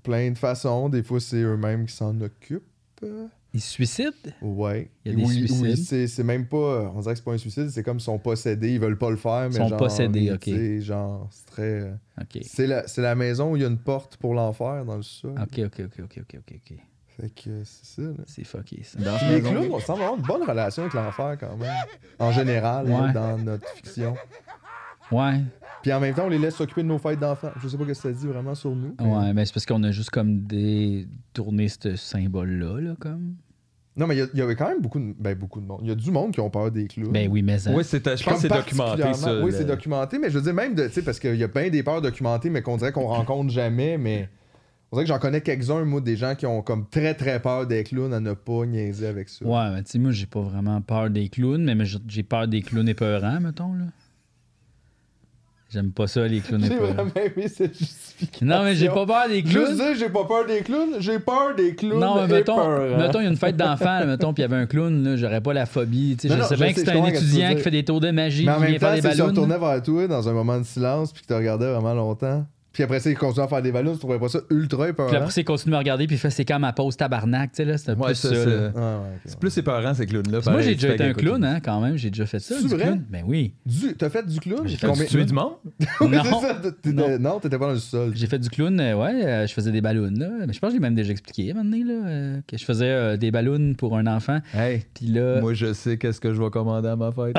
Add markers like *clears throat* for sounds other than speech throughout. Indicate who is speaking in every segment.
Speaker 1: Plein de façons, des fois, c'est eux-mêmes qui s'en occupent. Euh,
Speaker 2: Il se suicide?
Speaker 1: Ouais.
Speaker 2: Il y a des
Speaker 1: oui,
Speaker 2: suicides.
Speaker 1: oui, c'est, c'est même pas. On dirait que c'est pas un suicide, c'est comme ils sont possédés, ils veulent pas le faire, mais.
Speaker 2: Sont
Speaker 1: genre,
Speaker 2: possédés,
Speaker 1: tu
Speaker 2: ok.
Speaker 1: sais, genre, c'est très. euh,
Speaker 2: Ok.
Speaker 1: C'est, la, c'est la maison où il y a une porte pour l'enfer dans le sol.
Speaker 2: Ok, ok, ok, ok, ok, ok, ok.
Speaker 1: Fait que euh, c'est ça, là.
Speaker 2: C'est fucké, ça.
Speaker 1: Puis les clowns, on semble avoir une bonne relation avec l'enfer quand même. En général, hein,
Speaker 2: Ouais.
Speaker 1: dans notre fiction.
Speaker 2: Ouais,
Speaker 1: Puis en même temps, on les laisse s'occuper de nos fêtes d'enfants. Je sais pas ce que ça dit vraiment sur nous. mais-
Speaker 2: ouais, mais c'est parce qu'on a juste comme des... tourné ce symbole-là, là, comme.
Speaker 1: Non, mais il y a- il y, avait quand même beaucoup de, ben, beaucoup de monde. Il y a du monde qui ont peur des clowns.
Speaker 2: Ben oui, mais ça.
Speaker 3: Oui, c'est- je pense que
Speaker 1: Comme
Speaker 3: c'est documenté,
Speaker 1: particulièrement-
Speaker 3: ça.
Speaker 1: Oui,
Speaker 3: le-
Speaker 1: c'est documenté, mais je veux dire, même de. Tu sais, parce qu'il y a plein des peurs documentées, mais qu'on dirait qu'on rencontre jamais, mais. On dirait que j'en connais quelques-uns, moi, des gens qui ont comme très très peur des clowns à ne pas niaiser avec ça.
Speaker 2: Ouais, mais tu sais, moi, j'ai pas vraiment peur des clowns, mais mais j'ai peur des clowns épeurants, mettons, là. J'aime pas ça, les clowns.
Speaker 1: J'ai
Speaker 2: épeurants.
Speaker 1: vraiment aimé cette justification.
Speaker 2: Non, mais j'ai pas peur des
Speaker 1: Juste
Speaker 2: clowns.
Speaker 1: dire, j'ai pas peur des clowns, j'ai peur des clowns.
Speaker 2: Non, mais mettons,
Speaker 1: épeurants.
Speaker 2: mettons, il y a une fête d'enfants, là, mettons, puis il y avait un clown, là, j'aurais pas la phobie. tu sais,
Speaker 1: Non,
Speaker 2: je
Speaker 1: non,
Speaker 2: sais
Speaker 1: je
Speaker 2: bien
Speaker 1: sais,
Speaker 2: que
Speaker 1: je
Speaker 2: c'est un
Speaker 1: comprends ce que tu veux
Speaker 2: étudiant qui
Speaker 1: dire.
Speaker 2: fait des tours de magie,
Speaker 1: Mais en
Speaker 2: qui
Speaker 1: même
Speaker 2: vient
Speaker 1: temps,
Speaker 2: faire
Speaker 1: si
Speaker 2: des
Speaker 1: je
Speaker 2: ballons. hein.
Speaker 1: retournais vers toi dans un moment de silence puis que tu regardais vraiment longtemps, puis après ça, il continuait à faire des ballons, tu trouvais pas ça ultra
Speaker 2: Puis
Speaker 1: épeurant?
Speaker 2: après, c'est continue à regarder, puis il fait c'est quand ma pause tabarnak, tu sais, là, c'est un peu
Speaker 3: Ouais,
Speaker 2: ça.
Speaker 3: ça,
Speaker 2: là.
Speaker 3: c'est-
Speaker 2: Parce
Speaker 1: Ouais, Ah, ouais, ok, ouais.
Speaker 3: C'est plus épeurant, ces clowns-là.
Speaker 2: que Moi,
Speaker 3: pareil,
Speaker 2: j'ai déjà
Speaker 3: fait
Speaker 2: été un
Speaker 3: qu'écoute,
Speaker 2: clown, hein, quand même, j'ai déjà fait ça.
Speaker 1: C'est
Speaker 2: du
Speaker 1: vrai?
Speaker 2: clown. Ben oui.
Speaker 1: Du- T'as fait du clown?
Speaker 2: J'ai fait
Speaker 1: *laughs* Combien-
Speaker 3: Tu tues du monde?
Speaker 1: *laughs* Oui,
Speaker 2: Non.
Speaker 1: c'est ça, t'étais-
Speaker 2: Non.
Speaker 1: Non, t'étais pas dans le sol.
Speaker 2: J'ai fait du clown, euh, ouais, euh, je faisais des ballons, là. Mais je pense que j'ai même déjà expliqué, à un moment donné, là, euh, que je faisais euh, des ballons pour un enfant,
Speaker 3: Hey,
Speaker 2: puis là.
Speaker 3: moi, je sais qu'est-ce que je vais commander à
Speaker 2: *laughs*
Speaker 3: ma fête.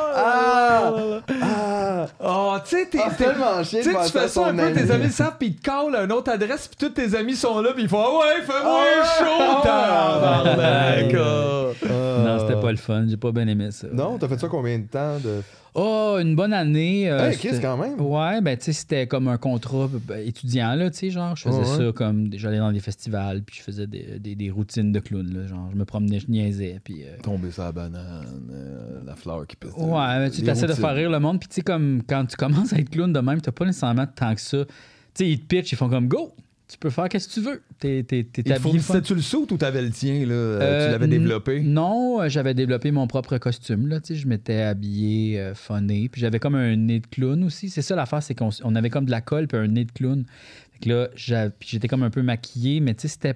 Speaker 1: Ah! Ah!
Speaker 3: oh, tu sais, t'es-
Speaker 1: Ah,
Speaker 3: t'es-
Speaker 1: tellement chier
Speaker 3: Tu sais,
Speaker 1: de faire
Speaker 3: tu fais
Speaker 1: ça
Speaker 3: ça
Speaker 1: à
Speaker 3: un
Speaker 1: son
Speaker 3: peu, tes
Speaker 1: ami.
Speaker 3: amis le savent, puis ils te callent à une autre adresse, puis tous tes amis sont là, puis ils font Ah ouais, fais-moi
Speaker 1: Ah!
Speaker 3: un show, tabarnak! ah.
Speaker 2: Non, c'était pas le fun, j'ai pas bien aimé ça.
Speaker 1: euh, Non, t'as fait ça combien de temps? De...
Speaker 2: Oh, une bonne année. euh,
Speaker 1: Hey, Chris,
Speaker 2: c'était-
Speaker 1: quand même.
Speaker 2: Ouais, ben, tu sais, c'était comme un contrat ben, étudiant, là, tu sais, genre, je faisais
Speaker 1: Ouais, ouais.
Speaker 2: ça comme. J'allais dans des festivals, puis je faisais des, des- des routines de clown, là, genre, je me promenais, je niaisais, puis. euh,
Speaker 3: Tomber sur la banane, euh, la fleur qui pète.
Speaker 2: Ouais, mais tu
Speaker 3: les
Speaker 2: t'essaies de
Speaker 3: routines.
Speaker 2: faire rire le monde, puis tu sais, comme quand tu commences à être clown de même, t'as pas nécessairement tant que ça. Tu sais, ils te pitchent, ils font comme go, tu peux faire qu'est-ce que tu veux. T'es t'es- t'es
Speaker 3: Il te
Speaker 2: habillé. fun.
Speaker 3: C'était-tu le saut ou t'avais le tien, là?
Speaker 2: Euh,
Speaker 3: tu l'avais
Speaker 2: n-
Speaker 3: développé?
Speaker 2: Non, euh, j'avais développé mon propre costume. Là, tu sais, je m'étais habillé euh, funné. Puis j'avais comme un nez de clown aussi. C'est ça l'affaire, c'est qu'on s- on avait comme de la colle puis un nez de clown. Fait que là, j'a- puis j'étais comme un peu maquillé, mais tu sais, c'était.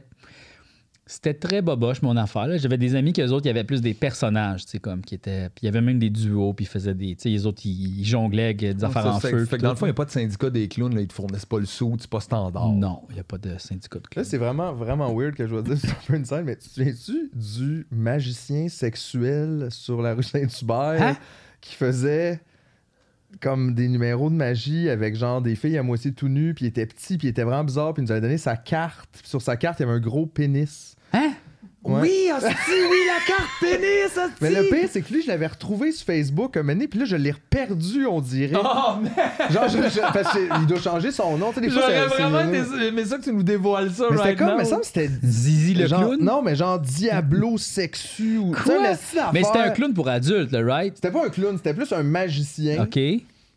Speaker 2: C'était très boboche, mon affaire. là. J'avais des amis qu'eux autres, il y avait plus des personnages, tu sais, comme qui étaient. Puis il y avait même des duos, puis ils faisaient des. Tu sais, les autres, ils, ils jonglaient avec des affaires
Speaker 3: Ça,
Speaker 2: en
Speaker 3: c'est-
Speaker 2: feu.
Speaker 3: Fait
Speaker 2: puis
Speaker 3: que dans le
Speaker 2: tout.
Speaker 3: fond, il n'y a pas de syndicat des clowns, là, ils te fournissent pas le saut, c'est pas standard.
Speaker 2: Non, il n'y a pas de syndicat de
Speaker 1: Là,
Speaker 2: clown.
Speaker 1: c'est vraiment, vraiment weird que je dois dire. C'est un peu une scène, mais tu te souviens-tu du magicien sexuel sur la rue Saint-Hubert
Speaker 2: Hein?
Speaker 1: qui faisait comme des numéros de magie avec genre des filles à moitié tout nues, puis il était petit, puis il était vraiment bizarre, puis il nous avait donné sa carte. Puis sur sa carte, il y avait un gros pénis.
Speaker 2: Hein?
Speaker 1: Ouais.
Speaker 3: Oui, hostie, oui, la carte pénis, hostie!
Speaker 1: Mais le pire, c'est que lui, je l'avais retrouvé sur Facebook un moment donné, puis là, je l'ai reperdu, on dirait.
Speaker 3: Oh, merde!
Speaker 1: Genre, je- je- parce qu'il doit changer son nom. tu sais, des fois,
Speaker 3: J'aurais
Speaker 1: c'est- c'est-
Speaker 3: vraiment été- aimé ça que tu nous dévoiles ça,
Speaker 1: Mais c'était
Speaker 3: right
Speaker 1: comme,
Speaker 3: now.
Speaker 1: mais ça, c'était
Speaker 2: Zizi le
Speaker 1: genre-
Speaker 2: clown?
Speaker 1: Non, mais genre Diablo sexu ou. tu sais,
Speaker 2: Quoi?
Speaker 1: une petite affaire.
Speaker 2: Mais c'était un clown pour adultes, le right?
Speaker 1: C'était pas un clown, c'était plus un
Speaker 3: Hein?
Speaker 1: magicien.
Speaker 2: OK.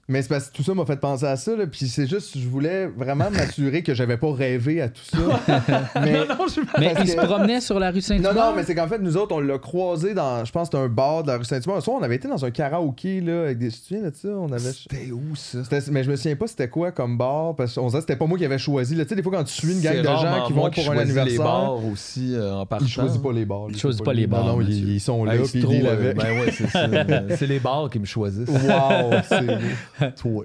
Speaker 1: Mais c'est parce que tout ça m'a fait penser à ça, là, puis c'est juste, je voulais
Speaker 2: *laughs*
Speaker 1: vraiment m'assurer que j'avais pas rêvé à tout ça. mais,
Speaker 3: *laughs* Non, non, je suis pas-
Speaker 2: Mais
Speaker 1: Parce
Speaker 2: il se
Speaker 1: que-
Speaker 2: promenait sur la rue Saint-Hubert.
Speaker 1: non, non, mais c'est qu'en fait, nous autres, on l'a croisé dans, je pense, c'était un bar de la rue Saint-Hubert. Un soir, on avait été dans un karaoké, là, avec des. Tu te souviens de ça? On avait.
Speaker 3: C'était où, ça?
Speaker 1: C'était- Mais je me souviens pas c'était quoi comme bar, parce qu'on dirait que c'était pas moi qui avais choisi. là. Tu sais, des fois, quand tu suis une gang
Speaker 3: C'est
Speaker 1: de gens
Speaker 3: rarement
Speaker 1: qui vont
Speaker 3: moi
Speaker 1: pour un
Speaker 3: choisis les
Speaker 1: anniversaire,
Speaker 3: bars aussi euh, en partant.
Speaker 1: ils choisissent pas les bars.
Speaker 2: Ils
Speaker 1: là.
Speaker 2: choisissent pas les bars,
Speaker 1: Non, non, ils-
Speaker 2: Mathieu.
Speaker 1: ils sont
Speaker 3: Ah,
Speaker 1: là,
Speaker 3: ils se
Speaker 1: puis ils
Speaker 3: trouvent,
Speaker 1: dealent
Speaker 3: euh,
Speaker 1: avec.
Speaker 3: Ben ouais, c'est ça. *laughs* Euh, c'est les bars qui me choisissent.
Speaker 1: *laughs* Wow, c'est beau.
Speaker 3: Toi.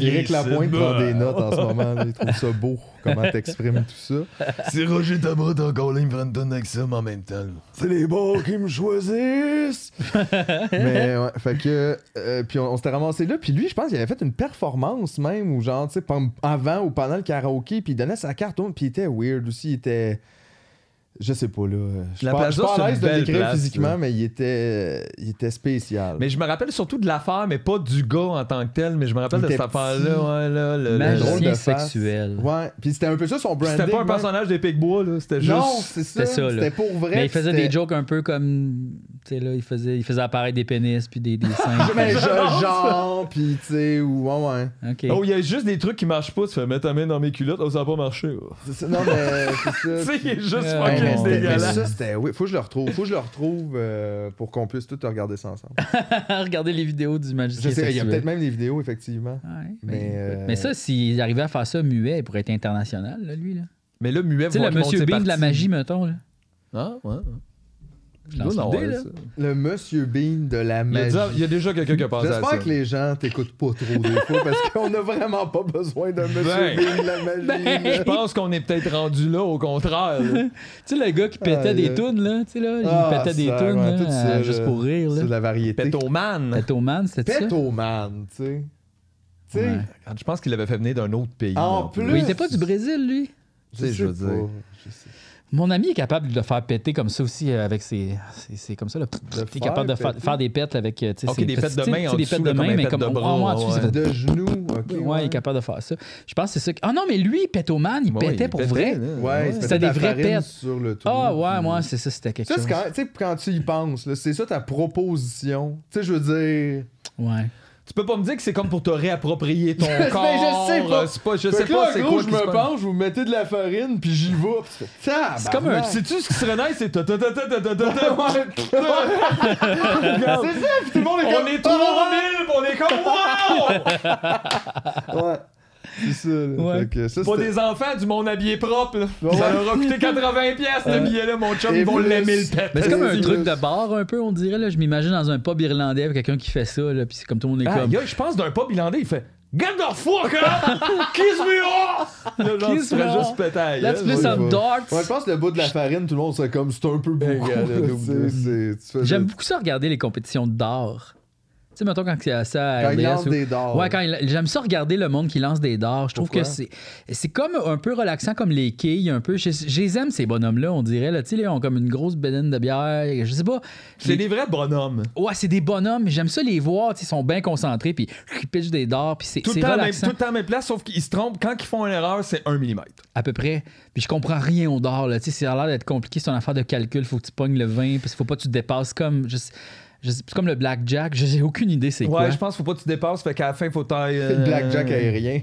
Speaker 1: Éric
Speaker 3: Viens,
Speaker 1: Lapointe
Speaker 3: c'est
Speaker 1: prend
Speaker 3: bon.
Speaker 1: des notes en ce moment. là. Il trouve ça beau, comment t'exprimes tout ça.
Speaker 3: *laughs* C'est Roger Tabot encore là, il me prend une tonne d'accent en même temps.
Speaker 1: C'est les bars qui me choisissent! *laughs* Mais ouais, fait que. euh, puis on, on s'était ramassé là, puis lui, je pense qu'il avait fait une performance même, ou genre, tu sais, pom- avant ou pendant le karaoké, puis il donnait sa carte, au monde, puis il était weird aussi, il était. Je sais pas, là. Je suis
Speaker 3: La
Speaker 1: pas- je
Speaker 3: Plaza,
Speaker 1: suis pas
Speaker 3: c'est
Speaker 1: à
Speaker 3: une
Speaker 1: l'aise de
Speaker 3: belle
Speaker 1: l'écrire
Speaker 3: place,
Speaker 1: physiquement,
Speaker 3: là.
Speaker 1: mais il était, il était spécial.
Speaker 3: Mais je me rappelle surtout de l'affaire, mais pas du gars en tant que tel, mais je me rappelle
Speaker 1: Il
Speaker 3: de cette
Speaker 1: était
Speaker 3: affaire-là.
Speaker 1: petit.
Speaker 3: Ouais, là, le- le-
Speaker 1: drôle de
Speaker 2: Magicien
Speaker 1: face.
Speaker 2: sexuel.
Speaker 1: Ouais, puis c'était un peu ça son branding.
Speaker 3: C'était pas un
Speaker 1: ouais.
Speaker 3: personnage des Picbois, là. C'était juste.
Speaker 1: Non, c'est ça.
Speaker 2: C'était ça, là.
Speaker 1: C'était pour vrai.
Speaker 2: Mais il faisait
Speaker 1: c'était-
Speaker 2: des jokes un peu comme. Tu sais, là, il faisait, il faisait apparaître des pénis puis des, des
Speaker 1: *laughs*
Speaker 2: seins.
Speaker 1: Je-
Speaker 3: *laughs*
Speaker 1: Mais je genre, pis tu sais, ou ouais, ouais.
Speaker 2: OK.
Speaker 3: Oh, il y a juste des trucs qui marchent pas. Tu fais mettre ta main dans mes culottes, oh, ça a pas marché. oh.
Speaker 1: C'est ça, non, mais c'est
Speaker 3: *laughs* Tu
Speaker 1: ça.
Speaker 3: sais, il est juste
Speaker 2: Euh,
Speaker 1: Ouais,
Speaker 2: Ok,
Speaker 1: mais
Speaker 3: fucking
Speaker 1: c'était- mais
Speaker 3: dégueulasse.
Speaker 1: ça, c'était. Oui, faut que je le retrouve. Faut que je le retrouve euh, pour qu'on puisse tout regarder ça ensemble.
Speaker 2: *laughs* Regardez les vidéos du
Speaker 1: Je
Speaker 2: magicien
Speaker 1: sais, il y a
Speaker 2: sexuel.
Speaker 1: peut-être même des vidéos, effectivement.
Speaker 2: Ouais,
Speaker 1: Mais,
Speaker 2: mais,
Speaker 1: euh,
Speaker 2: mais ça, s'il arrivait à faire ça muet, il pourrait être international, là, lui. Là.
Speaker 3: Mais là, Muet,
Speaker 2: Tu sais, le monsieur Bean de la magie, mettons. Là.
Speaker 3: Hein? Ouais.
Speaker 2: Je lance
Speaker 3: Non,
Speaker 2: l'idée,
Speaker 3: ouais,
Speaker 2: là.
Speaker 3: ça.
Speaker 1: Le Monsieur Bean de la
Speaker 3: Il y a
Speaker 1: magie.
Speaker 3: déjà- Il y a déjà quelqu'un qui a pensé à ça.
Speaker 1: J'espère que les gens t'écoutent pas trop des fois parce *laughs* qu'on a vraiment pas besoin d'un Monsieur
Speaker 3: Ben.
Speaker 1: Bean de la magie.
Speaker 2: Ben.
Speaker 1: là.
Speaker 3: Je pense qu'on est peut-être rendu là, au contraire. là.
Speaker 2: Tu sais, le gars qui pétait
Speaker 1: Ah,
Speaker 2: des
Speaker 1: là.
Speaker 2: tunes, là. Tu sais, là, il
Speaker 1: Ah,
Speaker 2: pétait des
Speaker 1: ça,
Speaker 2: tunes,
Speaker 1: ouais,
Speaker 2: là,
Speaker 1: tout ça,
Speaker 2: à-
Speaker 1: là.
Speaker 2: juste pour rire,
Speaker 1: C'est de
Speaker 2: là.
Speaker 1: la variété. *laughs*
Speaker 3: Pétoman.
Speaker 2: Pétoman, c'était ça?
Speaker 1: Pétoman, tu sais. Tu sais.
Speaker 2: Ouais.
Speaker 3: Je pense qu'il l'avait fait venir d'un autre pays.
Speaker 1: En
Speaker 3: là,
Speaker 1: plus.
Speaker 2: Oui, il était pas du Brésil, lui.
Speaker 3: Tu sais, je veux
Speaker 1: pas,
Speaker 3: dire.
Speaker 1: je sais
Speaker 2: Mon ami est capable de le faire péter comme ça aussi euh, avec ses. C'est c'est comme ça, là. Il est
Speaker 1: faire
Speaker 2: capable de faire,
Speaker 1: péter?
Speaker 2: faire des pètes avec. euh, tu sais,
Speaker 3: Ok,
Speaker 2: ses
Speaker 3: des
Speaker 2: petits-
Speaker 3: pètes de
Speaker 2: tu sais,
Speaker 3: main
Speaker 2: tu sais,
Speaker 3: en
Speaker 2: des
Speaker 3: dessous,
Speaker 2: pètes
Speaker 3: là,
Speaker 2: de
Speaker 3: comme
Speaker 2: main,
Speaker 3: un
Speaker 2: mais
Speaker 3: pète
Speaker 2: comme
Speaker 3: de
Speaker 2: en-
Speaker 3: bras,
Speaker 2: en dessous,
Speaker 3: ouais,
Speaker 2: ça fait-
Speaker 1: de genoux. Ok,
Speaker 2: ouais,
Speaker 1: ouais.
Speaker 2: il est capable de faire ça. Je pense que c'est ça. Ah non, mais lui, Pétoman, il
Speaker 3: Ouais,
Speaker 2: pétait
Speaker 3: il
Speaker 2: pour
Speaker 3: pétait,
Speaker 2: vrai.
Speaker 3: là.
Speaker 1: Ouais,
Speaker 2: C'était des vrais
Speaker 1: pères
Speaker 2: pets.
Speaker 1: sur le tour.
Speaker 2: Ah ouais, moi, c'est ça, c'était quelque
Speaker 1: Ça,
Speaker 2: chose.
Speaker 1: c'est quand, tu sais, quand tu y penses, là, c'est ça ta proposition. Tu sais, je veux dire.
Speaker 2: Ouais.
Speaker 3: Tu peux pas me dire que c'est comme pour te réapproprier ton
Speaker 1: *laughs* Mais je
Speaker 3: corps.
Speaker 1: sais pas.
Speaker 3: euh, c'est pas je
Speaker 1: Fait
Speaker 3: sais
Speaker 1: que
Speaker 3: pas
Speaker 1: là,
Speaker 3: c'est
Speaker 1: gros,
Speaker 3: quoi
Speaker 1: je
Speaker 3: qui se
Speaker 1: me
Speaker 3: passe.
Speaker 1: penche, vous mettez de la farine, puis j'y vais. Puis tu fais,
Speaker 2: C'est comme un-
Speaker 1: tabarnak.
Speaker 3: Sais-tu ce qui serait nice? C'est ta- ta- ta- ta- ta- ta- ta- ta-
Speaker 1: *laughs* Ouais. C'est ça, puis tout le monde est
Speaker 3: On
Speaker 1: comme. Ah!
Speaker 3: est
Speaker 1: *laughs*
Speaker 3: 3000, on est comme wow!
Speaker 1: Ouais. C'est ça, là.
Speaker 2: Ouais.
Speaker 1: Fait que ça,
Speaker 3: Pas
Speaker 1: c'était-
Speaker 3: des enfants, du monde habillé propre. là.
Speaker 1: Ouais. Euh,
Speaker 3: Ça leur a coûté 80 pièces le billet là, mon chum,
Speaker 1: Et
Speaker 3: ils vont
Speaker 1: plus.
Speaker 3: l'aimer le pète.
Speaker 2: Mais c'est comme un
Speaker 1: C'est-
Speaker 2: truc de bar un peu, on dirait. Là. Je m'imagine dans un pub irlandais avec quelqu'un qui fait ça, là, puis c'est comme tout le monde est
Speaker 3: Ah,
Speaker 2: comme.
Speaker 3: yo, je pense d'un pub irlandais, il fait Get the fuck *laughs* up! Kiss me off! Là, genre,
Speaker 2: Kiss
Speaker 3: tu ferais
Speaker 2: me
Speaker 3: juste
Speaker 2: off.
Speaker 3: péter à la
Speaker 2: Let's
Speaker 3: gueule, là.
Speaker 2: do some darts.
Speaker 1: Ouais, je pense que le bout de la farine, tout le monde, c'est comme, c'est un peu beaucoup.
Speaker 3: Regarde,
Speaker 1: là,
Speaker 3: double.
Speaker 1: c'est- c'est- tu fais-
Speaker 2: J'aime beaucoup ça regarder les compétitions d'art. Tu sais, mettons quand c'est ça à
Speaker 1: Quand il
Speaker 2: RDS
Speaker 1: lance
Speaker 2: ou-
Speaker 1: des
Speaker 3: Oh.
Speaker 1: dards.
Speaker 2: Ouais, quand il- j'aime ça regarder le monde qui lance des dards. Je trouve
Speaker 1: Pourquoi?
Speaker 2: que c'est c'est comme un peu relaxant comme les quilles un peu. Je, je les aime ces bonhommes là, on dirait là, tu sais, là, ils ont comme une grosse bédaine de bière, je sais pas.
Speaker 3: C'est des vrais bonhommes.
Speaker 2: Ouais, c'est des bonhommes, mais j'aime ça les voir, tu sais, ils sont bien concentrés puis ils pitchent des dards puis c'est
Speaker 3: Tout
Speaker 2: c'est
Speaker 3: le, temps, même,
Speaker 2: relaxant
Speaker 3: tout le temps même place, sauf qu'ils se trompent. Quand ils font une erreur, c'est 1 mm.
Speaker 2: à peu près. Puis je comprends rien aux dards là, tu sais, ça a l'air d'être compliqué, c'est une affaire de calcul, faut que tu pognes le 20 parce qu'il faut pas que tu te dépasses comme je sais- je sais- c'est comme le blackjack, je- j'ai aucune idée c'est
Speaker 3: Ouais,
Speaker 2: quoi.
Speaker 3: je pense qu'il faut pas que euh, tu dépasses, fait qu'à la fin, il faut taille.
Speaker 1: C'est le blackjack
Speaker 2: Euh,
Speaker 1: aérien.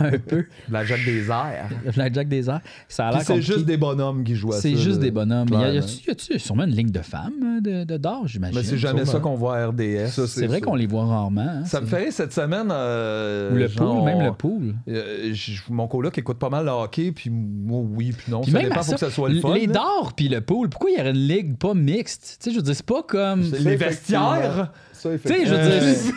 Speaker 2: un peu.
Speaker 3: Blackjack des airs.
Speaker 2: Le Blackjack des airs. Ça a
Speaker 3: Puis
Speaker 2: l'air
Speaker 3: C'est
Speaker 2: compliqué.
Speaker 3: juste des bonhommes qui jouent à ça.
Speaker 2: C'est juste
Speaker 3: là.
Speaker 2: des bonhommes. Il y a, y
Speaker 3: Clairement.
Speaker 2: a-tu- y a-tu sûrement une ligne de femmes euh, de, de d'or, j'imagine?
Speaker 3: Mais c'est jamais
Speaker 1: sûrement.
Speaker 3: ça qu'on voit à RDS.
Speaker 1: Ça,
Speaker 2: C'est vrai
Speaker 1: ça.
Speaker 2: qu'on les voit rarement. hein,
Speaker 3: Ça me
Speaker 2: c'est-
Speaker 3: fait rire cette semaine. euh,
Speaker 2: Ou le
Speaker 3: genre,
Speaker 2: pool, même
Speaker 3: on-
Speaker 2: le pool.
Speaker 3: euh, j- mon coloc écoute pas mal le hockey, puis moi, oui, puis non.
Speaker 2: Puis
Speaker 3: ça
Speaker 2: même
Speaker 3: dépend,
Speaker 2: à
Speaker 3: faut
Speaker 2: ça,
Speaker 3: que ça soit le fun.
Speaker 2: les
Speaker 3: là.
Speaker 2: dards puis le pool, pourquoi il y aurait une ligue pas mixte? Tu sais, je veux dire, c'est pas comme...
Speaker 1: C'est-
Speaker 3: Les
Speaker 1: Effectivement.
Speaker 3: vestiaires.
Speaker 1: Ça,
Speaker 2: Tu sais, je veux
Speaker 3: Euh,
Speaker 2: dire...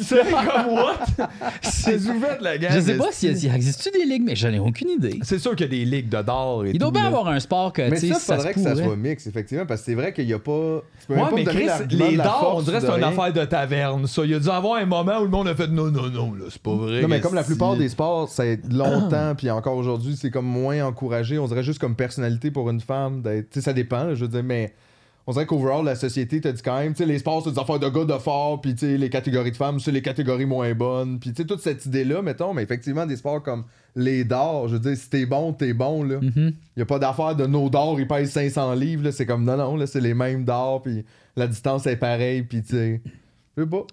Speaker 3: C'est comme what? *laughs*
Speaker 2: c'est-
Speaker 3: C'est ouvert de la gang.
Speaker 2: Je sais pas
Speaker 3: esti.
Speaker 2: s'il y a- existe des ligues, mais j'en ai aucune idée.
Speaker 3: C'est sûr qu'il y a des ligues de d'or et
Speaker 2: Il
Speaker 3: tout.
Speaker 2: doit bien
Speaker 3: là.
Speaker 2: avoir un sport que,
Speaker 1: Mais
Speaker 2: tu sais,
Speaker 1: ça,
Speaker 2: si ça
Speaker 1: faudrait
Speaker 2: se
Speaker 1: que ça
Speaker 2: pourrait.
Speaker 1: soit mix, effectivement, parce que c'est vrai qu'il n'y a pas. Tu peux
Speaker 3: Ouais,
Speaker 1: même pas
Speaker 3: mais
Speaker 1: me donner
Speaker 3: Chris,
Speaker 1: l'argument
Speaker 3: les
Speaker 1: de la
Speaker 3: dards,
Speaker 1: force
Speaker 3: on dirait que
Speaker 1: de
Speaker 3: c'est une
Speaker 1: rien.
Speaker 3: affaire de taverne, ça. Il y a dû avoir un moment où le monde a fait non, non, non, là, c'est pas vrai.
Speaker 1: Non, mais comme la
Speaker 3: esti.
Speaker 1: plupart des sports, ça a été longtemps, puis encore aujourd'hui, c'est comme moins encouragé. On dirait juste comme personnalité pour une femme d'être. Tu sais, ça dépend, là, je veux dire, mais. On dirait qu'overall, la société te dit quand même, tu sais, les sports, c'est des affaires de gars de fort, puis tu sais, les catégories de femmes, c'est les catégories moins bonnes, puis tu sais, toute cette idée-là, mettons, mais effectivement, des sports comme les dards, je veux dire, si t'es bon, t'es bon,
Speaker 3: Mm.
Speaker 1: là.
Speaker 2: Mhm.
Speaker 1: Il n'y a pas d'affaire de nos d'or, il pèse 500 livres. là. C'est comme non, non, là, c'est les mêmes d'or, puis la distance est pareille, puis tu sais. Je sais pas.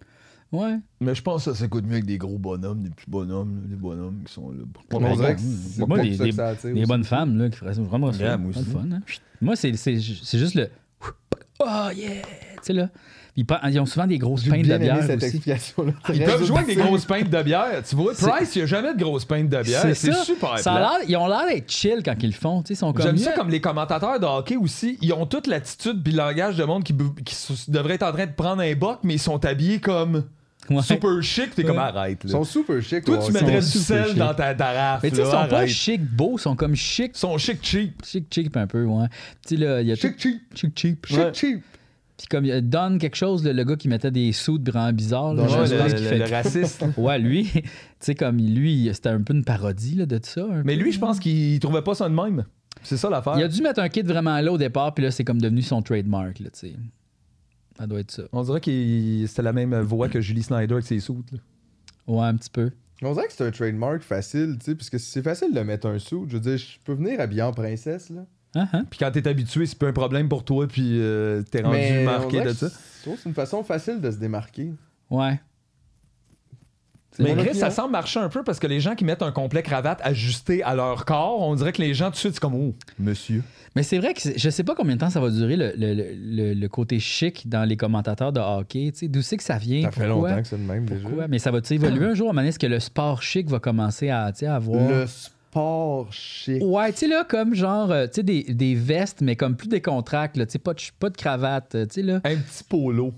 Speaker 2: Ouais.
Speaker 3: Mais je pense que ça s'écoute mieux avec des gros bonhommes, des plus bonhommes, là, des bonhommes qui sont là. pour-
Speaker 1: On
Speaker 2: Mais
Speaker 1: dirait
Speaker 2: bon,
Speaker 1: que c'est
Speaker 2: moi,
Speaker 1: pas
Speaker 2: des-
Speaker 1: pour ça
Speaker 2: des-
Speaker 1: que ça attire
Speaker 2: Des
Speaker 1: aussi.
Speaker 2: bonnes femmes, là, qui feraient ça. Vraiment,
Speaker 3: Yeah,
Speaker 2: vraiment
Speaker 3: moi aussi.
Speaker 2: le fun, hein. Moi, c'est c'est- c'est juste le. Oh yeah! Tu sais, là. Ils, prennent- ils ont souvent des grosses
Speaker 1: J'ai
Speaker 2: pintes de
Speaker 1: bien aimé
Speaker 2: bière
Speaker 1: cette
Speaker 2: aussi.
Speaker 1: explication-là.
Speaker 3: Ah, Ils peuvent jouer avec des
Speaker 1: Très
Speaker 3: grosses pintes de bière. Tu vois,
Speaker 2: C'est-
Speaker 3: Price, il n'y a jamais de grosses pintes de bière. C'est super.
Speaker 2: Ça a
Speaker 3: plat.
Speaker 2: l'air- ils ont l'air d'être chill quand ils le font. tu sais, Ils sont comme.
Speaker 3: J'aime ça comme les commentateurs de hockey aussi. Ils ont toute l'attitude puis le langage de monde qui, bou- qui s- devrait être en train de prendre un boc, mais ils sont habillés comme
Speaker 2: Ouais.
Speaker 3: super chic. T'es comme
Speaker 2: Ouais.
Speaker 3: arrête.
Speaker 1: Ils
Speaker 3: Là.
Speaker 1: sont super chics.
Speaker 3: Toi,
Speaker 1: ouais,
Speaker 3: tu
Speaker 1: ils sont
Speaker 3: mettrais du
Speaker 1: super
Speaker 3: sel
Speaker 1: chics.
Speaker 3: dans ta tarafe.
Speaker 2: Mais tu sais, ils
Speaker 3: là,
Speaker 2: sont pas
Speaker 3: arrête.
Speaker 2: chic beaux, ils sont comme chic,
Speaker 3: Ils sont chic cheap.
Speaker 2: chic, cheap un peu, ouais. Tu sais, là, il y a
Speaker 1: Chic,
Speaker 2: tout-
Speaker 1: cheap,
Speaker 2: chic, cheap.
Speaker 1: chic,
Speaker 3: Ouais.
Speaker 1: cheap.
Speaker 2: Puis comme il y a Don quelque chose, le, le gars qui mettait des sous de vraiment bizarre, là,
Speaker 1: Don
Speaker 2: je
Speaker 1: Juan,
Speaker 2: sais pas
Speaker 1: le-
Speaker 2: ce qu'il fait.
Speaker 3: raciste.
Speaker 2: Ouais, lui, *laughs* tu sais, comme lui, c'était un peu une parodie là, de tout ça. un
Speaker 3: Mais
Speaker 2: peu.
Speaker 3: lui, je pense qu'il trouvait pas ça de même. C'est ça l'affaire.
Speaker 2: Il a dû mettre un kit vraiment là au départ, puis là, c'est comme devenu son trademark, là, tu sais. Ça doit être ça.
Speaker 3: On dirait que c'était la même voix que Julie Snyder avec ses soutes. là.
Speaker 2: Ouais, un petit peu.
Speaker 1: On dirait que c'est un trademark facile, tu sais, parce que c'est facile de mettre un sou. Je veux dire, je peux venir habillé en princesse, là.
Speaker 2: Hein, hein?
Speaker 3: Puis quand t'es habitué, c'est pas un problème pour toi, puis euh, t'es rendu
Speaker 1: Mais on
Speaker 3: marqué
Speaker 1: dirait
Speaker 3: de
Speaker 1: que
Speaker 3: ça.
Speaker 1: Je trouve que c'est une façon facile de se démarquer.
Speaker 2: Ouais.
Speaker 1: C'est
Speaker 3: Mais
Speaker 1: mon
Speaker 3: Chris, ça
Speaker 1: opinion.
Speaker 3: semble marcher un peu parce que les gens qui mettent un complet cravate ajusté à leur corps, on dirait que les gens tout de suite, c'est comme, oh, monsieur.
Speaker 2: Mais c'est vrai que c'est- je sais pas combien de temps ça va durer le, le- le- le côté chic dans les commentateurs de hockey. tu sais, D'où c'est que ça vient?
Speaker 1: Ça fait
Speaker 2: pourquoi,
Speaker 1: longtemps que c'est le même, déjà.
Speaker 2: pourquoi? Mais ça va évoluer un jour à un moment donné, Est-ce que le sport chic va commencer à, tu sais, à avoir.
Speaker 1: Le sport chic.
Speaker 2: Ouais, tu sais, là, comme genre, euh, tu sais, des, des vestes, mais comme plus des contracts, là, tu sais, pas de, ch- pas de cravate, euh, tu sais, là.
Speaker 3: Un petit polo.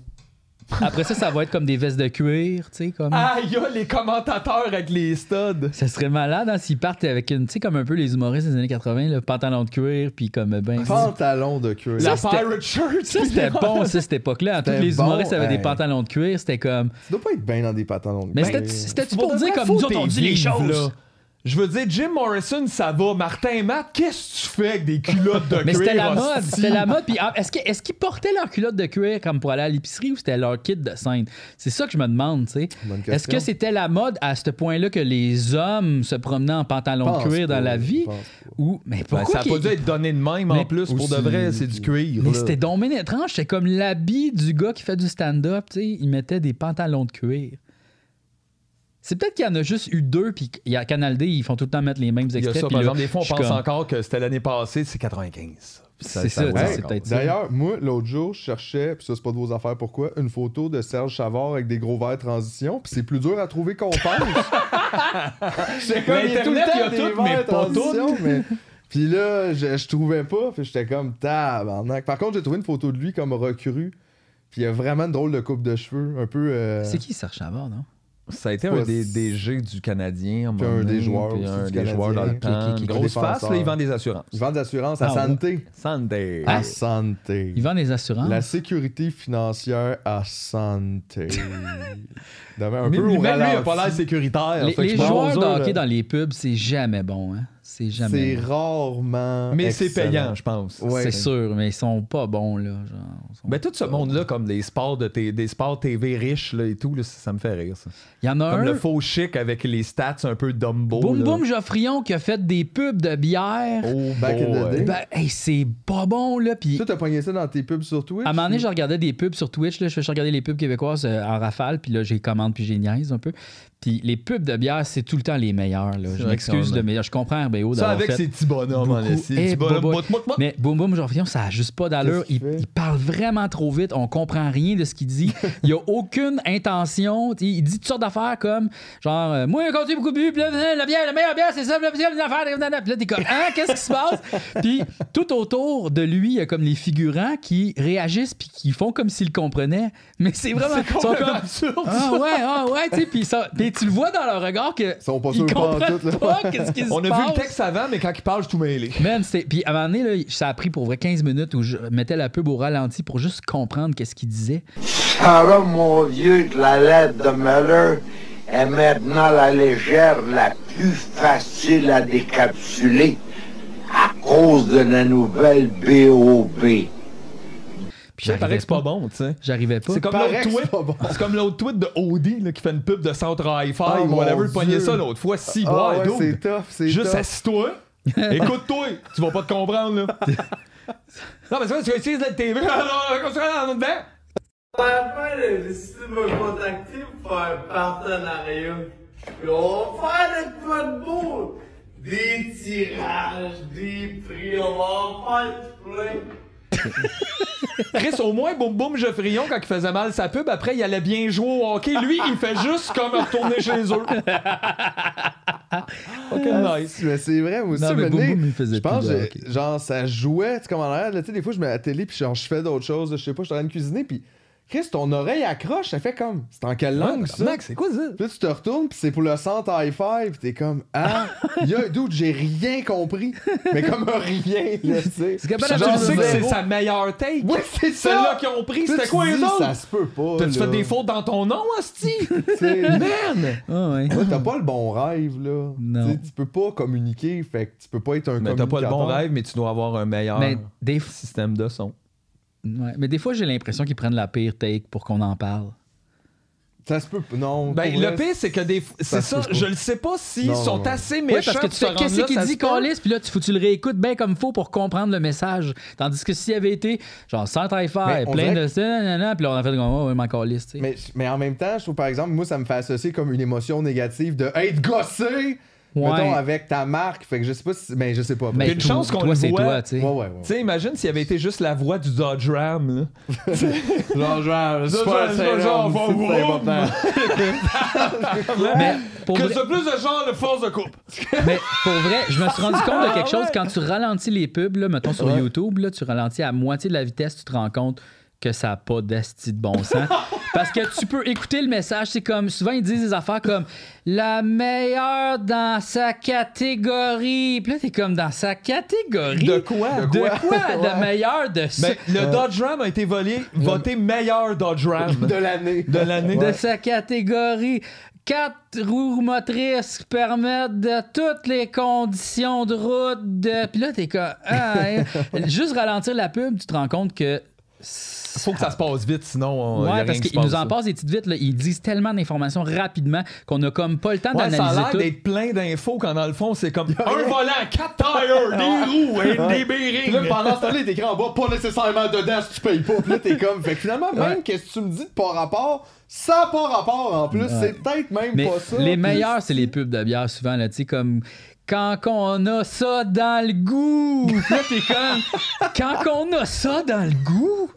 Speaker 2: Après ça, ça va être comme des vestes de cuir, tu sais, comme.
Speaker 3: Ah, il y a les commentateurs avec les studs.
Speaker 2: Ça serait malade hein, s'ils partent avec une, tu sais, comme un peu les humoristes des années 80, le pantalon de cuir, puis comme euh, ben.
Speaker 1: Ah, Pantalon de cuir.
Speaker 2: Ça,
Speaker 3: La
Speaker 2: c'était-
Speaker 3: pirate shirt.
Speaker 2: Ça,
Speaker 3: *laughs*
Speaker 2: c'était bon, ça, cette époque-là. hein. Tous
Speaker 1: C'était
Speaker 2: les
Speaker 1: bon,
Speaker 2: humoristes avaient
Speaker 1: hey.
Speaker 2: des pantalons de cuir, c'était comme.
Speaker 1: Tu dois pas être bien dans des pantalons. de
Speaker 2: Mais
Speaker 1: cuir.
Speaker 2: c'était- c'était-tu pour dire comme nous autres, on dit les choses?
Speaker 3: Je veux dire, Jim Morrison, ça va. Martin et Matt, qu'est-ce que tu fais avec des culottes de cuir?
Speaker 2: Mais c'était la
Speaker 3: hostie?
Speaker 2: mode, c'était la mode. Puis ah, est-ce que- est-ce qu'ils portaient leur culotte de cuir comme pour aller à l'épicerie ou c'était leur kit de scène? C'est ça que je me demande, tu sais.
Speaker 1: Bonne question.
Speaker 2: Est-ce que c'était la mode à ce point-là que les hommes se promenaient en pantalon
Speaker 1: Pense
Speaker 2: de cuir
Speaker 1: pas,
Speaker 2: dans la
Speaker 1: je
Speaker 2: vie?
Speaker 1: pense
Speaker 2: Ou, mais
Speaker 3: Ben,
Speaker 2: pourquoi
Speaker 3: ça a
Speaker 2: qu'il-
Speaker 3: pas dû être donné de même en
Speaker 2: Mais-
Speaker 3: plus. Pour de
Speaker 1: Aussi-
Speaker 3: vrai, c'est du cuir.
Speaker 2: Mais
Speaker 3: là.
Speaker 2: c'était donc bien étrange. C'était comme l'habit du gars qui fait du stand-up. tu sais. Il mettait des pantalons de cuir. C'est peut-être qu'il y en a juste eu deux, puis il y a Canal D, ils font tout le temps mettre les mêmes
Speaker 3: Il y a
Speaker 2: extraits.
Speaker 3: ça,
Speaker 2: puis
Speaker 3: par
Speaker 2: là,
Speaker 3: exemple, des fois, on
Speaker 2: je suis
Speaker 3: pense
Speaker 2: comme-
Speaker 3: encore que c'était l'année passée, c'est 95.
Speaker 2: C'est ça,
Speaker 3: ouais,
Speaker 2: c'est
Speaker 3: encore.
Speaker 2: peut-être ça.
Speaker 1: D'ailleurs, moi, l'autre jour, je cherchais, puis ça, c'est pas de vos affaires, pourquoi, une photo de Serge Chavard avec des gros verres transition, puis c'est plus dur à trouver
Speaker 2: *laughs*
Speaker 1: qu'on pense. J'étais comme, il y a tout le
Speaker 3: L'Internet,
Speaker 1: temps
Speaker 3: il y a
Speaker 1: des
Speaker 3: tout, mais
Speaker 1: verres
Speaker 3: pas
Speaker 1: transition, mais... Puis là, je, je trouvais pas, puis j'étais comme, tabarnak. Par contre, j'ai trouvé une photo de lui comme recru, puis il a vraiment une drôle de coupe de cheveux, un peu... euh,
Speaker 2: C'est qui Serge Chavard, non?
Speaker 3: Ça a été
Speaker 1: Ouais,
Speaker 3: un des
Speaker 1: c'est-
Speaker 3: DG du Canadien. à un
Speaker 1: Puis un
Speaker 3: moment donné,
Speaker 1: des joueurs
Speaker 3: puis
Speaker 1: aussi
Speaker 3: un
Speaker 1: du
Speaker 3: des
Speaker 1: Canadien.
Speaker 3: joueurs dans le
Speaker 1: Qui-
Speaker 3: temps.
Speaker 1: qui- qui-
Speaker 3: Grosse face, là, il vend des assurances.
Speaker 1: Ils vendent d'assurance à
Speaker 2: Ah ouais. Ah.
Speaker 1: santé.
Speaker 3: Sunday.
Speaker 1: À santé.
Speaker 2: Il vend des
Speaker 3: Ah.
Speaker 2: assurances.
Speaker 1: La sécurité financière à
Speaker 3: *laughs*
Speaker 1: santé. Demain, un
Speaker 3: Mais-
Speaker 1: peu
Speaker 3: mais
Speaker 1: au
Speaker 3: même lui, il a
Speaker 1: ralenti.
Speaker 3: pas l'air sécuritaire.
Speaker 2: Les,
Speaker 3: fait euh, que
Speaker 2: les
Speaker 3: je pense-
Speaker 2: joueurs de
Speaker 1: là.
Speaker 2: hockey dans les pubs, c'est jamais bon. Hein? C'est jamais
Speaker 1: C'est
Speaker 2: bon.
Speaker 1: rarement.
Speaker 3: Mais c'est
Speaker 1: excellent.
Speaker 3: payant, je pense.
Speaker 1: Ouais.
Speaker 2: C'est sûr, mais ils sont pas bons. là. Genre, ils sont-
Speaker 3: Mais tout ce monde-là, comme les sports de t- des sports TV riches là, et tout, là, ça, ça me fait rire. Ça.
Speaker 2: Il y en a
Speaker 3: Comme
Speaker 2: un.
Speaker 3: le faux chic avec les stats un peu dumbo.
Speaker 2: Boum
Speaker 3: là.
Speaker 2: Boum Geoffrion qui a fait des pubs de bière.
Speaker 3: Oh,
Speaker 1: Back in the
Speaker 3: boy.
Speaker 1: day.
Speaker 2: Ben, hey, c'est pas bon, là. Puis
Speaker 1: Toi, t'as pogné ça dans tes pubs sur Twitch?
Speaker 2: à un moment
Speaker 3: Mm.
Speaker 2: donné, je regardais des pubs sur Twitch. Là, je je regardais les pubs québécoises euh, en rafale. Puis là, j'ai commande puis j'ai niaise un peu. Puis les pubs de bière, c'est tout le temps les meilleurs. Là.
Speaker 3: C'est
Speaker 2: Je
Speaker 3: vrai
Speaker 2: m'excuse,
Speaker 3: qu'on-
Speaker 2: là, mais je comprends RBO
Speaker 3: Ça
Speaker 2: d'avoir
Speaker 3: avec
Speaker 2: fait.
Speaker 3: ses petits bonhommes en
Speaker 2: beaucoup.
Speaker 3: esti.
Speaker 2: Eh,
Speaker 3: Petits bonhommes.
Speaker 2: bobo.
Speaker 3: Mout, mout, mout.
Speaker 2: Mais Boum Boum Georgion, ça a juste pas d'allure.
Speaker 1: Qu'est-ce qu'il
Speaker 2: Il,
Speaker 1: fait?
Speaker 2: il parle vraiment trop vite. On comprend rien de ce qu'il dit. Il a aucune intention. Il, il dit toutes sortes d'affaires comme genre, euh, moi, quand j'ai beaucoup bu, puis là, euh, la bière, la meilleure bière, c'est ça, la deuxième affaire. Puis là, t'es comme, hein, qu'est-ce qui se passe? Puis tout autour de lui, il y a comme les figurants qui réagissent puis qui font comme s'ils le comprenaient. Mais c'est vraiment.
Speaker 3: C'est
Speaker 2: ils sont
Speaker 3: complètement
Speaker 2: comme,
Speaker 3: absurde.
Speaker 2: ah ouais, ah ouais, tu sais. Puis ça- puis tu le vois dans leur regard que.
Speaker 1: Ils sont pas
Speaker 2: ils
Speaker 1: sûrs pas en
Speaker 2: comprennent
Speaker 1: tout, là.
Speaker 2: pas qu'est-ce qui se
Speaker 3: On a vu
Speaker 2: passe.
Speaker 3: le texte avant, mais quand il parle, je suis tout mêlé.
Speaker 2: Man, c'était. Puis à un moment donné, là, ça a pris pour vrai 15 minutes où je mettais la pub au ralenti pour juste comprendre qu'est-ce qu'il disait.
Speaker 4: Sarah, mon vieux, que la lettre de Muller est maintenant la légère la plus facile à décapsuler à cause de la nouvelle BOB.
Speaker 2: Puis
Speaker 3: Ça paraît
Speaker 2: j'arrivais
Speaker 3: que c'est pas
Speaker 2: pas.
Speaker 3: bon, tu sais.
Speaker 2: J'arrivais pas.
Speaker 3: C'est comme
Speaker 1: Paraît
Speaker 3: l'autre
Speaker 1: que c'est
Speaker 3: tweet.
Speaker 1: pas bon.
Speaker 3: C'est comme l'autre tweet de Audi là, qui fait une pub de centre hi-fi
Speaker 1: Oh
Speaker 3: ou
Speaker 1: mon
Speaker 3: whatever.
Speaker 1: Dieu.
Speaker 3: Pognez ça l'autre fois. Si,
Speaker 1: Ah
Speaker 3: boy,
Speaker 1: ouais,
Speaker 3: dude.
Speaker 1: c'est tough, c'est
Speaker 3: Juste
Speaker 1: tough.
Speaker 3: assis-toi.
Speaker 1: *laughs*
Speaker 3: Écoute-toi. Tu vas pas te comprendre, là. non, mais c'est vrai, tu vas essayer de la *laughs* TV. Comme ça, en dedans.
Speaker 5: Enfin, si tu me contacter pour faire un partenariat, puis on va faire de quoi de beau? Des tirages, des prix, on va en faire du plein.
Speaker 3: Chris, au moins, Boum Boum Geoffrion, quand il faisait mal sa pub, après, il allait bien jouer au hockey. Lui, il fait juste comme retourner chez
Speaker 1: *laughs*
Speaker 3: eux. ok, nice.
Speaker 1: Mais c'est vrai, moi aussi,
Speaker 2: Non, mais
Speaker 1: un
Speaker 2: Boum
Speaker 1: moment donné,
Speaker 2: Boum, il faisait
Speaker 1: je pense,
Speaker 2: plus de
Speaker 1: que
Speaker 2: hockey.
Speaker 1: genre, ça jouait, tu sais, comme en arrière, là, tu sais, des fois, je mets la télé, puis genre, je fais d'autres choses, je sais pas, je suis en train de cuisiner, puis Chris, ton oreille accroche, ça fait comme, c'est en quelle langue, ça?
Speaker 3: Max, c'est quoi ça?
Speaker 1: Puis là, tu te retournes, puis c'est pour le centre hi-fi, puis t'es comme,
Speaker 3: *laughs*
Speaker 1: ah, il y a un doute, j'ai rien compris, mais comme un rien, là, tu sais.
Speaker 2: C'est capable
Speaker 1: Puis
Speaker 2: de
Speaker 1: genre,
Speaker 3: Je sais que c'est
Speaker 1: zéro.
Speaker 3: sa meilleure take.
Speaker 1: Oui, c'est ça!
Speaker 3: Celle-là qu'ils ont pris,
Speaker 1: Toi,
Speaker 3: c'était
Speaker 1: tu
Speaker 3: quoi
Speaker 1: dis,
Speaker 3: les autres?
Speaker 1: Ça se peut pas.
Speaker 3: T'as-tu
Speaker 1: là.
Speaker 3: fait des fautes dans ton nom, *laughs* Asti?
Speaker 1: Tu sais,
Speaker 3: Man!
Speaker 2: Ah ouais.
Speaker 1: Ouais, t'as pas le bon rêve, là.
Speaker 2: Non.
Speaker 1: Tu sais, Tu peux pas communiquer, fait que tu peux pas être un
Speaker 3: Mais t'as pas le bon
Speaker 1: communicateur.
Speaker 3: rêve, mais tu dois avoir un meilleur
Speaker 2: Mais des, f-
Speaker 3: système de son.
Speaker 2: ouais. Mais des fois, j'ai l'impression qu'ils prennent la pire take pour qu'on en parle.
Speaker 1: Ça se peut pas. Non.
Speaker 3: Ben,
Speaker 1: pour
Speaker 3: le
Speaker 1: vrai,
Speaker 3: pire, c'est que des. f- C'est
Speaker 1: Ça se
Speaker 3: ça,
Speaker 1: peut pas.
Speaker 3: je le sais pas s'ils
Speaker 1: Non,
Speaker 3: sont
Speaker 1: non.
Speaker 3: assez
Speaker 2: Oui,
Speaker 3: méchants.
Speaker 2: parce que tu
Speaker 3: pour
Speaker 2: fais qu'est-ce
Speaker 3: se rendre
Speaker 2: qu'il
Speaker 3: là, ça
Speaker 2: dit,
Speaker 3: se peut.
Speaker 2: Colis, puis là, tu, faut que tu le réécoutes bien comme faut pour comprendre le message. Tandis que s'il avait été, genre, sans hi
Speaker 1: Mais on
Speaker 2: plein
Speaker 1: dirait
Speaker 2: de ça, nanana, puis là, on a fait comme, oh, ouais, ma Colis, tu sais.
Speaker 1: Mais, mais en même temps, je trouve par exemple, moi, ça me fait associer comme une émotion négative de être gossé,
Speaker 2: Ouais.
Speaker 1: mettons, avec ta marque. Fait que je sais pas si. Mais je sais pas.
Speaker 2: Mais
Speaker 3: une
Speaker 2: toi-
Speaker 3: chance qu'on
Speaker 2: toi,
Speaker 3: le
Speaker 2: c'est
Speaker 3: voit.
Speaker 2: toi, tu sais.
Speaker 1: Ouais, ouais, ouais.
Speaker 3: Tu sais, imagine s'il avait été juste la voix du Dodge Ram, là.
Speaker 1: Genre, genre,
Speaker 3: Genre, genre,
Speaker 1: Saint-Laurent,
Speaker 3: genre,
Speaker 1: c'est
Speaker 3: wow,
Speaker 1: c'est
Speaker 3: wow.
Speaker 1: important.
Speaker 2: Mais pour
Speaker 3: que
Speaker 2: vrai-
Speaker 3: c'est plus de genre le force de coupe.
Speaker 2: Mais pour vrai, je me suis rendu compte de quelque chose. Quand tu ralentis les pubs, là, mettons sur YouTube, là, tu ralentis à moitié de la vitesse, tu te rends compte que ça n'a pas d'asti de bon
Speaker 3: *laughs*
Speaker 2: sens. Parce que tu peux écouter le message. C'est comme souvent, ils disent des affaires comme la meilleure dans sa catégorie. Puis là, t'es comme dans sa catégorie.
Speaker 3: De quoi?
Speaker 2: De
Speaker 3: De
Speaker 2: quoi?
Speaker 3: *laughs*
Speaker 2: La meilleure de sa,
Speaker 3: Ben, le Dodge Ram a été volé, voté meilleur Dodge Ram
Speaker 1: *laughs* De l'année.
Speaker 3: de l'année.
Speaker 2: de sa catégorie. Quatre roues motrices qui permettent de toutes les conditions de route. De... Puis là, t'es comme. ah,
Speaker 3: *laughs*
Speaker 2: hein. Juste ralentir la pub, tu te rends compte que.
Speaker 3: Faut que ça se passe vite, sinon. euh, y a
Speaker 2: Ouais,
Speaker 3: rien
Speaker 2: parce
Speaker 3: qui se
Speaker 2: qu'ils nous en
Speaker 3: passe.
Speaker 2: passent des petites vite. là. Ils disent tellement d'informations rapidement qu'on a comme pas le temps
Speaker 3: Ouais, ça a
Speaker 2: d'analyser
Speaker 3: l'air
Speaker 2: tout.
Speaker 3: d'être plein d'infos quand dans le fond c'est comme un volant, quatre
Speaker 1: *laughs*
Speaker 3: tires, des roues, hein, des
Speaker 1: Puis là,
Speaker 3: bearings.
Speaker 1: pendant ce temps-là, il est écrit en bas, pas nécessairement dedans si tu payes pas. Puis là, t'es comme. Fait que finalement, même
Speaker 2: Ouais.
Speaker 1: qu'est-ce que tu me dis de pas rapport, ça a pas rapport en plus. C'est peut-être même
Speaker 2: Mais
Speaker 1: pas ça.
Speaker 2: les
Speaker 1: Puis-
Speaker 2: meilleurs, c'est les pubs de bière, souvent, là, tu sais, comme... Quand qu'on a ça dans le goût! Puis là, t'es comme... Quand qu'on a ça dans le
Speaker 3: *laughs*
Speaker 2: goût!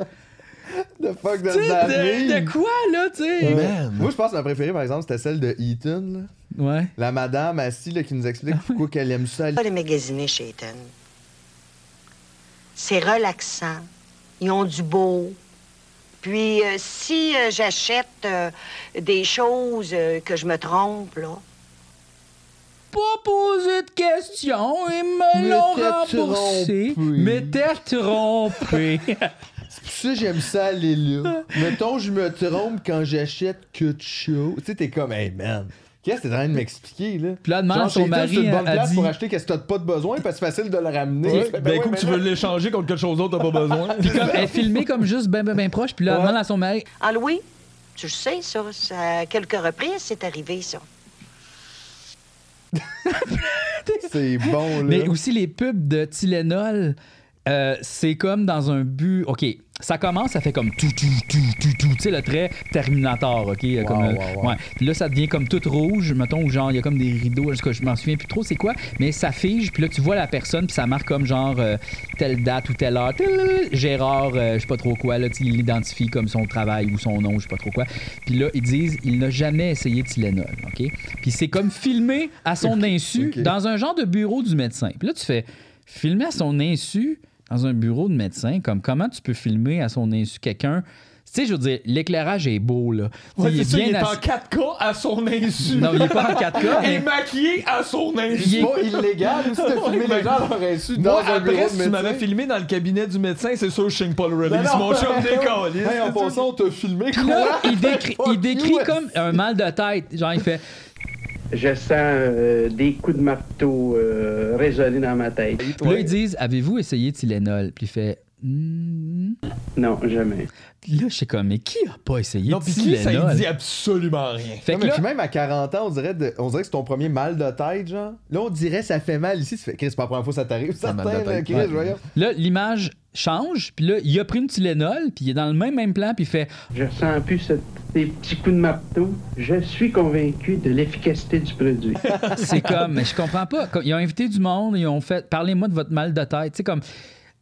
Speaker 1: The fuck does
Speaker 2: Tu sais,
Speaker 1: that
Speaker 2: de,
Speaker 1: mean?
Speaker 2: de quoi, là, tu sais?
Speaker 1: Ouais. Moi, je pense que ma préférée, par exemple, c'était celle de Eaton. là.
Speaker 2: Ouais.
Speaker 1: La madame assise là, qui nous explique
Speaker 2: Ah
Speaker 1: pourquoi qu'elle aime ça.
Speaker 6: pas de magasiner chez Eaton. C'est relaxant. Ils ont du beau. Puis, euh, si euh, j'achète euh, des choses euh, que je me trompe, là,
Speaker 2: Pas posé de questions, ils me
Speaker 1: M'étais
Speaker 2: l'ont remboursé.
Speaker 1: trompé.
Speaker 2: M'étais trompé.
Speaker 1: Tu sais, j'aime ça
Speaker 2: *laughs*
Speaker 1: aller là. Mettons, je me trompe quand j'achète que de chaud. Tu sais, t'es comme, hey man, qu'est-ce que t'es en train de m'expliquer là?
Speaker 2: Puis là, elle demande à
Speaker 1: Genre,
Speaker 2: son
Speaker 1: chez Eaton, c'est
Speaker 2: mari,
Speaker 1: une
Speaker 2: elle
Speaker 1: bonne place
Speaker 2: dit... ben,
Speaker 1: pour acheter qu'est-ce que t'as pas de besoin, parce que c'est facile de le ramener. *laughs*
Speaker 3: Ouais,
Speaker 1: Tu fais,
Speaker 3: D'un
Speaker 1: ouais,
Speaker 3: coup,
Speaker 1: mais
Speaker 3: tu
Speaker 1: Ben là-
Speaker 3: veux l'échanger contre quelque chose d'autre, t'as pas
Speaker 2: *laughs*
Speaker 3: besoin.
Speaker 2: Comme, elle est filmée comme juste ben, ben, ben proche, puis là, elle
Speaker 1: Ouais.
Speaker 2: demande à son mari...
Speaker 6: Ah Louis, tu le sais, ça, ça, à quelques reprises, c'est arrivé, ça.
Speaker 2: *laughs*
Speaker 1: C'est bon, là.
Speaker 2: Mais aussi les pubs de Tylenol, euh, c'est comme dans un but. OK, ça commence, ça fait comme tout, tout, tout, tout, tout. Tu sais, le trait Terminator, OK? euh, comme, euh,
Speaker 1: wow, wow.
Speaker 2: ouais. Puis là, ça devient comme tout rouge, mettons, ou genre, il y a comme des rideaux, en tout cas, je m'en souviens plus trop c'est quoi, mais ça fige, puis là, tu vois la personne, puis ça marque comme genre euh, telle date ou telle heure. telle- Gérard, euh, je sais pas trop quoi, là, tu sais, il l'identifie comme son travail ou son nom, je sais pas trop quoi. Puis là, ils disent, il n'a jamais essayé de Tylenol, OK? Puis c'est comme filmé à son insu
Speaker 1: ok.
Speaker 2: dans un genre de bureau du médecin. Puis là, tu fais filmer à son insu dans un bureau de médecin, comme comment tu peux filmer à son insu quelqu'un? Tu sais, je veux dire, l'éclairage est beau, là. Tu sais,
Speaker 3: Ouais, c'est ça, il est en
Speaker 2: assis-
Speaker 3: 4K à son insu.
Speaker 2: Non, il est pas en
Speaker 3: *laughs*
Speaker 2: 4K,
Speaker 3: Et
Speaker 2: mais-
Speaker 3: maquillé à son insu.
Speaker 1: C'est pas illégal
Speaker 2: *laughs*
Speaker 1: aussi de filmer les gens à leur insu dans
Speaker 3: Moi,
Speaker 1: un bureau
Speaker 3: après,
Speaker 1: de
Speaker 3: si tu m'avais
Speaker 1: médecin.
Speaker 3: filmé dans le cabinet du médecin, c'est sûr que je signe pas le
Speaker 1: Ben
Speaker 3: release.
Speaker 1: non.
Speaker 3: Mon chum décolle.
Speaker 1: *laughs* Hey, en passant, on t'a filmé
Speaker 2: Puis là,
Speaker 1: quoi?
Speaker 2: il décrit,
Speaker 1: Fuck
Speaker 2: il décrit
Speaker 1: you,
Speaker 2: comme un mal de tête. Genre, il fait.
Speaker 7: Je sens euh, des coups de marteau euh, résonner dans ma tête.
Speaker 2: Puis là, ils disent Avez-vous essayé Tylenol Puis il fait. Hmm.
Speaker 7: Non, jamais.
Speaker 2: Puis là, je suis comme Mais qui a pas essayé
Speaker 3: Non, puis qui, ça il
Speaker 2: Tylenol
Speaker 3: dit absolument rien.
Speaker 2: Fait
Speaker 1: Non,
Speaker 2: que
Speaker 1: mais
Speaker 2: là,
Speaker 1: puis même à 40 ans, on dirait, de- on dirait que c'est ton premier mal de tête, genre. Là, on dirait ça fait mal ici. Tu fais, Chris, c'est pas la première fois que ça t'arrive. Ça
Speaker 3: Un mal de
Speaker 1: t'arrive,
Speaker 3: tête,
Speaker 1: Chris,
Speaker 3: ouais.
Speaker 1: voyons.
Speaker 2: là, l'image change. Puis là, il a pris une Tylenol. Puis il est dans le même, même plan. Puis il fait
Speaker 7: Je sens plus cette- ces petits coups de marteau. Je suis convaincu de l'efficacité du produit.
Speaker 2: C'est comme, mais je comprends pas. Comme, Ils ont invité du monde. Ils ont fait Parlez-moi de votre mal de tête. Tu sais, comme.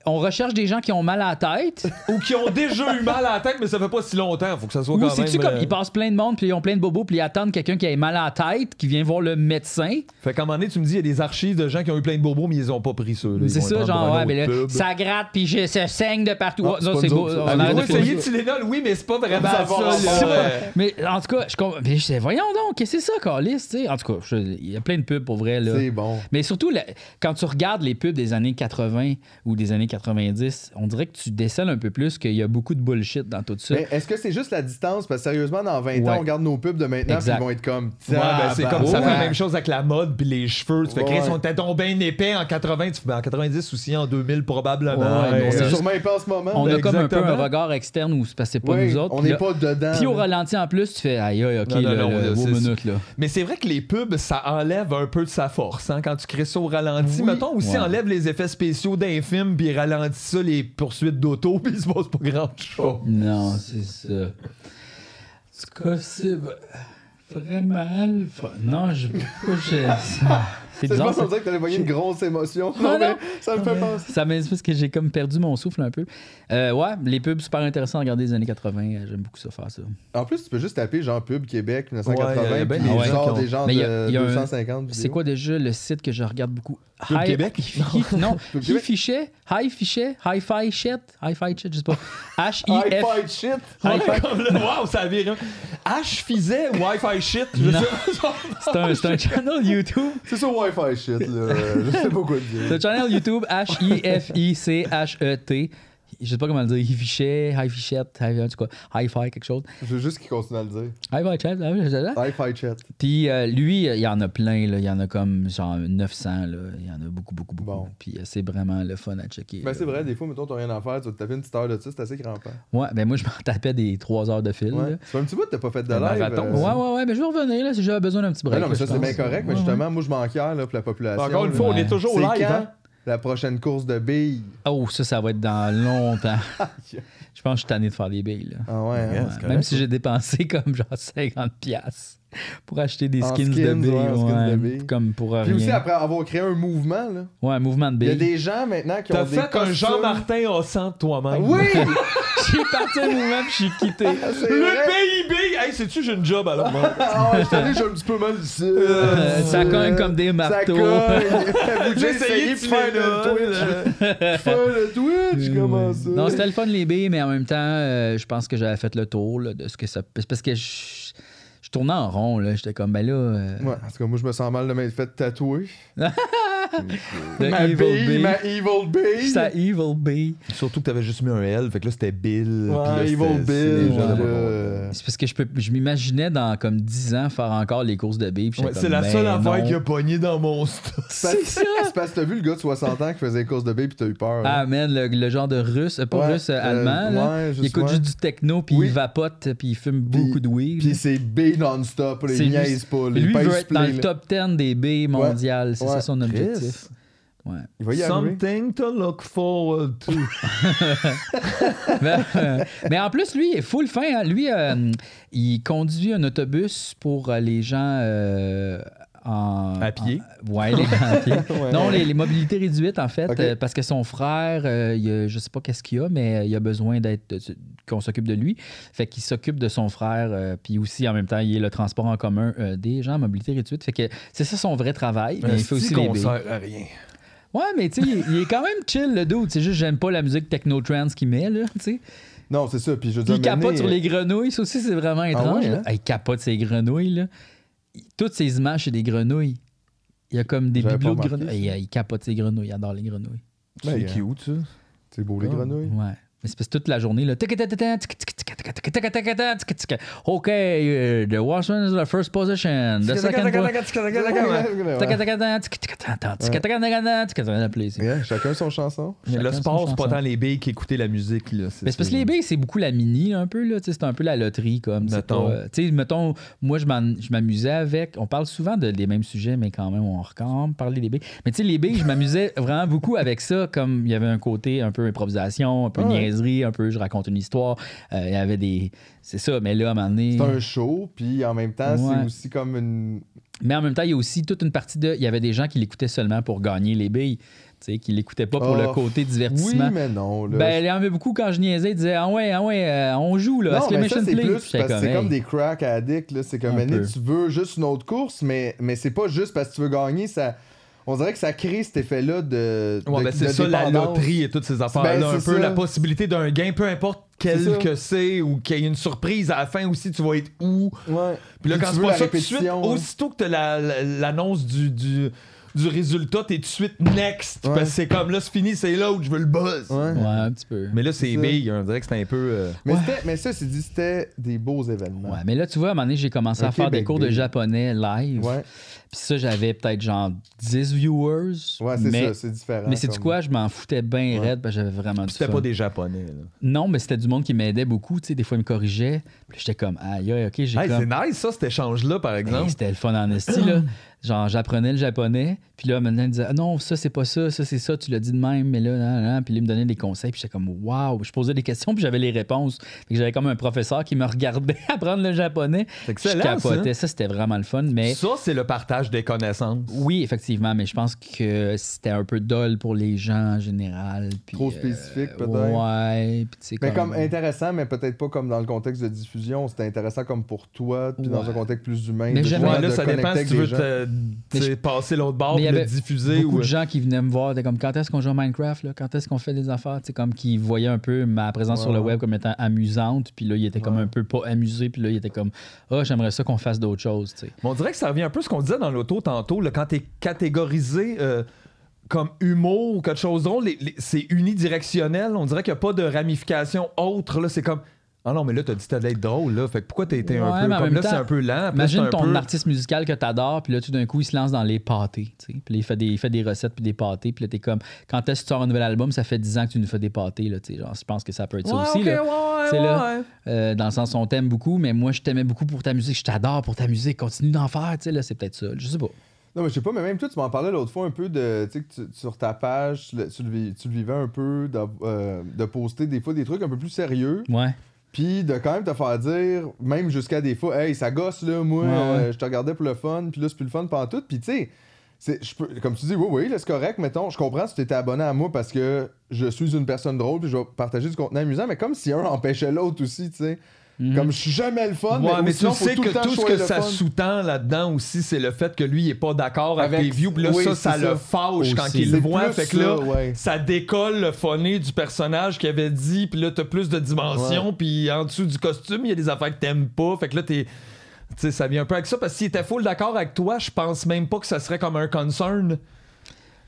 Speaker 2: On recherche des gens qui ont mal à la tête.
Speaker 3: Ou qui ont déjà eu mal à la tête, mais ça fait pas si longtemps. Faut que ça soit
Speaker 2: Ou
Speaker 3: quand
Speaker 2: c'est-tu
Speaker 3: même.
Speaker 2: comme.
Speaker 3: euh,
Speaker 2: Ils passent plein de monde. Puis ils ont plein de bobos. Puis ils attendent quelqu'un qui a mal à la tête. Qui vient voir le médecin.
Speaker 3: Fait qu'à un moment donné, tu me dis, il y a des archives de gens qui ont eu plein de bobos, mais ils les ont pas pris ceux-là.
Speaker 2: C'est ça, genre, ouais, mais là,
Speaker 3: ça.
Speaker 2: ça gratte, puis je, ça saigne de partout.
Speaker 1: Ah,
Speaker 2: Oh,
Speaker 1: c'est
Speaker 2: non,
Speaker 1: pas
Speaker 2: c'est
Speaker 1: nous
Speaker 2: beau,
Speaker 1: autres, ça.
Speaker 2: on
Speaker 1: Ah,
Speaker 2: arrête
Speaker 1: nous
Speaker 2: de
Speaker 1: autres,
Speaker 2: filmer.
Speaker 3: essayé Tylenol, oui, mais c'est pas vraiment
Speaker 1: Ça
Speaker 3: ça.
Speaker 1: va, ça
Speaker 3: là.
Speaker 1: va.
Speaker 3: Ouais.
Speaker 2: Mais en tout cas, je, com- mais je sais, voyons donc, qu'est-ce que c'est ça, Carlis, tu sais? En tout cas, je- il y a plein de pubs pour vrai, là.
Speaker 1: C'est bon.
Speaker 2: Mais surtout, la- quand tu regardes les pubs des années 80 ou des années 90, on dirait que tu décèles un peu plus qu'il y a beaucoup de bullshit dans tout ça.
Speaker 1: Mais est-ce que c'est juste la distance? Parce que sérieusement, dans 20 ans,
Speaker 2: Ouais.
Speaker 1: on regarde nos pubs de maintenant, puis
Speaker 2: Exact.
Speaker 1: ils vont être comme. bah,
Speaker 3: Ouais, ben, c'est comme ça fait la
Speaker 2: ouais.
Speaker 3: même chose avec la mode puis les cheveux. Tu fais
Speaker 1: Ouais.
Speaker 3: Chris, on était donc bien épais en 80, tu fais ben, en 90 aussi, en 2000 probablement.
Speaker 2: Ouais, mais
Speaker 3: Et,
Speaker 1: On
Speaker 2: c'est
Speaker 1: s'est
Speaker 3: euh,
Speaker 2: juste-
Speaker 1: sûrement pas en ce moment.
Speaker 2: on a
Speaker 1: Ben, *laughs*
Speaker 2: comme un peu un
Speaker 3: exactement.
Speaker 2: regard externe où c'est parce que c'est pas
Speaker 1: oui,
Speaker 2: nous autres.
Speaker 1: On
Speaker 2: puis
Speaker 1: n'est
Speaker 2: là-
Speaker 1: pas dedans.
Speaker 2: Puis au
Speaker 1: là.
Speaker 2: ralenti en plus, tu fais aïe aïe, ok,
Speaker 3: Non, non,
Speaker 2: là,
Speaker 3: non,
Speaker 2: là,
Speaker 3: là,
Speaker 2: wow,
Speaker 3: c'est-
Speaker 2: minute, là.
Speaker 3: Mais c'est vrai que les pubs, ça enlève un peu de sa force hein, quand tu crées ça au ralenti.
Speaker 1: Oui.
Speaker 3: Mettons aussi,
Speaker 2: Ouais.
Speaker 3: enlève les effets spéciaux d'un film, puis ralentit ça, les poursuites d'auto, *laughs* puis il se passe pas grand-chose.
Speaker 2: Non, c'est ça. En tout cas, c'est vraiment le fun. Non, je peux pas. je- ça- C'est
Speaker 1: C'est
Speaker 2: bizarre.
Speaker 1: pas
Speaker 2: ça-
Speaker 1: qu'on dirait que t'avais voyé une grosse émotion.
Speaker 2: Non,
Speaker 1: Non,
Speaker 2: non.
Speaker 1: mais ça me fait penser.
Speaker 2: Ça m'explique parce que j'ai comme perdu mon souffle un peu. Euh, ouais, les pubs super intéressants à regarder des années 80. euh, J'aime beaucoup ça faire ça.
Speaker 1: En plus, tu peux juste taper genre pub Québec 1980
Speaker 3: Ouais, y a- y a
Speaker 1: puis
Speaker 3: bien
Speaker 1: les
Speaker 2: des gens
Speaker 1: genres
Speaker 3: qui ont-
Speaker 1: des gens
Speaker 2: Mais y a-
Speaker 1: de
Speaker 2: y a un-
Speaker 1: 250
Speaker 2: C'est
Speaker 1: vidéos.
Speaker 2: quoi déjà le site que je regarde beaucoup
Speaker 3: Pub
Speaker 2: Hi-
Speaker 3: Québec?
Speaker 2: *laughs* Hi- Non,
Speaker 1: Pub
Speaker 2: Hi
Speaker 1: Québec?
Speaker 2: Fichet, Hi Fichet, Hi Fi Chat, Hi Fi Chat, je sais
Speaker 1: *laughs*
Speaker 2: pas.
Speaker 1: High
Speaker 2: H-I-F.
Speaker 1: five shit!
Speaker 3: Ouais, comme là, wow, ça vire. H faisait Wi-Fi shit. Je
Speaker 2: Non.
Speaker 3: sais pas.
Speaker 2: C'est un, c'est un channel YouTube.
Speaker 1: C'est sur
Speaker 2: *laughs*
Speaker 1: Wi-Fi shit, là. Je sais pas quoi te dire.
Speaker 2: Le channel YouTube H-I-F-I-C-H-E-T. E je sais pas comment le dire, il fichait, high fichette, high, en tout cas, high fi quelque chose.
Speaker 1: Je veux juste qu'il continue à le dire.
Speaker 2: High fi chat, high fi chat.
Speaker 1: Hi-Fi chat.
Speaker 2: Puis euh, lui, euh, il y en a plein, là. il y en a comme genre 900, là. il y en a beaucoup, beaucoup, beaucoup.
Speaker 1: Bon.
Speaker 2: Puis euh, c'est vraiment le fun à checker.
Speaker 1: Ben,
Speaker 2: là.
Speaker 1: c'est vrai, des fois, mettons, t'as rien à faire, tu vas te taper une petite heure de ça, c'est assez crampant.
Speaker 2: Ouais, ben moi je m'en tapais des 3 heures de fil.
Speaker 1: Ouais.
Speaker 2: là.
Speaker 1: C'est un petit bout, t'as pas fait de
Speaker 2: Un
Speaker 1: live.
Speaker 2: marathon.
Speaker 1: euh,
Speaker 2: Ouais, ouais, ouais, mais je vais revenir là, si j'avais besoin d'un petit break.
Speaker 1: Ah non, mais
Speaker 2: là,
Speaker 1: ça,
Speaker 2: je
Speaker 1: c'est bien
Speaker 2: pense.
Speaker 1: correct, mais
Speaker 2: Ouais, ouais.
Speaker 1: justement, moi, je m'enquière là, pour la population.
Speaker 3: Encore une
Speaker 1: là.
Speaker 3: fois, on
Speaker 2: Ouais.
Speaker 3: est toujours
Speaker 1: C'est
Speaker 3: live.
Speaker 1: quand
Speaker 3: hein?
Speaker 1: La prochaine course de billes.
Speaker 2: Oh, ça, ça va être dans
Speaker 1: *laughs*
Speaker 2: longtemps. je pense que je suis tanné de faire des billes. là.
Speaker 1: Ah ouais,
Speaker 2: Ouais,
Speaker 1: hein?
Speaker 8: c'est correct,
Speaker 2: Même si j'ai dépensé *laughs* comme genre 50$ piastres pour acheter des
Speaker 1: En
Speaker 2: skins, de
Speaker 1: skins,
Speaker 2: billes.
Speaker 1: ouais, en skins de
Speaker 2: ouais,
Speaker 1: billes.
Speaker 2: Comme pour euh,
Speaker 1: Puis aussi,
Speaker 2: rien.
Speaker 1: après avoir créé un mouvement, là,
Speaker 2: Ouais, un mouvement de
Speaker 1: il y
Speaker 2: *laughs*
Speaker 1: a
Speaker 2: billes.
Speaker 1: des gens maintenant qui ont
Speaker 3: T'as
Speaker 1: des
Speaker 3: fait un
Speaker 1: costumes-
Speaker 3: Jean-Martin Hossan de
Speaker 1: Ah
Speaker 3: toi-même.
Speaker 1: Oui!
Speaker 2: J'ai parti un mouvement puis j'ai quitté.
Speaker 1: *laughs*
Speaker 3: *laughs*
Speaker 1: C'est
Speaker 3: Le
Speaker 1: vrai!
Speaker 3: PIB! Hey, sais-tu, j'ai une job alors. moi.
Speaker 1: Ah ouais, je t'allais, j'ai un petit peu mal ici.
Speaker 2: Euh, ça cogne comme des *laughs*
Speaker 1: Ça
Speaker 2: marteaux.
Speaker 1: cogne. J'ai
Speaker 3: J'ai
Speaker 1: essayé
Speaker 3: essayé
Speaker 1: de faire le Twitch. Faire le *laughs* Twitch, comment ça?
Speaker 2: Mm. Non, c'était le fun les billes, mais en même temps, euh, je pense que j'avais fait le tour là, de ce que ça. c'est Parce que je, je tournais en rond, là. J'étais comme, ben là. euh,
Speaker 1: Ouais, en tout cas, moi, je me sens mal de m'être fait tatouer.
Speaker 2: de
Speaker 1: ma
Speaker 2: Evil
Speaker 1: bille,
Speaker 2: Bee.
Speaker 1: ma Evil Bee.
Speaker 2: C'est à Evil Bee.
Speaker 8: Surtout que t'avais juste mis un L, fait que là c'était Bill.
Speaker 1: Ouais,
Speaker 8: puis là,
Speaker 1: Evil
Speaker 8: c'était- c'est
Speaker 1: Bill,
Speaker 8: des gens de-
Speaker 1: euh,
Speaker 2: C'est parce que je peux, je m'imaginais dans comme 10 ans faire encore les courses de billes. puis j'étais
Speaker 3: Ouais, c'est
Speaker 2: comme,
Speaker 3: la
Speaker 2: ben
Speaker 3: seule affaire
Speaker 2: non.
Speaker 3: qui a pogné dans mon stock.
Speaker 1: C'est c'est parce que t'as vu le gars de 60 ans qui faisait les courses de billes pis t'as eu peur. là.
Speaker 2: Ah, man, le, le genre de russe, euh, pas
Speaker 1: Ouais,
Speaker 2: russe, euh,
Speaker 1: euh,
Speaker 2: allemand, là.
Speaker 1: ouais,
Speaker 2: il
Speaker 1: juste,
Speaker 2: écoute
Speaker 1: ouais.
Speaker 2: juste du techno, puis
Speaker 1: Oui.
Speaker 2: il vapote, puis il fume
Speaker 1: Puis-
Speaker 2: beaucoup de weed.
Speaker 1: Pis c'est B non-stop, là,
Speaker 2: C'est
Speaker 1: il
Speaker 2: lui-
Speaker 1: niaise pas, là,
Speaker 2: Lui,
Speaker 1: il
Speaker 2: il
Speaker 1: pèse
Speaker 2: veut être dans
Speaker 1: play,
Speaker 2: le
Speaker 1: là.
Speaker 2: top 10 des baies mondiales. C'est
Speaker 1: Ouais.
Speaker 2: ça son objectif. Ouais.
Speaker 1: Il va y arriver.
Speaker 3: Something to look forward to.
Speaker 2: mais, euh, *laughs* mais en plus, lui, il est full fin. hein. Lui, euh, il conduit un autobus pour euh, les gens euh, en.
Speaker 8: À pied.
Speaker 2: en- ouais, les gens à pied.
Speaker 1: Ouais.
Speaker 2: Non, les, les mobilités réduites, en fait,
Speaker 1: Ok.
Speaker 2: euh, parce que son frère, euh, il a- je sais pas qu'est-ce qu'il a, mais euh, il a besoin d'être de- qu'on s'occupe de lui. Fait qu'il s'occupe de son frère, euh, puis aussi, en même temps, il est le transport en commun euh, des gens en mobilité réduite. Fait que c'est ça son vrai travail,
Speaker 3: Ben,
Speaker 2: mais il fait aussi les
Speaker 3: qu'on
Speaker 2: baies.
Speaker 3: sert à rien.
Speaker 2: Ouais, mais tu sais, il, il est quand même chill, le dude. C'est juste, j'aime pas la musique techno-trance qu'il met, là, tu sais.
Speaker 1: Non, c'est ça, pis je veux
Speaker 2: Puis
Speaker 1: dire...
Speaker 2: il capote
Speaker 1: maintenant,
Speaker 2: sur les grenouilles, ça aussi c'est vraiment étrange.
Speaker 1: ouais,
Speaker 2: là.
Speaker 1: hein?
Speaker 2: Ah, il capote ses grenouilles. Là. Il- Toutes ses images, c'est des grenouilles. Il y a comme des
Speaker 1: J'avais pas
Speaker 2: bibelots de
Speaker 1: remarqué
Speaker 2: grenouilles. Ah, Il, il capote ses grenouilles, il adore les grenouilles.
Speaker 8: C'est
Speaker 1: Ben,
Speaker 8: cute, ça.
Speaker 1: C'est beau, les
Speaker 8: Ah.
Speaker 1: grenouilles.
Speaker 2: Ouais. Mais c'est parce que toute la journée, là. tic-tic-tic-tic, tic-tic-tic-tic, tic-tic-tic-tic, tic-tic-tic. OK, uh, the watchman is the first position. The second po-
Speaker 1: Ouais.
Speaker 2: Tic-tic-tic-tic, tic-tic-tic-tic, tic-tic-tic-tic, tic-tic-tic-tic, please.
Speaker 1: Ouais, Chacun son chanson.
Speaker 3: Mais le
Speaker 2: Chacun
Speaker 3: sport,
Speaker 2: son
Speaker 3: c'est pas
Speaker 2: chanson.
Speaker 3: tant les billes qu'écouter la musique. Là.
Speaker 2: Mais c'est parce que les billes, c'est beaucoup la mini, là, un peu. Là, tu sais, c'est un peu la loterie. comme c'est
Speaker 3: Mettons.
Speaker 2: pas, euh, tu sais, mettons, moi, je m'en- je m'amusais avec. On parle souvent de- des mêmes sujets, mais quand même, on reconnaît parler des billes. Mais tu sais, les billes, je m'amusais *laughs* vraiment beaucoup avec ça. Comme il y avait un côté un peu improvisation, un peu
Speaker 1: Ah ouais.
Speaker 2: niaiserie, un peu je raconte une histoire. Euh, il y avait des. C'est ça, mais là, à un moment donné.
Speaker 1: C'est un show, puis en même temps,
Speaker 2: Ouais.
Speaker 1: c'est aussi comme une...
Speaker 2: Mais en même temps, il y a aussi toute une partie de. Il y avait des gens qui l'écoutaient seulement pour gagner les billes. Tu sais, qui l'écoutaient pas pour le
Speaker 1: Oh,
Speaker 2: côté
Speaker 1: Oui,
Speaker 2: divertissement.
Speaker 1: mais non, là.
Speaker 2: Ben, il y en avait beaucoup quand je niaisais, ils disaient Ah ouais, ah ouais, euh, on joue là,
Speaker 1: Non, mais
Speaker 2: exclamation
Speaker 1: ça, c'est
Speaker 2: play. Puis
Speaker 1: plus parce
Speaker 2: j'étais
Speaker 1: que c'est
Speaker 2: hey.
Speaker 1: comme des crack addicts. là. C'est comme,
Speaker 2: Un
Speaker 1: Annie,
Speaker 2: peu.
Speaker 1: tu veux juste une autre course, mais, mais c'est pas juste parce que tu veux gagner. Ça, on dirait que ça crée cet effet-là de.
Speaker 3: Ouais,
Speaker 1: de-
Speaker 3: ben, c'est
Speaker 1: de
Speaker 3: ça, la
Speaker 1: dépendance.
Speaker 3: loterie et toutes ces affaires-là.
Speaker 1: Ben,
Speaker 3: un
Speaker 1: c'est
Speaker 3: peu
Speaker 1: ça.
Speaker 3: la possibilité d'un gain, peu importe
Speaker 1: C'est
Speaker 3: quel
Speaker 1: ça.
Speaker 3: que c'est, ou qu'il y ait une surprise à la fin aussi, tu vas être où.
Speaker 1: Ouais.
Speaker 3: Puis là, quand
Speaker 1: Puis tu
Speaker 3: c'est
Speaker 1: veux
Speaker 3: pas
Speaker 1: la
Speaker 3: ça, tout de suite,
Speaker 1: répétition, hein.
Speaker 3: aussitôt que t'as la- la- l'annonce du, du, du résultat, t'es tout de suite next.
Speaker 1: Ouais.
Speaker 3: Parce que c'est comme là, c'est fini, c'est l'autre, je veux le buzz.
Speaker 1: hein. Ouais. *laughs*
Speaker 2: Ouais, un petit peu.
Speaker 3: Mais là, c'est
Speaker 1: ça.
Speaker 3: big, on dirait que c'est un peu. euh,
Speaker 1: Mais, c'était- mais ça, c'est dit, c'était des beaux événements.
Speaker 2: Ouais, mais là, tu vois, à un moment donné, j'ai commencé à
Speaker 1: Ok,
Speaker 2: faire des
Speaker 1: ben,
Speaker 2: cours de
Speaker 1: ben.
Speaker 2: japonais live.
Speaker 1: Ouais,
Speaker 2: Puis ça, j'avais peut-être genre 10 viewers.
Speaker 1: Ouais, c'est
Speaker 2: mais,
Speaker 1: ça, c'est différent.
Speaker 2: Mais c'est du
Speaker 1: comme-
Speaker 2: quoi? Je m'en foutais bien raide parce que j'avais vraiment
Speaker 3: Puis
Speaker 2: du
Speaker 3: c'était
Speaker 2: fun.
Speaker 3: pas des Japonais. là.
Speaker 2: Non, mais c'était du monde qui m'aidait beaucoup. Tu sais, des fois, ils me corrigeaient. Puis j'étais comme, aïe, aïe, ok, j'ai
Speaker 3: Hey,
Speaker 2: comme.
Speaker 3: C'est nice, ça, cet échange-là, par
Speaker 2: Hey,
Speaker 3: exemple.
Speaker 2: c'était le fun en esti,
Speaker 1: *clears throat*
Speaker 2: là. Genre, j'apprenais le japonais, puis là, maintenant, il me disait, ah non, ça, c'est pas ça, ça, c'est ça, tu l'as dit de même, mais là, nan, nan, nan. puis là, il me donnait des conseils, puis j'étais comme, waouh, je posais des questions, puis j'avais les réponses. Fait que j'avais comme un professeur qui me *laughs* regardait apprendre le japonais.
Speaker 3: C'est
Speaker 2: Je
Speaker 3: excellent,
Speaker 2: capotais, ça, c'était vraiment le fun, mais.
Speaker 3: Ça, c'est le partage des connaissances.
Speaker 2: Oui, effectivement, mais je pense que c'était un peu dol pour les gens en général. puis,
Speaker 1: Trop
Speaker 2: euh,
Speaker 1: spécifique, peut-être.
Speaker 2: Ouais, puis tu sais,
Speaker 1: Mais comme intéressant, mais peut-être pas comme dans le contexte de diffusion. C'était intéressant comme pour toi, puis dans
Speaker 2: Ouais.
Speaker 1: un contexte plus humain.
Speaker 2: Mais
Speaker 1: de
Speaker 2: j'aime-
Speaker 1: pouvoir
Speaker 3: Ouais, là,
Speaker 1: te
Speaker 3: ça
Speaker 1: connecter
Speaker 3: dépend si
Speaker 1: avec
Speaker 3: tu
Speaker 1: des
Speaker 3: veux
Speaker 1: gens.
Speaker 3: te,
Speaker 2: Mais
Speaker 3: tu
Speaker 2: je-
Speaker 3: sais, passer l'autre bord
Speaker 2: Mais il
Speaker 3: ou
Speaker 2: y
Speaker 3: le
Speaker 2: avait
Speaker 3: diffuser.
Speaker 2: beaucoup
Speaker 3: ou... euh,
Speaker 2: de gens qui venaient me voir, étaient comme quand est-ce qu'on joue à Minecraft, là? quand est-ce qu'on fait des affaires, tu sais, comme qui voyaient un peu ma présence
Speaker 1: Ouais,
Speaker 2: sur le
Speaker 1: ouais.
Speaker 2: web comme étant amusante, puis là, ils étaient comme
Speaker 1: Ouais.
Speaker 2: un peu pas amusés, puis là, ils étaient comme, ah, j'aimerais ça qu'on fasse d'autres choses, tu sais.
Speaker 3: Mais on dirait que ça revient un peu à ce qu'on disait dans l'auto tantôt, là, quand t'es catégorisé euh, comme humour ou quelque chose de drôle, les- les- c'est unidirectionnel. On dirait qu'il n'y a pas de ramification autre. Là, c'est comme. Ah non, mais là, t'as dit que t'allais être drôle, là. Fait que pourquoi t'étais
Speaker 2: Ouais,
Speaker 3: un peu.
Speaker 2: mais en
Speaker 3: Comme
Speaker 2: même
Speaker 3: là,
Speaker 2: temps,
Speaker 3: c'est un peu lent. puis là, c'est
Speaker 2: Imagine
Speaker 3: un
Speaker 2: ton
Speaker 3: peu-
Speaker 2: artiste musical que t'adores, puis là, tout d'un coup, il se lance dans les pâtés. tu sais. Puis là, il fait, des, il fait des recettes, puis des pâtés. Puis là, t'es comme, quand est-ce que tu sors un nouvel album, ça fait 10 ans que tu nous fais des pâtés. Là, tu sais. genre, je pense que ça peut être ça
Speaker 3: Ouais,
Speaker 2: aussi.
Speaker 3: ok,
Speaker 2: là.
Speaker 3: ouais,
Speaker 2: C'est
Speaker 3: ouais,
Speaker 2: là.
Speaker 3: ouais.
Speaker 2: Euh, dans le sens, on t'aime beaucoup, mais moi, je t'aimais beaucoup pour ta musique. Je t'adore pour ta musique. Continue d'en faire. tu sais, là, C'est peut-être ça. Je sais pas.
Speaker 1: Non, mais je sais pas, mais même toi, tu m'en parlais l'autre fois un peu de. Tu sais, que tu- sur ta page, tu le, tu le vis- tu le vivais un peu de, euh, de poster des fois des trucs un peu plus sérieux,
Speaker 3: Euh,
Speaker 2: Ouais.
Speaker 1: puis de quand même te faire dire, même jusqu'à des fois, hey, ça gosse là, moi,
Speaker 2: Ouais,
Speaker 1: euh, je te regardais pour le fun, puis là, c'est plus le fun pantoute, puis tu sais. c'est- je peux- Comme tu dis, oui, oui, là, c'est correct, mettons, je comprends si tu étais abonné à moi parce que je suis une personne drôle puis je vais partager du contenu amusant, mais comme si un empêchait l'autre aussi, tu sais. Comme je suis jamais le fun,
Speaker 3: Mhm. Ouais,
Speaker 1: mais,
Speaker 3: mais
Speaker 1: aussi,
Speaker 3: tu
Speaker 1: on faut
Speaker 3: sais
Speaker 1: tout
Speaker 3: que
Speaker 1: le temps
Speaker 3: tout
Speaker 1: je
Speaker 3: ce
Speaker 1: sois
Speaker 3: que
Speaker 1: le
Speaker 3: ça
Speaker 1: fun.
Speaker 3: sous-tend là-dedans aussi, c'est le fait que lui, il est pas d'accord avec,
Speaker 1: Avec-
Speaker 3: les views. Puis là,
Speaker 1: oui,
Speaker 3: ça,
Speaker 1: c'est
Speaker 3: ça,
Speaker 1: ça.
Speaker 3: le fâche quand
Speaker 1: Aussi.
Speaker 3: il
Speaker 1: C'est
Speaker 3: le voit.
Speaker 1: plus
Speaker 3: Fait que là,
Speaker 1: ça, ouais.
Speaker 3: ça décolle le phoné du personnage qu'il avait dit. Puis là, t'as plus de dimensions. Puis en dessous du costume, il y a des affaires que t'aimes pas. Fait que là, t'es. Tu sais, ça vient un peu avec ça. Parce que s'il était full d'accord avec toi, je pense même pas que ça serait comme un concern.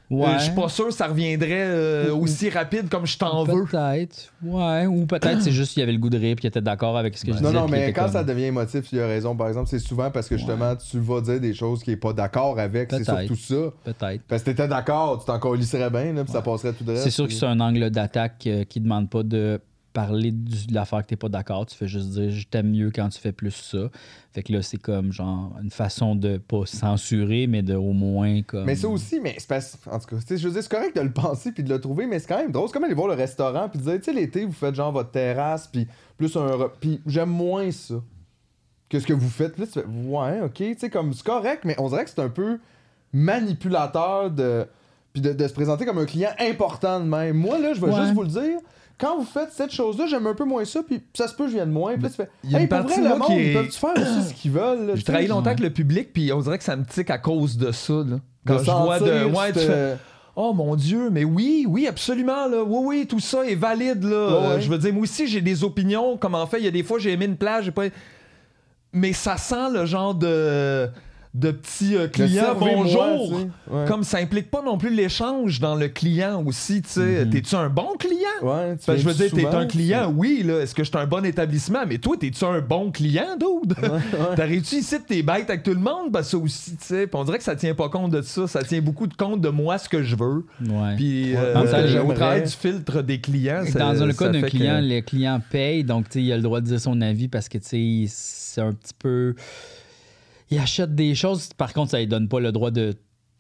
Speaker 2: Ouais.
Speaker 3: Euh, je suis pas sûr que ça reviendrait euh, aussi rapide comme je t'en veux.
Speaker 2: Peut-être. Ouais. Ou peut-être c'est juste qu'il y avait le goût de rire puis qu'il était d'accord avec ce que je
Speaker 1: Non,
Speaker 2: disais.
Speaker 1: non,
Speaker 2: puis il
Speaker 1: mais
Speaker 2: était
Speaker 1: quand
Speaker 2: comme-
Speaker 1: ça devient émotif, il a raison. Par exemple, c'est souvent parce que justement, tu vas dire des choses qui est pas d'accord avec. C'est
Speaker 2: Peut-être.
Speaker 1: surtout ça.
Speaker 2: Peut-être.
Speaker 1: Parce que t'étais d'accord, tu t'en colisserais bien, là, puis ça passerait tout de
Speaker 2: C'est sûr que c'est un angle d'attaque euh, qui demande pas de parler du- de l'affaire que t'es pas d'accord. Tu fais juste dire je t'aime mieux quand tu fais plus ça. Fait que là, c'est comme genre une façon de pas censurer, mais de au moins comme.
Speaker 1: Mais ça aussi, mais c'est parce... En tout cas, tu sais, je veux dire, c'est correct de le penser puis de le trouver, mais c'est quand même drôle. C'est comme aller voir le restaurant puis dire, tu sais, l'été, vous faites genre votre terrasse puis plus un... re- Puis j'aime moins ça que ce que vous faites. Puis là, tu fais, ouais, OK, tu sais, comme c'est correct, mais on dirait que c'est un peu manipulateur de... Puis de, de se présenter comme un client important de même. Moi, là, je vais
Speaker 2: Ouais.
Speaker 1: juste vous le dire, quand vous faites cette chose-là, j'aime un peu moins ça, puis ça se peut, je viens de moins. Puis là, tu fais,
Speaker 3: Il y a
Speaker 1: hey,
Speaker 3: une
Speaker 1: pour
Speaker 3: partie
Speaker 1: vrai,
Speaker 3: de
Speaker 1: le
Speaker 3: moi
Speaker 1: monde,
Speaker 3: qui
Speaker 1: ils
Speaker 3: est-
Speaker 1: peuvent faire aussi ce qu'ils veulent? là, tu
Speaker 3: J'ai
Speaker 1: sais,
Speaker 3: travaillé
Speaker 1: de
Speaker 3: longtemps avec le public, puis on dirait que ça me tique à cause de ça. Là. Quand je vois de.
Speaker 1: sentir
Speaker 3: Ouais, tu
Speaker 1: cette-
Speaker 3: fais, Oh mon Dieu, mais oui, oui, absolument, là. Oui, oui, tout ça est valide, là.
Speaker 1: Ouais, ouais.
Speaker 3: Je veux dire, moi aussi, j'ai des opinions. Comme en fait, il y a des fois, j'ai aimé une plage, j'ai pas. Mais ça sent le genre de. de petit euh,
Speaker 1: Le
Speaker 3: client,
Speaker 1: servez-moi,
Speaker 3: bonjour.
Speaker 1: tu sais. Ouais.
Speaker 3: Comme ça implique pas non plus l'échange dans le client aussi, tu sais.
Speaker 1: Mhm.
Speaker 3: T'es-tu un bon client?
Speaker 1: Ouais, tu
Speaker 3: Fait que je veux
Speaker 1: viens
Speaker 3: dire, t'es
Speaker 1: souvent,
Speaker 3: un client, oui, là. Est-ce que je suis un bon établissement? Mais toi, t'es-tu un bon client, dude? T'arrives-tu ici de tes bêtes avec tout le monde? Parce que ça aussi, tu sais. puis on dirait que ça tient pas compte de ça. Ça tient beaucoup de compte de moi, ce que je veux.
Speaker 2: Ouais.
Speaker 3: Puis
Speaker 1: Ouais.
Speaker 3: euh,
Speaker 2: En même temps,
Speaker 3: au
Speaker 1: j'aimerais-
Speaker 3: travers du filtre des clients, ça-
Speaker 2: Dans le
Speaker 3: ça
Speaker 2: cas d'un
Speaker 3: fait que-
Speaker 2: client, le client paye, donc tu sais, il a le droit de dire son avis parce que tu sais, c'est un petit peu. Il achète des choses, par contre, ça ne donne pas le droit de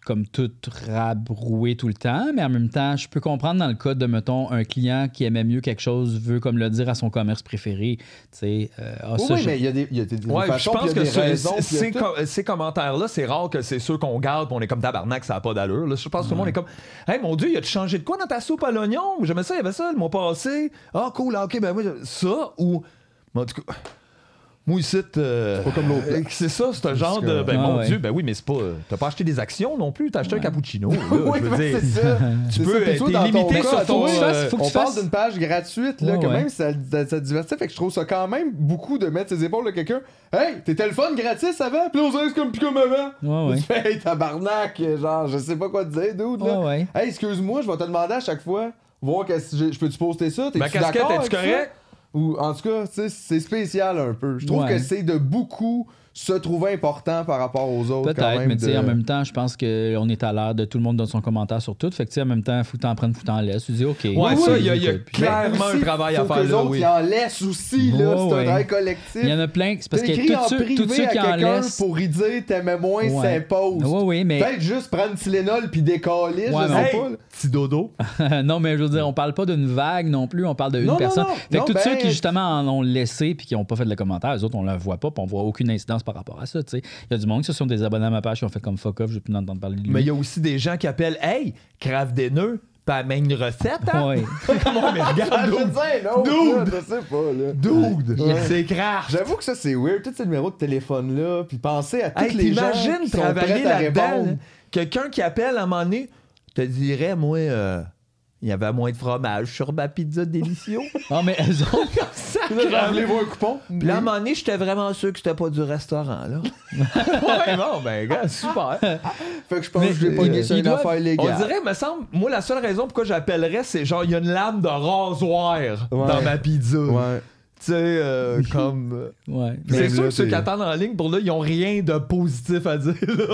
Speaker 2: comme tout rabrouer tout le temps, mais en même temps, je peux comprendre dans le cas de, mettons, un client qui aimait mieux quelque chose veut comme le dire à son commerce préféré. Tu sais, euh, Ah,
Speaker 1: Oui,
Speaker 2: ça,
Speaker 1: oui,
Speaker 2: je-
Speaker 1: mais il y a des, il y a des, des
Speaker 3: Ouais,
Speaker 1: façons,
Speaker 3: je
Speaker 1: puis
Speaker 3: pense
Speaker 1: il y a
Speaker 3: que
Speaker 1: des
Speaker 3: ce-
Speaker 1: raisons, puis il y a
Speaker 3: ces,
Speaker 1: tout.
Speaker 3: com- ces commentaires-là, c'est rare que c'est ceux qu'on garde, puis on est comme tabarnak, ça n'a pas d'allure. là. Je pense que tout le monde est comme Hey mon Dieu, il a changé de quoi dans ta soupe à l'oignon J'aimais ça, il y avait ça le mois passé. Ah, cool, ah, ok, ben oui, ça ou. Mais en tout cas, moi ici, euh,
Speaker 1: pas comme l'autre.
Speaker 3: euh, C'est ça, c'est un genre de. Ben
Speaker 2: Ah,
Speaker 3: mon
Speaker 2: ouais.
Speaker 3: Dieu, ben oui, mais c'est pas. euh, T'as pas acheté des actions non plus, t'as acheté un cappuccino.
Speaker 1: *laughs*
Speaker 3: là,
Speaker 1: Oui,
Speaker 3: je veux
Speaker 1: mais
Speaker 3: dire.
Speaker 1: c'est ça.
Speaker 3: *laughs* Tu
Speaker 1: C'est
Speaker 3: peux
Speaker 1: ça, puis
Speaker 3: être
Speaker 1: toi, dans ton
Speaker 3: limité
Speaker 1: cas,
Speaker 3: sur
Speaker 1: toi,
Speaker 3: ton.
Speaker 2: que tu fasses-
Speaker 3: euh,
Speaker 2: faut que
Speaker 1: on
Speaker 2: tu
Speaker 1: parle
Speaker 2: fasses-
Speaker 1: d'une page gratuite, là,
Speaker 2: Ouais,
Speaker 1: que
Speaker 2: ouais.
Speaker 1: même ça, ça, ça divertit. Fait que je trouve ça quand même beaucoup de mettre ses épaules à quelqu'un. Hey, t'es téléphone gratis avant, puis là, on se laisse comme plus comme avant.
Speaker 2: Ouais, ouais.
Speaker 1: Tu fais, *laughs* hey, tabarnak, genre, je sais pas quoi te dire, dude. Là.
Speaker 2: Ouais, ouais.
Speaker 1: Hey, excuse-moi, je vais te demander à chaque fois, voir que si j'ai- je peux-tu poster ça, t'es
Speaker 3: Ma casquette,
Speaker 1: d'accord
Speaker 3: es-tu
Speaker 1: avec ça?
Speaker 3: correct?
Speaker 1: Ou en tout cas, tu sais, c'est spécial un peu. Je trouve
Speaker 2: Ouais.
Speaker 1: que c'est de beaucoup se trouver important par rapport aux autres. quand
Speaker 2: Peut-être,
Speaker 1: même,
Speaker 2: mais tu sais,
Speaker 1: de-
Speaker 2: en même temps, je pense qu'on est à l'heure de tout le monde donne son commentaire sur tout. Fait que tu sais, en même temps, faut t'en prendre, faut t'en laisser. Tu dis, OK.
Speaker 3: Ouais,
Speaker 1: Oui,
Speaker 3: ça,
Speaker 1: oui,
Speaker 3: il y a, il y a
Speaker 2: écoute, puis-
Speaker 3: clairement
Speaker 1: Mais aussi,
Speaker 3: un travail à
Speaker 1: faut
Speaker 3: faire
Speaker 1: qu'eux
Speaker 3: là,
Speaker 1: autres,
Speaker 3: oui.
Speaker 1: ils en laissent aussi, là.
Speaker 2: Ouais,
Speaker 1: c'est un
Speaker 2: ouais.
Speaker 1: travail collectif.
Speaker 2: Il y en a plein. C'est parce que
Speaker 1: T'écris en
Speaker 2: tous ceux-
Speaker 1: privé
Speaker 2: tous ceux
Speaker 1: à
Speaker 2: qui en
Speaker 1: quelqu'un
Speaker 2: laissent.
Speaker 1: pour y dire t'aimais moins,
Speaker 2: Ouais.
Speaker 1: s'impose.
Speaker 2: Oui, oui, mais.
Speaker 1: Peut-être juste prendre Tylenol puis décoller,
Speaker 2: Ouais,
Speaker 1: je
Speaker 2: mais-
Speaker 1: sais
Speaker 3: Hey,
Speaker 1: pas. là.
Speaker 3: petit dodo.
Speaker 2: *laughs* non, mais je veux dire, on parle pas d'une vague non plus, on parle d'une
Speaker 1: Ben Non, non,
Speaker 2: personne.
Speaker 1: non.
Speaker 2: fait que
Speaker 1: Non,
Speaker 2: tous
Speaker 1: ben,
Speaker 2: ceux qui, justement, en ont laissé puis qui n'ont pas fait de commentaire, les autres, on ne le voit pas puis on voit aucune incidence par rapport à ça. tu sais. Il y a du monde qui se sont désabonnés à ma page qui ont fait comme fuck off, je vais plus entendre parler de lui.
Speaker 3: Mais il y a aussi des gens qui appellent Hey, crave des nœuds, pas même une recette, hein? *laughs*
Speaker 2: Ouais.
Speaker 3: Comment, mais
Speaker 1: Ah,
Speaker 3: regarde,
Speaker 1: je veux
Speaker 3: dude.
Speaker 1: dire, non,
Speaker 3: Dude.
Speaker 1: là, je sais pas, là.
Speaker 3: Dude,
Speaker 1: Ouais.
Speaker 3: c'est crash.
Speaker 1: J'avoue que ça, c'est weird, tous ces numéros de téléphone-là, puis penser à tous
Speaker 3: Hey,
Speaker 1: les gens
Speaker 3: t'imagines
Speaker 1: qui sont
Speaker 3: travailler
Speaker 1: prêts à
Speaker 3: là-dedans, là?
Speaker 1: répondre.
Speaker 3: quelqu'un qui appelle à un moment donné, te dirait, moi, euh, Il y avait moins de fromage sur ma pizza
Speaker 1: *laughs*
Speaker 3: délicieux.
Speaker 2: Ah, mais eux autres,
Speaker 1: Enlevez-vous un coupon.
Speaker 3: Puis là, à un moment donné, j'étais vraiment sûr que c'était pas du restaurant,
Speaker 1: *laughs*
Speaker 3: là. ouais, bon, ben, gars, super.
Speaker 1: Fait que je pense que je l'ai pogné sur
Speaker 3: Ils
Speaker 1: une
Speaker 3: doivent-
Speaker 1: affaire légale.
Speaker 3: On dirait, me semble, moi, la seule raison pourquoi j'appellerais, c'est genre, il y a une lame de rasoir dans ma pizza.
Speaker 1: Ouais.
Speaker 3: Tu sais,
Speaker 1: *laughs*
Speaker 3: euh, comme. euh,
Speaker 2: ouais.
Speaker 3: C'est
Speaker 1: Même
Speaker 3: sûr
Speaker 1: là,
Speaker 3: que ceux
Speaker 1: t'es-
Speaker 3: qui attendent en ligne, pour là, ils ont rien de positif à dire, là.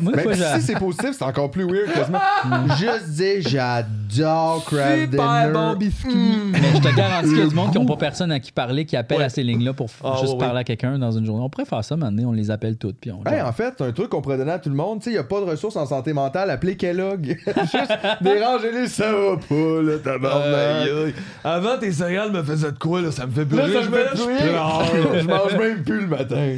Speaker 2: Moi, des
Speaker 1: Mais
Speaker 2: fois, j'ai-
Speaker 1: si c'est positif, c'est encore plus weird quasiment. *laughs* Juste dire j'adore crab
Speaker 3: Super
Speaker 1: dinner. Hmm.
Speaker 3: bon biscuit.
Speaker 2: mais je te garantis qu'il y a du monde qui n'ont pas personne à qui parler, qui appelle
Speaker 3: Ouais.
Speaker 2: à ces lignes-là pour f-
Speaker 3: Ah,
Speaker 2: juste
Speaker 3: ouais,
Speaker 2: parler à quelqu'un dans une journée. On pourrait faire ça maintenant, on les appelle toutes. Puis on...
Speaker 1: Hey, en fait, un truc qu'on pourrait donner à tout le monde, tu sais, il n'y a pas de ressources en santé mentale, appelez Kellogg. *laughs* Juste dérangez-les, ça va pas, là, tabarnak.
Speaker 3: Aïe, aïe. Avant, tes céréales me faisaient de quoi, là? Ça me fait
Speaker 1: Euh, Là,
Speaker 3: pleurer.
Speaker 1: ça me fait
Speaker 3: je
Speaker 1: plus *laughs*
Speaker 3: pleure.
Speaker 1: rien. Je mange même plus le matin.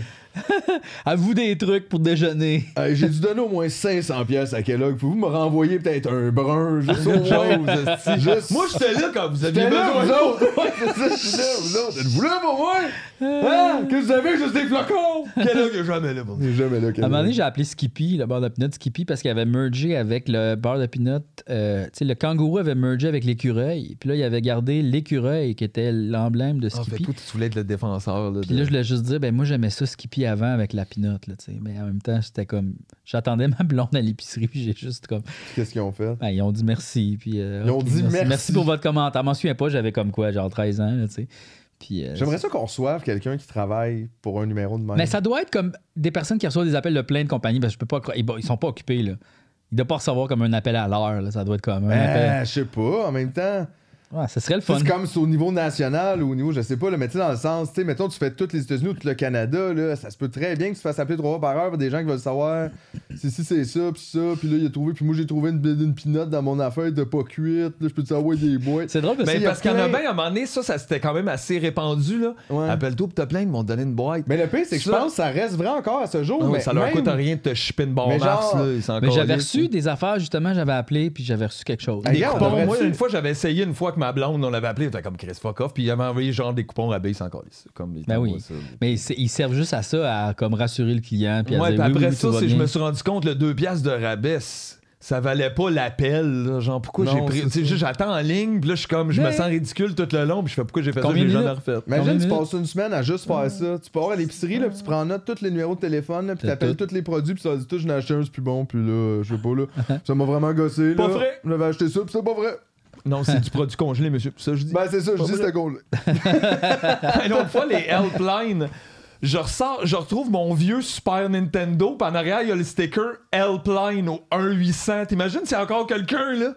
Speaker 2: À vous des trucs pour déjeuner.
Speaker 1: Hey, J'ai dû donner au moins 500 pièces à Kellogg. Pouvez-vous me renvoyer peut-être un brun, *laughs* juste autre chose, esti? juste...
Speaker 3: Moi, j'étais là quand vous aviez
Speaker 1: J'étais là,
Speaker 3: besoin.
Speaker 1: vous autres! Ouais, c'est ça, je suis là, vous autres! Êtes-vous là pour moi? Hein? Que vous avez juste des *laughs* flocons?
Speaker 3: Quel homme que jamais là pour
Speaker 1: Il est jamais là, Kellogg.
Speaker 2: À un moment donné, j'ai appelé Skippy, le beurre de peanut Skippy, parce qu'il avait mergé avec le beurre de peanut. euh, tu sais, le kangourou avait mergé avec l'écureuil. Puis là, il avait gardé l'écureuil qui était l'emblème de
Speaker 3: Ah, fait
Speaker 2: Skippy.
Speaker 3: que toi, tu voulais être le défenseur. Là,
Speaker 2: Puis
Speaker 3: de-
Speaker 2: là, je voulais juste dire, ben moi, j'aimais ça Skippy avant avec la pinotte, là, tu sais. Mais en même temps, c'était comme. J'attendais ma blonde à l'épicerie, puis j'ai juste comme.
Speaker 1: Qu'est-ce qu'ils ont fait?
Speaker 2: Ben, ils ont dit merci, puis. euh,
Speaker 1: Ils ont
Speaker 2: ok,
Speaker 1: dit merci.
Speaker 2: pour votre commentaire. Je m'en souviens pas, j'avais comme quoi, genre 13 ans, là, tu sais. Puis. euh,
Speaker 1: J'aimerais ça qu'on reçoive quelqu'un qui travaille pour un numéro de même.
Speaker 2: Mais ça doit être comme des personnes qui reçoivent des appels de plein de compagnies, parce que je peux pas. croire- Ils, bon, ils sont pas occupés, là. Ils doivent pas recevoir comme un appel à l'heure, là. Ça doit être comme un appel.
Speaker 1: Ah, je sais pas, en même temps.
Speaker 2: Ouais, ça serait le fun.
Speaker 1: C'est comme c'est au niveau national ou au niveau, je sais pas, là, mais tu sais, dans le sens, tu sais, mettons, tu fais toutes les États-Unis ou tout le Canada, là, ça se peut très bien que tu te fasses appeler trois fois par heure par des gens qui veulent savoir si, si c'est ça, puis ça, puis là, il a trouvé, puis moi, j'ai trouvé une, une pinotte dans mon affaire de pas cuite, là, je peux te savoir des boîtes.
Speaker 2: C'est drôle parce
Speaker 1: Mais
Speaker 2: que.
Speaker 3: Ben,
Speaker 1: il y a
Speaker 3: parce qu'il y en a
Speaker 1: plein-
Speaker 3: bien, à un moment donné, ça, ça c'était quand même assez répandu. là.
Speaker 1: Ouais.
Speaker 3: Appelle-toi pis t'as plein, ils m'ont donné une boîte.
Speaker 1: Mais le pire, c'est que je
Speaker 3: Ça-
Speaker 1: pense que ça reste vrai encore à ce jour.
Speaker 3: Ah oui,
Speaker 1: mais
Speaker 3: ça leur
Speaker 1: même-
Speaker 3: coûte rien de te shipper une
Speaker 1: Mais
Speaker 3: bombe
Speaker 1: genre-
Speaker 3: là, ils s'en
Speaker 2: Mais j'avais
Speaker 3: calissent.
Speaker 2: reçu des affaires, justement, j'avais appelé, puis j'avais reçu quelque chose.
Speaker 1: Hey,
Speaker 3: Des
Speaker 1: Regarde,
Speaker 3: coupons.
Speaker 1: on
Speaker 3: Moi,
Speaker 1: devrait-
Speaker 3: une fois, j'avais essayé, une fois que ma blonde, on l'avait appelé, elle était comme Chris fuck off, puis il avait envoyé genre des coupons rabais, ils s'en calissent. Comme, ils
Speaker 2: Ben oui.
Speaker 3: t'envoient ça.
Speaker 2: Mais c'est- ils servent juste à ça, à comme rassurer le client. Puis à
Speaker 3: Ouais,
Speaker 2: dire,
Speaker 3: puis
Speaker 2: oui, oui,
Speaker 3: après
Speaker 2: oui,
Speaker 3: ça,
Speaker 2: tout va
Speaker 3: c'est- je
Speaker 2: bien.
Speaker 3: me suis rendu compte, le 2 piastres de rabais, c- ça valait pas l'appel. là. Genre, pourquoi
Speaker 1: Non,
Speaker 3: j'ai pris.
Speaker 1: c'est
Speaker 3: tu sais, juste, J'attends en ligne, puis là, je suis comme, je me
Speaker 2: Mais-
Speaker 3: sens ridicule tout le long, puis je fais pourquoi j'ai fait
Speaker 2: Combien
Speaker 3: ça, je l'ai
Speaker 2: de
Speaker 3: jamais refait.
Speaker 1: Imagine,
Speaker 2: Combien
Speaker 1: tu
Speaker 2: de
Speaker 1: passes une semaine à juste faire ça. Tu pars à l'épicerie, là, puis tu prends en note tous les numéros de téléphone, là, puis
Speaker 2: T'as
Speaker 1: t'appelles
Speaker 2: tout.
Speaker 1: tous les produits, puis ça dit tout, je n'ai acheté un, c'est plus bon, puis là, euh, je
Speaker 2: *laughs*
Speaker 1: sais pas, là. ça m'a vraiment gossé, là.
Speaker 3: Pas vrai.
Speaker 1: J'avais acheté ça, puis c'est pas vrai.
Speaker 3: Non, c'est du produit congelé, monsieur. Ça, je dis.
Speaker 1: Ben, c'est ça, je
Speaker 3: Pas
Speaker 1: dis,
Speaker 3: vrai.
Speaker 1: c'était con.
Speaker 2: Ah,
Speaker 3: Une autre fois, les helplines. Je ressors, je retrouve mon vieux Super Nintendo, pis en arrière, il y a le sticker Helpline au 1-800. T'imagines, c'est encore quelqu'un, là?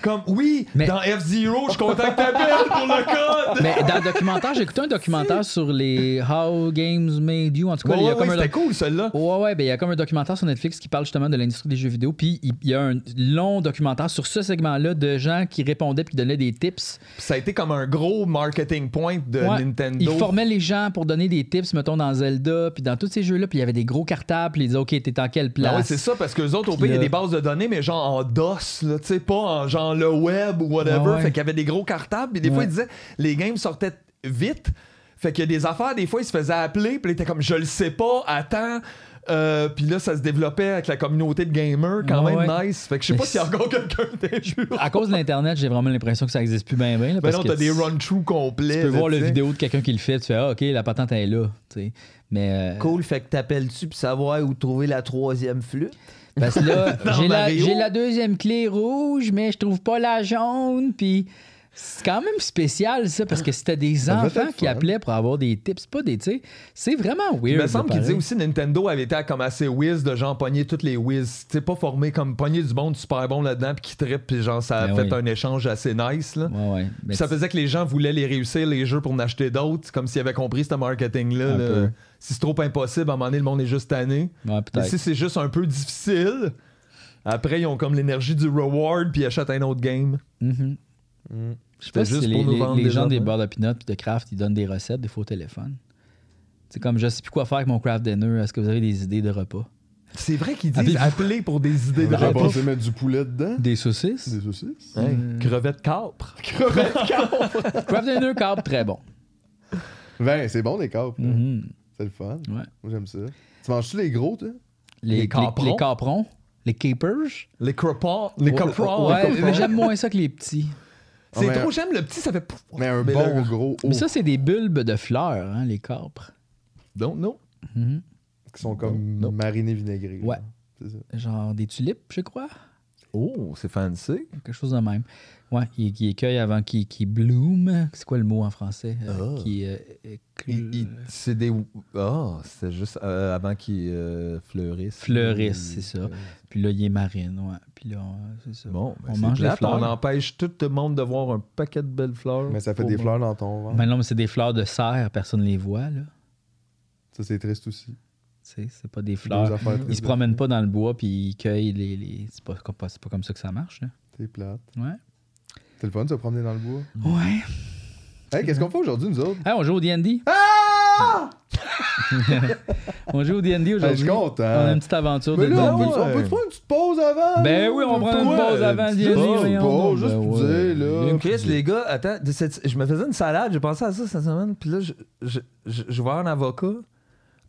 Speaker 3: Comme, oui,
Speaker 2: Mais-
Speaker 3: dans F-Zero, je contacte Abel pour le code!
Speaker 2: Mais dans le documentaire, j'ai écouté un
Speaker 3: *laughs*
Speaker 2: documentaire sur les How Games Made You. En tout cas,
Speaker 3: Ouais,
Speaker 2: il y a
Speaker 3: ouais,
Speaker 2: comme
Speaker 3: ouais,
Speaker 2: un
Speaker 3: c'était cool, celle-là.
Speaker 2: Ouais, ouais, ben il y a comme un documentaire sur Netflix qui parle justement de l'industrie des jeux vidéo. Puis il il y a un long documentaire sur ce segment-là de gens qui répondaient puis qui donnaient des tips.
Speaker 3: Pis ça a été comme un gros marketing point de
Speaker 2: Ouais.
Speaker 3: Nintendo.
Speaker 2: Ils formaient les gens pour donner des tips, mettons, dans Zelda, puis dans tous ces jeux-là. Puis il y avait des gros cartables, puis ils disaient, OK, t'es en quelle place?
Speaker 3: Ah ouais, c'est ça, parce que les autres, au pays, il y a
Speaker 2: là-
Speaker 3: des bases de données, mais genre en DOS, là, tu sais, pas en genre le web ou whatever.
Speaker 2: Ouais, ouais.
Speaker 3: Fait qu'il y avait des gros cartables, puis des
Speaker 2: Ouais.
Speaker 3: fois, ils disaient, les games sortaient vite. Fait qu'il y a des affaires, des fois, ils se faisaient appeler, puis ils étaient comme, je le sais pas, attends. Euh, puis là, ça se développait avec la communauté de gamers, quand
Speaker 2: Ouais,
Speaker 3: même
Speaker 2: ouais.
Speaker 3: nice. Fait que je sais pas
Speaker 2: Mais
Speaker 3: s'il y a encore quelqu'un
Speaker 2: *laughs*
Speaker 3: des jeux.
Speaker 2: À cause de l'Internet, j'ai vraiment l'impression que ça existe plus bien, bien.
Speaker 3: Ben non, t'as des run-through
Speaker 2: Tu
Speaker 3: complets.
Speaker 2: peux
Speaker 3: là,
Speaker 2: voir
Speaker 3: tu
Speaker 2: la
Speaker 3: sais.
Speaker 2: vidéo de quelqu'un qui le fait, tu fais, ah, OK, la patente elle est là. tu sais. Mais. euh,
Speaker 3: Cool, fait que t'appelles-tu pour savoir où trouver la troisième flûte?
Speaker 2: Parce que là,
Speaker 3: *laughs* Dans
Speaker 2: j'ai la,
Speaker 3: Mario.
Speaker 2: j'ai la deuxième clé rouge, mais je trouve pas la jaune. Puis c'est quand même spécial, ça, parce que c'était des
Speaker 1: devait
Speaker 2: enfants
Speaker 1: être
Speaker 2: qui
Speaker 1: fun.
Speaker 2: appelaient pour avoir des tips. C'est pas des, tu sais, c'est vraiment weird.
Speaker 3: Il me
Speaker 2: là,
Speaker 3: semble qu'il
Speaker 2: pareil.
Speaker 3: disait aussi Nintendo avait été comme assez whiz de genre pogner toutes les whiz. Tu sais, pas formé comme pogner du bon, du super bon là-dedans, puis qui trippe, puis genre ça a
Speaker 2: Ben
Speaker 3: fait
Speaker 2: oui.
Speaker 3: un échange assez nice. Là.
Speaker 2: Ouais, ouais. Mais
Speaker 3: Puis ça faisait que les gens voulaient les réussir, les jeux, pour en acheter d'autres, comme s'ils avaient compris ce marketing-là.
Speaker 1: Un
Speaker 3: là.
Speaker 1: peu.
Speaker 3: Si c'est trop impossible, à un moment donné, le monde est juste tanné.
Speaker 2: Ouais,
Speaker 3: Mais
Speaker 2: peut-être.
Speaker 3: si c'est juste un peu difficile, après, ils ont comme l'énergie du reward, puis ils achètent un autre game.
Speaker 2: Mhm. Je sais pas
Speaker 3: C'était
Speaker 2: si
Speaker 3: juste
Speaker 2: c'est
Speaker 3: pour
Speaker 2: les,
Speaker 3: nous
Speaker 2: les-
Speaker 3: vendre
Speaker 2: les
Speaker 3: des
Speaker 2: gens des
Speaker 3: affaires.
Speaker 2: bars de peanuts et de craft, ils donnent des recettes, des faux téléphones. C'est comme je sais plus quoi faire avec mon craft dinner. Est-ce que vous avez des idées de repas?
Speaker 3: C'est vrai qu'ils disent
Speaker 2: Avez-vous-
Speaker 3: appeler pour des idées de
Speaker 2: ben,
Speaker 1: J'aurais
Speaker 3: repas.
Speaker 1: pensé mettre du poulet dedans.
Speaker 2: Des saucisses? *laughs*
Speaker 1: Des saucisses.
Speaker 3: Hey, crevette capre.
Speaker 2: craft dinner, carb, très bon.
Speaker 1: Ben, c'est bon, les carpes. là.
Speaker 3: Hmm.
Speaker 2: Mhm.
Speaker 1: C'est le fun.
Speaker 2: Ouais.
Speaker 1: Moi, j'aime ça. Tu manges-tu les gros, toi?
Speaker 2: Les, les-
Speaker 3: caprons.
Speaker 2: les caprons. Les capers.
Speaker 3: Les cropons. Les
Speaker 1: Ouais,
Speaker 3: coprons.
Speaker 1: ouais,
Speaker 2: Ouais,
Speaker 1: comprends.
Speaker 2: mais j'aime moins ça que les petits.
Speaker 3: C'est
Speaker 1: Ah, mais-
Speaker 3: trop, j'aime le petit, ça fait. pouf.
Speaker 1: Mais un
Speaker 3: Ah, Mais
Speaker 1: bon
Speaker 3: là-
Speaker 1: gros haut
Speaker 2: Mais ça, c'est des bulbes de fleurs, hein, les capres.
Speaker 3: Don't know.
Speaker 2: Mhm.
Speaker 1: qui sont comme
Speaker 3: Non, non.
Speaker 1: marinés vinaigrés. là.
Speaker 2: Ouais.
Speaker 1: C'est ça.
Speaker 2: Genre des tulipes, je crois.
Speaker 3: Oh, c'est fancy.
Speaker 2: Quelque chose de même. Ouais, qui, qui cueille avant qui, qui bloom. C'est quoi le mot en français? Euh,
Speaker 3: Ah.
Speaker 2: Qui euh, euh,
Speaker 3: Il- il- C'est des. Ah, c'est juste euh, avant qu'ils euh, fleurissent.
Speaker 2: fleurissent, c'est ça. Puis là, il est marine, ouais. Puis là, on- c'est ça.
Speaker 3: Bon, ben,
Speaker 2: On
Speaker 3: c'est
Speaker 2: mange des
Speaker 3: plate,
Speaker 2: fleurs.
Speaker 3: On empêche tout le monde de voir un paquet de belles fleurs.
Speaker 1: Mais ça fait
Speaker 3: Pour
Speaker 1: des
Speaker 3: moi.
Speaker 1: fleurs dans ton ventre.
Speaker 2: Mais non, mais c'est des fleurs de serre, personne ne les voit, là.
Speaker 1: Ça, c'est triste aussi.
Speaker 2: Tu sais, c'est pas des
Speaker 1: Deux
Speaker 2: fleurs.
Speaker 1: affaires
Speaker 2: Ils se
Speaker 1: tristes.
Speaker 2: promènent pas dans le bois puis ils cueillent les. les- C'est pas, comme- c'est pas comme ça que ça marche, là.
Speaker 1: T'es plate.
Speaker 2: Ouais.
Speaker 1: T'es le fun de se promener dans le bois.
Speaker 2: Ouais.
Speaker 1: Hey, qu'est-ce qu'on fait aujourd'hui, nous autres?
Speaker 2: Hey, on joue au DD. *laughs* on joue au DD
Speaker 1: Hey, je
Speaker 2: aujourd'hui.
Speaker 1: suis content.
Speaker 2: On a une petite aventure
Speaker 1: Mais
Speaker 2: de
Speaker 1: là, on
Speaker 2: D&D.
Speaker 1: peut, on peut te faire une petite pause avant?
Speaker 2: Ben
Speaker 1: là?
Speaker 2: oui, on prend une
Speaker 1: Pourquoi?
Speaker 2: pause avant
Speaker 1: Une
Speaker 2: d'y aller,
Speaker 1: petite pause,
Speaker 2: voyons donc.
Speaker 1: juste pour
Speaker 2: Ben ouais.
Speaker 1: dire, là.
Speaker 2: Une
Speaker 3: Chris, les gars, attends, de cette- je me faisais une salade, j'ai pensé à ça cette semaine, puis là, je, je, je, je vois un avocat.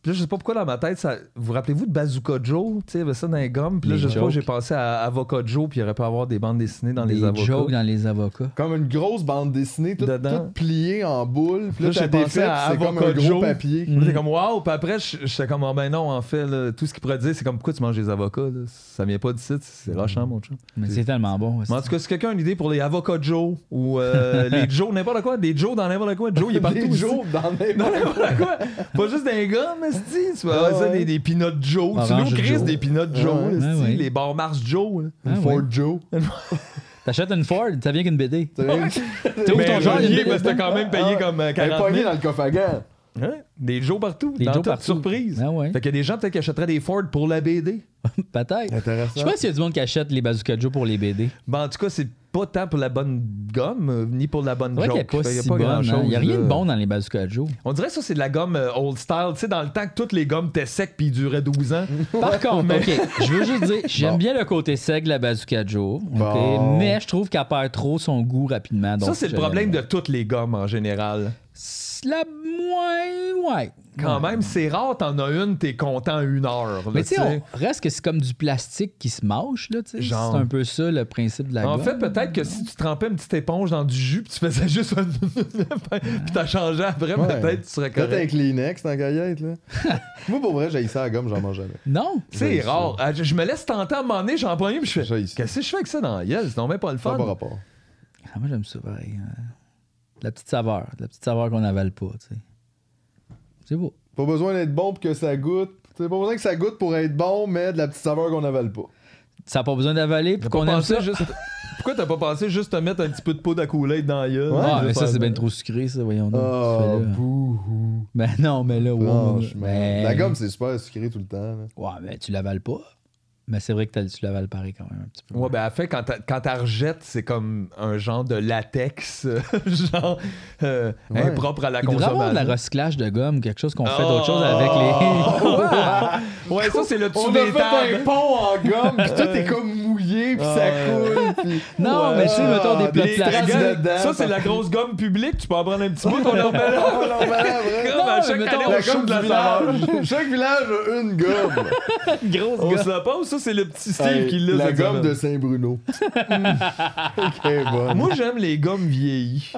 Speaker 3: Puis là, je sais pas pourquoi dans ma tête, ça, vous rappelez-vous de Bazooka Joe, tu sais, il y avait ça dans les gommes, puis là,
Speaker 2: Les
Speaker 3: je sais pas,
Speaker 2: jokes.
Speaker 3: j'ai pensé à Avocat Joe, puis il aurait pu avoir des bandes dessinées dans les
Speaker 2: Des
Speaker 3: avocats.
Speaker 2: jokes dans les avocats.
Speaker 1: Comme une grosse bande dessinée, toute,
Speaker 3: Dedans.
Speaker 1: toute pliée en boule. Puis là,
Speaker 3: Là, j'ai
Speaker 1: t'as
Speaker 3: pensé
Speaker 1: des faits,
Speaker 3: à
Speaker 1: c'est comme un
Speaker 3: Avocat
Speaker 1: gros
Speaker 3: Joe.
Speaker 2: Mm.
Speaker 1: papier.
Speaker 3: Puis là, T'es comme waouh, puis après, je- j'étais comme, ah ben non, en fait, là, tout ce qu'il pourrait dire, c'est comme pourquoi tu manges des avocats, là? ça vient pas d'ici, c'est
Speaker 2: Mm.
Speaker 3: rochant, mon chum.
Speaker 2: Mais c'est tellement bon. aussi.
Speaker 3: Mais en tout cas, si quelqu'un a une idée pour les avocats Joe
Speaker 2: *laughs*
Speaker 3: ou euh, les Joe, n'importe quoi, des Joe dans n'importe quoi,
Speaker 1: *laughs*
Speaker 3: Joe, il est partout.
Speaker 1: Des
Speaker 3: aussi.
Speaker 1: jours dans
Speaker 2: Ben
Speaker 1: les
Speaker 3: Non,
Speaker 2: *laughs*
Speaker 3: n'importe quoi. Pas juste des gars, mais c'est tu vois,
Speaker 1: Ah
Speaker 3: ça,
Speaker 1: ouais.
Speaker 3: des, des peanuts Joe. tu
Speaker 2: Orange
Speaker 3: l'as Chris
Speaker 2: Joe.
Speaker 3: des peanuts Joe,
Speaker 1: ouais.
Speaker 3: esti,
Speaker 2: Ah ouais.
Speaker 3: les bar Mars Joe. là.
Speaker 2: Ah
Speaker 1: Une Ford
Speaker 2: *laughs*
Speaker 1: Joe.
Speaker 2: T'achètes une Ford, ça vient qu'une BD.
Speaker 1: T'as rien-
Speaker 2: T'ouvres
Speaker 3: Mais
Speaker 2: ton genre, il y a une
Speaker 3: relié,
Speaker 2: BD
Speaker 3: Ben, parce que t'as quand même payé
Speaker 1: Ah,
Speaker 3: comme euh,
Speaker 1: Elle est
Speaker 3: 40
Speaker 1: pognée
Speaker 3: 000.
Speaker 1: dans le coffre à gants.
Speaker 3: Hein? Des Joe partout.
Speaker 2: Des
Speaker 3: dans
Speaker 2: Joe
Speaker 3: toute
Speaker 2: partout.
Speaker 3: Surprise.
Speaker 2: Ah ouais.
Speaker 3: Fait qu'il y a des gens peut-être qui achèteraient des Ford pour la BD.
Speaker 2: Peut-être. Je
Speaker 1: Intéressant.
Speaker 2: sais pas s'il y a du monde qui achète les Bazooka Joe pour les BD.
Speaker 3: Ben, en tout cas, c'est pas tant pour la bonne gomme, euh, ni pour la bonne
Speaker 2: C'est vrai
Speaker 3: joke.
Speaker 2: qu'elle est pas
Speaker 3: Fait qu'il y a
Speaker 2: si bonne. hein.
Speaker 3: grand-chose,
Speaker 2: Il n'y a rien
Speaker 3: là.
Speaker 2: de bon dans les Bazooka Joe.
Speaker 3: On dirait ça, c'est de la gomme euh, old style. Tu sais, dans le temps que toutes les gommes étaient secs puis ils duraient 12
Speaker 2: *laughs*
Speaker 3: ans.
Speaker 2: Par contre, OK, je veux juste dire, j'aime bien le côté sec de la Bazooka Joe, OK,
Speaker 1: Bon.
Speaker 2: mais je trouve qu'elle perd trop son goût rapidement.
Speaker 3: ça,
Speaker 2: donc
Speaker 3: c'est le
Speaker 2: je
Speaker 3: problème de
Speaker 2: l'aime.
Speaker 3: toutes les gommes en général.
Speaker 2: La moins... Ouais.
Speaker 3: Quand même, c'est rare, t'en as une, t'es content une heure. là,
Speaker 2: Mais tu sais, on- reste que c'est comme du plastique qui se mâche, là, tu sais. C'est
Speaker 3: Genre.
Speaker 2: un peu ça, le principe de la
Speaker 3: En
Speaker 2: gomme.
Speaker 3: fait, peut-être que si tu trempais une petite éponge dans du jus, puis tu faisais *laughs* juste une... puis t'as changé après,
Speaker 1: Ouais.
Speaker 3: peut-être tu serais
Speaker 1: Peut-être un
Speaker 3: correct.
Speaker 1: Kleenex dans la
Speaker 2: *laughs*
Speaker 1: caillette, là. Moi, pour vrai, j'ai ça à la gomme, j'en mange jamais.
Speaker 2: Non.
Speaker 3: C'est
Speaker 1: J'aime ça.
Speaker 3: rare. Ah, Je je me laisse tenter à un moment donné, j'en prends une, puis je fais.
Speaker 1: J'aille ça.
Speaker 3: Qu'est-ce que je fais avec ça dans la gueule? C'est non, même pas le
Speaker 1: Ça
Speaker 3: fun.
Speaker 1: n'a pas rapport.
Speaker 2: Ah, moi, j'aime ça, pareil. euh, de La petite saveur. de La petite saveur qu'on n'avale pas, tu sais. C'est beau.
Speaker 1: Pas besoin d'être bon pour que ça goûte. C'est pas besoin que ça goûte pour être bon, mais de la petite saveur qu'on n'avale pas.
Speaker 2: Ça n'a pas besoin d'avaler
Speaker 3: T'as
Speaker 2: pour
Speaker 3: pas
Speaker 2: qu'on aime
Speaker 3: pensé
Speaker 2: ça.
Speaker 3: juste- Pourquoi t'as pas pensé juste te mettre un petit peu de peau d'acouler dans la gueule?
Speaker 2: Ah,
Speaker 3: Juste
Speaker 2: mais ça,
Speaker 3: faire-
Speaker 2: c'est bien trop sucré, ça, voyons.
Speaker 3: Mmh.
Speaker 2: donc.
Speaker 1: Oh,
Speaker 2: Fais-le.
Speaker 1: bouhou.
Speaker 2: Ben non, mais là, ouais,
Speaker 1: Franchement.
Speaker 3: Ben.
Speaker 2: mais-
Speaker 1: La gomme, c'est super sucré tout le temps. là.
Speaker 2: Ouais, mais tu l'avales pas. Mais c'est vrai que t'as- tu l'avales pareil quand même un petit peu.
Speaker 3: Ouais, ben, à fait, quand t'as- quand t'as rejettes, c'est comme un genre de latex, *laughs* euh, genre euh,
Speaker 1: Ouais.
Speaker 3: impropre à
Speaker 2: Il
Speaker 3: la
Speaker 2: devrait
Speaker 3: consommation.
Speaker 2: avoir de la recyclage de gomme, quelque chose qu'on fait
Speaker 3: hein. Oh!
Speaker 2: d'autre chose avec
Speaker 3: *laughs*
Speaker 2: les. *laughs*
Speaker 3: ouais, ça, c'est le
Speaker 1: On
Speaker 3: dessous
Speaker 1: a
Speaker 3: des
Speaker 1: fait un
Speaker 3: tables.
Speaker 1: pont en gomme, pis tout
Speaker 3: *laughs*
Speaker 1: est comme mouillé, pis
Speaker 3: Ah,
Speaker 1: ça coule, pis... Ah,
Speaker 2: Non, mais tu sais, mettons des plats de
Speaker 3: Les
Speaker 2: plastique.
Speaker 3: traits
Speaker 1: dedans,
Speaker 3: dedans, ça, c'est
Speaker 1: ça-
Speaker 3: la grosse gomme publique. Tu peux en prendre un
Speaker 1: *laughs*
Speaker 3: petit bout, on en remet là.
Speaker 1: Oh, non, mais là,
Speaker 3: *laughs*
Speaker 1: vrai,
Speaker 3: Comme à
Speaker 2: mais
Speaker 3: chaque
Speaker 2: mettons,
Speaker 3: année,
Speaker 1: La
Speaker 3: on chauffe
Speaker 1: gomme
Speaker 3: de
Speaker 1: du
Speaker 3: la saveur.
Speaker 1: village. *laughs* Chaque village a une gomme.
Speaker 3: On se la pose, ça, c'est le petit *laughs* Steve
Speaker 1: Hey,
Speaker 3: qui l'a.
Speaker 1: la
Speaker 3: cette
Speaker 1: gomme
Speaker 3: semaine. *laughs*
Speaker 1: de Saint-Bruno. *laughs* ok, bon. *laughs*
Speaker 3: Moi, j'aime les gommes vieillies.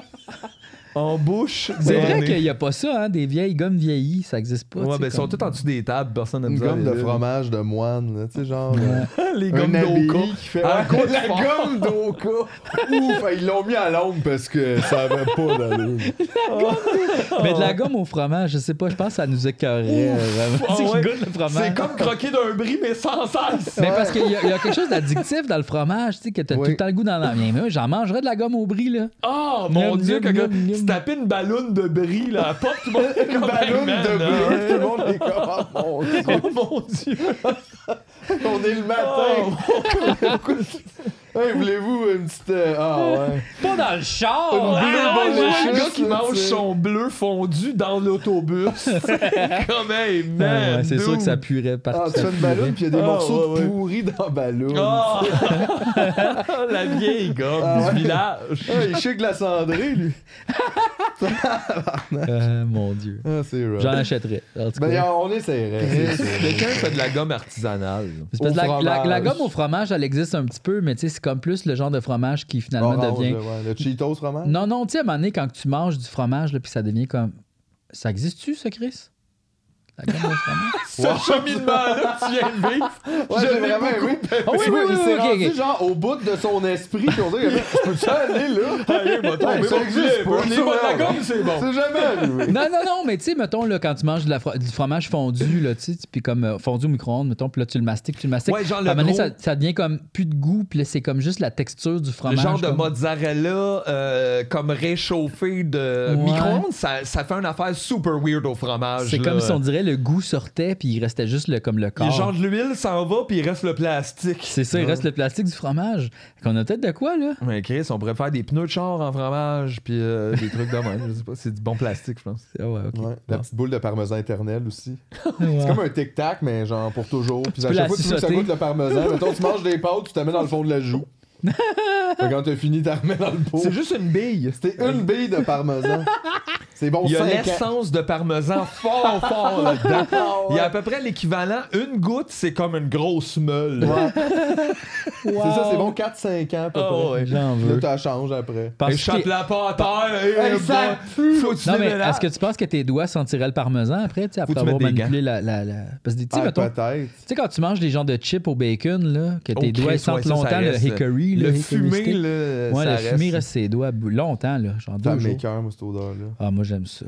Speaker 3: En bouche,
Speaker 2: C'est
Speaker 3: dans
Speaker 2: vrai
Speaker 3: les-
Speaker 2: qu'il n'y a pas ça, hein, des vieilles gommes vieillies, ça existe pas. tu
Speaker 3: Ouais,
Speaker 2: sais,
Speaker 3: ben, ils sont
Speaker 2: comme-
Speaker 3: tous en dessous des tables, personne n'a
Speaker 1: Une
Speaker 3: besoin
Speaker 1: gomme
Speaker 3: de
Speaker 1: de
Speaker 3: les-
Speaker 1: fromage de moine, là, tu sais, genre... euh,
Speaker 3: *laughs* Les
Speaker 1: Un
Speaker 3: gommes
Speaker 1: *laughs*
Speaker 3: d'Oka.
Speaker 1: abbaye qui fait
Speaker 3: Ah,
Speaker 1: Ouais,
Speaker 3: coup de
Speaker 1: la
Speaker 3: fort.
Speaker 1: gomme d'Oka. Ouf, ils l'ont mis à l'ombre parce que ça avait pas *laughs* d'allure.
Speaker 2: Mais de la gomme au fromage, je sais pas, je pense que ça nous écœurait vraiment.
Speaker 3: Ah
Speaker 2: Tu sais, je
Speaker 3: ouais.
Speaker 2: goûte le fromage.
Speaker 3: C'est comme croquer d'un bris, mais sans
Speaker 1: *laughs*
Speaker 3: sens.
Speaker 2: Mais parce qu'il y, a- il y a quelque chose d'addictif dans le fromage, tu sais, que t'as
Speaker 1: Oui.
Speaker 2: tout le temps le goût dans la Mais moi, j'en mangerais de la gomme au brie, là.
Speaker 3: Oh mon
Speaker 2: Miam,
Speaker 3: dieu,
Speaker 2: miam,
Speaker 3: quand
Speaker 2: miam,
Speaker 3: tu
Speaker 2: miam.
Speaker 3: se tapais une balloune de bris là, à la porte, tout le monde
Speaker 1: *laughs* Une
Speaker 2: Oh,
Speaker 1: ballonne
Speaker 2: ben,
Speaker 3: *laughs*
Speaker 1: de blé,
Speaker 2: hein.
Speaker 1: tout le monde est comme Ah, mon Dieu,
Speaker 3: Oh mon dieu!
Speaker 1: on est le matin.
Speaker 3: Oh,
Speaker 1: *laughs* Hey, voulez-vous une petite. euh, Ah ouais.
Speaker 2: Pas dans le char!
Speaker 3: Une
Speaker 2: Ah,
Speaker 3: bleue
Speaker 2: ouais,
Speaker 3: bonne
Speaker 2: ouais.
Speaker 3: chance,
Speaker 1: ouais,
Speaker 3: gars qui
Speaker 1: ouais,
Speaker 3: mange
Speaker 1: ouais.
Speaker 3: son bleu fondu dans *laughs* l'autobus. Comme hey,
Speaker 2: Ah,
Speaker 3: man,
Speaker 2: ouais, c'est sûr
Speaker 3: dude.
Speaker 2: que ça puerait
Speaker 1: Ah,
Speaker 2: partout.
Speaker 1: tu fais une ballonne, puis il y a des
Speaker 3: Ah,
Speaker 1: morceaux
Speaker 3: ouais,
Speaker 1: de
Speaker 3: ouais.
Speaker 1: pourris dans la ballonne.
Speaker 3: Ah! *laughs* la vieille gomme
Speaker 1: Ah ouais.
Speaker 3: du village.
Speaker 1: Ah, il chic la cendrée, lui.
Speaker 2: Ah, mon Dieu.
Speaker 1: Ah, c'est rough.
Speaker 2: J'en achèterais. En tout cas.
Speaker 1: Ben, on essaierait. c'est sûr.
Speaker 3: Quelqu'un fait de la gomme artisanale.
Speaker 2: C'est parce que la, la-
Speaker 1: au
Speaker 2: la
Speaker 1: fromage.
Speaker 2: gomme au fromage, elle existe un petit peu, mais tu sais, c'est comme plus le genre de fromage qui finalement
Speaker 1: Orange,
Speaker 2: devient.
Speaker 1: Ah, ouais, Le Cheetos fromage.
Speaker 2: Non, non, tu sais, à un moment donné, quand tu manges du fromage, là, puis ça devient comme. Ça existe-tu, ça, Chris? La gomme au fromage?
Speaker 3: Ce cheminement-là que tu viens de vivre,
Speaker 1: Ouais,
Speaker 3: je
Speaker 1: j'ai
Speaker 3: l'ai
Speaker 1: vraiment
Speaker 3: beaucoup.
Speaker 1: aimé. *laughs*
Speaker 2: Ah oui,
Speaker 1: Tu vois,
Speaker 2: oui, oui,
Speaker 1: il s'est
Speaker 2: ok,
Speaker 1: rendu
Speaker 2: ok.
Speaker 1: genre au bout de son esprit, puis on dit,
Speaker 2: *laughs*
Speaker 1: je peux-tu aller là?
Speaker 3: Allez, m'a Ah, tombé
Speaker 1: Ouais, ça
Speaker 3: mon
Speaker 1: existe
Speaker 3: filet,
Speaker 1: pas,
Speaker 3: moi.
Speaker 1: ça,
Speaker 3: Les bonnes de la
Speaker 1: ouais.
Speaker 3: gomme, c'est bon.
Speaker 1: C'est jamais arrivé.
Speaker 2: Non, non, non, mais tu sais, mettons, là, quand tu manges de la fro- du fromage fondu, là, tu sais, puis comme euh, fondu au micro-ondes, mettons, puis là, tu le mastiques, tu le mastiques.
Speaker 3: Ouais, genre
Speaker 2: Puis à un
Speaker 3: le
Speaker 2: moment donné,
Speaker 3: gros-
Speaker 2: ça, ça devient comme plus de goût, puis là, c'est comme juste la texture du
Speaker 3: Le
Speaker 2: fromage.
Speaker 3: genre de
Speaker 2: comme-
Speaker 3: mozzarella euh, comme réchauffé de
Speaker 2: Ouais.
Speaker 3: micro-ondes, ça, ça fait une affaire super weird au fromage.
Speaker 2: C'est
Speaker 3: là.
Speaker 2: comme si on dirait le goût sortait, puis il restait juste le, comme le
Speaker 3: Le
Speaker 2: corps.
Speaker 3: genre de l'huile s'en va, puis il reste le plastique.
Speaker 2: C'est ça, il reste le plastique du fromage. Qu'on a peut-être de quoi, là?
Speaker 3: Mais Chris, on pourrait faire des pneus de char en fromage, puis euh, des trucs de même. Je sais pas, c'est du bon plastique, je pense.
Speaker 2: Ah ouais, ok.
Speaker 1: Ouais, la petite boule de parmesan éternelle aussi.
Speaker 2: Ouais.
Speaker 1: C'est comme un tic-tac, mais genre pour toujours. Puis
Speaker 2: Ah.
Speaker 1: à
Speaker 2: peux la
Speaker 1: chaque fois que tu veux que ça
Speaker 2: sucer.
Speaker 1: goûte le parmesan, mettons, tu manges des pâtes, tu te mets dans le fond de la joue. Fait quand t'as fini, t'as remets dans le pot.
Speaker 3: C'est juste une bille.
Speaker 1: C'était une bille de parmesan. C'est bon,
Speaker 3: Il y a
Speaker 1: 5 ans.
Speaker 3: l'essence de parmesan fort, fort *laughs* là-dedans. Il y a à peu près l'équivalent. Une goutte, c'est comme une grosse meule.
Speaker 1: Ouais. C'est ça, c'est bon 4-5 ans à peu
Speaker 3: Ah ouais.
Speaker 1: près.
Speaker 2: J'en
Speaker 1: Là,
Speaker 2: veux.
Speaker 1: t'as change après.
Speaker 2: Parce
Speaker 3: Échappe
Speaker 2: que-
Speaker 3: la pâte à terre.
Speaker 1: Hey,
Speaker 3: eh,
Speaker 1: ça
Speaker 3: bon,
Speaker 1: pue.
Speaker 3: Faut que tu
Speaker 2: Non, mais
Speaker 3: déménages.
Speaker 2: est-ce que tu penses que tes doigts sentiraient le parmesan après, tu sais, après
Speaker 3: tu
Speaker 2: avoir
Speaker 3: mettes des
Speaker 2: manipulé la, la, la- Parce que, tu sais,
Speaker 1: Ah,
Speaker 2: mettons, tu
Speaker 1: peut-être.
Speaker 2: sais, quand tu manges des genres de chips au bacon, là, que
Speaker 3: Oh,
Speaker 2: tes doigts
Speaker 3: Chris,
Speaker 2: ils sentent
Speaker 3: ouais, ça, ça
Speaker 2: longtemps le
Speaker 3: reste,
Speaker 2: hickory,
Speaker 3: Le
Speaker 2: là, hickory
Speaker 3: fumé,
Speaker 2: stick.
Speaker 3: là,
Speaker 2: Ouais,
Speaker 3: ça
Speaker 2: la fumée
Speaker 3: reste-
Speaker 2: reste ses doigts bou- longtemps, là, genre
Speaker 1: Ça
Speaker 2: deux jours.
Speaker 1: m'écoeure, moi, cette odeur-là.
Speaker 2: Ah, moi, j'aime ça.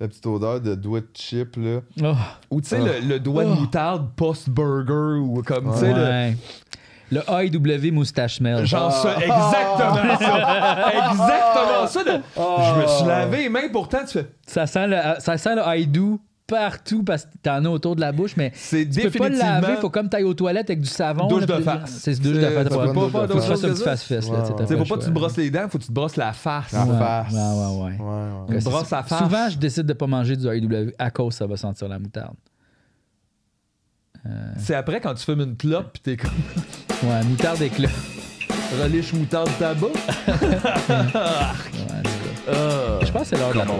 Speaker 1: La petite odeur de doigt de chip, là.
Speaker 2: Oh,
Speaker 3: Ou tu sais, le, le doigt de
Speaker 2: Oh.
Speaker 3: moutarde post-burger ou comme, tu sais, le-
Speaker 2: ouais. Le AEW Moustache Mel.
Speaker 3: Genre ça,
Speaker 2: *laughs*
Speaker 3: exactement ça. Exactement ça. de-
Speaker 2: Oh.
Speaker 3: Je me suis lavé les mains, pourtant, tu fais.
Speaker 2: Ça sent le, ça sent le haïdou partout parce que t'en as autour de la bouche, mais
Speaker 3: C'est
Speaker 2: tu peux pas le
Speaker 3: définitivement.
Speaker 2: laver, faut comme t'ailles aux toilettes avec du savon.
Speaker 3: Douche
Speaker 2: là,
Speaker 3: de
Speaker 2: puis-
Speaker 3: face.
Speaker 2: C'est une douche de
Speaker 3: C'est-
Speaker 2: face.
Speaker 3: tu
Speaker 2: ouais.
Speaker 1: peux pas
Speaker 2: Faut
Speaker 1: faire
Speaker 2: que
Speaker 1: d'autre
Speaker 2: tu fasses
Speaker 3: chose
Speaker 2: un
Speaker 3: que
Speaker 2: petit
Speaker 3: ça.
Speaker 2: fast-fest.
Speaker 1: Ouais,
Speaker 2: là, tu sais, t'as
Speaker 3: Tu
Speaker 1: ouais.
Speaker 3: sais,
Speaker 2: pas
Speaker 3: faut
Speaker 2: le
Speaker 3: pas que tu
Speaker 2: choix.
Speaker 3: te brosses les dents, faut que tu te brosses la face.
Speaker 1: La
Speaker 2: Ah, Ouais,
Speaker 1: face.
Speaker 2: ouais, ouais, ouais.
Speaker 1: Ouais,
Speaker 2: Que
Speaker 1: ouais.
Speaker 2: c'est-
Speaker 3: brosse à face.
Speaker 2: Souvent, je décide de pas manger du AEW à cause ça va sentir la moutarde.
Speaker 3: C'est après quand tu fumes une clope pis t'es comme
Speaker 2: Ouais, moutarde éclat.
Speaker 3: reliche moutarde tabac.
Speaker 2: Ouais, en tout cas.
Speaker 3: Ah.
Speaker 2: Je pense que c'est l'heure de la pause.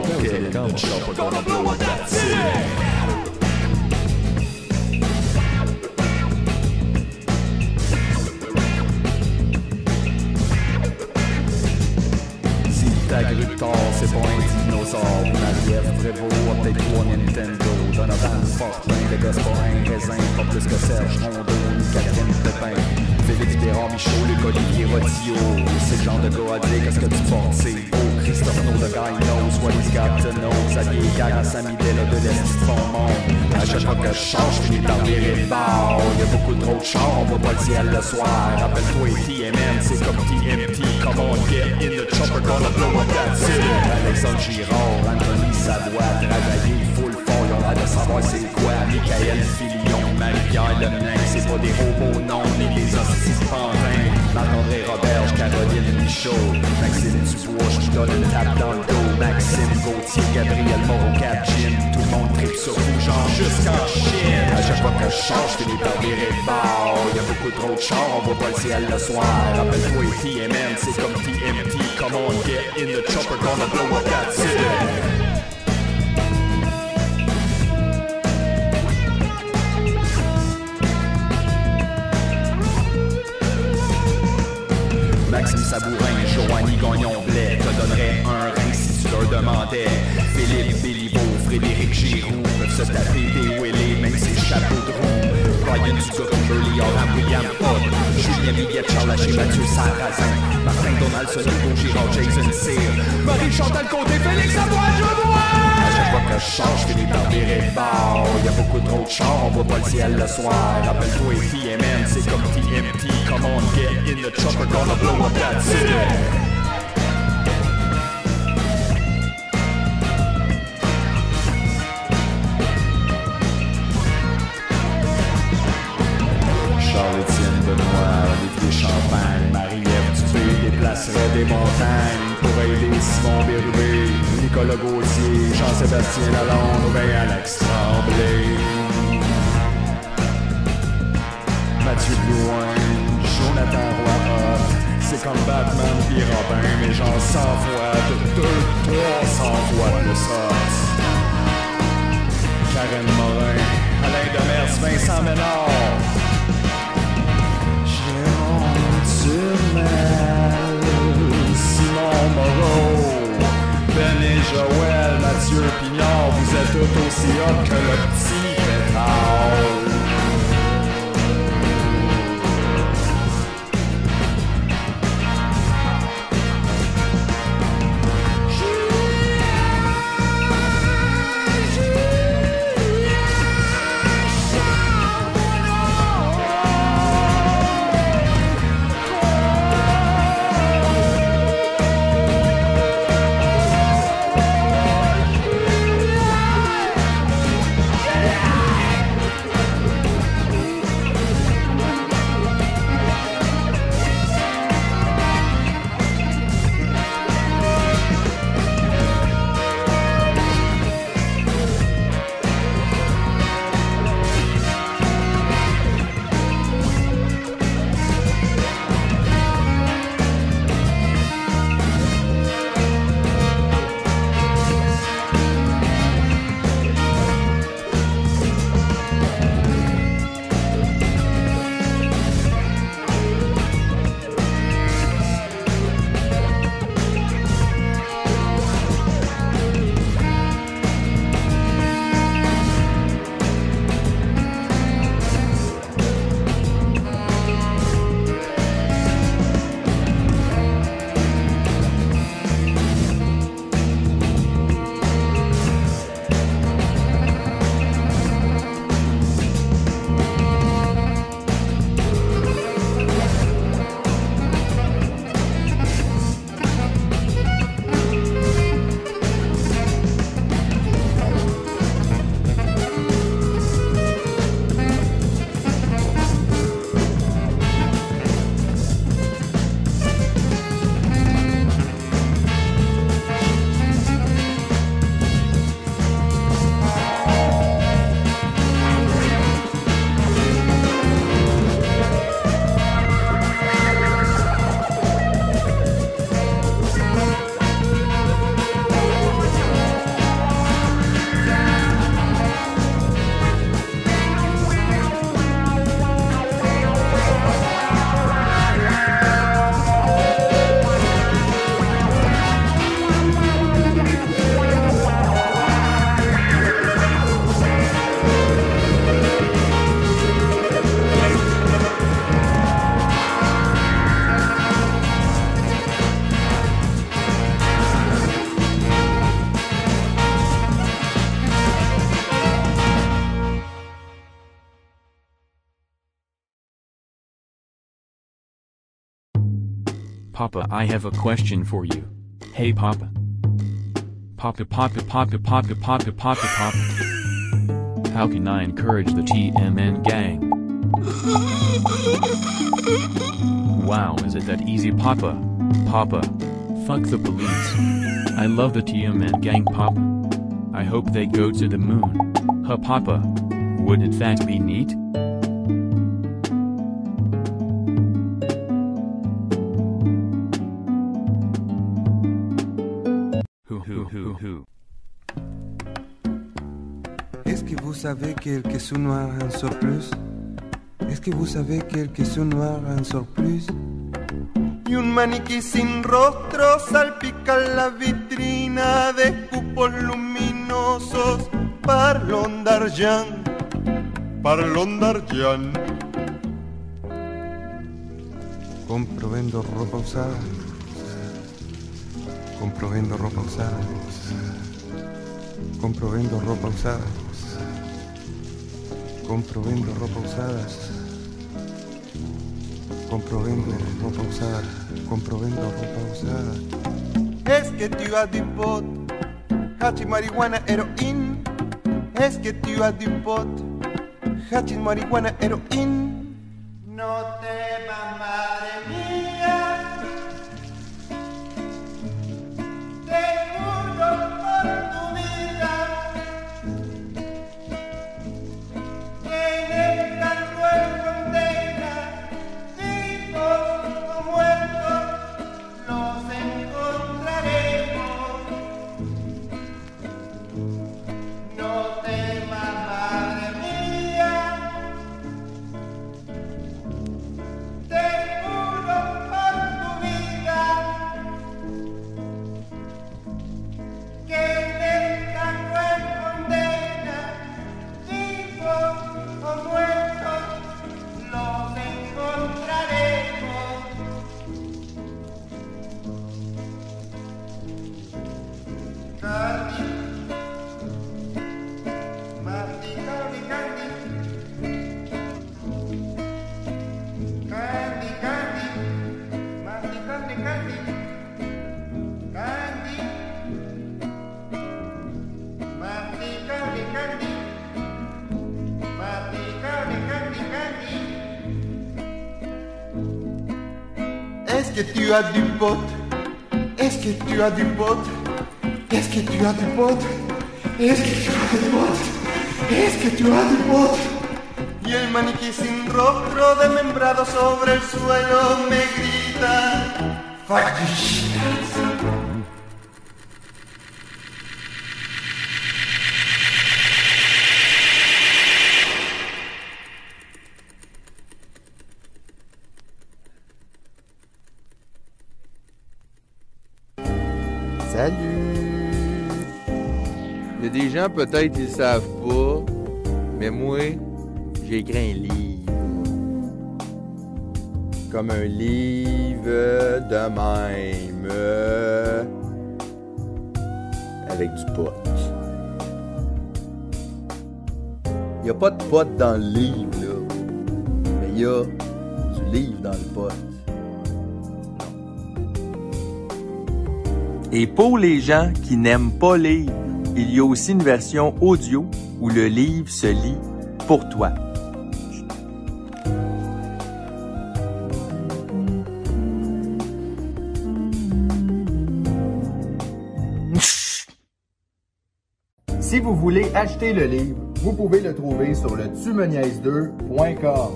Speaker 9: Maxime Sabourin, Joanie Gagnon Blais te donnerait un rein si tu leur demandais. Philippe Béliveau, Frédéric Giroux peuvent se taper des wheelies, même ses chapeaux de roue. Brian Ducotte, Curly, Oram, William Hott, Julien Miguel, Charles Haché, Mathieu Sarrazin, Martin Donaldson, Hugo Girard, Jason Cyr, Marie-Chantal Côté, Félix Abois, Jodoin! À chaque fois que je change, je finis par virer de bord. Y a beaucoup trop de chars, on voit pas le ciel le soir. Rappelle-toi, TMN, c'est comme TMT. Come on, get in the chopper, gonna blow up that city. Charles-Étienne Benoît, Olivier Champagne, Marie traverserait des montagnes pour aider Simon Bérubé, Nicolas Gauthier, Jean-Sébastien Lalonde ou bien Alex Tremblay. Mathieu Blouin, Jonathan Roy C'est comme Batman pis Robin Mais genre 100 fois, de 2, 300 fois le sauce Karen Morin, Alain Demers, Vincent Ménard Jérôme Turmel, Simon Moreau Ben et Joël, Mathieu Pignard Vous êtes tout aussi hot que le petit pétard
Speaker 10: Papa, I have a question for you. Hey, Papa. Papa, Papa, Papa, Papa, Papa, Papa, Papa. How can I encourage the TMN gang? Wow, is it that easy, Papa? Papa. Fuck the police. I love the TMN gang, Papa. I hope they go to the moon. Huh, Papa. Wouldn't that be neat? Hoo hoo hoo hoo.
Speaker 1: Est-ce que vous savez quel caisson noir en sort plus Est-ce que vous savez quel caisson noir en sort plus
Speaker 11: Y un maniquí sin rostro salpica la vitrina de cupos luminosos. Parlon d'argent, parlon d'argent.
Speaker 1: Compro, vendo ropa usada. Compro, vendo ropa usada. Compro, vendo ropa usada. Compro, vendo ropa usada. Compro, vendo ropa usada. Compro, vendo ropa usada.
Speaker 11: Es que tu as du pot, hachi marihuana, héroïne. Es que tu as du pot, hachi marihuana, héroïne.
Speaker 12: No temas, madre mía,
Speaker 13: Est-ce que tu as du pot Est-ce que tu as du pot Est-ce que tu as du pot Est-ce que tu as du pot Est-ce que tu as du pot Y el maniquí sin rostro desmembrado sobre el suelo me grita. Faquillas.
Speaker 11: Salut! Il y a des gens, peut-être, ils le savent pas, mais moi, j'ai écrit un livre. Comme un livre de même. euh, Avec du pot. Il n'y a pas de pot dans le livre, là. Mais il y a du livre dans le pot.
Speaker 14: Et pour les gens qui n'aiment pas lire, il y a aussi une version audio où le livre se lit pour toi.
Speaker 11: Si vous voulez acheter le livre, vous pouvez le trouver sur le tumeniaise2.com.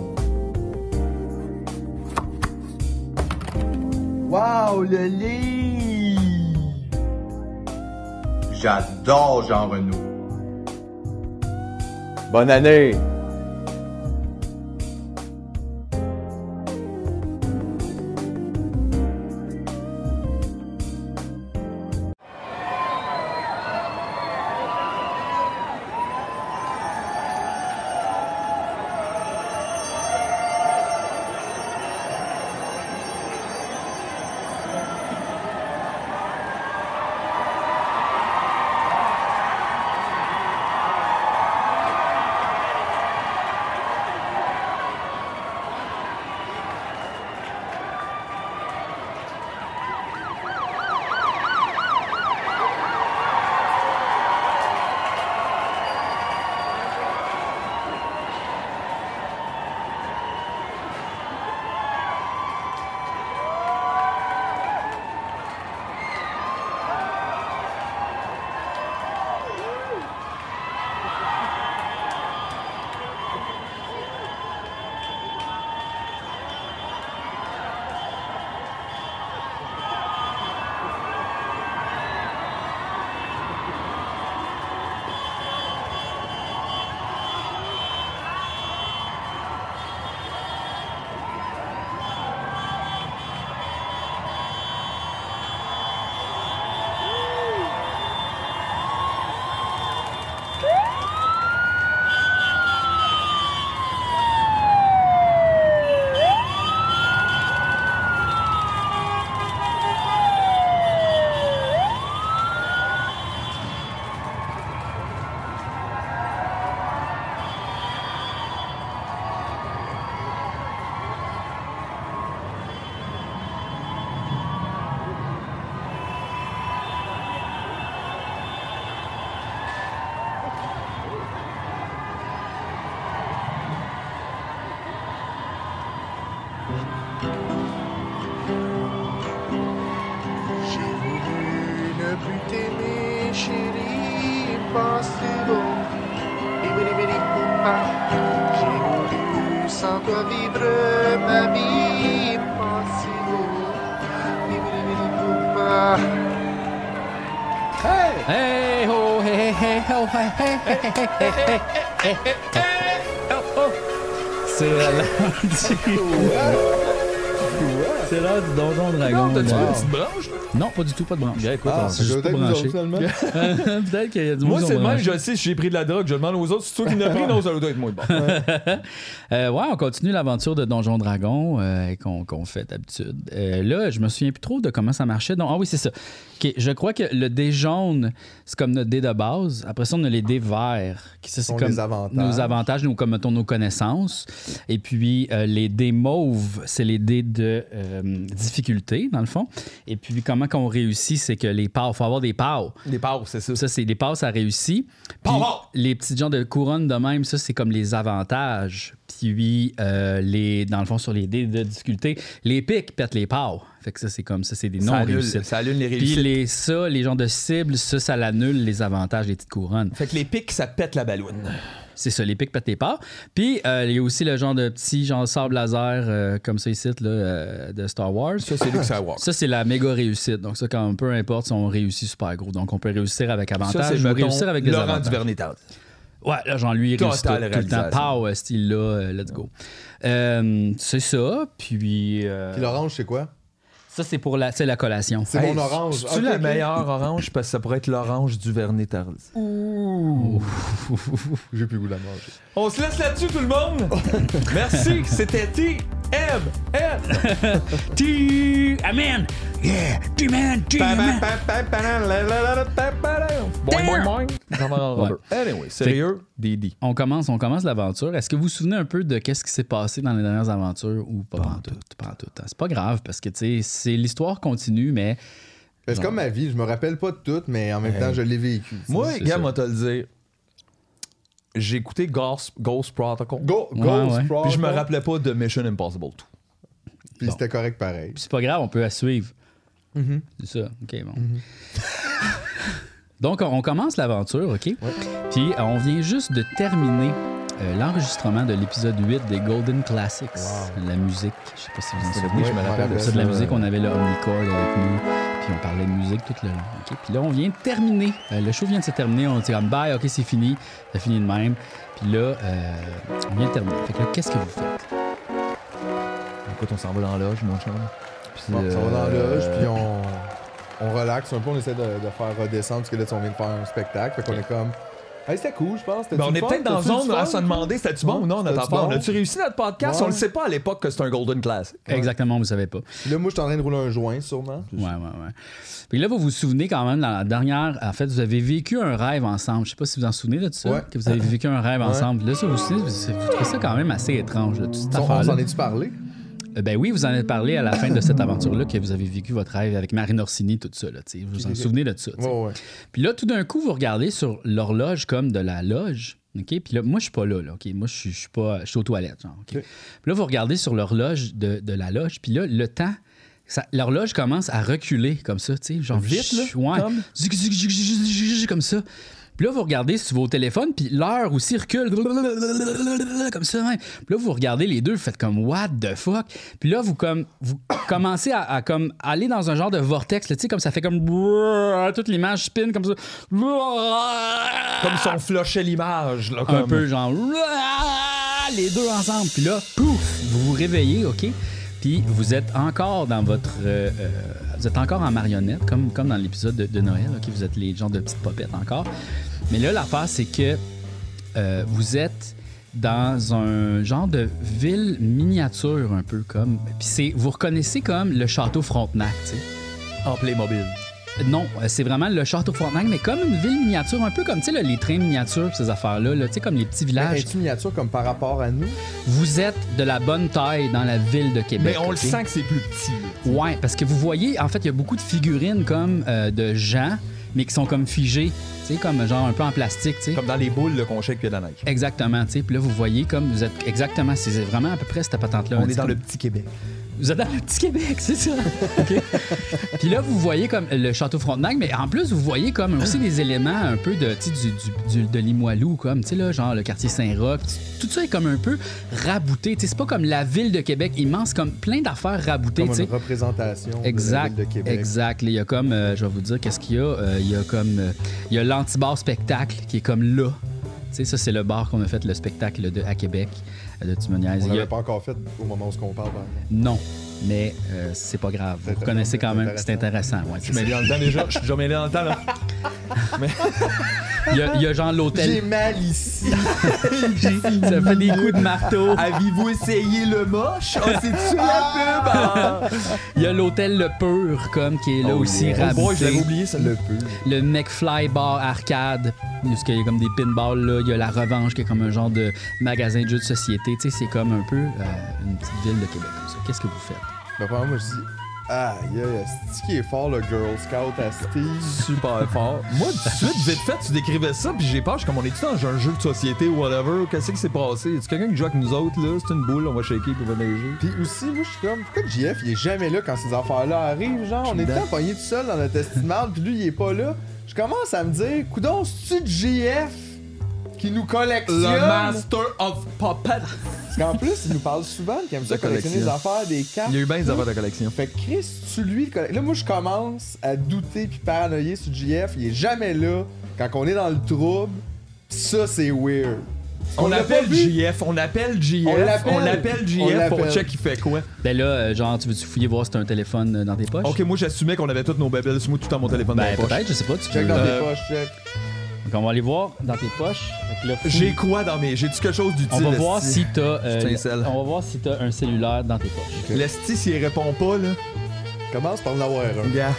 Speaker 11: Wow, le livre! J'adore Jean Renaud. Bonne année!
Speaker 9: Ne plus t'aimer, chérie, impossible. Ibiribiri, poupa. J'ai voulu sans toi vivre ma vie impossible. Ibiribiri, poupa. Hey!
Speaker 2: Hey, oh, hey, hey, oh, hey, hey, hey, hey, hey, hey, hey, hey, hey, oh, oh. C'est
Speaker 3: *laughs*
Speaker 2: la C'est l'heure du Donjon Dragon.
Speaker 3: Non, t'as-tu
Speaker 2: Wow.
Speaker 3: une petite branche, là?
Speaker 2: Non, pas du tout, pas de branche.
Speaker 3: Bien, écoute,
Speaker 2: Ah,
Speaker 3: on
Speaker 2: c'est
Speaker 3: s'est
Speaker 2: juste
Speaker 3: peut-être
Speaker 2: pas
Speaker 3: nous
Speaker 2: branché.
Speaker 3: autres,
Speaker 2: *laughs*
Speaker 3: finalement.
Speaker 2: Peut-être qu'il y a du
Speaker 3: Moi,
Speaker 2: monde
Speaker 3: c'est le même,
Speaker 2: branché.
Speaker 3: je sais, si j'ai pris de la drogue, je demande aux autres, c'est toi qui en as
Speaker 2: *laughs*
Speaker 3: pris, non, ça doit être moins bon.
Speaker 2: Euh, ouais, on continue l'aventure de Donjon Dragon euh, qu'on qu'on fait d'habitude. Euh, là, je me souviens plus trop de comment ça marchait. Donc, ah oui, c'est ça. Ok, je crois que le dé jaune, c'est comme notre dé de base. Après ça, on a les dés verts, qui ça, c'est
Speaker 1: Sont
Speaker 2: comme
Speaker 1: les avantages.
Speaker 2: nos avantages, nos, comme mettons, nos connaissances. Et puis, euh, les dés mauves, c'est les dés de de euh, difficulté, dans le fond. Et puis, comment qu'on réussit, c'est que les parts, il faut avoir des parts.
Speaker 3: Des parts, c'est ça.
Speaker 2: Ça, c'est les parts, ça réussit. Puis, les petits gens de couronne de même, ça, c'est comme les avantages. Puis, euh, les, dans le fond, sur les dés de difficulté, les pics pètent les parts. Fait que ça, c'est comme ça, c'est des
Speaker 3: Ça annule-
Speaker 2: non-réussites.
Speaker 3: ça annule les
Speaker 2: Puis,
Speaker 3: réussites.
Speaker 2: les, ça, les gens de cible, ça, ça l'annule les avantages des petites couronnes.
Speaker 3: Fait que les pics, ça pète la balloune.
Speaker 2: C'est ça, les pics pètent les parts. Puis, euh, il y a aussi le genre de petit genre sable laser, euh, comme ça ici, là, euh, de Star Wars. Ça,
Speaker 3: c'est Luke Skywalker.
Speaker 2: Ça, c'est la méga réussite. Donc, ça, quand peu importe si on réussit super gros. Donc, on peut réussir avec avantage
Speaker 3: Ça, c'est
Speaker 2: ou
Speaker 3: mettons,
Speaker 2: réussir avec des
Speaker 3: Laurent
Speaker 2: avantages.
Speaker 3: Duvernay-Tard.
Speaker 2: Ouais, là, Jean-Louis
Speaker 3: Totale
Speaker 2: réussit tout, tout le temps.
Speaker 3: réalisation.
Speaker 2: Pow, euh, style là, euh, let's go. Euh, c'est ça, puis... euh,
Speaker 1: *laughs* Puis l'orange, c'est quoi?
Speaker 2: Ça, c'est pour la, c'est la collation.
Speaker 1: C'est mon orange.
Speaker 3: C'est-tu
Speaker 1: Ok,
Speaker 3: la
Speaker 1: ok.
Speaker 3: meilleure orange? Parce que ça pourrait être l'orange du vernet
Speaker 1: Ouh! J'ai plus le goût de la manger.
Speaker 3: On se laisse là-dessus, tout le monde! Merci, c'était T. M. M.
Speaker 2: T. Amen! Yeah! T-Man! T-Man!
Speaker 3: Boing, boing, boing. J'en vais en rubber. Anyway, sérieux?
Speaker 2: Didi. On commence, on commence l'aventure. Est-ce que vous vous souvenez un peu de qu'est-ce qui s'est passé dans les dernières aventures ou pas pantoute, pantoute, hein? C'est pas grave parce que tu sais, c'est l'histoire continue, mais
Speaker 1: C'est
Speaker 2: Genre-
Speaker 1: comme ma vie, je me rappelle pas de tout, mais en même
Speaker 3: Ouais.
Speaker 1: temps, je l'ai vécu.
Speaker 3: Moi,
Speaker 1: C'est
Speaker 3: gars,
Speaker 1: ça.
Speaker 3: moi, te le dire. J'ai écouté Ghost, Ghost Protocol.
Speaker 1: Ghost Ouais, ouais.
Speaker 3: Puis je me
Speaker 1: Protocol.
Speaker 3: rappelais pas de Mission Impossible tout.
Speaker 1: Puis c'était correct pareil.
Speaker 2: Puis c'est pas grave, on peut la suivre. C'est ça. OK, bon. *laughs* Donc, on- on commence l'aventure, OK? Puis euh, on vient juste de terminer euh, l'enregistrement de l'épisode 8 des Golden Classics. La musique, je sais pas si vous en
Speaker 3: C'était-
Speaker 2: souvenez.
Speaker 3: oui, je me
Speaker 2: Ouais,
Speaker 3: rappelle de
Speaker 2: C'est de la
Speaker 3: ça,
Speaker 2: musique,
Speaker 3: ouais.
Speaker 2: on avait le Omnicord avec nous, puis on parlait de musique tout le long. OK? Puis là, on vient de terminer. Euh, le show vient de se terminer. On dit comme bye, OK, c'est fini. Ça finit de même. Puis là, euh, on vient de terminer. Fait que là, qu'est-ce que vous faites?
Speaker 3: Écoute, on s'en va dans la loge, mon chum. Puis,
Speaker 1: Bon, ça va dans la
Speaker 3: euh,
Speaker 1: loge,
Speaker 3: *laughs*
Speaker 1: puis on, on relaxe un peu, on essaie de, de faire redescendre parce que là, tu sais, on vient de faire un spectacle. Fait qu'on est comme. Hey, c'était cool, je pense.
Speaker 3: Ben, on est peut-être dans zone à se demander c'était-tu bon ou non notre affaire. On a-tu réussi notre podcast?
Speaker 1: Ouais.
Speaker 3: On le sait pas à l'époque que c'est un Golden Class.
Speaker 2: Exactement, vous savez pas.
Speaker 1: Là, moi, je suis en train de rouler un joint, sûrement.
Speaker 2: Ouais, ouais, ouais. Puis là, vous vous souvenez quand même, dans la dernière, en fait, vous avez vécu un rêve ensemble. Je sais pas si vous en souvenez là, de ça,
Speaker 1: Ouais.
Speaker 2: que vous avez vécu un rêve
Speaker 1: Ouais.
Speaker 2: ensemble. Là, ça aussi, vous, vous trouvez ça quand même assez étrange, là, toute cette
Speaker 1: On, on
Speaker 2: affaire-là.
Speaker 1: s'en est-tu parlé?
Speaker 2: Euh, Ben oui, vous en avez parlé à la fin de cette aventure-là que vous avez vécu votre rêve avec Marine Orsini, tout ça. Là, tu sais. vous vous en
Speaker 1: Ok.
Speaker 2: souvenez de ça. tu sais. Puis là, tout d'un coup, vous regardez sur l'horloge comme de la loge. OK? Puis là, moi, je suis pas là. là, OK? Moi, je suis- je suis pas. Je suis aux toilettes. Genre, OK? Puis là, vous regardez sur l'horloge de, de la loge. Puis là, le temps. ça- L'horloge commence à reculer comme ça, tu sais, genre
Speaker 3: Vite, là,
Speaker 2: ouais,
Speaker 3: comme?
Speaker 2: Zig, zig, zig, zig, zig, zig, zig, comme ça. Puis là, vous regardez sur vos téléphones, puis l'heure aussi recule, comme ça. Même. Puis là, vous regardez les deux, vous faites comme What the fuck? Puis là, vous, comme, vous commencez à, à comme aller dans un genre de vortex, là, tu sais, comme ça fait comme toute l'image spin comme ça.
Speaker 3: Comme si on flochait l'image. là,
Speaker 2: Un
Speaker 3: comme-
Speaker 2: peu genre les deux ensemble. Puis là, pouf, vous vous réveillez, OK? Puis vous êtes encore dans votre. euh, euh, vous êtes encore en marionnette, comme, comme dans l'épisode de, de Noël, OK? Vous êtes les gens de petites popettes encore. Mais là, l'affaire, c'est que euh, vous êtes dans un genre de ville miniature, un peu comme. Puis c'est. Vous reconnaissez comme le château Frontenac, tu sais. En Playmobil.
Speaker 3: Ben,
Speaker 2: Non, euh, c'est vraiment le château Frontenac, mais comme une ville miniature, un peu comme, tu sais, là, les trains miniatures, ces affaires-là, là, tu sais, comme les petits
Speaker 1: Mais
Speaker 2: villages.
Speaker 1: Es-tu miniature comme par rapport à nous?
Speaker 2: Vous êtes de la bonne taille dans la ville de Québec.
Speaker 3: Mais Ben, on
Speaker 2: ok?
Speaker 3: le sent que c'est plus petit.
Speaker 2: Ouais, parce que vous voyez, en fait, il y a beaucoup de figurines comme euh, de gens, mais qui sont comme figées, tu sais, comme genre un peu en plastique, tu sais.
Speaker 3: Comme dans les boules là, qu'on shake puis il y a de la neige.
Speaker 2: Exactement, tu sais. Puis là, vous voyez comme vous êtes exactement, c'est vraiment à peu près cette patente-là.
Speaker 3: On
Speaker 2: hein,
Speaker 3: est
Speaker 2: c'est
Speaker 3: dans
Speaker 2: comme-
Speaker 3: le petit Québec.
Speaker 2: Vous êtes dans le petit Québec, c'est ça. OK. Puis là, vous voyez comme le château Frontenac, mais en plus, vous voyez comme aussi des éléments un peu de, tu sais, du, du- du- de Limoilou, comme, tu sais, là, genre le quartier Saint-Roch. Tout ça est comme un peu rabouté. Tu sais, c'est pas comme la ville de Québec immense, comme plein d'affaires raboutées,
Speaker 1: Comme
Speaker 2: tu sais.
Speaker 1: une représentation
Speaker 2: Exact,
Speaker 1: de la ville de Québec.
Speaker 2: exact. Là, Il y a comme, euh, je vais vous dire, qu'est-ce qu'il y a? Euh, il y a comme, euh, il y a l'antibar spectacle qui est comme là. Tu sais, ça, c'est le bar qu'on a fait le spectacle de, à Québec, euh, de Timoniaise.
Speaker 1: On
Speaker 2: Il y a-
Speaker 1: l'avait pas encore fait au moment où on hein. parle. par exemple.
Speaker 2: Non, mais euh, c'est pas grave. Vous reconnaissez quand même que c'est intéressant. Ouais,
Speaker 3: Je
Speaker 2: c'est
Speaker 3: suis mêlé
Speaker 2: ça.
Speaker 3: dans le temps déjà. Je suis déjà mêlé dans le temps *laughs* là.
Speaker 2: Il y a, il y a genre
Speaker 1: J'ai
Speaker 2: l'hôtel.
Speaker 1: mal ici.
Speaker 2: Ça fait des coups de marteau.
Speaker 3: Avez-vous essayé le moche? Oh, c'est-tu la pub? Ah!
Speaker 2: Il y a l'hôtel Le Pur, comme, qui est là aussi
Speaker 3: yeah. Oh boy, je l'avais oublié,
Speaker 2: ça. Le
Speaker 1: Pur.
Speaker 2: Le McFly Bar Arcade, parce qu'il y a comme des pinballs, là. Il y a La Revanche, qui est comme un genre de magasin de jeux de société. Tu sais, c'est comme un peu euh, une petite ville de Québec, comme ça. Qu'est-ce que vous faites?
Speaker 1: Ben, premièrement, moi, je dis, aïe, aïe, c'est qui est fort le Girl Scout à Steve?
Speaker 3: Super fort. Moi, tout de suite, vite fait, tu décrivais ça, puis j'ai peur. Je suis comme, on est dans un jeu de société ou whatever? Qu'est-ce qui s'est passé? Est-ce quelqu'un qui joue avec nous autres, là? C'est une boule, on va shaker pour venir jouer.
Speaker 1: Puis aussi, moi, je suis comme, pourquoi JF, il est jamais là quand ces affaires-là arrivent? Genre, on est tout le temps pogné tout seul dans notre estimable, puis lui, il est pas là. Je commence à me dire, coudon, c'est-tu JF qui nous collectionne?
Speaker 3: Le Master of Puppets.
Speaker 1: Parce qu'en plus, il nous parle souvent qu'il aime ça
Speaker 3: De
Speaker 1: collectionner des
Speaker 3: collection.
Speaker 1: affaires, des cartes.
Speaker 3: Il y a eu bien des
Speaker 1: tout.
Speaker 3: affaires de collection.
Speaker 1: Fait que Chris, tu lui. le colle- Là, moi, je commence à douter puis paranoïer sur JF. Il est jamais là quand on est dans le trouble. Ça, c'est weird.
Speaker 3: On,
Speaker 1: l'a pas
Speaker 3: appelle
Speaker 1: vu.
Speaker 3: JF, on appelle JF,
Speaker 1: On l'appelle.
Speaker 3: on l'appelle
Speaker 1: On
Speaker 3: JF
Speaker 1: l'appelle.
Speaker 3: pour check il fait quoi.
Speaker 2: Ben là, euh, genre, tu veux-tu fouiller voir si t'as un téléphone euh, dans tes poches?
Speaker 3: Ok, moi j'assumais qu'on avait tous nos babelles smooth tout dans mon téléphone
Speaker 2: Ben,
Speaker 3: dans les
Speaker 2: peut-être,
Speaker 3: poches.
Speaker 2: je sais pas, tu
Speaker 1: Check
Speaker 2: peux,
Speaker 1: dans
Speaker 2: euh,
Speaker 1: tes poches, check.
Speaker 2: Donc, on va aller voir dans tes poches. Fait que là, fou-
Speaker 3: J'ai quoi dans mes... J'ai-tu quelque chose d'utile?
Speaker 2: On va voir
Speaker 3: esti?
Speaker 2: si t'as. euh,
Speaker 3: Je tincelle.
Speaker 2: on va voir si t'as un cellulaire dans tes poches.
Speaker 3: L'esti, s'il répond pas, là...
Speaker 1: Commence par en avoir un.
Speaker 3: Gars.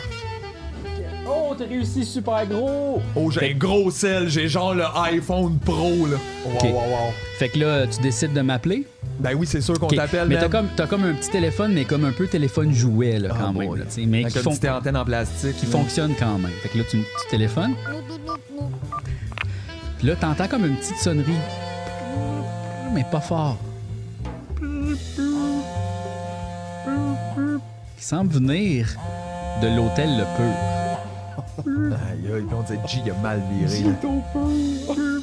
Speaker 2: Oh, t'as réussi super gros!
Speaker 3: Oh, j'ai un gros sel, j'ai genre le iPhone Pro, là. Wow,
Speaker 2: Ok.
Speaker 3: wow, wow.
Speaker 2: Fait que là, tu décides de m'appeler.
Speaker 3: Ben oui, c'est sûr qu'on
Speaker 2: Ok,
Speaker 3: t'appelle,
Speaker 2: Mais t'as
Speaker 3: man. Ah,
Speaker 2: comme, t'as comme un petit téléphone, mais comme un peu téléphone jouet, là, quand même. là, tu sais, mais
Speaker 3: Avec
Speaker 2: qui,
Speaker 3: une
Speaker 2: fon-
Speaker 3: petite antenne en plastique.
Speaker 2: qui
Speaker 3: là.
Speaker 2: fonctionne quand même. Fait que là, tu, tu téléphones. Puis là, t'entends comme une petite sonnerie. Mais pas fort. Qui semble venir de l'hôtel Le Peu.
Speaker 3: Aïe, aïe, puis on disait, G, il a mal viré.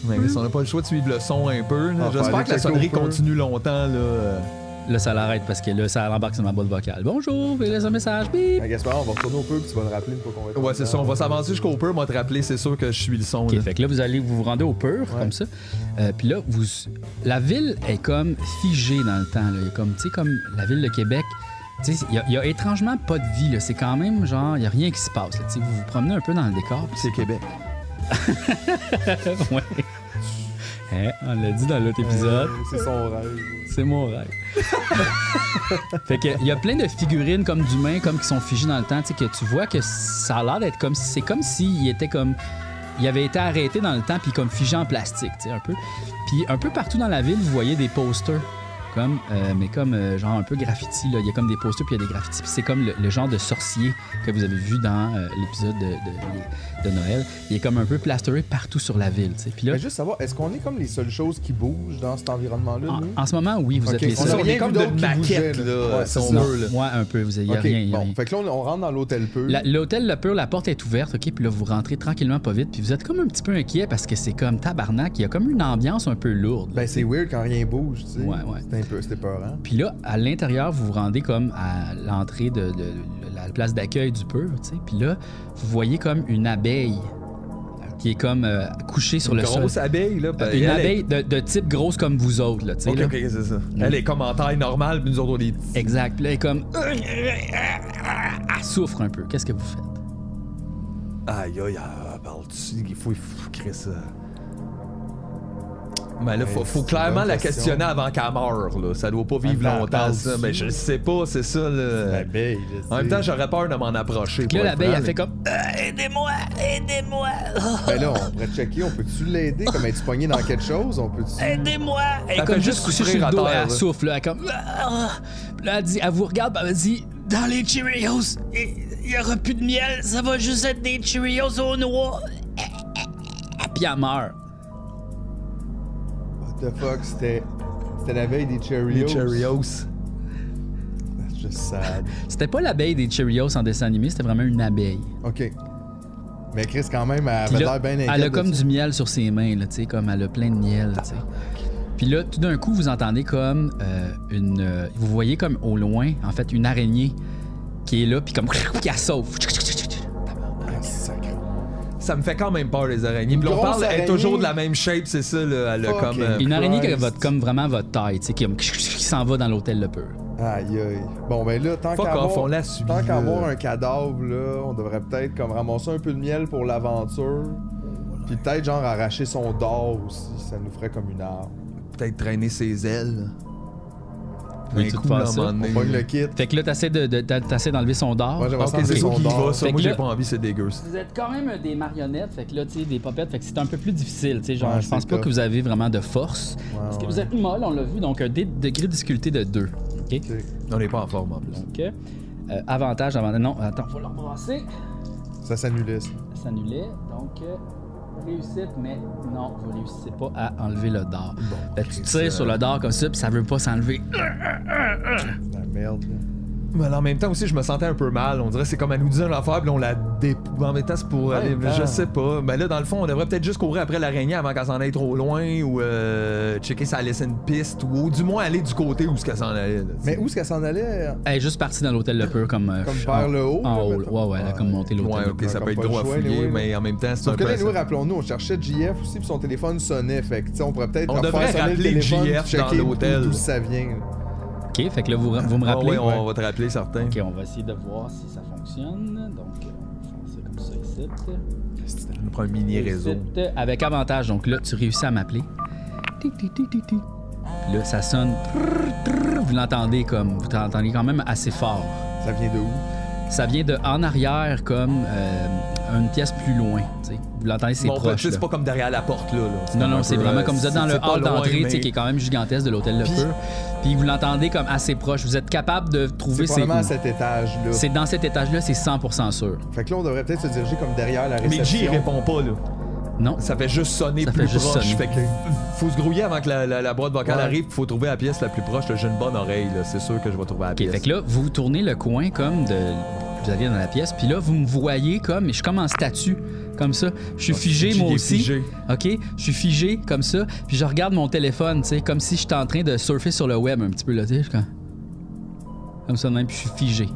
Speaker 3: Mais si on n'a pas le choix de suivre le son un peu, là,
Speaker 1: Ah, faut
Speaker 3: j'espère
Speaker 1: aller
Speaker 3: que la
Speaker 1: checker au
Speaker 3: sonnerie
Speaker 1: peu.
Speaker 3: continue longtemps, là.
Speaker 2: Là, ça l'arrête parce que là, ça embarque sur ma boîte vocale. Bonjour, je laisse un message. Bip!
Speaker 1: Fait que, Gaspard, on va retourner au peu puis tu vas le rappeler une fois qu'on va être
Speaker 3: Ouais, c'est ça, on va s'avancer jusqu'au pur, moi, te rappeler, c'est sûr que je suis le son,
Speaker 2: OK,
Speaker 3: là.
Speaker 2: fait que là, vous allez vous vous rendez au pur, comme ça. Euh, Puis là, vous, la ville est comme figée dans le temps. Là. Il y a Comme, tu sais, comme la ville de Québec, tu sais, il y, a- il y a étrangement pas de vie. là. C'est quand même genre, il y a rien qui se passe. là. Tu sais, Vous vous promenez un peu dans le décor.
Speaker 3: *laughs*
Speaker 2: puis
Speaker 3: C'est Québec.
Speaker 2: ouais. *laughs* Hein, on l'a dit dans l'autre épisode.
Speaker 1: C'est son rêve.
Speaker 2: C'est mon rêve. fait que il y a plein de figurines comme d'humains comme qui sont figées dans le temps, tu sais que tu vois que ça a l'air d'être comme si c'est comme s'il était comme il avait été arrêté dans le temps puis comme figé en plastique, tu sais un peu. Puis un peu partout dans la ville, vous voyez des posters comme euh, mais comme euh, genre un peu graffiti là, il y a comme des posters puis il y a des graffitis, puis c'est comme le, le genre de sorcier que vous avez vu dans euh, l'épisode de, de- de Noël, il est comme un peu plasteré partout sur la ville, tu sais. Puis là
Speaker 1: Mais juste savoir, est-ce qu'on est comme les seules choses qui bougent dans cet environnement-là,
Speaker 3: Ah,
Speaker 1: nous?
Speaker 2: en ce moment, oui, vous
Speaker 1: Ok,
Speaker 2: êtes les
Speaker 1: on a
Speaker 2: seuls.
Speaker 1: rien
Speaker 3: est comme de
Speaker 1: vu d'autre qui
Speaker 3: maquette,
Speaker 1: bougeait,
Speaker 3: là,
Speaker 1: Ouais,
Speaker 3: si on
Speaker 1: c'est ça.
Speaker 3: veut, là.
Speaker 2: Ouais, un peu. Vous avez il y a
Speaker 1: Ok,
Speaker 2: rien. il y a
Speaker 1: bon.
Speaker 2: rien.
Speaker 1: Fait que là, on, on rentre dans l'hôtel peu.
Speaker 2: La- L'hôtel Le Pur, la porte est ouverte, OK? Puis là, vous rentrez tranquillement, pas vite. Puis vous êtes comme un petit peu inquiet parce que c'est comme tabarnak. Il y a comme une ambiance un peu lourde.
Speaker 1: Ben, c'est weird quand rien bouge, tu sais.
Speaker 2: Ouais, ouais.
Speaker 1: C'était un peu, c'était peur, hein?
Speaker 2: Puis là, à l'intérieur, vous vous rendez comme à l'entrée de, de- de la place d'accueil du Pur, tu sais. Puis là, vous voyez comme une abeille qui est comme euh, couchée sur
Speaker 3: Une
Speaker 2: le sol.
Speaker 3: grosse abeille, là.
Speaker 2: Euh,
Speaker 3: ben,
Speaker 2: une
Speaker 3: elle est-
Speaker 2: abeille de, de type grosse comme vous autres, là, tu sais.
Speaker 3: Ok,
Speaker 2: là.
Speaker 3: ok, c'est ça. Elle est comme en taille normale, puis nous autres, on est petits.
Speaker 2: Exact. Puis là, elle est comme... Elle souffre un peu. Qu'est-ce que vous faites?
Speaker 3: Aïe, aïe,
Speaker 1: ah,
Speaker 3: aïe, parle-tu, il faut, il faut créer ça. Mais là, faut,
Speaker 1: Ouais,
Speaker 3: faut
Speaker 1: c'est
Speaker 3: clairement
Speaker 1: une
Speaker 3: la
Speaker 1: bonne question.
Speaker 3: questionner avant qu'elle meure, là. Ça doit pas vivre
Speaker 1: Attends,
Speaker 3: longtemps,
Speaker 1: parle-tu?
Speaker 3: ça. Mais je sais pas, c'est ça, là.
Speaker 1: L'abeille, je
Speaker 3: En même temps, j'aurais peur de m'en approcher.
Speaker 2: Puis
Speaker 3: pour
Speaker 2: là,
Speaker 3: être
Speaker 2: l'abeille,
Speaker 3: franc,
Speaker 2: elle fait
Speaker 3: mais-
Speaker 2: comme... Euh, aidez-moi! Aidez-moi!
Speaker 1: Ben là, on pourrait checker, on peut-tu l'aider? Comme être poigné dans quelque chose, on peut-tu...
Speaker 2: Aidez-moi! Elle est
Speaker 3: Elle
Speaker 2: comme
Speaker 3: fait
Speaker 2: juste
Speaker 3: juste
Speaker 2: couchée sur
Speaker 3: souffrir
Speaker 2: le
Speaker 3: à
Speaker 2: dos,
Speaker 3: terre,
Speaker 2: elle
Speaker 3: là.
Speaker 2: souffle, là, elle est comme. Ah! Puis Là, elle, dit, elle vous regarde, puis elle dit Dans les Cheerios, il n'y aura plus de miel, ça va juste être des Cheerios au noix. Puis elle meurt.
Speaker 1: What the fuck, c'était... C'était la veille des Cheerios.
Speaker 3: Les Cheerios.
Speaker 1: That's just sad.
Speaker 2: C'était pas l'abeille des Cheerios en dessin animé, c'était vraiment une abeille.
Speaker 1: OK. Mais Chris, quand même, elle
Speaker 2: Puis
Speaker 1: avait
Speaker 2: là,
Speaker 1: l'air bien inquiète.
Speaker 2: elle a
Speaker 1: de
Speaker 2: comme
Speaker 1: ça.
Speaker 2: du miel sur ses mains, là, tu sais, comme elle a plein de miel, tu sais. Puis là, tout d'un coup, vous entendez comme euh, une. euh, vous voyez comme au loin, en fait, une araignée qui est là, puis comme. *laughs* qui elle sauve.
Speaker 1: Ah, sacré.
Speaker 3: Ça me fait quand même peur, les araignées. Puis
Speaker 1: Une
Speaker 3: là, on
Speaker 1: grosse
Speaker 3: parle, elle est
Speaker 1: araignée.
Speaker 3: toujours de la même shape, c'est ça, là. Elle a
Speaker 1: Fucking
Speaker 3: comme. euh,
Speaker 2: Une araignée qui a
Speaker 1: Christ.
Speaker 2: votre, comme vraiment votre taille, tu sais, qui, qui s'en va dans l'hôtel le peu.
Speaker 1: Aïe aïe. Bon ben là, tant
Speaker 3: Fuck
Speaker 1: qu'à
Speaker 3: off,
Speaker 1: avoir,
Speaker 3: on la subit,
Speaker 1: tant qu'à
Speaker 3: là.
Speaker 1: avoir un cadavre là, on devrait peut-être comme ramasser un peu de miel pour l'aventure. Puis peut-être genre arracher son dard aussi, ça nous ferait comme une arme.
Speaker 3: Peut-être traîner ses ailes.
Speaker 2: Oui,
Speaker 3: Un
Speaker 2: tu te
Speaker 3: coup,
Speaker 2: passes
Speaker 3: là, à un
Speaker 2: ça.
Speaker 3: moment
Speaker 1: On
Speaker 3: donné.
Speaker 1: pogne le kit.
Speaker 2: Fait que là, t'essaies de, de- t'as- t'essaies d'enlever son dard.
Speaker 1: Moi j'aimerais
Speaker 3: Ok,
Speaker 1: ça
Speaker 3: c'est
Speaker 1: son
Speaker 3: qui qui va,
Speaker 1: dard.
Speaker 3: ça.
Speaker 2: Fait
Speaker 3: Moi,
Speaker 2: que
Speaker 3: j'ai
Speaker 2: là-
Speaker 3: pas envie, c'est dégueu, ça.
Speaker 2: Vous êtes quand même des marionnettes, fait que là, tu sais, des popettes, fait que c'est un peu plus difficile, tu sais, genre,
Speaker 1: Ouais,
Speaker 2: je pense
Speaker 1: c'est
Speaker 2: pas
Speaker 1: tough.
Speaker 2: que vous avez vraiment de force. parce que
Speaker 1: ouais.
Speaker 2: vous êtes molle, on l'a vu, donc un dé- degré de difficulté de 2. OK.
Speaker 3: On n'est pas en forme en plus.
Speaker 2: OK. Euh, avantage, avantage. Non, attends, faut le rebrasser.
Speaker 1: Ça s'annulait. ça.
Speaker 2: Ça s'annulait. Donc, euh, réussite, mais non, vous réussissez pas à enlever le dard. Fait que tu tires sur le dard comme ça, puis ça veut pas s'enlever.
Speaker 1: La merde. là.
Speaker 3: Mais en même temps aussi, je me sentais un peu mal. On dirait que c'est comme elle nous dit une affaire, puis on la dé... En même temps, c'est pour
Speaker 1: En
Speaker 3: aller.
Speaker 1: même temps.
Speaker 3: Je sais pas. Mais là, dans le fond, on devrait peut-être juste courir après l'araignée avant qu'elle s'en aille trop loin ou euh, checker si elle laissait une piste ou, ou du moins aller du côté où ce qu'elle s'en allait. là.
Speaker 1: Mais où est-ce qu'elle s'en allait? euh,
Speaker 2: Elle est juste partie dans l'hôtel Le Peu comme. euh,
Speaker 1: Comme vers le haut,
Speaker 2: En
Speaker 1: là,
Speaker 2: haut,
Speaker 1: mettons.
Speaker 2: là. Ouais, ouais, elle a comme monté l'hôtel.
Speaker 3: Ouais,
Speaker 2: Le
Speaker 3: ok,
Speaker 2: Peu.
Speaker 3: ça peut être
Speaker 1: pas
Speaker 3: gros à
Speaker 1: le choix,
Speaker 3: fouiller,
Speaker 1: anyway,
Speaker 3: mais en même temps, c'est un
Speaker 1: Sauf que
Speaker 3: peu.
Speaker 1: là, nous,
Speaker 3: ben, ça.
Speaker 1: rappelons-nous, on cherchait JF aussi, puis son téléphone sonnait. Fait que, tu sais, on pourrait peut-être
Speaker 3: On
Speaker 1: leur
Speaker 3: devrait
Speaker 1: faire sonner
Speaker 3: rappeler
Speaker 1: le téléphone,
Speaker 3: JF dans
Speaker 1: checker d'où-
Speaker 3: l'hôtel.
Speaker 1: D'où ça vient.
Speaker 2: OK, fait que là, vous, vous me
Speaker 3: Ah
Speaker 2: rappelez.
Speaker 3: ouais, on va te rappeler certains.
Speaker 2: OK, on va essayer de voir si ça fonctionne. Donc, euh, on fait ça comme ça ici.
Speaker 3: On prend un mini réseau.
Speaker 2: Réussite Avec avantage, donc là, tu réussis à m'appeler. Tic, tic, tic, tic, tic. Puis là, ça sonne. Trrr, trrr. Vous l'entendez comme. Vous l'entendez quand même assez fort.
Speaker 1: Ça vient de où?
Speaker 2: Ça vient de en arrière, comme euh, une pièce plus loin. tu sais. Vous l'entendez, c'est
Speaker 3: Mon
Speaker 2: proche.
Speaker 3: petit,
Speaker 2: là.
Speaker 3: c'est pas comme derrière la porte, là. là.
Speaker 2: Non,
Speaker 3: comme un
Speaker 2: non, c'est
Speaker 3: peu,
Speaker 2: vraiment
Speaker 3: euh,
Speaker 2: comme vous êtes dans
Speaker 3: c'est-
Speaker 2: le
Speaker 3: c'est pas
Speaker 2: hall
Speaker 3: loin,
Speaker 2: d'entrée, tu sais,
Speaker 3: mais-
Speaker 2: qui est quand même gigantesque de l'hôtel Le Peu. Puis vous l'entendez comme assez proche. Vous êtes capable de
Speaker 1: C'est
Speaker 2: trouver ces.
Speaker 1: probablement à cet étage-là.
Speaker 2: C'est dans cet étage-là, c'est 100% sûr.
Speaker 1: Fait que là, on devrait peut-être se diriger comme derrière la réception.
Speaker 3: Mais J répond pas, là.
Speaker 2: Non.
Speaker 3: Ça fait juste sonner
Speaker 2: Ça
Speaker 3: plus
Speaker 2: fait juste
Speaker 3: proche.
Speaker 2: sonner.
Speaker 3: Fait que faut se grouiller avant que la, la, la boîte vocale
Speaker 2: Ouais.
Speaker 3: arrive. Faut trouver la pièce la plus proche. là. J'ai une bonne oreille, là. C'est sûr que je vais trouver la
Speaker 2: OK,
Speaker 3: pièce.
Speaker 2: fait que là, vous tournez le coin comme de. Vous allez dans la pièce, puis là, vous me voyez comme. mais Je suis comme en statue, comme ça. Je suis figé,
Speaker 3: J
Speaker 2: moi
Speaker 3: est
Speaker 2: aussi.
Speaker 3: figé.
Speaker 2: OK? Je suis figé, comme ça. Puis je regarde mon téléphone, tu sais, comme si j'étais en train de surfer sur le web un petit peu, là, tu sais. je suis Comme... comme ça, de même, puis je suis figé.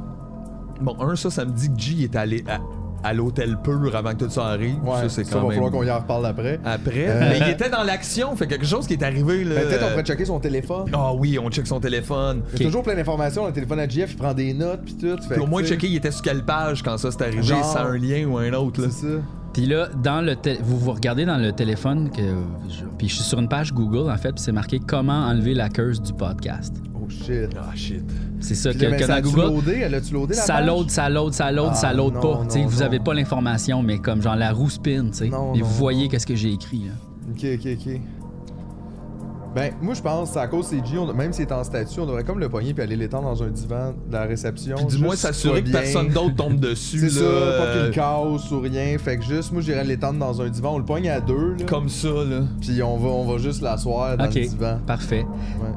Speaker 3: Bon, un, ça, ça me dit que J est allé à, à l'hôtel pur avant que tout ça arrive.
Speaker 1: Ouais,
Speaker 3: ça, c'est
Speaker 1: ça,
Speaker 3: quand
Speaker 1: va
Speaker 3: même.
Speaker 1: falloir qu'on y en reparle après.
Speaker 3: Après.
Speaker 1: Euh,
Speaker 3: Mais il était dans l'action. Fait quelque chose qui est arrivé, là.
Speaker 1: Ben, peut-être on pourrait checker son téléphone.
Speaker 3: Ah oui, on check son téléphone.
Speaker 1: Il y a toujours plein d'informations. Le téléphone à JF, il prend des notes, puis tout. Fait
Speaker 3: Puis au
Speaker 1: que,
Speaker 3: moins
Speaker 1: tu sais,
Speaker 3: checker, il était sur quelle page quand ça s'est arrivé,
Speaker 1: Genre.
Speaker 3: sans un lien ou un autre, là.
Speaker 1: C'est ça.
Speaker 2: Puis là, dans le tél- vous vous regardez dans le téléphone, que je- puis je suis sur une page Google, en fait, puis c'est marqué Comment enlever la curse du podcast.
Speaker 1: Oh shit.
Speaker 3: Ah shit.
Speaker 2: C'est ça,
Speaker 1: Puis
Speaker 2: que,
Speaker 1: là, ben,
Speaker 2: que
Speaker 1: ça
Speaker 2: dans
Speaker 1: a-tu
Speaker 2: Google.
Speaker 1: loadé? Elle a-tu loadé la
Speaker 2: Ça
Speaker 1: page?
Speaker 2: load, ça load, ça load,
Speaker 1: Ah,
Speaker 2: ça load
Speaker 1: non,
Speaker 2: pas. Tu sais,
Speaker 1: non,
Speaker 2: vous
Speaker 1: non.
Speaker 2: avez pas l'information, mais comme genre la roue spin, tu sais. Et
Speaker 1: Non,
Speaker 2: vous
Speaker 1: non,
Speaker 2: voyez qu'est-ce que j'ai écrit. là.
Speaker 1: Ok, ok, ok. Ben, moi, je pense que c'est à cause de CG, on- même s'il est en statut, on devrait comme le pogner puis aller l'étendre dans un divan de la réception.
Speaker 3: Puis du moins
Speaker 1: juste
Speaker 3: s'assurer
Speaker 1: qu'il
Speaker 3: que
Speaker 1: soit
Speaker 3: personne
Speaker 1: bien.
Speaker 3: d'autre tombe dessus.
Speaker 1: *laughs*
Speaker 3: là,
Speaker 1: C'est ça, pas
Speaker 3: euh,
Speaker 1: pile casse ou rien. Fait que juste, moi, j'irais l'étendre dans un divan. On le pogne à deux, là.
Speaker 3: Comme ça, là.
Speaker 1: Puis on va, on va juste l'asseoir dans
Speaker 2: Ok,
Speaker 1: le divan.
Speaker 2: parfait.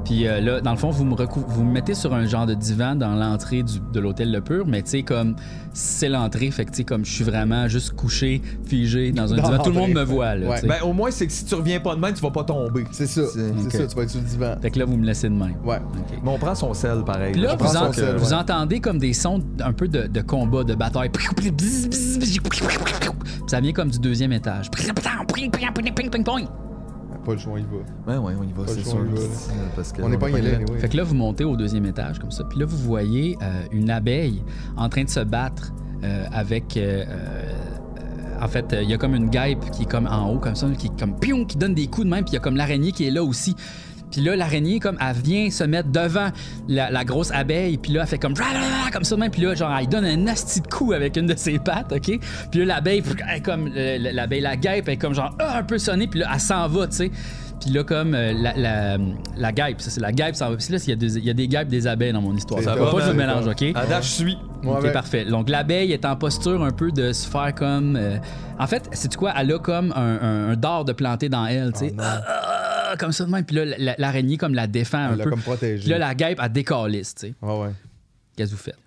Speaker 2: Puis euh, là, dans le fond, vous me, recou- vous me mettez sur un genre de divan dans l'entrée du- de l'hôtel Le Pur, mais tu sais, comme c'est l'entrée, fait que tu sais, comme je suis vraiment juste couché, figé dans un
Speaker 1: Dans
Speaker 2: divan. Tout le monde me
Speaker 1: l'entrée.
Speaker 2: voit, là.
Speaker 1: Ouais.
Speaker 2: tu sais.
Speaker 3: Ben, au moins, c'est que si tu reviens pas demain, tu vas pas tomber.
Speaker 1: C'est ça, c'est
Speaker 2: Ok.
Speaker 1: ça, tu vas être sur le divan.
Speaker 2: Fait que là, vous me laissez de main.
Speaker 1: Ouais.
Speaker 3: Mais on prend son sel, pareil.
Speaker 2: Puis là,
Speaker 3: Je
Speaker 2: vous,
Speaker 3: prends
Speaker 2: en-
Speaker 3: son sel,
Speaker 2: vous
Speaker 3: ouais.
Speaker 2: entendez comme des sons un peu de, de combat, de bataille. Ça vient comme du deuxième étage.
Speaker 1: Pas le choix, on y va.
Speaker 3: Ouais, ouais, on y va,
Speaker 1: Pas le
Speaker 3: c'est
Speaker 1: choix,
Speaker 3: sûr.
Speaker 1: on y va, là.
Speaker 3: Parce que
Speaker 1: On n'est pas y
Speaker 3: là.
Speaker 1: aller, anyway.
Speaker 2: Fait que là, vous montez au deuxième étage comme ça. Puis là, vous voyez euh, une abeille en train de se battre euh, avec. euh, euh, en fait, euh, il y a comme une guêpe qui est comme en haut, comme ça, qui est comme pion, qui donne des coups de même. Puis il y a comme l'araignée qui est là aussi. Puis là, l'araignée, comme, elle vient se mettre devant la, la grosse abeille. Puis là, elle fait comme, comme ça de même. Puis là, genre, elle donne un nasty de coup avec une de ses pattes, OK? Puis là, l'abeille, elle est comme, euh, l'abeille, la guêpe, elle est comme, genre, ah, un peu sonnée. Puis là, elle s'en va, tu sais. Puis là, comme euh, la, la, la guêpe, ça c'est la guêpe, ça va. Puis là, il y, a des- il y a des guêpes, des abeilles dans mon histoire. Ça,
Speaker 3: Ça va,
Speaker 2: va pas que je
Speaker 3: man.
Speaker 2: mélange, OK?
Speaker 3: Adache, suis.
Speaker 2: Ok,
Speaker 1: ouais.
Speaker 2: parfait. Donc, l'abeille est en posture un peu de se faire comme. euh, En fait, c'est quoi? Elle a comme un, un, un dard de planter dans elle, tu sais.
Speaker 1: Oh,
Speaker 2: Ah, ah, ah, comme ça de même. Puis là, la- l'araignée, comme la défend un
Speaker 1: Elle l'a
Speaker 2: peu.
Speaker 1: comme protégée.
Speaker 2: Puis là, la guêpe, elle décalisse, tu sais.
Speaker 1: Ouais, ouais.
Speaker 2: Qu'est-ce que vous faites?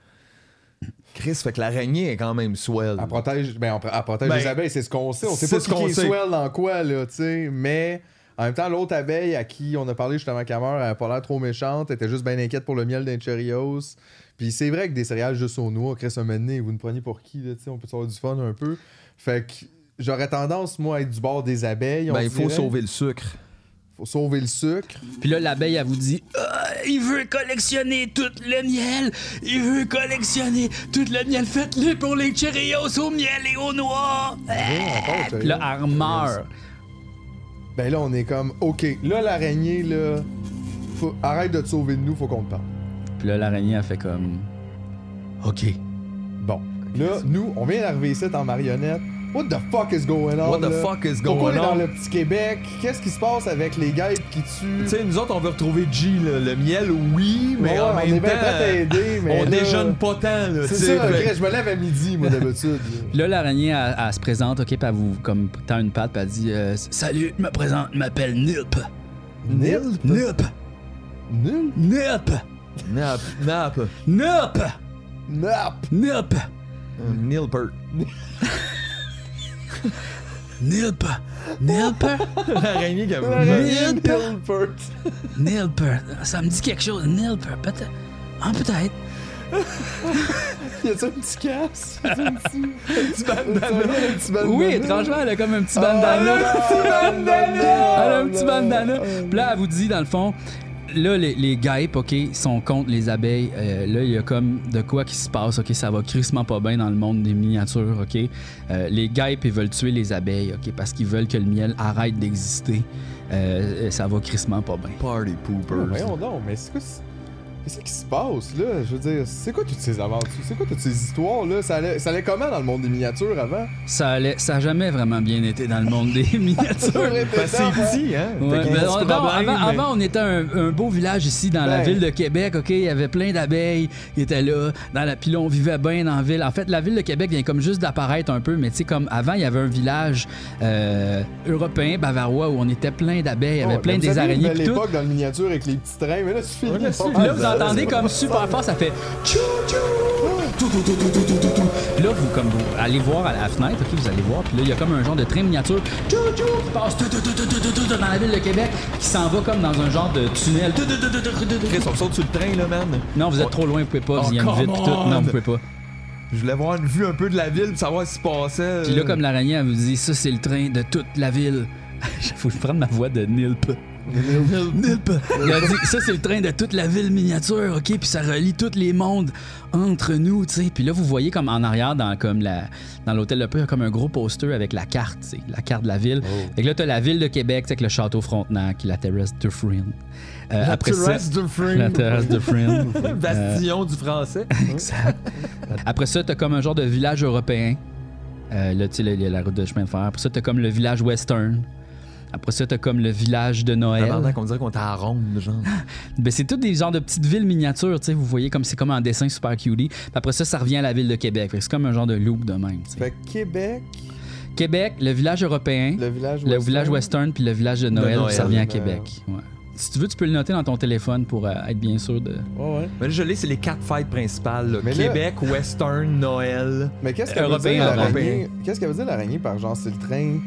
Speaker 3: Chris, fait que l'araignée est quand même swell.
Speaker 1: Elle protège, ben, on pr- elle protège
Speaker 3: Mm. Ben,
Speaker 1: les abeilles, c'est ce qu'on sait. On sait
Speaker 3: c'est
Speaker 1: pas
Speaker 3: ce
Speaker 1: ce qui
Speaker 3: qu'on
Speaker 1: est
Speaker 3: sait.
Speaker 1: swell dans quoi, là, tu sais. Mais en même temps, l'autre abeille à qui on a parlé justement qu'elle meurt, elle a pas l'air trop méchante. Elle était juste bien inquiète pour le miel d'un Cheerios. Puis c'est vrai que des céréales juste aux noix, Chris, un moment donné, vous nous prenez pour qui, là, tu sais. On peut se avoir du fun un peu. Fait que j'aurais tendance, moi, à être du bord des abeilles.
Speaker 3: Ben,
Speaker 1: on
Speaker 3: il faut
Speaker 1: dirait.
Speaker 3: sauver le sucre.
Speaker 1: faut sauver le sucre.
Speaker 2: Puis là, l'abeille, elle vous dit Ah, Il veut collectionner tout le miel Il veut collectionner tout le miel Faites-le pour les Cheerios au miel et au noir
Speaker 1: encore,
Speaker 2: Ben, Puis là, elle meurt.
Speaker 1: Ben là, on est comme, OK, là, l'araignée, là, faut- arrête de te sauver de nous, faut qu'on te parle.
Speaker 2: Puis là, l'araignée, elle fait comme OK.
Speaker 1: Bon. Là, nous, on vient d'arriver ici en marionnette. What the fuck is going on?
Speaker 3: What the
Speaker 1: là?
Speaker 3: fuck is going
Speaker 1: Pourquoi on est
Speaker 3: on?
Speaker 1: dans le petit Québec? Qu'est-ce qui se passe avec les guêpes qui tuent?
Speaker 3: Tu sais, nous autres, on veut retrouver G, là. le miel, oui, mais
Speaker 1: Ouais,
Speaker 3: en
Speaker 1: on
Speaker 3: même
Speaker 1: est
Speaker 3: temps,
Speaker 1: bien prêt à aider, mais
Speaker 3: on
Speaker 1: là-
Speaker 3: déjeune pas tant. là, tu
Speaker 1: C'est
Speaker 3: sais,
Speaker 1: ça,
Speaker 3: fait-
Speaker 1: Chris, je me lève à midi, moi, d'habitude. *laughs*
Speaker 2: Puis là, l'araignée, elle, elle se présente, OK, puis elle vous comme, tend une patte, puis elle dit euh, Salut, je me présente, je m'appelle Nilp.
Speaker 1: Nilp?
Speaker 2: Nilp.
Speaker 1: Nilp?
Speaker 2: Nilp.
Speaker 3: Nap, nap.
Speaker 2: Nilp.
Speaker 1: Nap.
Speaker 2: Nilp.
Speaker 3: Nilpert.
Speaker 2: Nilp. Nilp.
Speaker 3: *laughs* L'araignée qui a
Speaker 2: L'araignée
Speaker 3: Nilp.
Speaker 1: Nilpert.
Speaker 2: Nilp. Ça me dit quelque chose. Nilp. Peut-être. Ah, peut-être.
Speaker 1: *laughs* Y a-tu un petit casse? Y a-tu *laughs* un petit- un petit
Speaker 3: bandana?
Speaker 1: Un petit bandana?
Speaker 2: Oui, étrangement, elle a comme un petit
Speaker 1: Ah,
Speaker 2: bandana.
Speaker 1: elle a un petit bandana!
Speaker 2: Elle a un petit bandana. Puis là, elle vous dit, dans le fond, là, les, les guêpes, OK, sont contre les abeilles. Euh, là, il y a comme de quoi qui se passe, OK? Ça va crissement pas bien dans le monde des miniatures, OK? Euh, les guêpes, ils veulent tuer les abeilles, OK? Parce qu'ils veulent que le miel arrête d'exister. Euh, ça va crissement pas bien.
Speaker 3: Party
Speaker 1: Mais
Speaker 3: poopers.
Speaker 1: Voyons donc, mais c'est quoi ce- Qu'est-ce qui se passe là? Je veux dire, c'est quoi toutes ces aventures? C'est quoi toutes ces histoires là? Ça allait, ça allait comment dans le monde des
Speaker 3: *laughs*
Speaker 1: miniatures avant?
Speaker 2: Ça allait, ça a jamais vraiment bien été dans le monde des *laughs* miniatures.
Speaker 3: Parce que Bah, c'est petit, hein? Fait
Speaker 2: Ouais,
Speaker 3: qu'il y
Speaker 2: ben,
Speaker 3: a un petit
Speaker 2: avant,
Speaker 3: problème,
Speaker 2: avant-
Speaker 3: mais-
Speaker 2: avant, on était un, un beau village ici dans la
Speaker 3: Ben.
Speaker 2: ville de Québec, OK? Il y avait plein d'abeilles qui étaient là. Dans la, puis là, on vivait bien dans la ville. En fait, la ville de Québec vient comme juste d'apparaître un peu, mais tu sais, comme avant, il y avait un village euh, européen, bavarois, où on était plein d'abeilles, il y avait
Speaker 1: Ouais,
Speaker 2: plein
Speaker 1: Oh, mais vous
Speaker 2: des
Speaker 1: avez une
Speaker 2: araignées.
Speaker 1: belle
Speaker 2: puis tout.
Speaker 1: époque dans le miniature avec les petits trains, mais là, c'est fini.
Speaker 2: Là, vous entendez comme super fort, ça fait tchou, tchou, tout, tout, tout, tout, tout, tout, tout, tout. Puis là, vous, comme vous allez voir à la fenêtre, OK, vous allez voir, puis là, il y a comme un genre de train miniature tchou, tchou, qui passe tout, tout, tout, tout, tout, tout, tout, dans la ville de Québec, qui s'en va comme dans un genre de tunnel. Tout, tout, tout, tout, tout, tout, tout.
Speaker 3: Chris, on saute sur le train, là, man.
Speaker 2: Non, vous êtes trop loin, vous pouvez pas, vous y allez
Speaker 3: Oh,
Speaker 2: vite,
Speaker 3: come
Speaker 2: puis tout. Non,
Speaker 3: on!
Speaker 2: vous pouvez pas.
Speaker 3: Je voulais avoir une vue un peu de la ville pour savoir ce qui se passait.
Speaker 2: Puis là, comme l'araignée, elle vous dit, ça, c'est le train de toute la ville. *laughs* Faut que je prenne ma voix de Nilp. Nilp. Il a dit, ça, c'est le train de toute la ville miniature, OK? Puis ça relie tous les mondes entre nous, tu sais. Puis là, vous voyez comme en arrière, dans comme la, dans l'hôtel de paix, il y a comme un gros poster avec la carte, tu sais, la carte de la ville. Fait que là, t'as la ville de Québec, tu sais, avec le château Frontenac, la terrasse de Friend. Euh,
Speaker 3: La terrasse Dufresne.
Speaker 2: La
Speaker 3: *laughs*
Speaker 2: terrasse de Friend.
Speaker 3: Bastillon du français.
Speaker 2: Euh, Exact. Après ça, t'as comme un genre de village européen. Euh, là, tu sais, là, il y a la route de chemin de fer. Après ça, t'as comme le village western. Après ça, t'as comme le village de Noël.
Speaker 3: Tabarnak, on dirait qu'on était à ronde, genre.
Speaker 2: Ben, c'est toutes des genres de petites villes miniatures, tu sais. Vous voyez comme c'est comme en dessin super cutie. Puis après ça, ça revient à la ville de Québec. Fait que C'est comme un genre de loop de même. tu sais.
Speaker 1: Fait que Québec,
Speaker 2: Québec, le village européen,
Speaker 1: le village
Speaker 2: le village western, puis le village de Noël,
Speaker 3: Noël.
Speaker 2: ça revient à
Speaker 1: Noël.
Speaker 2: Québec. Ouais. Si tu veux, tu peux le noter dans ton téléphone pour euh, être bien sûr de.
Speaker 1: Ouais, ouais.
Speaker 3: Mais là, je l'ai, c'est les quatre fêtes principales. là.
Speaker 1: Mais là-
Speaker 3: Québec, Western, Noël.
Speaker 1: Mais qu'est-ce qu'elle veut
Speaker 3: Européen,
Speaker 1: dire
Speaker 3: européen.
Speaker 1: l'araignée? Qu'est-ce qu'elle veut dire l'araignée par genre c'est le train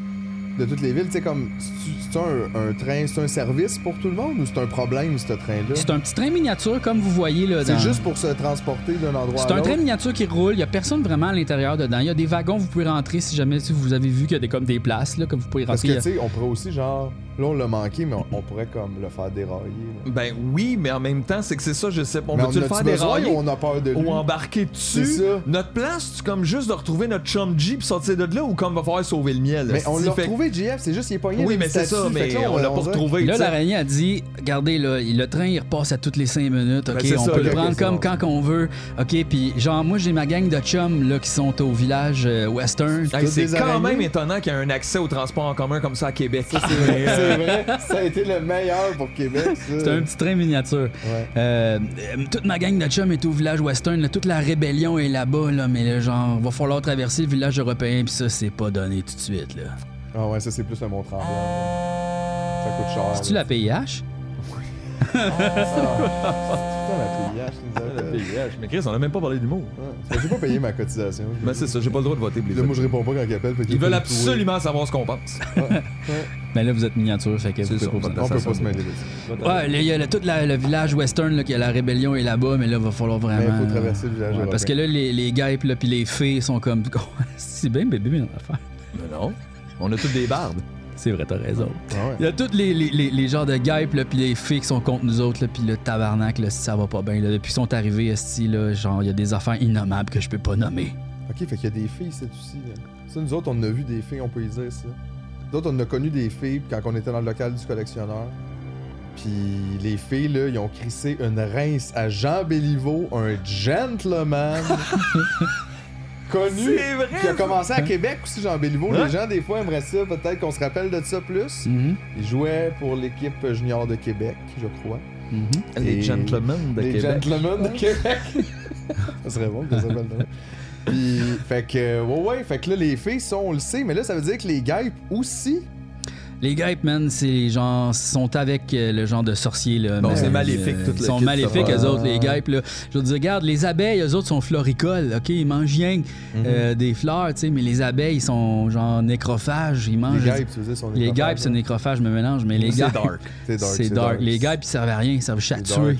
Speaker 1: de toutes les villes? Tu sais comme c'est- c'est un, un train, c'est un service pour tout le monde ou c'est un problème ce train-là?
Speaker 2: C'est un petit train miniature, comme vous voyez là.
Speaker 1: C'est
Speaker 2: dans-
Speaker 1: juste pour se transporter d'un endroit à
Speaker 2: C'est un
Speaker 1: l'autre.
Speaker 2: train de miniature qui roule. Il n'y a personne vraiment à l'intérieur dedans. Il y a des wagons, vous pouvez rentrer si jamais si vous avez vu qu'il y a des, comme des places, là, comme vous pouvez
Speaker 1: Parce
Speaker 2: rentrer.
Speaker 1: que tu sais, on pourrait aussi genre là on l'a manqué, mais on, on pourrait comme le faire dérailler. là.
Speaker 3: Ben oui, mais en même temps, c'est que c'est ça, je sais pas. On
Speaker 1: Mais
Speaker 3: veut-tu
Speaker 1: en
Speaker 3: le
Speaker 1: a-tu
Speaker 3: faire
Speaker 1: besoin
Speaker 3: dérailler
Speaker 1: ou on a peur de lui?
Speaker 3: ou embarquer dessus?
Speaker 1: C'est ça.
Speaker 3: Notre plan, c'est comme juste de retrouver notre chum G pis sortir de là ou comme va falloir sauver le miel?
Speaker 1: Mais on
Speaker 3: si,
Speaker 1: l'a
Speaker 3: fait-
Speaker 1: retrouvé, JF, c'est juste qu'il est pogné.
Speaker 3: Oui,
Speaker 1: avec
Speaker 3: mais
Speaker 1: une
Speaker 3: c'est ça,
Speaker 1: statue. Fait que
Speaker 3: mais
Speaker 1: là,
Speaker 3: on l'a pas
Speaker 1: dirait-
Speaker 3: retrouvé.
Speaker 2: Là,
Speaker 3: tu sais.
Speaker 2: l'araignée a dit regardez, là, il- le train, il repasse à toutes les cinq minutes. OK,
Speaker 3: Ben, c'est
Speaker 2: on
Speaker 3: ça,
Speaker 2: peut le
Speaker 3: ok,
Speaker 2: prendre
Speaker 3: ok, c'est
Speaker 2: comme
Speaker 3: bon.
Speaker 2: quand qu'on veut. OK, puis genre, moi, j'ai ma gang de chums là, qui sont au village euh, western.
Speaker 3: Hey, c'est
Speaker 1: des
Speaker 3: quand
Speaker 1: araignées.
Speaker 3: même étonnant qu'il y ait un accès au transport en commun comme ça à Québec. *laughs* Mais, euh,
Speaker 1: *laughs* C'est vrai, ça a été le meilleur pour Québec. ça.
Speaker 2: C'est un petit train miniature.
Speaker 1: Ouais.
Speaker 2: Euh, euh, toute ma gang de chums est au village western. là. toute la rébellion est là-bas, là, mais là, genre, va falloir traverser le village européen, puis ça, c'est pas donné tout de suite. Là.
Speaker 1: Ah ouais, ça c'est plus un mont tremblant. là. Ça coûte cher.
Speaker 2: C'est-tu
Speaker 1: là.
Speaker 2: la PIH?
Speaker 1: Ah, c'est tout le temps la PIH, nous
Speaker 3: VIH. Mais Chris, on a même pas parlé d'humour.
Speaker 1: autres. J'ai pas payé ma cotisation.
Speaker 3: Mais Ben, c'est ça, j'ai pas le droit de voter. pour les
Speaker 1: Là,
Speaker 3: autres.
Speaker 1: moi je réponds pas quand ils appellent. fait qu'ils
Speaker 3: Ils veulent
Speaker 1: peuvent me trouver.
Speaker 3: absolument savoir ce qu'on pense.
Speaker 2: Mais là, vous êtes miniature, fait que vous
Speaker 3: C'est
Speaker 2: pouvez
Speaker 3: ça,
Speaker 2: pas vous
Speaker 1: On
Speaker 3: Ça,
Speaker 1: peut
Speaker 3: ça
Speaker 1: pas
Speaker 3: me-
Speaker 1: se mêler de ça.
Speaker 2: Ouais, là, il y a le- tout la- le village western, là, que la rébellion est là-bas, mais là, va falloir vraiment.
Speaker 1: Mais il faut traverser le village.
Speaker 2: Ouais, parce que
Speaker 1: européen.
Speaker 2: là, les, les guêpes, là, puis les fées sont comme. *laughs* c'est bien bébé, mais on va faire.
Speaker 3: Mais non, on a toutes des barbes.
Speaker 2: C'est vrai, t'as raison.
Speaker 1: Ah ouais.
Speaker 2: Il y a tous les, les, les, les genres de guêpes, là, puis les fées qui sont contre nous autres, là, puis le tabarnak, là, si ça va pas bien. là. Depuis qu'ils sont arrivés, esti, là, genre, il y a des affaires innommables que je peux pas nommer.
Speaker 1: Ok, fait qu'il y a des filles, c'est aussi. là. Ça, nous autres, on a vu des filles, on peut y dire ça. Nous autres, on a connu des filles quand on était dans le local du collectionneur. Puis les filles, là, ils ont
Speaker 3: *laughs*
Speaker 1: crissé une rince à Jean Béliveau, un gentleman. connu.
Speaker 9: C'est vrai,
Speaker 1: Qui a
Speaker 9: ça.
Speaker 1: commencé à Québec aussi, Jean Béliveau.
Speaker 9: Ouais.
Speaker 3: Hein?
Speaker 1: Les gens, des fois, aimeraient ça. Peut-être qu'on se rappelle de ça plus. Il jouait pour l'équipe junior de Québec, je crois.
Speaker 3: Les
Speaker 1: Et-
Speaker 3: Gentlemen de
Speaker 1: les
Speaker 3: Québec.
Speaker 1: Gentlemen de Québec. ça serait bon que ça s'appelle de même. Puis, fait que, euh, ouais, ouais, fait que là, les filles, ça, on le sait, mais là, ça veut dire que les guêpes aussi.
Speaker 2: Les guêpes, man, c'est genre sont avec euh, le genre de sorciers là.
Speaker 3: Bon,
Speaker 2: man,
Speaker 3: c'est maléfique, tout le
Speaker 2: Ils sont
Speaker 3: kit, ça
Speaker 2: maléfiques
Speaker 3: va.
Speaker 2: les autres, les guêpes là. Je veux dire, regarde, les abeilles, eux autres sont floricoles, ok, ils mangent rien que, euh, des fleurs, tu sais, mais les abeilles, ils sont genre nécrophages, ils mangent.
Speaker 1: guêpes, tu veux dire, sont
Speaker 2: Ah, Les
Speaker 1: nécrophages, hein.
Speaker 2: guêpes, c'est nécrophage, je me mélange, mais les
Speaker 3: C'est
Speaker 2: guêpes,
Speaker 3: dark.
Speaker 1: C'est dark,
Speaker 2: c'est
Speaker 1: c'est
Speaker 2: dark.
Speaker 1: dark.
Speaker 2: Les guêpes, ils servent à rien, ils servent juste à tuer.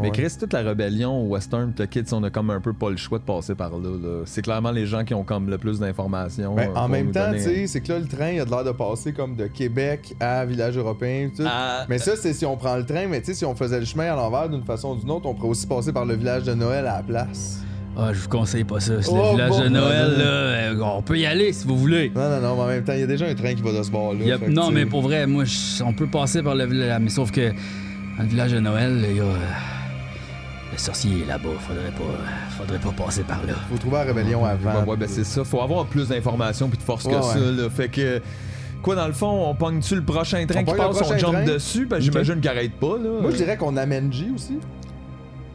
Speaker 3: Mais Chris, toute la rébellion au Western, le Kids, on a comme un peu pas le choix de passer par là. là. C'est clairement les gens qui ont comme le plus d'informations. euh,
Speaker 1: Ben, en
Speaker 3: pour
Speaker 1: même
Speaker 3: nous
Speaker 1: temps,
Speaker 3: donner-
Speaker 1: tu sais, c'est que là, le train, il a de l'air de passer comme de Québec à village européen. tout.
Speaker 3: Ah.
Speaker 1: mais ça, c'est si on prend le train, mais tu sais, si on faisait le chemin à l'envers d'une façon ou d'une autre, on pourrait aussi passer par le village de Noël à la place.
Speaker 2: Ah, je vous conseille pas ça. C'est
Speaker 1: Oh,
Speaker 2: le village
Speaker 1: bon.
Speaker 2: de Noël, là. euh, On peut y aller si vous voulez.
Speaker 1: Non, non, non, mais en même temps, il y a déjà un train qui va de ce bord-là.
Speaker 2: Il y a-
Speaker 1: fait que,
Speaker 2: non,
Speaker 1: tu sais.
Speaker 2: mais pour vrai, moi, je- on peut passer par le village, mais sauf que dans le village de Noël, il y a, euh, le sorcier est là-bas. Faudrait pas, faudrait pas passer par là.
Speaker 1: Faut trouver la rébellion avant.
Speaker 3: Ouais, ouais, ben c'est ça. Faut avoir plus d'informations puis de force
Speaker 2: Ouais,
Speaker 3: que
Speaker 2: ouais.
Speaker 3: ça. là. Fait que. Quoi, dans le fond, on pogne-tu le prochain train
Speaker 1: On
Speaker 3: qui
Speaker 1: pogne le
Speaker 3: passe, on
Speaker 1: prochain
Speaker 3: jump
Speaker 1: train?
Speaker 3: dessus? Ben, j'imagine qu'il arrête pas, là.
Speaker 1: Moi, je dirais qu'on amène G aussi.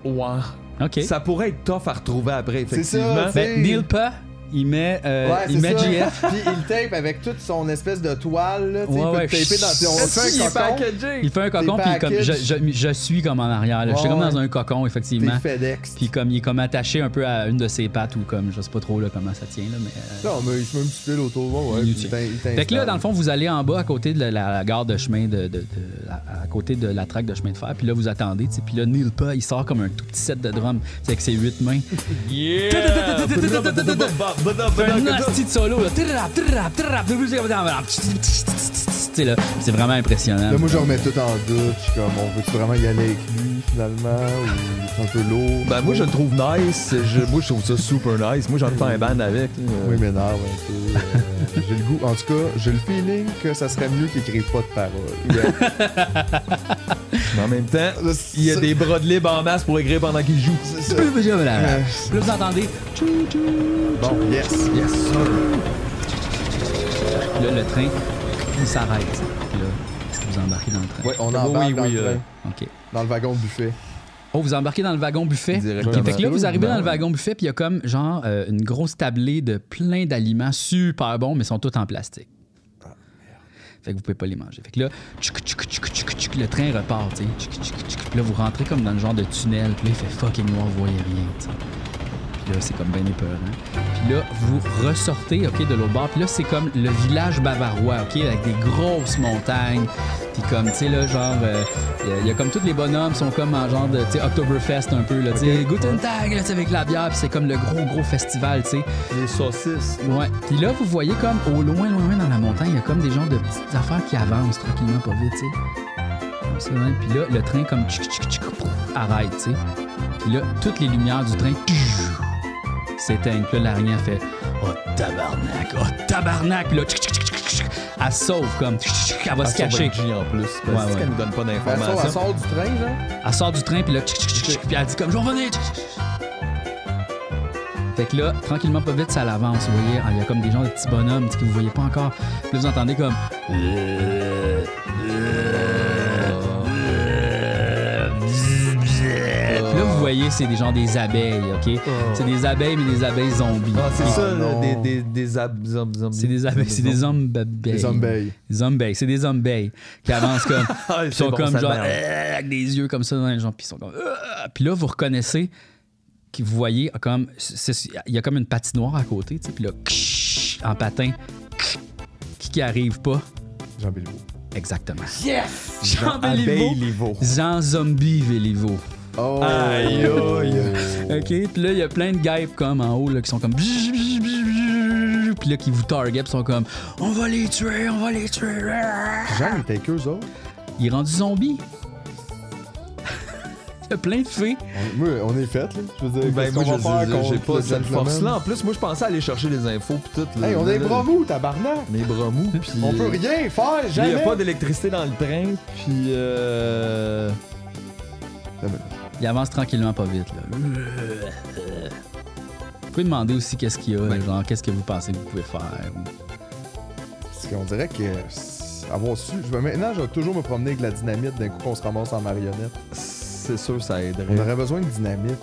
Speaker 3: Ouais.
Speaker 2: OK.
Speaker 3: Ça pourrait être tough à retrouver après,
Speaker 1: C'est ça,
Speaker 3: effectivement.
Speaker 1: tu sais. Ben, Neil
Speaker 2: pas. Il met, euh,
Speaker 1: Ouais,
Speaker 2: il
Speaker 1: c'est
Speaker 2: met
Speaker 1: ça.
Speaker 2: GF.
Speaker 1: Puis il tape avec toute son espèce de toile, là. tu sais,
Speaker 2: Ouais, ouais.
Speaker 1: Il peut te taper dans. puis On
Speaker 3: Il est
Speaker 1: fait un
Speaker 3: packagé.
Speaker 1: cocon.
Speaker 2: Il fait un cocon,
Speaker 1: T'es
Speaker 2: puis comme, je,
Speaker 1: package.
Speaker 2: je- je suis comme en arrière. là. Je suis
Speaker 1: Ouais,
Speaker 2: comme dans
Speaker 1: ouais.
Speaker 2: un cocon, effectivement.
Speaker 1: T'es FedEx.
Speaker 2: Puis comme il est comme attaché un peu à une de ses pattes ou comme, je sais pas trop là, comment ça tient, là, mais... euh,
Speaker 1: Non, mais il se met un petit fil autour. ouais, Ouais,
Speaker 2: Il nous tient.
Speaker 1: puis il t'in-
Speaker 2: Fait
Speaker 1: il
Speaker 2: que là,
Speaker 1: t'installe.
Speaker 2: dans le fond, vous allez en bas à côté de la, la gare de chemin, de, de- de- à, à côté de la traque de chemin de fer. Puis là, vous attendez. tu sais. Puis là, Neil Pa, il sort comme un tout petit set de drums. C'est avec ses huit mains.
Speaker 3: Yeah!
Speaker 2: C'est un nasty de solo. là. Trrap, trrap, trrap, trrap. C'est là, c'est vraiment impressionnant.
Speaker 1: Là, moi, je remets tout en doute. Je suis comme, on veut-tu vraiment y aller avec lui, finalement, ou c'est un peu lourd?
Speaker 3: Ben, moi, je le trouve nice. Je, moi, je trouve ça super nice. Moi, j'en fais un band avec.
Speaker 1: Oui, mais non, un peu.
Speaker 3: *laughs*
Speaker 1: euh, j'ai le goût. En tout cas, j'ai le feeling que ça serait mieux qu'il écrive pas de
Speaker 3: *laughs*
Speaker 1: paroles.
Speaker 3: Mais en même temps,
Speaker 1: Ah,
Speaker 3: il y a des bras de libre en masse pour écrire pendant qu'il joue.
Speaker 2: Là, vous entendez.
Speaker 1: Bon, yes, yes,
Speaker 2: Là, le train, il s'arrête. Puis là, est-ce que vous embarquez dans le train?
Speaker 1: Ouais, on embarque dans le
Speaker 3: euh,
Speaker 1: train.
Speaker 2: OK.
Speaker 1: Dans le wagon buffet.
Speaker 2: Oh, vous embarquez dans le wagon buffet.
Speaker 1: Directement.
Speaker 2: Ok, fait que là, vous arrivez
Speaker 1: Ben
Speaker 2: dans le
Speaker 1: ouais.
Speaker 2: wagon buffet, puis il y a comme, genre, euh, une grosse tablée de plein d'aliments super bons, mais sont tous en plastique. Fait que vous pouvez pas les manger. Fait que là, tchouk, tchouk, tchouk, tchouk, tchouk, le train repart, tu sais. Tchouk, tchouk, tchouk. Puis Là, vous rentrez comme dans le genre de tunnel, puis là, il fait fucking noir, vous voyez rien, tu sais. Puis là, c'est comme ben épeurant. Puis là, vous ressortez, OK, de l'autre bord. Puis là, c'est comme le village bavarois, OK, avec des grosses montagnes. Puis comme, tu sais, là, genre, euh, il y a- il y, a comme tous les bonhommes sont comme en genre de, tu sais, Oktoberfest un peu, là, tu sais, Guten Tag, là, tu sais, avec la bière. Puis c'est comme le gros, gros festival, tu sais.
Speaker 3: Les saucisses.
Speaker 2: Ouais. Puis là, vous voyez comme au loin, loin, loin dans la montagne, il y a comme des genres de petites affaires qui avancent tranquillement, pas vite, tu sais. Comme ça, hein. Puis là, le train comme tchic, tchic, tchic, pouf, arrête, tu sais. Puis là, toutes les lumières du train tchou, s'éteignent. Puis là, l'araignée fait Oh tabarnak, oh tabarnak. Puis là, tchic, tchic, tchic, tchic, tchic, elle se sauve comme tchic, tchic, elle va se cacher.
Speaker 3: Elle Ah, en plus. Parce
Speaker 2: Ouais,
Speaker 3: que
Speaker 2: ouais.
Speaker 3: qu'elle nous donne pas
Speaker 1: Elle sort, elle
Speaker 3: d'informations.
Speaker 1: sort du train, là.
Speaker 2: Elle sort du train, puis là, tchic, tchic, tchic, tchic, puis elle dit comme je vais revenir. tchic, tchic, tchic. Fait que là, tranquillement, pas vite, ça l'avance. Vous voyez, Ah, il y a comme des gens, de petits bonhommes tu sais, que vous voyez pas encore. Puis là, vous entendez comme. Puis là, vous voyez, c'est des gens des abeilles, OK? C'est des abeilles, mais des abeilles zombies.
Speaker 3: Ah, c'est
Speaker 2: Et-
Speaker 3: ça, là, des, des, des ab- zom- zom-
Speaker 2: C'est des abeilles, c'est des hommes
Speaker 1: Des zombies.
Speaker 2: Des zombies, c'est des zombies qui avancent comme.
Speaker 3: Ah,
Speaker 2: ils
Speaker 3: c'est
Speaker 2: sont
Speaker 3: bon,
Speaker 2: comme
Speaker 3: ça
Speaker 2: genre.
Speaker 3: merde.
Speaker 2: *laughs* euh, avec des yeux comme ça dans les gens, puis ils sont comme. euh, Puis là, vous reconnaissez que vous voyez ah, comme. c'est- c'est- Il y a comme une patinoire à côté, tu sais, puis là, ksh, en patin, ksh, qui qui arrive pas
Speaker 1: Jean Béliveau.
Speaker 2: Exactement.
Speaker 9: Yes!
Speaker 3: Ah,
Speaker 2: Jean
Speaker 3: ben,
Speaker 9: Jean
Speaker 2: Béliveau. Jean Zombie Véliveau.
Speaker 1: Oh.
Speaker 9: Aïe, aïe.
Speaker 2: OK, puis là, il y a plein de guêpes comme en haut là, qui sont comme. bzz, bzz, bzz, bzz, Puis là, qui vous target, puis sont comme. On va les tuer, on va les tuer.
Speaker 1: Jean, il était qu'eux autres.
Speaker 2: Il est rendu zombie. *laughs* il y a plein de fées.
Speaker 1: On, moi, on est fait, là. Je veux dire,
Speaker 3: Ben,
Speaker 1: qu'est-ce
Speaker 3: moi,
Speaker 1: qu'on va
Speaker 3: je-
Speaker 1: faire
Speaker 3: je-
Speaker 1: contre
Speaker 3: j'ai pas
Speaker 1: le
Speaker 3: cette
Speaker 1: gentleman?
Speaker 3: force-là. En plus, moi, je pensais aller chercher les infos pis tout. là.
Speaker 1: Hey, on est
Speaker 3: Là,
Speaker 1: bras mous, tabarnak.
Speaker 3: On est bras mous, pis...
Speaker 1: On peut rien faire,
Speaker 3: Il
Speaker 1: jamais.
Speaker 3: n'y a pas d'électricité dans le train, puis euh...
Speaker 2: Il avance tranquillement, pas vite. Là. pouvez demander aussi qu'est-ce qu'il y a, genre qu'est-ce que vous pensez que vous pouvez faire.
Speaker 1: Parce qu'on dirait que s- avoir su. je vais- maintenant, je vais toujours me promener avec la dynamite d'un coup qu'on se ramasse en marionnette.
Speaker 3: C'est sûr, ça aiderait.
Speaker 1: On aurait besoin de dynamite.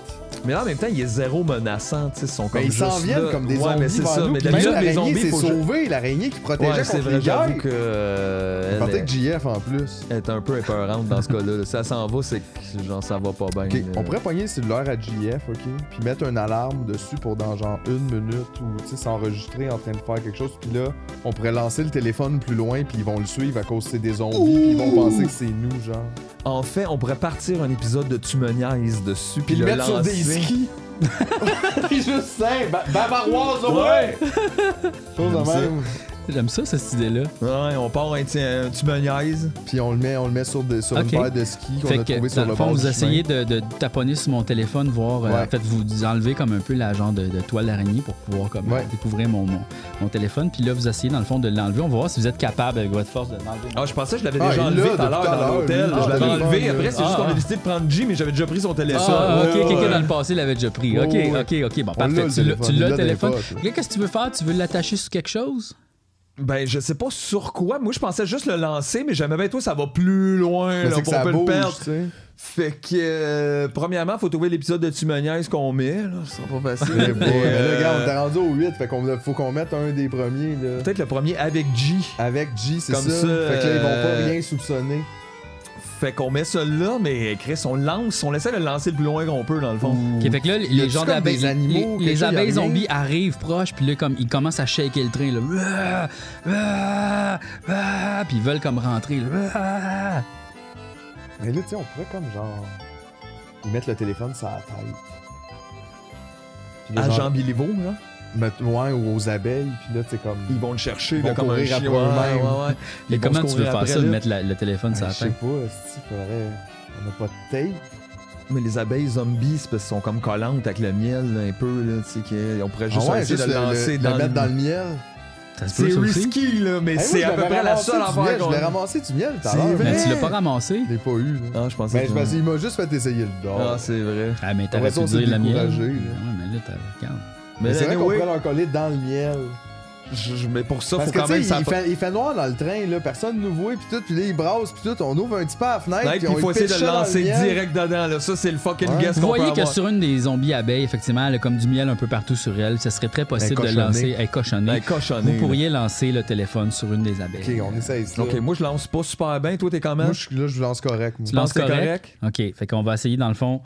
Speaker 3: Mais là, en même temps, il est zéro menaçant. tu sais, Ils sont comme
Speaker 1: Mais Ben, ils
Speaker 3: juste
Speaker 1: s'en viennent
Speaker 3: là.
Speaker 1: comme des
Speaker 3: ouais,
Speaker 1: zombies.
Speaker 3: Mais c'est
Speaker 1: vers
Speaker 3: ça.
Speaker 1: nous,
Speaker 3: Mais
Speaker 1: puis même
Speaker 3: d'habitude, les
Speaker 1: l'araignée
Speaker 3: zombies,
Speaker 1: s'est
Speaker 3: faut juste-
Speaker 1: sauvée, l'araignée qui protégeait
Speaker 3: Ouais, c'est
Speaker 1: contre
Speaker 3: vrai,
Speaker 1: les gars.
Speaker 3: j'avoue que. euh,
Speaker 1: Elle
Speaker 3: elle
Speaker 1: partait
Speaker 3: est-
Speaker 1: avec JF en plus.
Speaker 3: elle est un peu épeurante dans ce cas-là. là. Si elle s'en va, c'est que genre, ça va pas bien.
Speaker 1: Ok,
Speaker 3: là.
Speaker 1: On pourrait pogner le cellulaire à JF, ok? Puis mettre une alarme dessus pour dans genre une minute ou tu sais, s'enregistrer en train de faire quelque chose. Puis là, on pourrait lancer le téléphone plus loin, puis ils vont le suivre à cause que c'est des zombies, puis ils vont
Speaker 3: Ouh!
Speaker 1: penser que c'est nous, genre.
Speaker 3: En fait, on pourrait partir un épisode de Tu me niaises dessus. Puis
Speaker 1: Puis le
Speaker 3: le
Speaker 1: mettre sur des
Speaker 3: lancer.
Speaker 2: *laughs*
Speaker 1: skis. Puis juste ça, ba- bavaroise au moins!
Speaker 3: Ouais.
Speaker 1: Chose de
Speaker 3: J'aime ça.
Speaker 1: même.
Speaker 2: J'aime ça, cette idée-là.
Speaker 3: Ouais, on part un, petit- un Tu me niaises.
Speaker 1: Puis on le met, on le met sur, des, sur
Speaker 2: Ok.
Speaker 1: une paire de skis qu'on
Speaker 2: Fait
Speaker 1: a
Speaker 2: que,
Speaker 1: trouvé sur
Speaker 2: dans
Speaker 1: le
Speaker 2: le fond,
Speaker 1: bord
Speaker 2: vous
Speaker 1: du chemin.
Speaker 2: essayez de, de taponner sur mon téléphone, voir, euh,
Speaker 1: Ouais.
Speaker 2: en fait, vous enlevez comme un peu la genre de, de toile d'araignée pour pouvoir comme,
Speaker 1: Ouais.
Speaker 2: découvrir mon, mon, mon téléphone. Puis là, vous essayez, dans le fond, de l'enlever. On va voir si vous êtes capable, avec votre force, de l'enlever.
Speaker 3: Ah, je pensais que je l'avais
Speaker 2: Ah,
Speaker 3: déjà
Speaker 2: il l'a
Speaker 3: enlevé tout à
Speaker 2: depuis
Speaker 3: l'heure dans
Speaker 2: Ah,
Speaker 3: l'hôtel. je l'avais
Speaker 2: téléphone,
Speaker 3: enlevé.
Speaker 2: là.
Speaker 3: Après, c'est juste
Speaker 2: Ah,
Speaker 3: qu'on a
Speaker 2: ah.
Speaker 3: décidé de prendre G, mais j'avais déjà pris son téléphone.
Speaker 2: Ah, ok,
Speaker 3: Ouais,
Speaker 2: quelqu'un
Speaker 3: ouais.
Speaker 2: dans le passé l'avait déjà pris. Ok,
Speaker 3: Ouais, ouais.
Speaker 2: ok, ok. Bon,
Speaker 3: On l'a,
Speaker 2: parfait.
Speaker 3: le
Speaker 2: Tu l'as-
Speaker 3: téléphone.
Speaker 2: tu l'as
Speaker 3: Il
Speaker 2: le
Speaker 3: l'a dans les
Speaker 2: téléphone.
Speaker 3: poches, là.
Speaker 2: Là, qu'est-ce que tu veux faire? Tu veux l'attacher sur quelque chose?
Speaker 3: Ben, je sais pas sur quoi. Moi, je pensais juste le lancer, mais jamais bien toi, ça va plus loin.
Speaker 1: Mais
Speaker 3: Là,
Speaker 1: c'est que
Speaker 3: on
Speaker 1: ça
Speaker 3: peut
Speaker 1: bouge,
Speaker 3: le perdre.
Speaker 1: tu sais.
Speaker 3: Fait que, euh, premièrement, faut trouver l'épisode de Tumoniaise qu'on met. Là. Ce sera pas facile.
Speaker 1: Mais
Speaker 3: Mais,
Speaker 1: bon, mais là,
Speaker 3: euh,
Speaker 1: regarde, on t'a rendu au 8, fait qu'on faut qu'on mette un des premiers. là.
Speaker 3: Peut-être le premier avec G.
Speaker 1: Avec G, c'est ça.
Speaker 3: Comme ça,
Speaker 1: Fait que là, ils vont pas
Speaker 3: euh,
Speaker 1: rien soupçonner.
Speaker 3: Fait qu'on met ça là, mais Chris, on lance, on essaie de le lancer le plus loin qu'on peut, dans le fond.
Speaker 1: Mm.
Speaker 2: Ok, fait que là, les gens d'abeilles, les, les abeilles zombies arrivent proches, puis là, comme ils commencent à shaker le train, là, Ouah, ouah, ouah, puis ils veulent comme rentrer, là, Ouah.
Speaker 1: Mais là, tu sais, on pourrait comme genre. Ils mettent le téléphone sur la tête. Puis là,
Speaker 3: À
Speaker 1: genre-
Speaker 3: Jean Béliveau, là.
Speaker 1: Mettre- ouais, ou aux abeilles, puis là, tu sais, comme.
Speaker 3: Ils vont le chercher,
Speaker 1: Ils vont
Speaker 3: là, comme un
Speaker 1: courir
Speaker 3: chien.
Speaker 1: après
Speaker 3: Ouais,
Speaker 1: eux-mêmes.
Speaker 3: ouais,
Speaker 2: Mais
Speaker 3: ouais. Ils vont
Speaker 2: comment
Speaker 3: se
Speaker 2: tu veux
Speaker 3: courir
Speaker 2: faire
Speaker 3: après,
Speaker 2: ça, de
Speaker 3: là.
Speaker 2: mettre la- le téléphone sur
Speaker 1: Ah,
Speaker 2: la
Speaker 1: Je sais
Speaker 2: tête?
Speaker 1: pas, si, faudrait. On n'a pas de tape.
Speaker 3: Ah Mais les abeilles zombies, c'est parce qu'elles sont comme collantes avec le miel, là, un peu, là, tu sais, que- on pourrait juste
Speaker 1: Ah ouais,
Speaker 3: essayer
Speaker 1: juste
Speaker 3: de
Speaker 1: le- le-
Speaker 3: lancer
Speaker 1: le
Speaker 3: dans,
Speaker 1: mettre dans le miel.
Speaker 2: Ça se peut,
Speaker 3: C'est
Speaker 2: ça aussi?
Speaker 3: risky, là, mais
Speaker 1: Eh, moi,
Speaker 3: c'est
Speaker 1: je
Speaker 3: à peu
Speaker 1: l'avais
Speaker 3: près la
Speaker 1: ramassé
Speaker 3: seule
Speaker 1: du
Speaker 3: affaire
Speaker 1: miel,
Speaker 3: qu'on
Speaker 1: Je l'ai ramassé du miel tout à
Speaker 3: C'est
Speaker 1: l'heure.
Speaker 2: Mais tu l'as pas ramassé?
Speaker 1: Je l'ai pas eu, là.
Speaker 3: Ah, je pensais
Speaker 1: Mais Ben, je pensais, il m'a juste fait essayer le dor.
Speaker 3: Ah, c'est vrai.
Speaker 2: Ah, mais
Speaker 1: Après
Speaker 2: t'aurais
Speaker 1: ça,
Speaker 2: pu
Speaker 1: on s'est
Speaker 2: dire la mienne. Ah
Speaker 1: découragé, là.
Speaker 2: Ouais, mais là, t'as- regarde.
Speaker 1: Mais c'est vrai qu'on
Speaker 3: anyway,
Speaker 1: pourrait leur coller dans le miel.
Speaker 3: je- je- mais pour ça,
Speaker 1: Parce
Speaker 3: faut
Speaker 1: que
Speaker 3: quand
Speaker 1: tu sais,
Speaker 3: même ça.
Speaker 1: il, fait, il fait noir dans le train, là, personne nous voit, puis tout, puis là, il brasse, puis tout, on ouvre un petit peu la fenêtre,
Speaker 3: Ouais,
Speaker 1: puis
Speaker 3: puis
Speaker 1: on
Speaker 3: il faut
Speaker 1: le
Speaker 3: essayer de
Speaker 1: pitchait
Speaker 3: le
Speaker 1: dans
Speaker 3: lancer
Speaker 1: miel.
Speaker 3: direct dedans, là. Ça, c'est le fucking
Speaker 1: Ouais.
Speaker 3: guess
Speaker 2: Vous
Speaker 3: qu'on peut
Speaker 2: voyez que
Speaker 3: avoir.
Speaker 2: sur une des zombies abeilles, effectivement, elle a comme du miel un peu partout sur elle. Ce serait très possible
Speaker 3: Elle est
Speaker 2: de lancer.
Speaker 3: cochonnée.
Speaker 2: Elle est cochonnée.
Speaker 3: Elle est cochonnée,
Speaker 2: Vous pourriez lancer le téléphone sur une des abeilles.
Speaker 1: Ok, on essaye ça.
Speaker 3: Ok, moi, je lance pas super bien. Toi, t'es quand même.
Speaker 1: Moi, je suis là, je lance correct. Moi.
Speaker 2: Tu lances
Speaker 3: penses que c'est
Speaker 2: correct? Ok, fait qu'on va essayer dans le fond.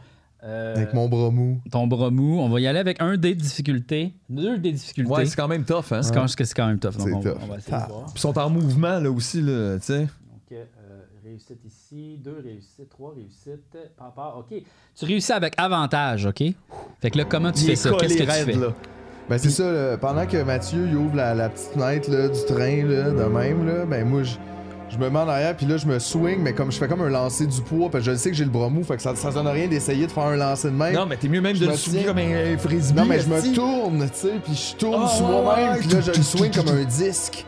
Speaker 2: euh,
Speaker 1: Avec mon bras mou.
Speaker 2: Ton bras mou. On va y aller avec un dé de difficulté. Deux dés de difficulté.
Speaker 3: Ouais, c'est quand même tough, hein.
Speaker 2: C'est quand, c'est quand même tough. donc
Speaker 1: C'est
Speaker 2: on, va-
Speaker 1: tough.
Speaker 2: on va essayer de
Speaker 1: Ah.
Speaker 2: voir.
Speaker 3: Ils sont en mouvement, là aussi, là, tu sais.
Speaker 2: Donc, euh, réussite ici, deux réussites, trois réussites, par OK. Tu réussis avec avantage, OK? Fait que là, comment tu
Speaker 3: Il
Speaker 2: fais
Speaker 3: est
Speaker 2: ça?
Speaker 3: collé
Speaker 2: Qu'est-ce que
Speaker 3: raide,
Speaker 2: tu fais?
Speaker 3: là.
Speaker 1: Ben, c'est ça, là, pendant que Mathieu il ouvre la, la petite fenêtre là, du train, là, de même, là, ben moi, je, je me mets en arrière, puis là, je me swing, mais comme je fais comme un lancer du poids, parce que je le sais que j'ai le bras mou, fait que ça, ça donne rien d'essayer de faire un lancer de même.
Speaker 3: Non, mais t'es mieux même
Speaker 1: Je
Speaker 3: de
Speaker 1: me
Speaker 3: le soulever
Speaker 1: tiens.
Speaker 3: comme un un frisbee.
Speaker 1: Non, mais je me
Speaker 3: esti.
Speaker 1: tourne, tu sais, puis je tourne
Speaker 3: Ah,
Speaker 1: sur
Speaker 3: ouais,
Speaker 1: moi-même,
Speaker 3: ouais.
Speaker 1: puis là, je le swing comme un disque.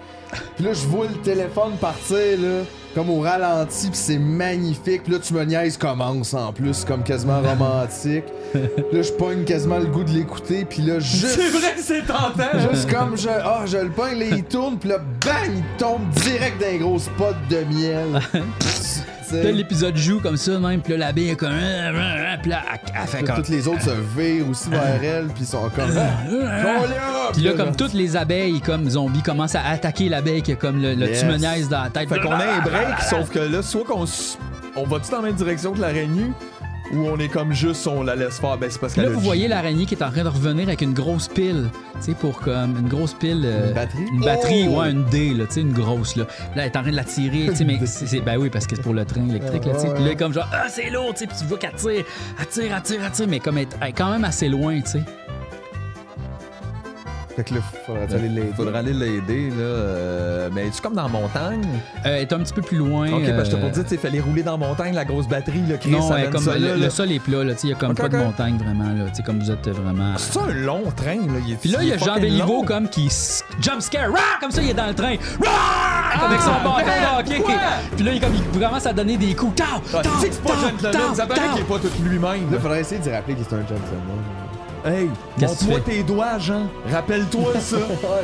Speaker 1: Puis là, je vois le téléphone partir, là, comme au ralenti, puis c'est magnifique. Puis là, tu me niaises commence en plus, comme quasiment romantique. là, je pogne quasiment le goût de l'écouter,
Speaker 3: *laughs*
Speaker 1: puis là, juste.
Speaker 3: C'est vrai que c'est tentant.
Speaker 1: Juste comme je. Ah, je le pogne, là, il tourne, puis là, bang, il tombe direct d'un gros spot de
Speaker 3: *laughs*
Speaker 1: miel. Pss, tu sais.
Speaker 2: Là, l'épisode joue comme ça, même. Puis là, l'abeille est comme. Puis là, elle- elle fait
Speaker 1: Là,
Speaker 2: comme.
Speaker 1: Toutes les autres se virent aussi
Speaker 3: Ah.
Speaker 1: vers elle, puis ils sont comme. ah, Collera!
Speaker 2: Puis là, comme toutes les abeilles, comme zombies, commencent à attaquer l'abeille qui a comme le, le
Speaker 1: Yes.
Speaker 2: timoniaise dans la tête.
Speaker 3: Fait qu'on a un break, sauf que là, soit qu'on s- on va-tu dans la même direction que l'araignée, ou on est comme juste, on la laisse faire. Ben, c'est parce
Speaker 2: Là,
Speaker 3: qu'elle a
Speaker 2: vous
Speaker 3: dit-
Speaker 2: voyez l'araignée qui est en train de revenir avec une grosse pile, tu sais, pour comme une grosse pile. euh,
Speaker 1: Une batterie?
Speaker 2: Une batterie,
Speaker 1: Oh!
Speaker 2: ouais, une D, là, tu sais, une grosse, là. Là, elle est en train de la tirer, tu sais,
Speaker 3: *laughs*
Speaker 2: mais c'est, c'est- ben oui, parce que c'est pour le train électrique, là, tu sais.
Speaker 1: Ah, ouais.
Speaker 2: Puis là, comme genre, ah, c'est lourd, tu sais, puis tu vois qu'elle tire, elle tire, elle tire, elle tire, mais comme elle est- elle est quand même assez loin, tu sais. Euh,
Speaker 1: Fait que là, faudrait aller l'aider.
Speaker 3: Faudrait aller l'aider, là. euh, mais es-tu comme dans la montagne?
Speaker 2: Euh, elle est un petit peu plus loin.
Speaker 3: ok, parce que
Speaker 2: euh,
Speaker 3: pour dire, tu sais, fallait rouler dans la montagne, la grosse batterie, le Chris,
Speaker 2: Non,
Speaker 3: ça
Speaker 2: elle est
Speaker 3: amène
Speaker 2: comme
Speaker 3: ça,
Speaker 2: le,
Speaker 3: là,
Speaker 2: le
Speaker 3: là.
Speaker 2: sol est plat, là, tu sais, il y a comme
Speaker 3: Ok,
Speaker 2: pas de
Speaker 3: ok.
Speaker 2: montagne vraiment, là, tu sais, comme vous êtes euh, vraiment.
Speaker 3: C'est ça un long train, là. Il est,
Speaker 2: Puis là, il y a
Speaker 3: est
Speaker 2: Jean
Speaker 3: fucking
Speaker 2: Béliveau
Speaker 3: long.
Speaker 2: comme qui s- jump scare, rah, comme ça, il est dans le train,
Speaker 3: Ah!
Speaker 2: rah, avec son bâton
Speaker 3: merde,
Speaker 2: de hockey.
Speaker 3: quoi?
Speaker 2: Puis là, il, comme, il commence à donner des coups, tau,
Speaker 3: Ah,
Speaker 2: tau,
Speaker 3: tu sais que c'est pas
Speaker 2: tau,
Speaker 3: John Lennon,
Speaker 2: tau,
Speaker 3: ça paraît
Speaker 2: tau.
Speaker 3: qu'il est pas tout lui-même.
Speaker 1: Là, faudrait essayer de rappeler qu'il c'est un gentleman.
Speaker 3: Hey,
Speaker 2: Qu'est-ce que tu
Speaker 3: montre-moi
Speaker 2: fais?
Speaker 3: tes doigts, Jean. Rappelle-toi
Speaker 2: *laughs*
Speaker 3: ça.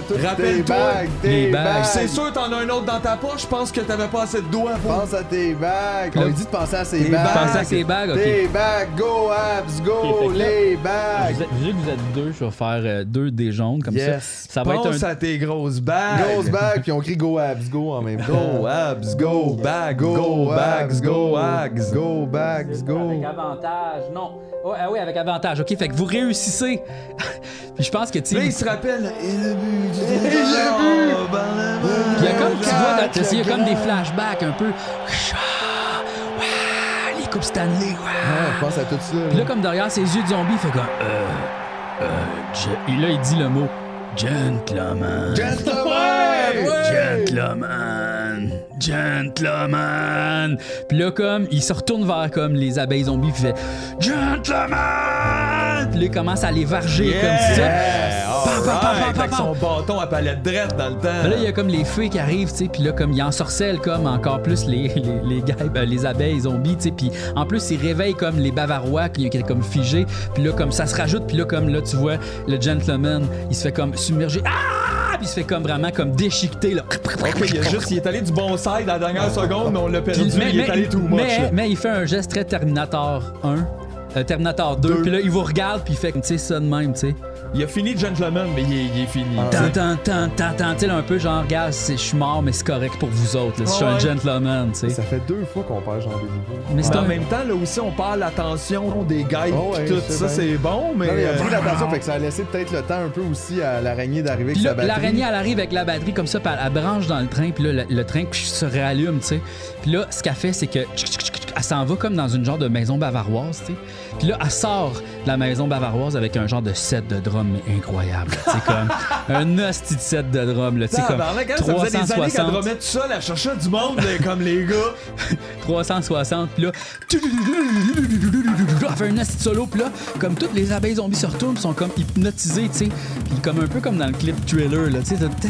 Speaker 1: toutes tes
Speaker 3: Rappelle-toi.
Speaker 1: bagues, tes Les bagues. bagues.
Speaker 3: C'est sûr, t'en as un autre dans ta poche. Je pense que t'avais pas assez de doigts.
Speaker 1: Pense à tes bagues.
Speaker 3: Là,
Speaker 1: On lui dit de penser à ses
Speaker 3: tes
Speaker 1: bagues.
Speaker 3: bagues. Penser à ses bagues, ok.
Speaker 1: Tes bagues, go abs, go
Speaker 2: Ok, fait que là,
Speaker 1: les bagues.
Speaker 2: Vous êtes- Vu que vous êtes deux, je vais faire euh, deux des jaunes comme
Speaker 1: Yes.
Speaker 2: ça. Ça va
Speaker 1: Pense
Speaker 2: être un.
Speaker 1: à
Speaker 3: tes grosses bagues.
Speaker 1: Grosse bague, puis on crie go abs, go en même temps.
Speaker 3: Go abs, go bags, go bags, go abs.
Speaker 1: Go bags, go.
Speaker 2: avantage, non. Oh, ah oui, avec avantage. OK, fait que vous réussissez. *laughs* Puis je pense que tu
Speaker 3: Là, il
Speaker 2: sais,
Speaker 3: se rappelle. Il a bu.
Speaker 1: Il a bu.
Speaker 3: oh, ben,
Speaker 2: il y a comme tu vois dans- tu sais, il y a
Speaker 1: Le
Speaker 2: comme des
Speaker 1: grand.
Speaker 2: flashbacks un peu. Ah, ouais, les coupes Stanley. ouais.
Speaker 1: Ouais, je pense à tout ça.
Speaker 2: Puis là comme derrière ses yeux de zombie, il fait comme euh, euh, je- et là il dit le mot gentleman.
Speaker 1: Gentleman!
Speaker 2: Gentleman, gentleman. Puis là, comme, il se retourne vers comme les abeilles zombies, puis il fait Gentleman! Puis là, il commence à les varger comme ça. Pam, pam, pam, pam,
Speaker 3: Alright,
Speaker 2: pam,
Speaker 3: avec son
Speaker 2: pam.
Speaker 3: bâton à palette drette dans le
Speaker 2: Puis Là, il y
Speaker 3: temps.
Speaker 2: a comme les fées qui arrivent, tu sais, puis là, comme il ensorcelle comme encore plus les, *laughs* les, les, guêpes, euh, les abeilles zombies, tu sais, puis en plus, il réveille comme les Bavarois qui qui étaient comme figés, puis là, comme ça se rajoute, puis là, comme là, tu vois, le gentleman, il se fait comme submerger, ah! Puis il se fait comme vraiment comme déchiqueter, là.
Speaker 3: Ok, il y a juste, il est allé du bon side à la dernière seconde, mais on l'a perdu.
Speaker 2: Puis- mais,
Speaker 3: il est
Speaker 2: mais-
Speaker 3: allé tout much.
Speaker 2: mais-
Speaker 3: là.
Speaker 2: mais il fait un geste très Terminator 1, euh, Terminator 2, puis là, il vous regarde, puis il fait, tu sais, ça de même, tu sais.
Speaker 3: Il a fini Gentleman, mais il est, il est fini. tu sais.
Speaker 2: Tant, tant, tant, tant, tant, tu sais, là, un peu genre, regarde, c'est- je suis mort, mais c'est correct pour vous autres, là, je suis
Speaker 3: Ouais.
Speaker 2: un gentleman, tu sais.
Speaker 1: Ça fait deux fois qu'on perd Jean Béliveau.
Speaker 2: Mais c'est
Speaker 3: Mais en
Speaker 2: un-
Speaker 3: même temps, là aussi, on parle l'attention des gars
Speaker 1: Oh ouais,
Speaker 3: pis tout
Speaker 1: c'est
Speaker 3: ça,
Speaker 1: bien.
Speaker 3: c'est bon, mais.
Speaker 1: Non, mais il a pris
Speaker 3: euh,
Speaker 1: l'attention, fait que ça a laissé peut-être le temps un peu aussi à l'araignée d'arriver avec
Speaker 2: Puis là,
Speaker 1: sa batterie.
Speaker 2: l'araignée, elle arrive avec la batterie comme ça, puis elle, elle branche dans le train, puis là, le, le train se réallume, tu sais. Puis là, ce qu'elle fait, c'est que tchic, tchic, tchic, elle s'en va comme dans une genre de maison bavaroise, tu sais. Puis là, elle sort de la maison bavaroise avec un genre de set de drums mais incroyable. là. C'est
Speaker 3: *laughs*
Speaker 2: comme un hostie de set de drums, là. Tu sais, comme
Speaker 3: tabarnak, hein, Ça faisait des années qu'elle
Speaker 2: 360.
Speaker 3: remettre tout seul, elle cherchait du monde, là, comme les gars.
Speaker 2: 360, puis là, elle fait un acide solo, puis là, comme toutes les abeilles zombies se retournent, sont comme hypnotisées, tu sais, puis comme un peu comme dans le clip Thriller, là, tu sais, de- *laughs* tu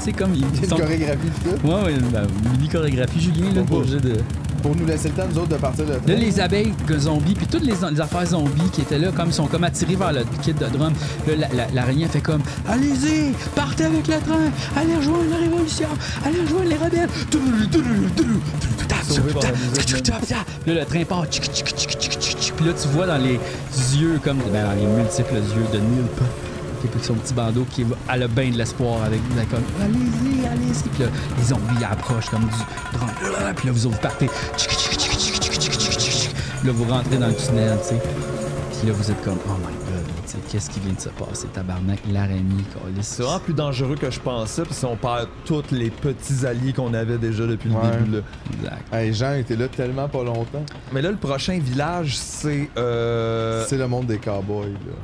Speaker 2: sais, comme
Speaker 1: Il y a
Speaker 2: ils
Speaker 1: une
Speaker 2: sont...
Speaker 1: chorégraphie de tout.
Speaker 2: Ouais, ouais, bah, mini chorégraphie, Julien, là, pour de...
Speaker 1: Pour nous laisser le temps, nous autres, de partir de
Speaker 2: Là, les abeilles que zombies, puis toutes les, les affaires zombies qui étaient là, comme sont comme attirées vers le kit de drum. Là, la- la- l'araignée fait comme Allez-y, partez avec le train, allez rejoindre la révolution, allez rejoindre les rebelles.
Speaker 3: Sauvé par la
Speaker 2: Puis là, le train part. tchic, tchic, tchic, tchic, tchic, tchic. Puis là, tu vois dans les yeux, comme ben, dans les multiples yeux de Neil Pop, qui est avec son petit bandeau, qui va- elle a bien de l'espoir avec avec comme Allez-y, allez-y. Puis là, les zombies approchent comme du drum. Puis là, vous autres, vous partez. Tchic, tchic, tchic, tchic, tchic, tchic, tchic, tchic. Là, vous rentrez dans le tunnel, tu sais. Puis là, vous êtes comme, oh my god, tu sais, qu'est-ce qui vient de se passer, tabarnak, l'araignée, câlisse.
Speaker 3: C'est vraiment plus dangereux que je pensais, pis si on perd tous les petits alliés qu'on avait déjà depuis
Speaker 1: Ouais.
Speaker 3: le début, là.
Speaker 2: Exact.
Speaker 1: Hey, Jean était là tellement pas longtemps.
Speaker 3: Mais là, le prochain village, c'est. euh,
Speaker 1: C'est le monde des cowboys. Là.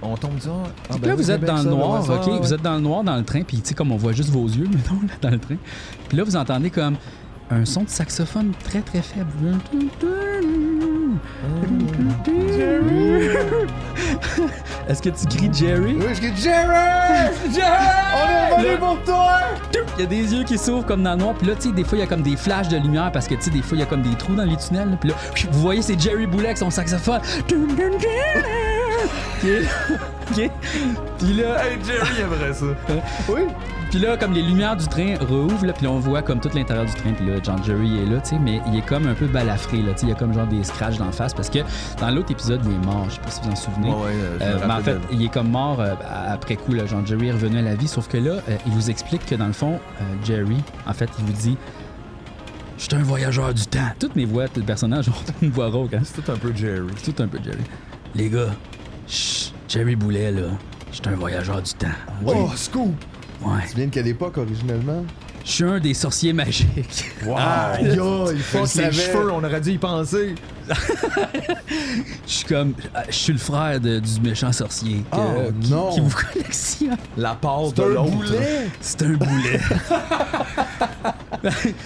Speaker 3: On tombe du.
Speaker 2: Fait
Speaker 3: ben
Speaker 2: que là, vous êtes dans le
Speaker 1: Ah,
Speaker 2: noir,
Speaker 1: ben,
Speaker 2: ok? Vous êtes dans le noir dans le train, puis tu sais, comme on voit juste vos yeux, *laughs* maintenant, là, dans le train. Puis là, vous entendez comme un son de saxophone très, très faible. *laughs* Est-ce que tu cries
Speaker 3: *laughs*
Speaker 2: Jerry?
Speaker 1: Oui, je crie Jerry! On est venu
Speaker 2: Le-
Speaker 1: pour toi!
Speaker 2: Il y a des yeux qui s'ouvrent comme dans le noir, puis là, tu sais, des fois, il y a comme des flashs de lumière parce que, tu sais, des fois, il y a comme des trous dans les tunnels, là, *laughs* puis là, vous voyez, c'est Jerry Boulet avec son saxophone. Dun, dun, dun. Qui est- qui est- Puis là,
Speaker 3: Hey, Jerry aimerait ça.
Speaker 1: Oui!
Speaker 2: puis là, comme les lumières du train rouvrent, là, puis là, on voit comme tout l'intérieur du train, puis là, John Jerry est là, tu sais, mais il est comme un peu balafré, là, tu sais, il y a comme genre des scratchs d'en face, parce que dans l'autre épisode, il est mort, je sais pas si vous en souvenez.
Speaker 3: Ouais, ouais, euh, je me
Speaker 2: Euh, mais en
Speaker 3: rappelle
Speaker 2: fait,
Speaker 3: de-
Speaker 2: il est comme mort euh, après coup, là, John Jerry est revenu à la vie, sauf que là, euh, il vous explique que dans le fond, euh, Jerry, en fait, il vous dit « Je suis un voyageur du temps. » Toutes mes voix, tout le personnage ont *laughs* une voix rauque, hein.
Speaker 3: C'est tout un peu Jerry.
Speaker 2: C'est tout un peu Jerry. Les gars, chut, Jerry Boulet, là, je suis un voyageur du temps.
Speaker 1: Oh, scoop!
Speaker 2: Ouais.
Speaker 1: Tu viens de quelle époque originalement?
Speaker 2: Je suis un des sorciers magiques. *laughs*
Speaker 1: Wow!
Speaker 3: Ah, yo, il
Speaker 1: Je le
Speaker 3: faut les
Speaker 1: savais.
Speaker 3: cheveux, on aurait dû y penser.
Speaker 2: Je suis comme. euh, Je suis le frère de- du méchant sorcier que-
Speaker 3: Ah,
Speaker 1: Oh,
Speaker 2: qui,
Speaker 1: non.
Speaker 2: qui vous
Speaker 3: *laughs*
Speaker 2: collectionne.
Speaker 3: La part de
Speaker 1: un
Speaker 3: l'autre.
Speaker 1: boulet!
Speaker 2: C'est un boulet.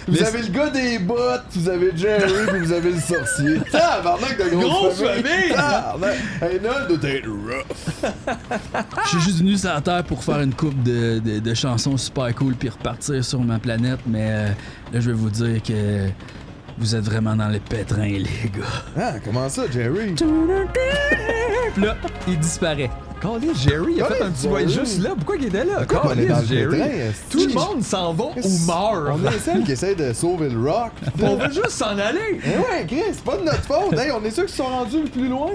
Speaker 1: Vous avez le gars des bottes, vous avez Jerry, puis vous avez le sorcier. bah, Tabarnak de grosse
Speaker 3: Grosse
Speaker 1: famille!
Speaker 3: famille.
Speaker 1: Tabarnak! Hey, non, doit être rough!
Speaker 2: Je suis juste venu sur la Terre pour faire une coupe de, de- de chansons super cool puis repartir sur ma planète, mais euh, là, je vais vous dire que
Speaker 3: *laughs*
Speaker 2: vous êtes vraiment dans les pétrins, les gars.
Speaker 1: Ah, comment ça, Jerry?
Speaker 2: Puis là, il disparaît.
Speaker 3: Calais, *laughs* Jerry, il a fait un petit voyage juste là. Pourquoi il était là? Calais, Jerry. Tout le monde s'en va ou meurt.
Speaker 1: On est celle qui essaie de sauver le rock.
Speaker 3: *laughs* On veut juste s'en aller.
Speaker 1: Eh ouais, Chris, c'est pas de notre faute. Hey, on est sûr qu'ils sont rendus le plus loin.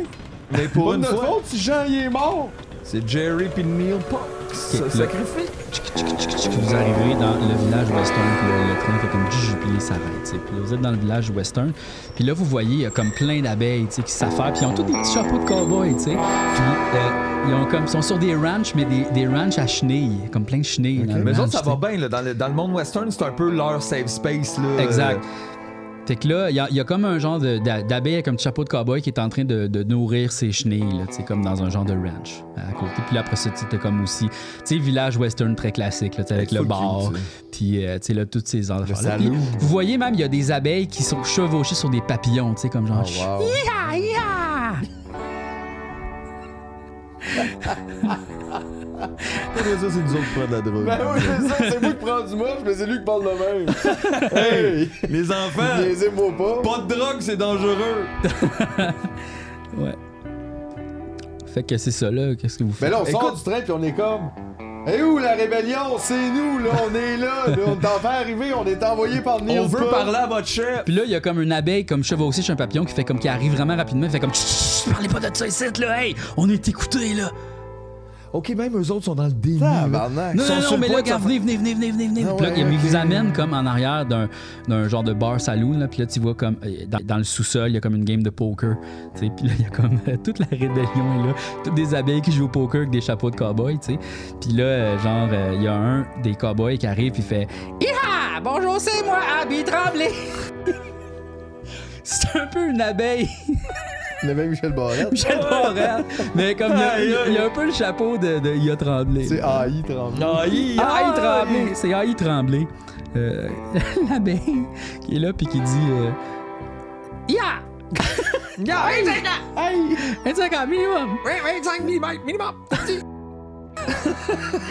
Speaker 3: Mais pour
Speaker 1: Pas de
Speaker 3: une
Speaker 1: notre
Speaker 3: fois-
Speaker 1: faute si Jean il est mort.
Speaker 3: C'est Jerry puis Neil Parks.
Speaker 2: là.
Speaker 3: Ça sacrifie.
Speaker 2: Vous arrivez dans le village western, puis là, le train fait comme tch, puis il s'arrête. tu sais. Puis là, vous êtes dans le village western, puis là, vous voyez, il y a comme plein d'abeilles tu sais, qui s'affairent, puis ils ont tous des petits chapeaux de cowboy, tu sais. Puis euh, ils ont comme, ils sont sur des ranchs, mais des, des ranchs à chenilles, comme plein de chenilles. dans le
Speaker 3: Mais eux
Speaker 2: ranch,
Speaker 3: autres, ça
Speaker 2: tu sais.
Speaker 3: va bien. Là. Dans, le, dans le monde western, c'est un peu leur safe space. Là.
Speaker 2: Exact. Euh, Fait que là, il y a- il y, a comme un genre de- d'a- d'abeille avec un petit chapeau de cowboy qui est en train de, de nourrir ses chenilles, là, tu sais, comme dans un genre de ranch à côté. Puis là, après ça, tu t'as comme aussi, tu sais, village western très classique, là, tu sais, avec
Speaker 1: C'est
Speaker 2: le
Speaker 1: full
Speaker 2: bar,
Speaker 1: cute,
Speaker 2: puis euh, tu sais, là, toutes ces affaires-là.
Speaker 1: saloon.
Speaker 2: Puis Vous voyez même, il y a des abeilles qui sont chevauchées sur des papillons, tu sais, comme genre.
Speaker 1: Oh, wow.
Speaker 2: Hi-ha, hi-ha!
Speaker 1: Après ça, c'est nous autres qui prenons de la drogue.
Speaker 2: Ben
Speaker 1: oui, c'est ça, c'est moi qui prends du moche, mais c'est lui qui parle
Speaker 3: *laughs*
Speaker 1: de même. hey!
Speaker 3: Les enfants,
Speaker 1: Les moi pas.
Speaker 3: pas de drogue, c'est dangereux.
Speaker 2: Ouais. Fait que c'est ça, là, qu'est-ce que vous
Speaker 1: Mais
Speaker 2: faites?
Speaker 1: là, on sort du train puis on est comme. Et où la rébellion? C'est nous, là, on est là, là, on t'en fait arriver, on est envoyé par Neil
Speaker 3: On veut
Speaker 1: Pop.
Speaker 3: parler à votre chef.
Speaker 2: Puis là, il y a comme une abeille comme chevauchée chez un papillon qui fait comme qui arrive vraiment rapidement, fait comme Chut, chut, chut, parlez pas de ça ici là, hey, on est écoutés là.
Speaker 3: Ok, même eux autres sont dans le déni.
Speaker 1: Tabarnak.
Speaker 2: Non,
Speaker 3: Ils sont
Speaker 2: non,
Speaker 3: sur
Speaker 2: non,
Speaker 3: le
Speaker 2: mais
Speaker 3: point
Speaker 2: là,
Speaker 3: de s'en
Speaker 2: regarde, venez, venez, venez, venez, venez.
Speaker 1: Ah
Speaker 2: Puis là,
Speaker 1: ouais,
Speaker 2: il- il
Speaker 1: ok.
Speaker 2: vous amène comme en arrière d'un, d'un genre de bar saloon, là, puis là, tu vois comme euh, dans, dans le sous-sol, il y a comme une game de poker, tu sais, puis là, il y a comme euh, toute la rébellion est là, toutes des abeilles qui jouent au poker avec des chapeaux de cowboy, tu sais. Puis là, euh, genre, euh, il y a un des cowboys qui arrive, puis il fait Hiha! Bonjour, c'est moi, Abby Tremblay! *laughs* C'est un peu une abeille. *laughs*
Speaker 1: Il y avait Michel Barrette.
Speaker 2: Michel Morel. Mais comme il y a- il y, a- il y a un peu le chapeau de, de Il a tremblé.
Speaker 1: C'est AI Tremblay.
Speaker 3: AI,
Speaker 2: AI Tremblay. C'est AI Tremblay. Euh, *laughs* L'abeille qui est là puis qui dit euh,
Speaker 3: *laughs*
Speaker 2: Ya! Ya! hey, hey, 25 ans minimum!
Speaker 3: Oui, 25 mm minimum.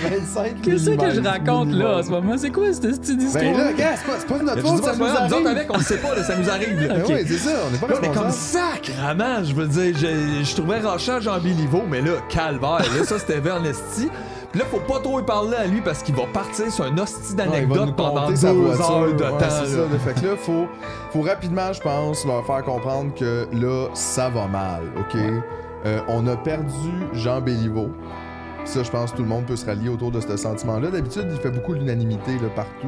Speaker 1: 25
Speaker 2: Qu'est-ce que je
Speaker 1: millimètres
Speaker 2: raconte là
Speaker 1: minimum.
Speaker 2: en ce moment? C'est quoi cette, cette histoire?
Speaker 1: Ben là, gars, c'est pas, c'est pas de notre
Speaker 3: Nous
Speaker 1: faute, ça nous
Speaker 3: autres
Speaker 1: arrive.
Speaker 3: avec, on le sait pas, là, ça nous arrive. là.
Speaker 1: *laughs* Ben oui, c'est ça, on est pas
Speaker 3: Là, on est comme
Speaker 1: responsables.
Speaker 3: sacrement, je veux dire, je, je trouvais Rochard Jean Béliveau, mais là, calvaire, là, ça c'était Vernesti. Puis là, faut pas trop y parler à lui parce qu'il va partir sur un hostie
Speaker 1: Ouais, il va nous
Speaker 3: d'anecdote pendant
Speaker 1: compter
Speaker 3: deux
Speaker 1: sa voiture,
Speaker 3: heures de
Speaker 1: ouais,
Speaker 3: temps.
Speaker 1: C'est
Speaker 3: là.
Speaker 1: ça, fait que là, faut, faut rapidement, je pense, leur faire comprendre que là, ça va mal, OK? Euh, on a perdu Jean Béliveau. Ça, je pense que tout le monde peut se rallier autour de ce sentiment-là. D'habitude, il fait beaucoup l'unanimité là, partout.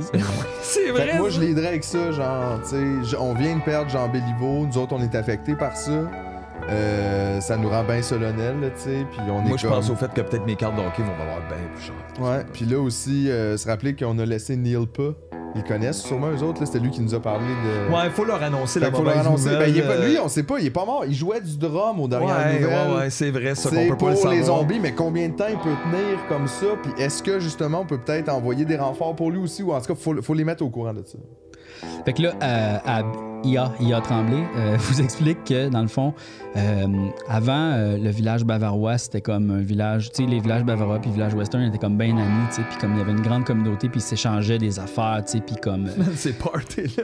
Speaker 3: C'est
Speaker 1: Fait que
Speaker 3: vrai.
Speaker 1: moi, je
Speaker 3: ça.
Speaker 1: l'aiderais avec ça, genre, tu sais, j- on vient de perdre Jean Béliveau, nous autres, on est affectés par ça. Euh, ça nous rend bien solennel, là, tu sais, puis on est
Speaker 3: Moi, je
Speaker 1: comme-
Speaker 3: pense au fait que peut-être mes cartes de hockey vont valoir bien plus cher.
Speaker 1: Ouais, puis là aussi, euh, se rappeler qu'on a laissé Neil pas. Ils connaissent sûrement eux autres, là, c'était lui qui nous a parlé de.
Speaker 3: Ouais, faut leur annoncer
Speaker 1: Fait
Speaker 3: la
Speaker 1: qu'il faut leur
Speaker 3: mauvaise
Speaker 1: annoncer.
Speaker 3: nouvelle.
Speaker 1: Ben, il est pas,
Speaker 3: euh,
Speaker 1: lui, on sait pas, il est pas mort. Il jouait du drum aux dernières
Speaker 3: Ouais,
Speaker 1: nouvelles.
Speaker 3: ouais, ouais, c'est vrai, ça qu'on
Speaker 1: C'est
Speaker 3: peut
Speaker 1: pour
Speaker 3: pas le
Speaker 1: les
Speaker 3: savoir.
Speaker 1: zombies, mais combien de temps il peut tenir comme ça? Puis est-ce que justement on peut peut-être envoyer des renforts pour lui aussi? Ou en tout cas, faut, faut les mettre au courant de ça.
Speaker 2: Fait que là, euh, Ab- Ia, Ia Tremblay euh, *laughs* vous explique que, dans le fond, euh, avant, euh, le village bavarois, c'était comme un village, tu sais, les villages bavarois puis village western étaient comme bien amis, tu sais, puis comme il y avait une grande communauté, puis ils s'échangeaient des affaires, tu sais, puis comme... euh,
Speaker 3: *laughs* C'est party, là.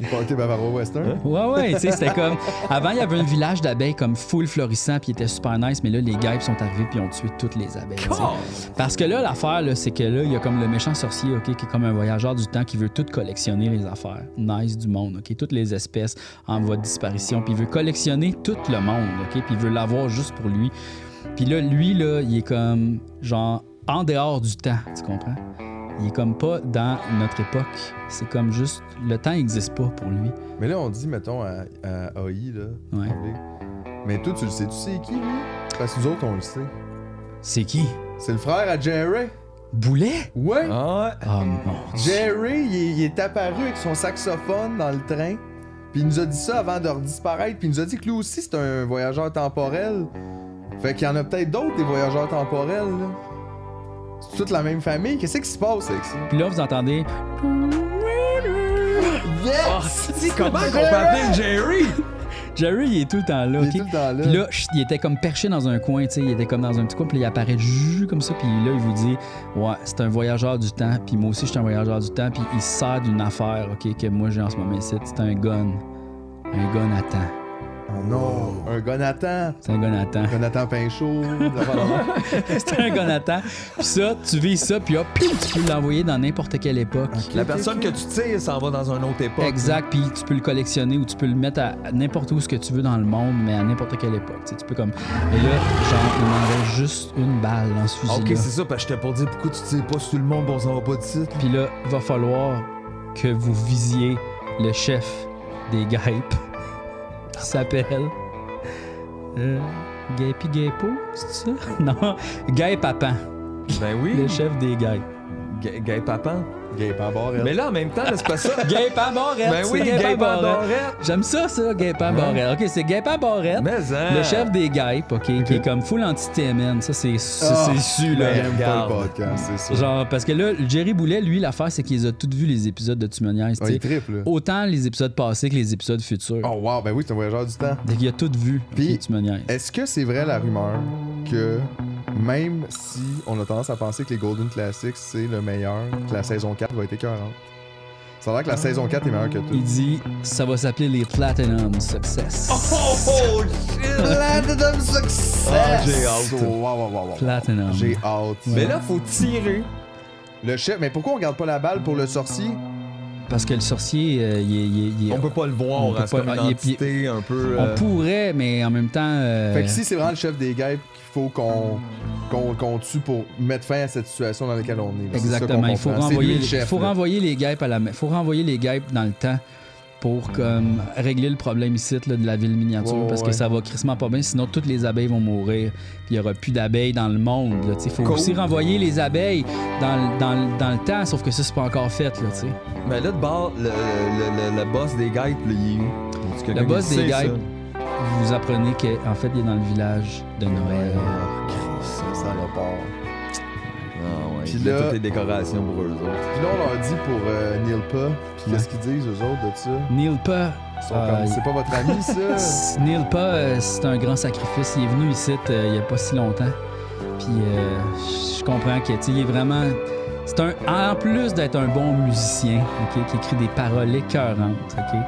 Speaker 1: Il partait Bavarois
Speaker 3: Hein?
Speaker 1: Western.
Speaker 2: Ouais, ouais, tu sais, c'était comme... Avant, il y avait un village d'abeilles comme full florissant, puis il était super nice, mais là, les guêpes sont arrivés puis ont tué toutes les abeilles, tu sais. Parce que là, l'affaire, là, c'est que là, il y a comme le méchant sorcier, OK, qui est comme un voyageur du temps qui veut tout collectionner les affaires. Nice du monde, OK? Toutes les espèces en voie de disparition. Puis il veut collectionner tout le monde, OK? Puis il veut l'avoir juste pour lui. Puis là, lui, là, il est comme, genre, en dehors du temps, tu comprends? Il est comme pas dans notre époque. C'est comme juste, le temps n'existe pas pour lui.
Speaker 1: Mais là, on dit, mettons, à, à AI, là.
Speaker 2: Ouais.
Speaker 1: Mais toi, tu le sais, tu sais qui, lui? Parce que nous autres, on le sait.
Speaker 2: C'est qui?
Speaker 1: C'est le frère à Jerry.
Speaker 2: Boulet?
Speaker 1: Ouais.
Speaker 3: Ah ouais.
Speaker 2: Oh mon Dieu.
Speaker 1: Jerry, il, est- il est apparu avec son saxophone dans le train. Puis il nous a dit ça avant de redisparaître. Puis il nous a dit que lui aussi, c'est un voyageur temporel. Fait qu'il y en a peut-être d'autres, des voyageurs temporels. là. C'est toute la même famille. Qu'est-ce qui se passe avec ça?
Speaker 2: Puis là, vous entendez. Ah,
Speaker 1: Yes!
Speaker 3: Comment qu'on peut appeler Jerry?
Speaker 2: Jerry, il est tout le temps là, OK?
Speaker 1: Il est tout le temps là.
Speaker 2: Puis là, chut, il était comme perché dans un coin, tu sais, il était comme dans un petit coin, puis là, il apparaît juste comme ça, puis là, il vous dit Ouais, c'est un voyageur du temps, puis moi aussi, je suis un voyageur du temps, puis il se sert d'une affaire, ok, que moi j'ai en ce moment ici. C'est un gun. Un gun à temps.
Speaker 1: Oh non! Un Gonatan!
Speaker 2: C'est un Gonatan.
Speaker 1: Gonatan Pinchot! *laughs* des affaires de même.
Speaker 2: *laughs* C'est un Gonatan. Puis ça, tu vis ça, puis hop, pim, tu peux l'envoyer dans n'importe quelle époque.
Speaker 3: La personne que tu tires s'en va dans une autre époque.
Speaker 2: Exact, puis tu peux le collectionner ou tu peux le mettre à à n'importe où ce que tu veux dans le monde, mais à n'importe quelle époque. Tu, sais, tu peux comme. Et là, genre, il m'en reste juste une balle dans ce
Speaker 3: Ah,
Speaker 2: fusil.
Speaker 3: Ok, c'est ça, parce que j'étais pour dire pourquoi tu tires pas sur le monde, bon, on s'en va pas d'ici.
Speaker 2: Puis là, va falloir que vous visiez le chef des Gapes. qui s'appelle. Euh, Gapi Gapo, c'est ça? *laughs* Non, Gay Papan.
Speaker 3: Ben oui.
Speaker 2: Le chef des Gapes.
Speaker 3: Ga- Gay Papan.
Speaker 1: Gay Papan
Speaker 3: Mais là, en même temps, là, c'est pas ça.
Speaker 2: *laughs* Gay Paborette.
Speaker 3: Ben oui, Gay Paborette.
Speaker 2: J'aime ça, ça, Gay Paborette. Ok, c'est Gay Paborette.
Speaker 3: Mais hein.
Speaker 2: Le chef des Gapes, ok, qui est comme full anti-TMN. Ça, c'est c'est-
Speaker 1: Ah,
Speaker 2: c'est su, là.
Speaker 1: J'aime pas
Speaker 3: regarde.
Speaker 1: le podcast, c'est ça.
Speaker 2: Genre, parce que là, Jerry Boulet, lui, l'affaire, c'est qu'ils ont tous vu les épisodes de Tumoniaise.
Speaker 1: Ouais, il triple, là.
Speaker 2: Autant les épisodes passés que les épisodes futurs.
Speaker 1: Oh wow, ben oui, c'est un voyageur du temps.
Speaker 2: Donc, il a tout vu,
Speaker 1: Puis-
Speaker 2: Puis, Tumoniaise.
Speaker 1: Est-ce que c'est vrai la rumeur que même si on a tendance à penser que les Golden Classics c'est le meilleur, que la saison 4 va être écœurante? Ça a l'air que la saison 4 est meilleure que tout.
Speaker 2: Il dit, ça va s'appeler les Platinum Success.
Speaker 3: Oh shit!
Speaker 1: Platinum Success!
Speaker 3: Ah, j'ai hâte.
Speaker 1: Wow, wow, wow, wow.
Speaker 2: Platinum.
Speaker 1: J'ai hâte.
Speaker 3: Mais là, faut tirer.
Speaker 1: Le chef, mais pourquoi on garde pas la balle pour le sorcier?
Speaker 2: Parce que le sorcier, euh, il est- il est- il est-
Speaker 3: On peut pas le voir,
Speaker 2: On
Speaker 3: on
Speaker 2: peut
Speaker 3: reste
Speaker 2: pas-
Speaker 3: comme une
Speaker 2: il est- il est-
Speaker 3: entité un peu.
Speaker 2: on
Speaker 3: euh,
Speaker 2: pourrait, mais en même temps. euh,
Speaker 1: Fait que si c'est vraiment le chef des guêpes qu'il faut qu'on qu'on qu'on tue pour mettre fin à cette situation dans laquelle on est. là. C'est ça qu'on
Speaker 2: Exactement. Il faut
Speaker 1: comprend. C'est lui
Speaker 2: renvoyer,
Speaker 1: le
Speaker 2: les,
Speaker 1: chef.
Speaker 2: faut
Speaker 1: là.
Speaker 2: renvoyer les guêpes à la ma- faut renvoyer les guêpes dans le temps pour comme régler le problème ici là, de la ville miniature
Speaker 1: Ouais,
Speaker 2: parce que
Speaker 1: ouais.
Speaker 2: ça va crissement pas bien sinon toutes les abeilles vont mourir puis il y aura plus d'abeilles dans le monde là, tu sais. faut
Speaker 3: Cool.
Speaker 2: aussi renvoyer les abeilles dans, le- dans, le- dans le temps sauf que ça c'est pas encore fait là, tu sais.
Speaker 3: Mais là, de bord, le, le, le- le boss des guêpes, là, il est où? Est-ce que
Speaker 2: le
Speaker 3: quelqu'un
Speaker 2: boss
Speaker 3: le
Speaker 2: des
Speaker 3: sait, ça?
Speaker 2: guêpes vous apprenez qu'en fait il est dans le village de Noël
Speaker 1: Ah, Christ, ça, ça va pas.
Speaker 3: Ah ouais,
Speaker 1: Puis
Speaker 3: il y a
Speaker 1: là-
Speaker 3: toutes les décorations pour eux autres.
Speaker 1: Puis là, on leur dit pour euh, Neil Pa, puis qu'est-ce qu'ils disent, eux autres, de ça?
Speaker 2: Neil Pa
Speaker 1: Ils sont
Speaker 2: Ah,
Speaker 1: comme,
Speaker 2: il-
Speaker 1: c'est pas votre
Speaker 3: *laughs*
Speaker 1: ami, ça?
Speaker 2: Neil pas, euh, c'est un grand sacrifice. Il est venu ici euh, il n'y a pas si longtemps. Puis euh, je comprends que tu sais, il est vraiment. C'est un. En plus d'être un bon musicien, ok, qui écrit des paroles écœurantes, ok.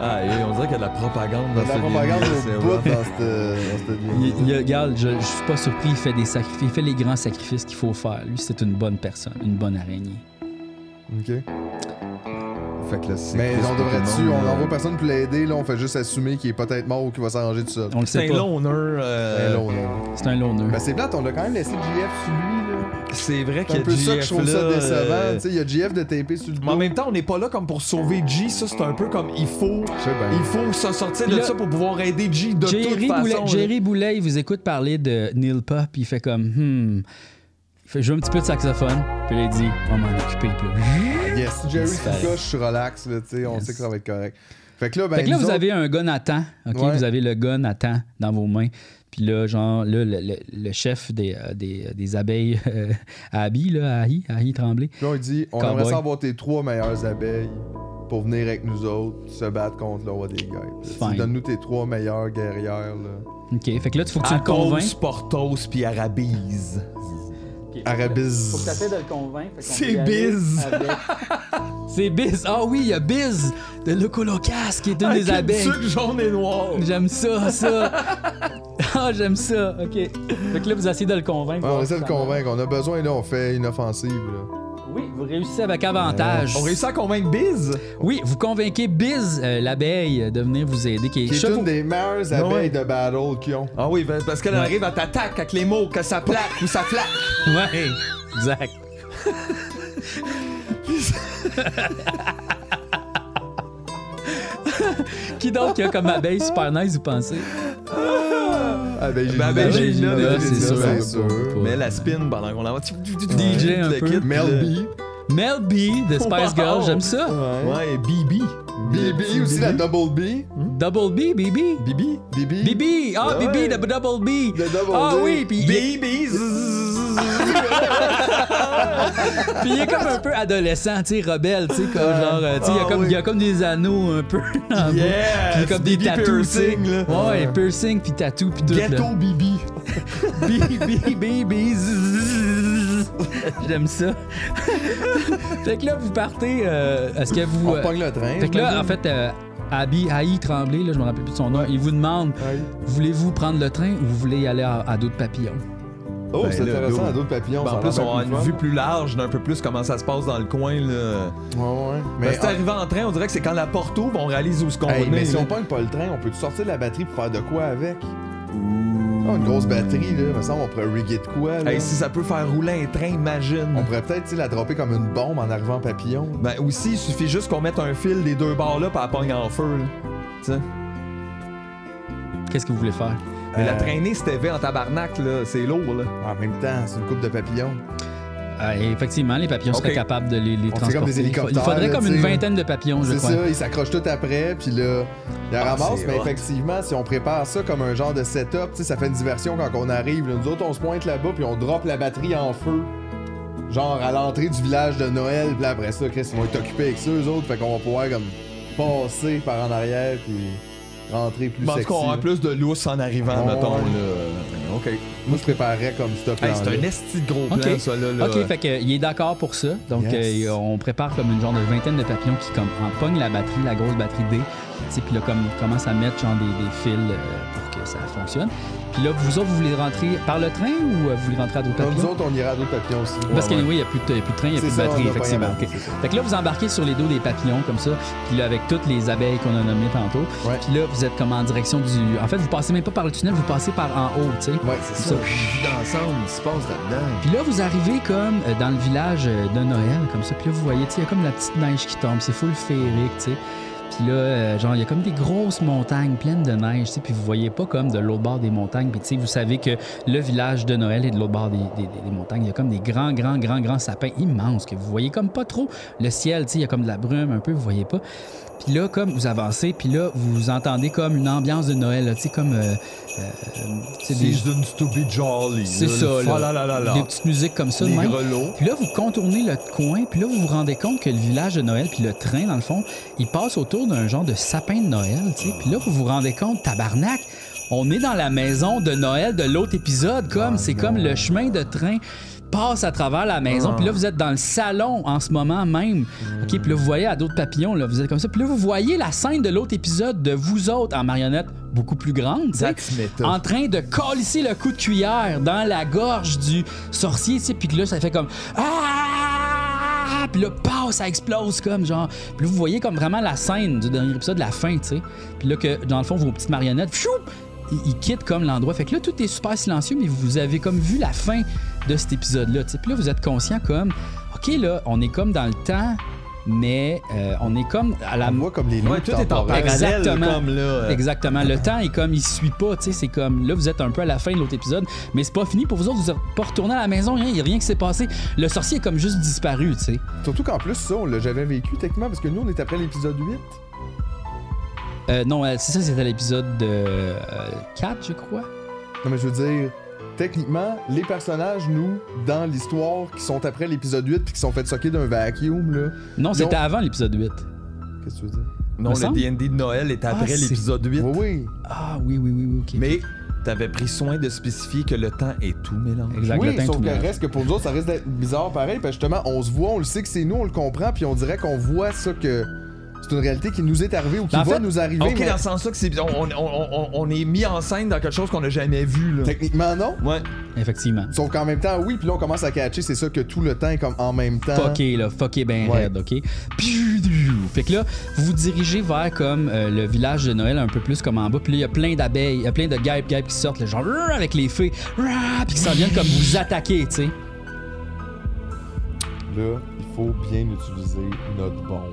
Speaker 3: Ah, et on dirait qu'il y a de la propagande
Speaker 1: Il y
Speaker 3: dans
Speaker 1: a de la
Speaker 3: ce
Speaker 1: propagande
Speaker 3: délire,
Speaker 1: au
Speaker 3: c'est
Speaker 1: bout dans
Speaker 3: vrai.
Speaker 1: cette euh, dans cette
Speaker 2: Il,
Speaker 1: vidéo.
Speaker 2: il- regarde, je, je suis pas surpris. Il fait des sacrifices, il fait les grands sacrifices qu'il faut faire. Lui, c'est une bonne personne, une bonne araignée.
Speaker 1: OK.
Speaker 3: Fait que là, c'est
Speaker 1: Mais
Speaker 3: triste
Speaker 1: on
Speaker 3: pour tout le
Speaker 1: devrait-tu,
Speaker 3: monde, euh.
Speaker 1: on
Speaker 3: là.
Speaker 1: envoie personne pour l'aider, là, on fait juste assumer qu'il est peut-être mort ou qu'il va s'arranger tout seul.
Speaker 2: On le sait
Speaker 3: C'est un
Speaker 2: pas.
Speaker 3: loner.
Speaker 1: C'est
Speaker 3: euh,
Speaker 1: long, là.
Speaker 2: C'est un loner.
Speaker 1: Ben, c'est plate, on a quand même laissé JF sur lui, là.
Speaker 3: C'est vrai qu'il
Speaker 1: C'est
Speaker 3: y
Speaker 1: un
Speaker 3: a
Speaker 1: peu ça que
Speaker 3: JF
Speaker 1: je trouve ça
Speaker 3: là,
Speaker 1: décevant,
Speaker 3: euh,
Speaker 1: tu sais, il y a JF de TP sur le
Speaker 3: Mais en
Speaker 1: dos.
Speaker 3: même temps, on n'est pas là comme pour sauver G. Ça, c'est un peu comme il faut.
Speaker 1: Je sais bien.
Speaker 3: Il faut se sortir
Speaker 2: Puis
Speaker 3: de
Speaker 2: là,
Speaker 3: ça pour pouvoir aider G de
Speaker 2: Jerry
Speaker 3: toute façon.
Speaker 2: Boulet,
Speaker 3: là.
Speaker 2: Jerry Boulet, il vous écoute parler de Neil Pop, puis il fait comme hmm. Il fait jouer un petit peu de saxophone, puis là, il dit on m'en occuper. Puis là,
Speaker 1: Yes, Jerry,
Speaker 2: C'est
Speaker 1: c'est ça, je suis relax, là, tu sais, on
Speaker 2: Yes.
Speaker 1: sait que ça va être correct. Fait que là, ben,
Speaker 2: Fait que là,
Speaker 1: nous
Speaker 2: vous
Speaker 1: autres-
Speaker 2: avez un gun à temps. OK?
Speaker 1: Ouais.
Speaker 2: Vous avez le gun à temps dans vos mains. Puis là, genre, là, le, le- le chef des, euh, des, des abeilles euh, à Abby, là, à Ahi, à Ahi Tremblay.
Speaker 1: Puis là, on dit, on
Speaker 2: Cowboy.
Speaker 1: aimerait ça avoir tes trois meilleures abeilles pour venir avec nous autres se battre contre le roi des guêpes.
Speaker 2: Fine.
Speaker 1: Tu Donne-nous tes trois meilleures guerrières, là.
Speaker 2: OK. Fait que là, il faut que tu le
Speaker 3: Athos,
Speaker 2: convainques.
Speaker 3: Portos, puis Arabise.
Speaker 1: Arabiz. Faut que t'essaies
Speaker 2: de le convaincre.
Speaker 3: C'est peut y aller Biz.
Speaker 2: C'est Biz. Ah oui, il y a Biz de Locolocas qui est
Speaker 1: Ah,
Speaker 2: une des
Speaker 3: Avec une
Speaker 2: abeilles.
Speaker 3: sucre jaune et noire.
Speaker 2: J'aime ça, ça. *laughs* Ah, j'aime ça. OK. Fait que là, vous essayez de le convaincre.
Speaker 1: Ouais, Ah, on
Speaker 2: voir
Speaker 1: essaie de
Speaker 2: si ça marche.
Speaker 1: convaincre. On a besoin, là, on fait une offensive, là.
Speaker 2: Oui, vous réussissez avec avantage.
Speaker 3: On réussit à convaincre Biz?
Speaker 2: Oui, vous convainquez Biz, euh, l'abeille, de venir vous aider. Qui est,
Speaker 1: Qui est
Speaker 2: chat-
Speaker 1: une des meilleures
Speaker 3: ouais.
Speaker 1: abeilles de battle qu'ils ont.
Speaker 3: Ah oui, ben, parce qu'elle
Speaker 2: Ouais.
Speaker 3: arrive à t'attaque avec les mots, que ça plaque ou ça flaque.
Speaker 2: Ouais, exact. qui donc a comme abeille super nice, vous pensez?
Speaker 1: Ah, ben, j'ai
Speaker 3: Ben,
Speaker 1: dit
Speaker 3: ben,
Speaker 1: la-
Speaker 3: j'ai dit
Speaker 1: la-
Speaker 3: là,
Speaker 1: la-
Speaker 3: c'est sûr.
Speaker 1: c'est sûr.
Speaker 3: Mais la spin pendant qu'on l'envoie.
Speaker 2: DJ un
Speaker 3: Le
Speaker 2: peu.
Speaker 3: kit, le-
Speaker 1: Mel B.
Speaker 2: Mel B de Spice
Speaker 3: Wow.
Speaker 2: Girl, j'aime ça.
Speaker 1: Ouais.
Speaker 3: Ouais, BB.
Speaker 1: BB aussi, la double B.
Speaker 2: Double B, BB.
Speaker 3: BB?
Speaker 1: BB.
Speaker 2: BB, ah,
Speaker 1: Ouais.
Speaker 2: BB de Double B.
Speaker 1: De double
Speaker 2: ah
Speaker 1: B.
Speaker 2: oui, puis il, est-
Speaker 3: BB. zzzz.
Speaker 2: puis il est comme un peu adolescent, tu sais, rebelle, tu sais, comme genre, euh, tu sais, il y a
Speaker 3: Ah
Speaker 2: comme-
Speaker 3: oui.
Speaker 2: il y a comme des anneaux un peu. *laughs*
Speaker 3: Ah
Speaker 2: dans la bouche.
Speaker 1: Euh,
Speaker 2: Puis il y a
Speaker 3: Yeah!
Speaker 2: comme des
Speaker 3: BB
Speaker 2: tatous, tu sais.
Speaker 3: piercing, là.
Speaker 2: Ouais, piercing, puis tatou, puis tout. là.
Speaker 3: Ghetto BB.
Speaker 2: *laughs* Bi, bi, bi, zzzz. J'aime ça. *laughs* fait que là, vous partez. euh, Est-ce que vous.
Speaker 1: On
Speaker 2: euh,
Speaker 1: pogne le train.
Speaker 2: fait que là,
Speaker 1: j'imagine.
Speaker 2: en fait, euh, Abby Haï Tremblay, là, je me rappelle plus de son nom, il vous demande voulez-vous prendre le train ou vous voulez aller à, à d'autres papillons
Speaker 1: Oh,
Speaker 3: Ben,
Speaker 1: c'est
Speaker 3: là,
Speaker 1: intéressant,
Speaker 3: go.
Speaker 1: à d'autres papillons.
Speaker 3: Ben,
Speaker 1: ça
Speaker 3: en plus, on
Speaker 1: a l'air
Speaker 3: a
Speaker 1: bien
Speaker 3: une
Speaker 1: fun.
Speaker 3: vue plus large d'un peu plus comment ça se passe dans le coin. Là.
Speaker 1: Ouais, ouais.
Speaker 3: Mais Ben, c'est arrivé en train, on dirait que c'est quand la porte ouvre, on réalise où ce qu'on
Speaker 1: Hey,
Speaker 3: est.
Speaker 1: mais si
Speaker 3: là.
Speaker 1: on pogne pas le train, on peut sortir la batterie pour faire de quoi avec? Ah, une grosse batterie, là. Mais ça, on pourrait riguer de quoi, là.
Speaker 3: Hey, si ça peut faire rouler un train, imagine.
Speaker 1: On pourrait peut-être, tu sais, la dropper comme une bombe en arrivant en papillon.
Speaker 3: Ben aussi, il suffit juste qu'on mette un fil des deux bords là pis elle pogne en feu. là. Tu sais.
Speaker 2: Qu'est-ce que vous voulez faire?
Speaker 3: Mais la
Speaker 2: Euh,
Speaker 3: traînée, c'était V en tabarnak, là, c'est lourd. Là.
Speaker 1: En même temps, c'est une coupe de papillons.
Speaker 2: Euh, effectivement, les papillons seraient
Speaker 1: Ok.
Speaker 2: capables de les, les
Speaker 1: On fait
Speaker 2: transporter.
Speaker 1: comme des
Speaker 2: Il fa-
Speaker 1: hélicoptères.
Speaker 2: Il faudrait
Speaker 1: là,
Speaker 2: comme
Speaker 1: tu sais.
Speaker 2: une vingtaine de papillons, je crois.
Speaker 1: C'est ça, ils s'accrochent tout après, puis là, ils la
Speaker 2: Ah,
Speaker 1: ramassent.
Speaker 2: c'est
Speaker 1: Mais
Speaker 2: hot.
Speaker 1: effectivement, si on prépare ça comme un genre de setup, tu sais, ça fait une diversion quand on arrive. là. Nous autres, on se pointe là-bas, puis on drop la batterie en feu. Genre à l'entrée du village de Noël, puis là, après ça, Chris, ils vont être occupés avec ça, eux autres. Fait qu'on va pouvoir, comme, passer par en arrière, puis rentrer plus
Speaker 3: Mais en tout
Speaker 1: sexy.
Speaker 3: cas, on aura
Speaker 1: là.
Speaker 3: plus de lousse en arrivant,
Speaker 1: Ouais.
Speaker 3: mettons. Là. OK.
Speaker 1: Moi, je préparerais comme ça.
Speaker 3: Hey, c'est un esti de gros plan,
Speaker 2: OK.
Speaker 3: ça. Là, là.
Speaker 2: OK, fait que, euh, il est d'accord pour ça. Donc,
Speaker 3: Yes.
Speaker 2: euh, on prépare comme une genre de vingtaine de papillons qui comme, en pognent la batterie, la grosse batterie D. Tu sais, Puis là, comme, commence à mettre genre, des, des fils euh, pour que ça fonctionne. Puis là, vous autres, vous voulez rentrer par le train ou euh, vous voulez rentrer à d'autres
Speaker 1: Comme
Speaker 2: papillons?
Speaker 1: nous autres, on ira à d'autres papillons aussi.
Speaker 2: Parce
Speaker 1: Ouais,
Speaker 2: que
Speaker 1: ouais.
Speaker 2: oui, il n'y a plus de il y a plus de train, il n'y a
Speaker 1: C'est
Speaker 2: plus de
Speaker 1: ça,
Speaker 2: batterie,
Speaker 1: on a pas
Speaker 2: effectivement.
Speaker 1: rien manqué,
Speaker 2: ok.
Speaker 1: c'est ça.
Speaker 2: Fait que là, vous embarquez sur les dos des papillons comme ça, puis là, avec toutes les abeilles qu'on a nommées tantôt. Puis là, vous êtes comme en direction du. En fait, vous passez même pas par le tunnel, vous passez par en haut, tu sais.
Speaker 1: Ouais, c'est
Speaker 2: ça.
Speaker 3: D'ensemble, il se passe là-dedans.
Speaker 2: Puis là, vous arrivez comme euh, dans le village euh, de Noël, comme ça. Puis là, vous voyez, tu sais, il y a comme la petite neige qui tombe. C'est full féerique, tu sais. Puis là, euh, genre, il y a comme des grosses montagnes pleines de neige, tu sais. Puis vous voyez pas comme de l'autre bord des montagnes. Puis tu sais, vous savez que le village de Noël est de l'autre bord des, des- des- des montagnes. Il y a comme des grands, grands, grands, grands sapins immenses que vous voyez comme pas trop. Le ciel, tu sais, il y a comme de la brume un peu, vous voyez pas. Puis là, comme vous avancez, puis là, vous entendez comme une ambiance de Noël, là, tu sais, comme. euh, euh, tu sais,
Speaker 3: Season to be jolly.
Speaker 2: c'est
Speaker 3: là,
Speaker 2: ça,
Speaker 3: le-
Speaker 2: là.
Speaker 3: Ah là, là, là, là.
Speaker 2: Des petites musiques comme ça. de
Speaker 3: Les
Speaker 2: même.
Speaker 3: grelots.
Speaker 2: Puis là, vous contournez le coin, puis là, vous vous rendez compte que le village de Noël, puis le train, dans le fond, il passe autour d'un genre de sapin de Noël, tu sais. Puis là, vous vous rendez compte, tabarnak, on est dans la maison de Noël de l'autre épisode,
Speaker 3: Ah,
Speaker 2: comme, c'est comme le chemin de train passe à travers la maison,
Speaker 3: Ah.
Speaker 2: puis là, vous êtes dans le salon en ce moment même.
Speaker 3: Mm.
Speaker 2: OK, puis là, vous voyez à d'autres papillons, là, vous êtes comme ça. Puis là, vous voyez la scène de l'autre épisode de vous autres en marionnette beaucoup plus grande, tu sais, en train de colisser le coup de cuillère dans la gorge du sorcier, tu sais, puis que là, ça fait comme ah! Puis là, pow, ça explose comme genre. Puis là, vous voyez comme vraiment la scène du dernier épisode, la fin, tu sais. Puis là, que dans le fond, vos petites marionnettes, pfiou, ils, ils quittent comme l'endroit. Fait que là, tout est super silencieux, mais vous avez comme vu la fin de cet épisode-là, tu sais. Puis là, vous êtes conscient comme, OK, là, on est comme dans le temps. Mais euh, on est comme à la.
Speaker 1: voit comme les
Speaker 3: Ouais, tout est en parallèle,
Speaker 2: Exactement.
Speaker 3: comme là, euh.
Speaker 2: Exactement. Le temps est comme il suit pas, tu sais, c'est comme là vous êtes un peu à la fin de l'autre épisode, mais c'est pas fini pour vous autres, vous êtes pas retourné à la maison, rien, il y a rien qui s'est passé. Le sorcier est comme juste disparu, tu sais.
Speaker 1: Surtout qu'en plus, ça, on l'a jamais vécu techniquement parce que nous, on est après l'épisode 8.
Speaker 2: Euh, non, euh, c'est ça, c'était l'épisode de, euh, 4, je crois.
Speaker 1: Non, mais je veux dire, techniquement, les personnages, nous, dans l'histoire, qui sont après l'épisode 8 puis qui sont fait socker d'un vacuum, là.
Speaker 2: Non,
Speaker 1: ils
Speaker 2: c'était
Speaker 1: ont-
Speaker 2: avant l'épisode 8.
Speaker 1: Qu'est-ce que tu veux dire?
Speaker 3: Non,
Speaker 2: Me
Speaker 3: le
Speaker 2: semble.
Speaker 3: D&D de Noël est après
Speaker 2: Ah, c'est-
Speaker 3: l'épisode 8.
Speaker 1: Oui, oui.
Speaker 2: Ah oui, oui, oui, oui, ok.
Speaker 3: Mais t'avais pris soin de spécifier que le temps est tout mélangé.
Speaker 1: oui, sauf que reste que pour nous autres, ça risque d'être bizarre pareil, parce que justement, on se voit, on le sait que c'est nous, on le comprend, puis on dirait qu'on voit ça que c'est une réalité qui nous est arrivée ou qui
Speaker 3: Ben, En
Speaker 1: va
Speaker 3: fait,
Speaker 1: nous arriver.
Speaker 3: Ok,
Speaker 1: mais-
Speaker 3: dans le sens ça que c'est, on, on- on- on- on est mis en scène dans quelque chose qu'on n'a jamais vu. Là.
Speaker 1: Techniquement, non.
Speaker 3: Ouais.
Speaker 2: Effectivement.
Speaker 1: Sauf qu'en même temps, oui, puis là, on commence à catcher, c'est ça que tout le temps est comme en même temps.
Speaker 2: Fucké, là. Fucké ben
Speaker 1: Ouais.
Speaker 2: raide, OK? Piou, diou. Fait que là, vous vous dirigez vers comme euh, le village de Noël, un peu plus comme en bas. Puis là, il y a plein d'abeilles, il y a plein de guêpes, guêpes qui sortent, là, genre rrr, avec les fées, rrr, puis qui s'en viennent comme vous attaquer, tu sais.
Speaker 1: Là, il faut bien utiliser notre bombe.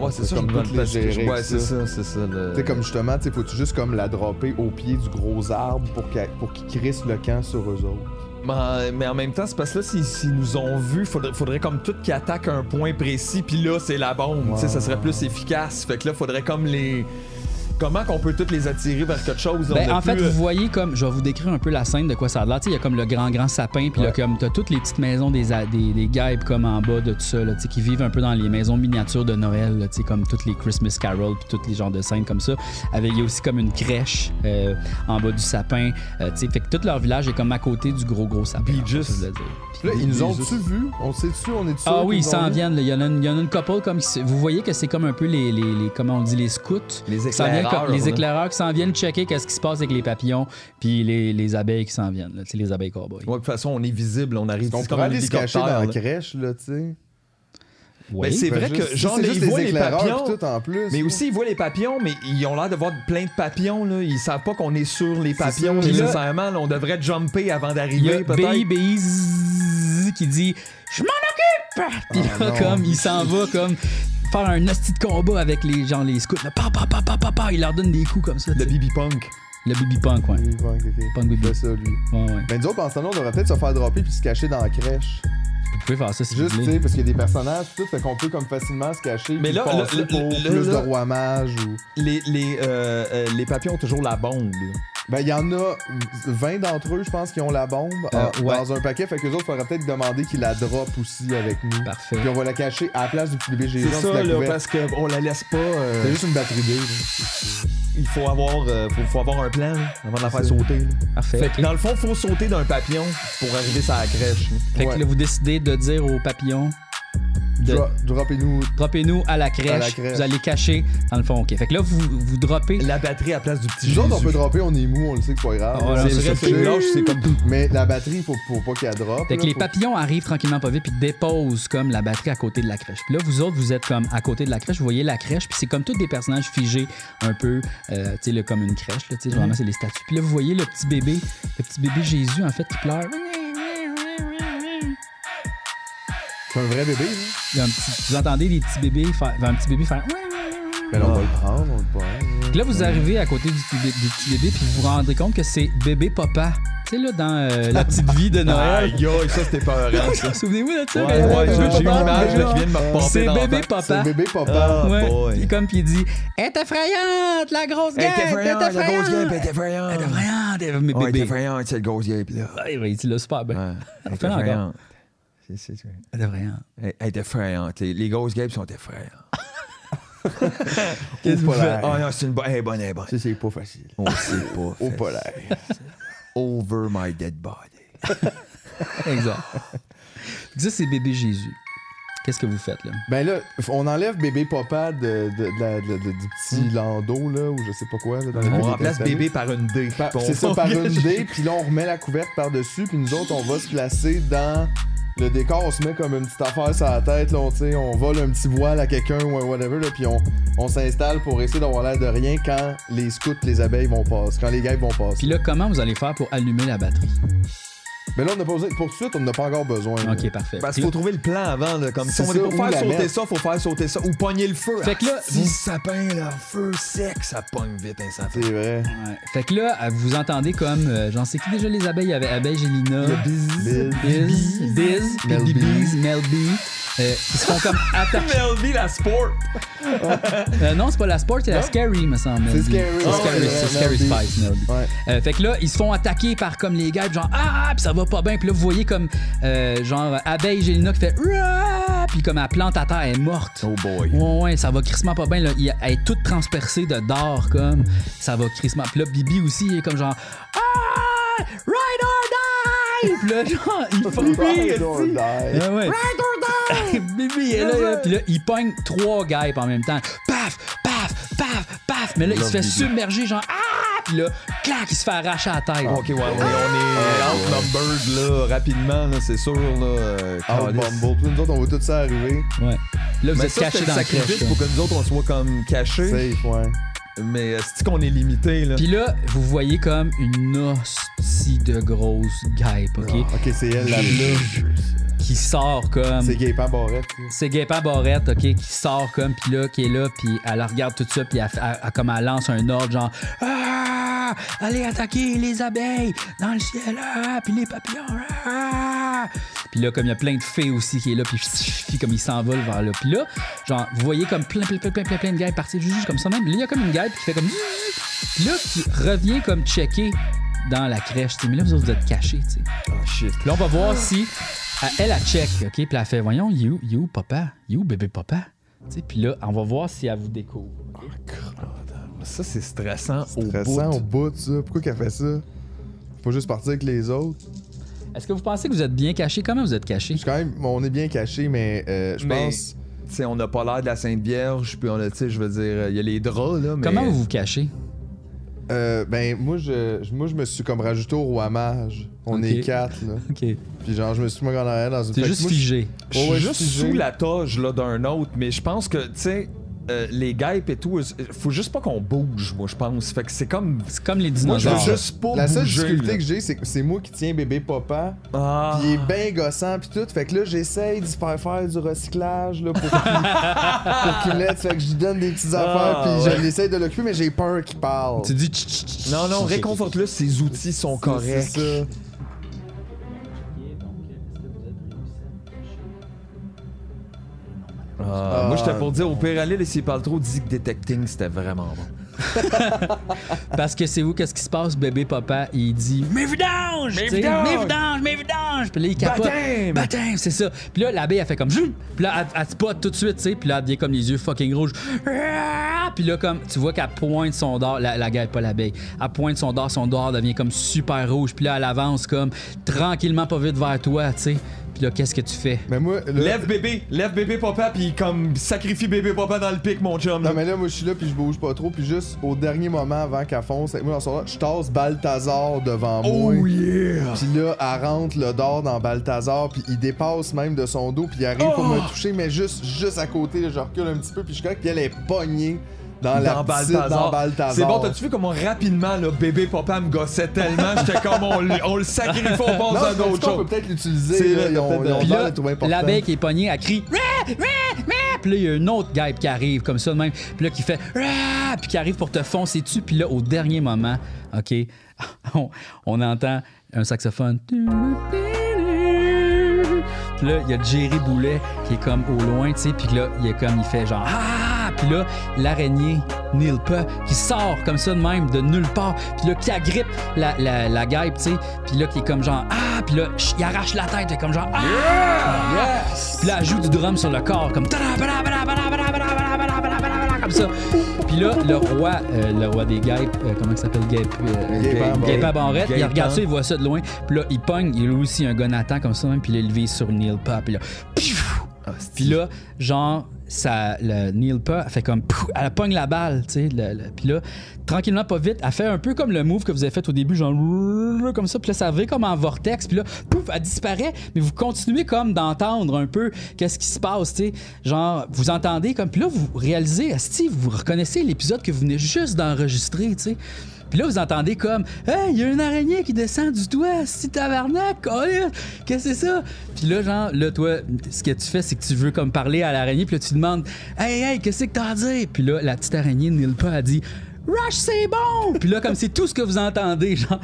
Speaker 3: Ouais, c'est ça, je
Speaker 1: comme
Speaker 3: me demande
Speaker 1: toutes les
Speaker 3: parce que-
Speaker 1: gérer
Speaker 3: Ouais,
Speaker 1: que
Speaker 3: c'est ça,
Speaker 1: ça.
Speaker 3: c'est ça. le-
Speaker 1: Tu sais, comme justement, tu sais, faut-tu juste comme la dropper au pied du gros arbre pour qu'elle- pour qu'ils crissent le camp sur eux autres?
Speaker 3: Mais, Ben, mais en même temps, c'est parce que là, s'ils, s'ils nous ont vus, faudrait, faudrait comme tout qui attaque un point précis, puis là, c'est la bombe. Tu sais, ça serait plus efficace. Fait que là, faudrait comme les. Comment qu'on peut toutes les attirer vers quelque chose?
Speaker 2: Ben,
Speaker 3: on a
Speaker 2: en fait,
Speaker 3: plus, euh,
Speaker 2: vous voyez comme, je vais vous décrire un peu la scène de quoi ça a l'air. Tu sais, Il y a comme le grand, grand sapin, puis là, comme t'as toutes les petites maisons des, a- des, des guêpes comme en bas de tout ça, là, tu sais, qui vivent un peu dans les maisons miniatures de Noël, là, tu sais, comme toutes les Christmas Carol, puis tous les genres de scènes comme ça. Avec, il y a aussi comme une crèche euh, en bas du sapin. euh, tu sais, fait que tout leur village est comme à côté du gros, gros sapin. en fait,
Speaker 1: Beaches.
Speaker 2: je veux dire.
Speaker 1: Là, ils nous ont-tu
Speaker 2: Beaches.
Speaker 1: vus? On sait-tu? On est-tu?
Speaker 2: Ah
Speaker 1: sûr
Speaker 2: oui, ils
Speaker 1: qu'ils nous ont
Speaker 2: s'en
Speaker 1: vus?
Speaker 2: viennent. là. Il y, en a une, il y en a une couple comme qui se- vous voyez que c'est comme un peu les, les, les- comment on dit les scouts, les
Speaker 3: éclaireurs,
Speaker 2: les
Speaker 3: là.
Speaker 2: éclaireurs qui s'en viennent checker qu'est-ce qui se passe avec les papillons, puis les, les abeilles qui s'en viennent, là, tu sais, les abeilles cowboys.
Speaker 3: Ouais, de toute façon, on est visible, on arrive.
Speaker 1: On
Speaker 3: c'est comme
Speaker 1: pourrait
Speaker 3: un
Speaker 1: aller se cacher dans
Speaker 3: hélicoptère,
Speaker 1: la
Speaker 3: là.
Speaker 1: crèche, là, tu sais.
Speaker 3: Ben, c'est
Speaker 1: Fait
Speaker 3: vrai
Speaker 1: juste-
Speaker 3: que
Speaker 1: si
Speaker 3: genre
Speaker 1: c'est
Speaker 3: les,
Speaker 1: juste
Speaker 3: ils voient les
Speaker 1: éclaireurs puis
Speaker 3: papillons,
Speaker 1: tout en plus.
Speaker 3: mais aussi ils voient les papillons, mais ils ont l'air de voir plein de papillons là. Ils savent pas qu'on est sur les papillons.
Speaker 2: ça. Puis là-
Speaker 3: Nécessairement, là, on devrait jumper
Speaker 2: Il
Speaker 3: avant
Speaker 2: y a
Speaker 3: d'arriver
Speaker 2: BI
Speaker 3: peut-être.
Speaker 2: BI qui dit je m'en occupe, puis là,
Speaker 3: Ah, non.
Speaker 2: comme il s'en va comme faire un hostie de combat avec les gens les scouts, là, pa, pa, pa, pa, pa, pa, il leur donne des coups comme ça. Le
Speaker 3: BB Punk.
Speaker 2: Le BB Punk, ouais.
Speaker 1: Il va, ok, ok.
Speaker 2: Punk BB.
Speaker 1: ça, lui.
Speaker 2: Ouais, ouais.
Speaker 1: Mais nous autres, en ce moment, on devrait peut-être se faire dropper puis se cacher dans la crèche.
Speaker 2: Vous pouvez faire ça si
Speaker 1: Juste,
Speaker 2: vous
Speaker 1: tu
Speaker 2: voulez.
Speaker 1: sais, parce qu'il y a des personnages, tout, fait qu'on peut comme facilement se cacher.
Speaker 3: Mais
Speaker 1: puis
Speaker 3: là,
Speaker 1: passer
Speaker 3: là, là,
Speaker 1: pour
Speaker 3: là,
Speaker 1: plus
Speaker 3: là-
Speaker 1: de roi mage ou.
Speaker 3: Les, les, euh, euh, les papillons ont toujours la bombe.
Speaker 1: Ben, il y en a 20 d'entre eux, je pense, qui ont la bombe
Speaker 2: Euh,
Speaker 1: en-
Speaker 2: ouais.
Speaker 1: dans un paquet. Fait qu'eux autres, faudrait peut-être demander qu'ils la drop aussi avec nous.
Speaker 2: Parfait.
Speaker 1: Puis on va la cacher à la place du petit BG.
Speaker 3: C'est ça, là, parce qu'on la laisse pas. euh,
Speaker 1: C'est juste une batterie d'œufs. là.
Speaker 3: Il faut avoir, euh, faut, faut avoir un plan là, avant de la faire
Speaker 1: C'est ça.
Speaker 3: sauter. là.
Speaker 2: Parfait.
Speaker 3: Fait que dans le fond, faut sauter d'un papillon pour arriver sur la crèche. là.
Speaker 2: Fait que
Speaker 3: Ouais.
Speaker 2: là, vous décidez de dire aux papillons de
Speaker 1: Dro- Droppez-nous.
Speaker 2: Droppez-nous à la crèche.
Speaker 1: À la crèche.
Speaker 2: Vous allez cacher dans le fond. OK. Fait que là, vous, vous droppez.
Speaker 3: La batterie à la place du petit
Speaker 1: Nous autres, on
Speaker 3: Jésus.
Speaker 1: peut dropper, on est mou, on le sait que c'est pas grave.
Speaker 2: Ah, voilà,
Speaker 1: On
Speaker 2: c'est
Speaker 1: sait
Speaker 2: vrai,
Speaker 1: que
Speaker 2: c'est
Speaker 1: c'est-
Speaker 2: lâche, c'est comme-
Speaker 1: Mais la batterie, faut, faut pas qu'elle drop.
Speaker 2: Fait
Speaker 1: là,
Speaker 2: que les
Speaker 1: faut-
Speaker 2: papillons arrivent tranquillement pas vite puis déposent comme la batterie à côté de la crèche. Puis là, vous autres, vous êtes comme à côté de la crèche, vous voyez la crèche, puis c'est comme tous des personnages figés un peu, euh, tu sais, là, comme une crèche, là, tu sais, vraiment, c'est les statues. Puis là, vous voyez le petit bébé, le petit bébé Jésus, en fait, qui pleure.
Speaker 1: C'est un vrai bébé. hein.
Speaker 2: Il y a un petit- vous entendez des petits bébés faire, un petit bébé faire.
Speaker 1: Ben là, on va le prendre, on le
Speaker 3: hein.
Speaker 1: prend.
Speaker 2: Puis là, vous arrivez à côté du petit, bé- du petit bébé, puis vous vous rendez compte que c'est bébé papa. Tu sais, là, dans euh, *laughs* la petite vie de Noël.
Speaker 3: Aïe, aïe, ça c'était pas
Speaker 2: *laughs*
Speaker 3: ça.
Speaker 2: Souvenez-vous de ça?
Speaker 3: Ouais,
Speaker 2: mais-
Speaker 3: ouais, j'ai
Speaker 2: Bébé
Speaker 3: j'ai une
Speaker 2: Papa.
Speaker 3: image là, qui vient de me repasser
Speaker 2: C'est
Speaker 3: dans la
Speaker 2: bébé
Speaker 3: tête.
Speaker 2: papa.
Speaker 1: C'est bébé papa.
Speaker 3: Ah,
Speaker 2: Ouais.
Speaker 3: boy.
Speaker 2: Puis comme puis il dit Elle est effrayante, la grosse gueule! Elle est effrayante!
Speaker 3: ben,
Speaker 2: Elle est
Speaker 3: effrayante.
Speaker 2: effrayante! Elle- Mais
Speaker 3: Ah, Ouais,
Speaker 2: bébé.
Speaker 3: effrayante, cette grosse gueule, là.
Speaker 2: Ah, Il va il dit là, super bien.
Speaker 3: Ouais, elle est
Speaker 2: Fais-le encore.
Speaker 3: effrayante. C'est- c'est- c'est-
Speaker 2: Elle est effrayante.
Speaker 3: Elle elle est effrayante. Les, les grosses guêpes sont effrayantes.
Speaker 1: Au polaire.
Speaker 3: Ah non, c'est une bonne, elle est bonne, elle est bonne.
Speaker 1: Ça, c'est pas facile.
Speaker 3: On sait pas.
Speaker 1: *laughs* Au
Speaker 3: fait.
Speaker 1: polaire.
Speaker 3: Over my dead body.
Speaker 2: *laughs* Exact. Fait que ça, c'est bébé Jésus. Qu'est-ce que vous faites, là?
Speaker 1: Ben là, on enlève bébé papa de, de- de la- de- de- du petit
Speaker 2: Mm.
Speaker 1: landau, là, ou je sais pas quoi. là,
Speaker 2: Ben,
Speaker 1: dans lequel il
Speaker 3: On
Speaker 1: était
Speaker 3: remplace
Speaker 1: installé.
Speaker 3: bébé par une D.
Speaker 1: Par- C'est ça, par une dé, puis là, on remet la couverte par-dessus, puis nous autres, on va se placer dans le décor. On se met comme une petite affaire sur la tête, là, on, tu sais, on vole un petit voile à quelqu'un ou un whatever, là, puis on, on s'installe pour essayer d'avoir l'air de rien quand les scouts, les abeilles vont passer, quand les gars vont passer.
Speaker 2: Puis là, comment vous allez faire pour allumer la batterie?
Speaker 1: Mais là, on n'a pas besoin, pour tout de suite, on n'a pas encore besoin. là.
Speaker 2: OK, parfait.
Speaker 3: Parce
Speaker 2: Puis
Speaker 3: qu'il faut trouver le plan avant. Là, comme si
Speaker 1: C'est
Speaker 3: on est
Speaker 1: ça,
Speaker 3: pour
Speaker 1: où
Speaker 3: faire
Speaker 1: la
Speaker 3: sauter
Speaker 1: mettre.
Speaker 3: ça, faut faire sauter ça. Ou pogner le feu.
Speaker 2: Fait que là,
Speaker 3: Ah, si
Speaker 2: vous-
Speaker 3: ça peint le feu sec, ça pogne vite un sapin.
Speaker 1: C'est vrai.
Speaker 2: Ouais. Fait que là, euh, vous entendez comme, euh, j'en sais qui déjà les abeilles, il y avait Abeille Gélina,
Speaker 1: Biz.
Speaker 2: Biz, Biz,
Speaker 1: Mel
Speaker 2: Piggy
Speaker 1: B.
Speaker 2: Bees, Mel B, euh, qui se font comme attaquer.
Speaker 3: Melby, la sport.
Speaker 2: Euh, non, c'est pas la Sport, c'est la Scary, me semble. Mel
Speaker 1: C'est
Speaker 2: B.
Speaker 1: scary. Ah
Speaker 2: C'est
Speaker 1: Ouais,
Speaker 2: Scary,
Speaker 1: ouais,
Speaker 2: c'est
Speaker 1: Mel
Speaker 2: Scary
Speaker 1: B.
Speaker 2: Spice, Mel B.
Speaker 1: Ouais.
Speaker 2: Euh, fait que là, ils se font attaquer par comme les gars, puis genre ah, ah, puis ça va pas bien. Puis là, vous voyez comme euh, genre abeille Gélina qui fait Rah! puis comme elle plante à terre, elle est morte.
Speaker 3: Oh boy.
Speaker 2: Ouais, ouais, ça va crissement pas bien. là. Il- Elle est toute transpercée de d'or, comme. Ça va crissement. Puis là, Bibi aussi, il est comme genre Ah! Ride or die! Puis là, genre, il fait
Speaker 1: Ride or die.
Speaker 2: Ah ouais. *laughs* Bibi, il est là, là. Puis là, il pogne trois guêpes en même temps. Paf, paf, paf, paf. Mais là, il se fait
Speaker 3: Bibi.
Speaker 2: submerger, genre Ah! Puis là, clac, il se fait arracher la tête.
Speaker 3: Ok, ouais, ouais, on
Speaker 1: Ah,
Speaker 3: est outnumbered là, rapidement, là, c'est sûr. Là, euh,
Speaker 2: Ah
Speaker 1: Out
Speaker 3: Calis.
Speaker 1: Ah, Bumble. Puis nous autres, on va tout ça arriver.
Speaker 2: Ouais. Là, vous
Speaker 3: Mais
Speaker 2: êtes
Speaker 3: ça,
Speaker 2: caché
Speaker 3: c'était
Speaker 2: dans
Speaker 3: le
Speaker 2: la crèche.
Speaker 3: sacrifice
Speaker 2: là.
Speaker 3: pour que nous autres, on soit comme cachés.
Speaker 1: Safe, ouais.
Speaker 3: Mais euh, c'est qu'on est limité, là.
Speaker 2: Puis là, vous voyez comme une hostie de grosse guêpe,
Speaker 3: Ah,
Speaker 2: OK?
Speaker 1: Ah, Ok, c'est elle, la bleue.
Speaker 2: Qui sort comme...
Speaker 1: C'est Gaëtan Barrette. ça.
Speaker 2: C'est Guépin Barrette, OK, qui sort comme, puis là, qui est là, puis elle regarde tout ça, puis elle, fait- elle- elle- comme elle lance un ordre, genre... Ah! ah, allez attaquer les abeilles dans le ciel, ah, puis les papillons. ah. Puis là, comme il y a plein de fées aussi qui est là, puis, puis comme ils s'envolent vers là. Puis là, genre, vous voyez comme plein, plein, plein, plein, plein, plein de guêpes partir juste comme ça même. Là, il y a comme une guêpe qui fait comme... Puis là, qui revient comme checker dans la crèche. tu sais. Mais là, vous autres, vous êtes cachés, tu sais. Oh, shit. Puis là, on va voir si... Elle, elle, elle check, OK? Puis elle fait, voyons, il est où, il est où papa? Il est où bébé papa? Tu sais, Puis là, on va voir si elle vous découvre.
Speaker 3: Ça, c'est stressant,
Speaker 1: Stressant au bout, ça. Pourquoi qu'elle fait ça? Faut pas juste partir avec les autres.
Speaker 2: Est-ce que vous pensez que vous êtes bien caché? Comment vous êtes caché?
Speaker 1: Quand même, on est bien caché, mais euh, je
Speaker 3: Mais,
Speaker 1: pense.
Speaker 3: Tu sais, on n'a pas l'air de la Sainte Vierge, puis on a, tu sais, je veux dire, il y a les draps, là, mais.
Speaker 1: Comment vous
Speaker 2: vous cachez?
Speaker 1: ben, moi je, je- moi, je me suis comme rajouté au roi mage. On
Speaker 3: Ok.
Speaker 1: est quatre, là.
Speaker 2: OK.
Speaker 1: Puis genre, je me suis mis en arrière dans une...
Speaker 3: Fait
Speaker 1: Fait
Speaker 3: que
Speaker 1: que
Speaker 3: moi,
Speaker 1: moi, je-
Speaker 3: Je
Speaker 1: Ouais,
Speaker 3: suis
Speaker 1: ouais,
Speaker 3: juste
Speaker 1: figé.
Speaker 3: sous la toge là d'un autre, mais je pense que tu sais. euh, les guêpes et tout, euh, faut juste pas qu'on bouge, moi je pense. Fait que c'est comme.
Speaker 2: C'est comme les
Speaker 3: Moi je veux juste pas
Speaker 1: La seule
Speaker 3: bouger,
Speaker 1: difficulté
Speaker 3: là.
Speaker 1: que j'ai, c'est que c'est moi qui tiens bébé papa.
Speaker 3: Ah.
Speaker 1: Puis il est bien gossant, puis tout. Fait que là, j'essaye d'y faire faire du recyclage, là, pour qu'il- *laughs* pour qu'il l'aide. Fait que je lui donne des petites affaires,
Speaker 3: Ah,
Speaker 1: puis
Speaker 3: ouais.
Speaker 1: j'essaie de l'occuper, mais j'ai peur qu'il parle.
Speaker 2: Tu dis tch, tch, tch, tch.
Speaker 3: Non, non, réconforte-le, ses outils sont corrects.
Speaker 1: C'est ça.
Speaker 3: Ah,
Speaker 2: Ah.
Speaker 3: moi j'étais pour dire, au pire, aller laisser parler trop, dis que detecting c'était vraiment bon.
Speaker 2: Parce que c'est vous, qu'est-ce qui se passe, bébé papa? Il dit Mes vidanges!
Speaker 15: Mes
Speaker 2: Tu sais,
Speaker 15: vidanges!
Speaker 2: Mes vidanges! Mes vidanges! Puis là, il capote.
Speaker 15: Baptême!
Speaker 2: Baptême, c'est ça. Puis là, l'abeille, elle fait comme Joum! Puis là, elle, elle spot tout de suite, tu sais. Puis là, elle devient comme les yeux fucking rouges. Ah! Puis là, comme, tu vois qu'elle pointe son dard, la, la guêpe, pas l'abeille. Elle pointe son dard, son dard devient comme super rouge. Puis là, elle avance comme tranquillement, pas vite vers toi, tu sais. Puis là, qu'est-ce que tu fais?
Speaker 1: Mais moi,
Speaker 3: Lève bébé, lève bébé papa, puis comme sacrifie bébé papa dans le pic, mon chum.
Speaker 1: Non, mais là, moi, je suis là, puis je bouge pas trop, puis juste au dernier moment avant qu'elle fonce, avec moi dans son lit, je tasse Balthazar devant
Speaker 3: Oh,
Speaker 1: moi.
Speaker 3: yeah!
Speaker 1: Puis là, elle rentre le dard dans Balthazar, puis il dépasse même de son dos, puis il arrive pour
Speaker 3: Oh!
Speaker 1: me toucher, mais juste, juste à côté, là, je recule un petit peu, puis je suis correct, puis elle est pognée dans, la
Speaker 3: dans
Speaker 1: piscine, dans Balthazar.
Speaker 3: C'est bon, t'as-tu vu comment rapidement le bébé papa me gossait
Speaker 1: *laughs*
Speaker 3: tellement? J'étais comme on, le- on le sacrifie, on
Speaker 1: Non,
Speaker 3: pense à
Speaker 1: c'est parce
Speaker 3: d'autres
Speaker 1: qu'on
Speaker 3: choses.
Speaker 1: peut peut-être l'utiliser,
Speaker 3: C'est
Speaker 1: là,
Speaker 3: vrai,
Speaker 1: ils ont-
Speaker 3: peut-être.
Speaker 1: ils ont
Speaker 2: Puis
Speaker 1: l'air
Speaker 2: là,
Speaker 1: de trouver important.
Speaker 2: l'abeille qui est pognée, elle crie Rah! Rah! Rah! Puis là, il y a une autre guêpe qui arrive comme ça de même. Puis là, qui fait Rah! Puis qui arrive pour te foncer dessus. Puis là, au dernier moment, OK, *laughs* on, on entend un saxophone. Puis là, il y a Jerry Boulet qui est comme au loin, tu sais. Puis là, il est comme, il fait genre Ah! Puis là, l'araignée Nilpa qui sort comme ça de même, de nulle part. Puis là, qui agrippe la, la, la guêpe, tu sais. Puis là, qui est comme genre Ah! Puis là, ch- il arrache la tête, comme genre Ah! Puis là, elle joue du drum sur le corps, comme comme ça. Puis là, le roi, euh, le roi des guêpes, euh, comment il s'appelle Guêpe euh,
Speaker 1: Guêpe à
Speaker 2: Guêpe à
Speaker 1: barrette.
Speaker 2: barrette, il
Speaker 1: Guêpe,
Speaker 2: regarde
Speaker 1: hein.
Speaker 2: ça, il voit ça de loin. Puis là, il pogne, il a aussi un gun à temps comme ça, même, puis il est levé sur Neil Pa. Puis là, piouf! puis là, genre, ça, le Neil Pa elle fait comme, pouf, elle pogne la balle, tu sais. le- le- Puis là, tranquillement, pas vite, elle fait un peu comme le move que vous avez fait au début, genre, comme ça. Puis là, ça va comme en vortex. Puis là, pouf, elle disparaît. Mais vous continuez comme d'entendre un peu qu'est-ce qui se passe, tu sais. Genre, vous entendez comme, puis là, vous réalisez, Asti, vous reconnaissez l'épisode que vous venez juste d'enregistrer, tu sais. Puis là, vous entendez comme Hey, il y a une araignée qui descend du toit, si tabarnak, câlisse, qu'est-ce que c'est ça? Puis là, genre, là, toi, ce que tu fais, c'est que tu veux comme parler à l'araignée, puis là, tu demandes Hey, hey, qu'est-ce que t'as à dire? Puis là, la petite araignée, Nilpa, pas, a dit Rush, c'est bon! Puis là, comme c'est tout ce que vous entendez, genre.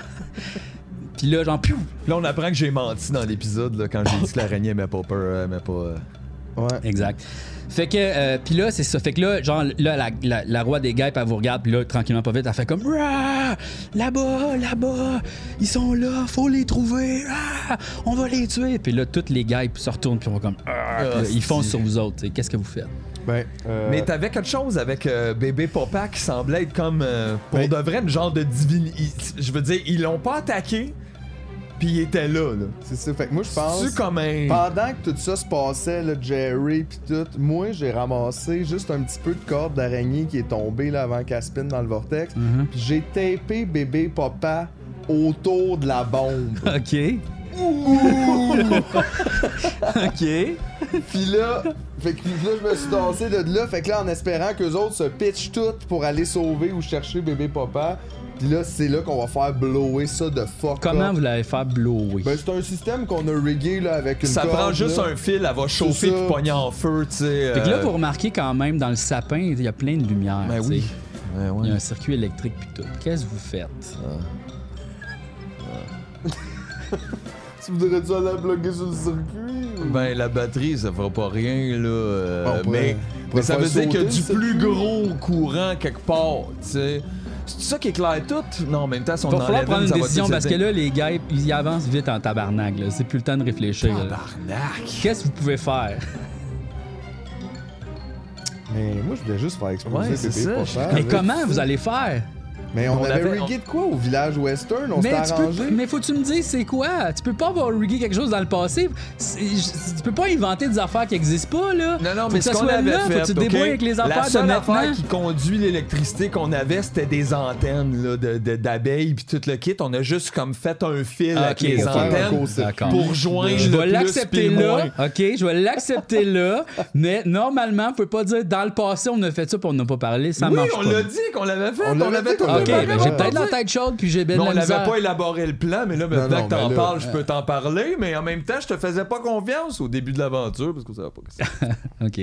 Speaker 2: *laughs* Puis là, genre, piou!
Speaker 3: Là, on apprend que j'ai menti dans l'épisode là, quand j'ai dit que
Speaker 1: *laughs*
Speaker 3: l'araignée aimait pas peur, aimait pas. euh.
Speaker 1: Ouais.
Speaker 2: Exact. Fait que, euh, puis là, c'est ça. Fait que là, genre, là, la, la- la roi des guêpes, elle vous regarde, puis là, tranquillement, pas vite, elle fait comme Rah! Là-bas, là-bas, ils sont là, faut les trouver, Ah! on va les tuer. Puis là, toutes les guêpes se retournent, puis on va comme Ah! Puis là, Ils foncent sur vous autres, tu sais. qu'est-ce que vous faites?
Speaker 1: Ben, euh,
Speaker 3: Mais t'avais quelque chose avec euh, bébé papa qui semblait être comme euh, pour de vrai une genre de divine. ils- Je veux dire, ils l'ont pas attaqué, puis il était là. là.
Speaker 1: C'est ça. Fait que moi, je pense.
Speaker 3: C'est-tu comme un-
Speaker 1: Pendant que tout ça se passait, là, Jerry pis tout, moi, j'ai ramassé juste un petit peu de corde d'araignée qui est tombée là, avant qu'elle spinne dans le vortex.
Speaker 3: Mhm.
Speaker 1: Pis j'ai tapé bébé papa autour de la bombe.
Speaker 3: *laughs*
Speaker 2: OK. OK.
Speaker 1: Puis là, fait que là, je me suis dansé de là. Fait que là, en espérant qu'eux autres se pitchent toutes pour aller sauver ou chercher bébé papa. Puis là, c'est là qu'on va faire blower ça de fuck
Speaker 2: Comment
Speaker 1: up.
Speaker 2: vous l'avez fait blower?
Speaker 1: Ben, c'est un système qu'on a riggé là, avec une
Speaker 3: Ça prend
Speaker 1: corde,
Speaker 3: juste
Speaker 1: là.
Speaker 3: un fil, elle va chauffer
Speaker 1: ça.
Speaker 3: puis pogner en feu, tu sais.
Speaker 2: Fait que là,
Speaker 3: euh,
Speaker 2: vous remarquez quand même, dans le sapin, il y a plein de lumière.
Speaker 3: Ben
Speaker 2: tu sais.
Speaker 3: oui.
Speaker 2: Il y a un circuit électrique puis tout. Qu'est-ce que vous faites?
Speaker 1: Tu voudrais-tu aller la bloquer sur le circuit? ou-
Speaker 3: Ben, la batterie, ça fera pas rien, là. euh,
Speaker 1: Bon, on pourrait-
Speaker 3: mais
Speaker 1: on pourrait
Speaker 3: mais ça
Speaker 1: faire
Speaker 3: veut dire qu'il y a
Speaker 1: sauter
Speaker 3: du
Speaker 1: le circuit.
Speaker 3: plus gros courant quelque part, tu sais. C'est ça qui éclaire tout? Non, en même temps, si on
Speaker 2: Il va falloir
Speaker 3: enlève
Speaker 2: prendre une
Speaker 3: ça va
Speaker 2: décision
Speaker 3: tout
Speaker 2: parce que
Speaker 3: s'éteindre.
Speaker 2: là, les gars, ils y avancent vite en tabarnak. là. C'est plus le temps de réfléchir. là. Qu'est-ce que vous pouvez faire?
Speaker 3: Ah,
Speaker 1: Mais moi, je voulais juste faire exploser
Speaker 2: Ouais, c'est
Speaker 1: Pépé
Speaker 2: ça.
Speaker 1: pour faire.
Speaker 2: Mais
Speaker 1: là.
Speaker 2: comment vous allez faire?
Speaker 1: Mais on,
Speaker 2: On
Speaker 1: avait,
Speaker 2: avait-
Speaker 1: rigué de quoi au village western? On s'était
Speaker 2: mais, tu peux-
Speaker 1: arrangé. *laughs*
Speaker 2: mais faut que tu me dises c'est quoi? Tu peux pas avoir rigué quelque chose dans le passé. C'est- je- Tu peux pas inventer des affaires qui existent pas, là.
Speaker 3: Non,
Speaker 2: Faut
Speaker 3: non, mais
Speaker 2: que
Speaker 3: ce
Speaker 2: ça
Speaker 3: qu'on
Speaker 2: soit
Speaker 3: avait
Speaker 2: là,
Speaker 3: fait,
Speaker 2: Faut que tu te débrouilles
Speaker 3: ok,
Speaker 2: avec les
Speaker 3: La
Speaker 2: affaires de
Speaker 3: seule
Speaker 2: maintenant.
Speaker 3: affaire qui conduit l'électricité qu'on avait, c'était des antennes là, de- de- d'abeilles puis tout le kit. On a juste comme fait un fil
Speaker 2: Ah,
Speaker 3: avec
Speaker 2: ok,
Speaker 3: les
Speaker 2: pour faire un
Speaker 3: antennes
Speaker 2: court-circuit. D'accord.
Speaker 3: pour joindre
Speaker 2: Je
Speaker 3: le
Speaker 2: vais
Speaker 3: plus
Speaker 2: l'accepter
Speaker 3: puis le
Speaker 2: là.
Speaker 3: moins.
Speaker 2: OK, je vais l'accepter là. Mais normalement, vous pouvez pas dire dans le passé, on a fait ça puis on n'a pas parlé. Ça
Speaker 3: oui,
Speaker 2: marche
Speaker 3: on
Speaker 2: pas.
Speaker 3: l'a dit qu'on l'avait fait.
Speaker 2: On l'avait dit qu'on
Speaker 3: trouvé
Speaker 2: l'avait
Speaker 3: pareil,
Speaker 2: fait.
Speaker 3: on
Speaker 2: Ah, ben, J'ai
Speaker 3: l'a
Speaker 2: peut-être la
Speaker 3: dit.
Speaker 2: tête chaude puis j'ai bien
Speaker 3: Mais
Speaker 2: de
Speaker 3: on
Speaker 2: la
Speaker 3: n'avait
Speaker 2: misère.
Speaker 3: pas élaboré le plan, mais là,
Speaker 2: Non,
Speaker 3: maintenant
Speaker 2: non,
Speaker 3: que t'en
Speaker 2: mais là,
Speaker 3: parles, je
Speaker 2: euh,
Speaker 3: peux t'en parler, mais en même temps, je te faisais pas confiance au début de l'aventure, parce qu'on savait pas que
Speaker 2: Ah,
Speaker 3: ça. Ben,
Speaker 2: OK.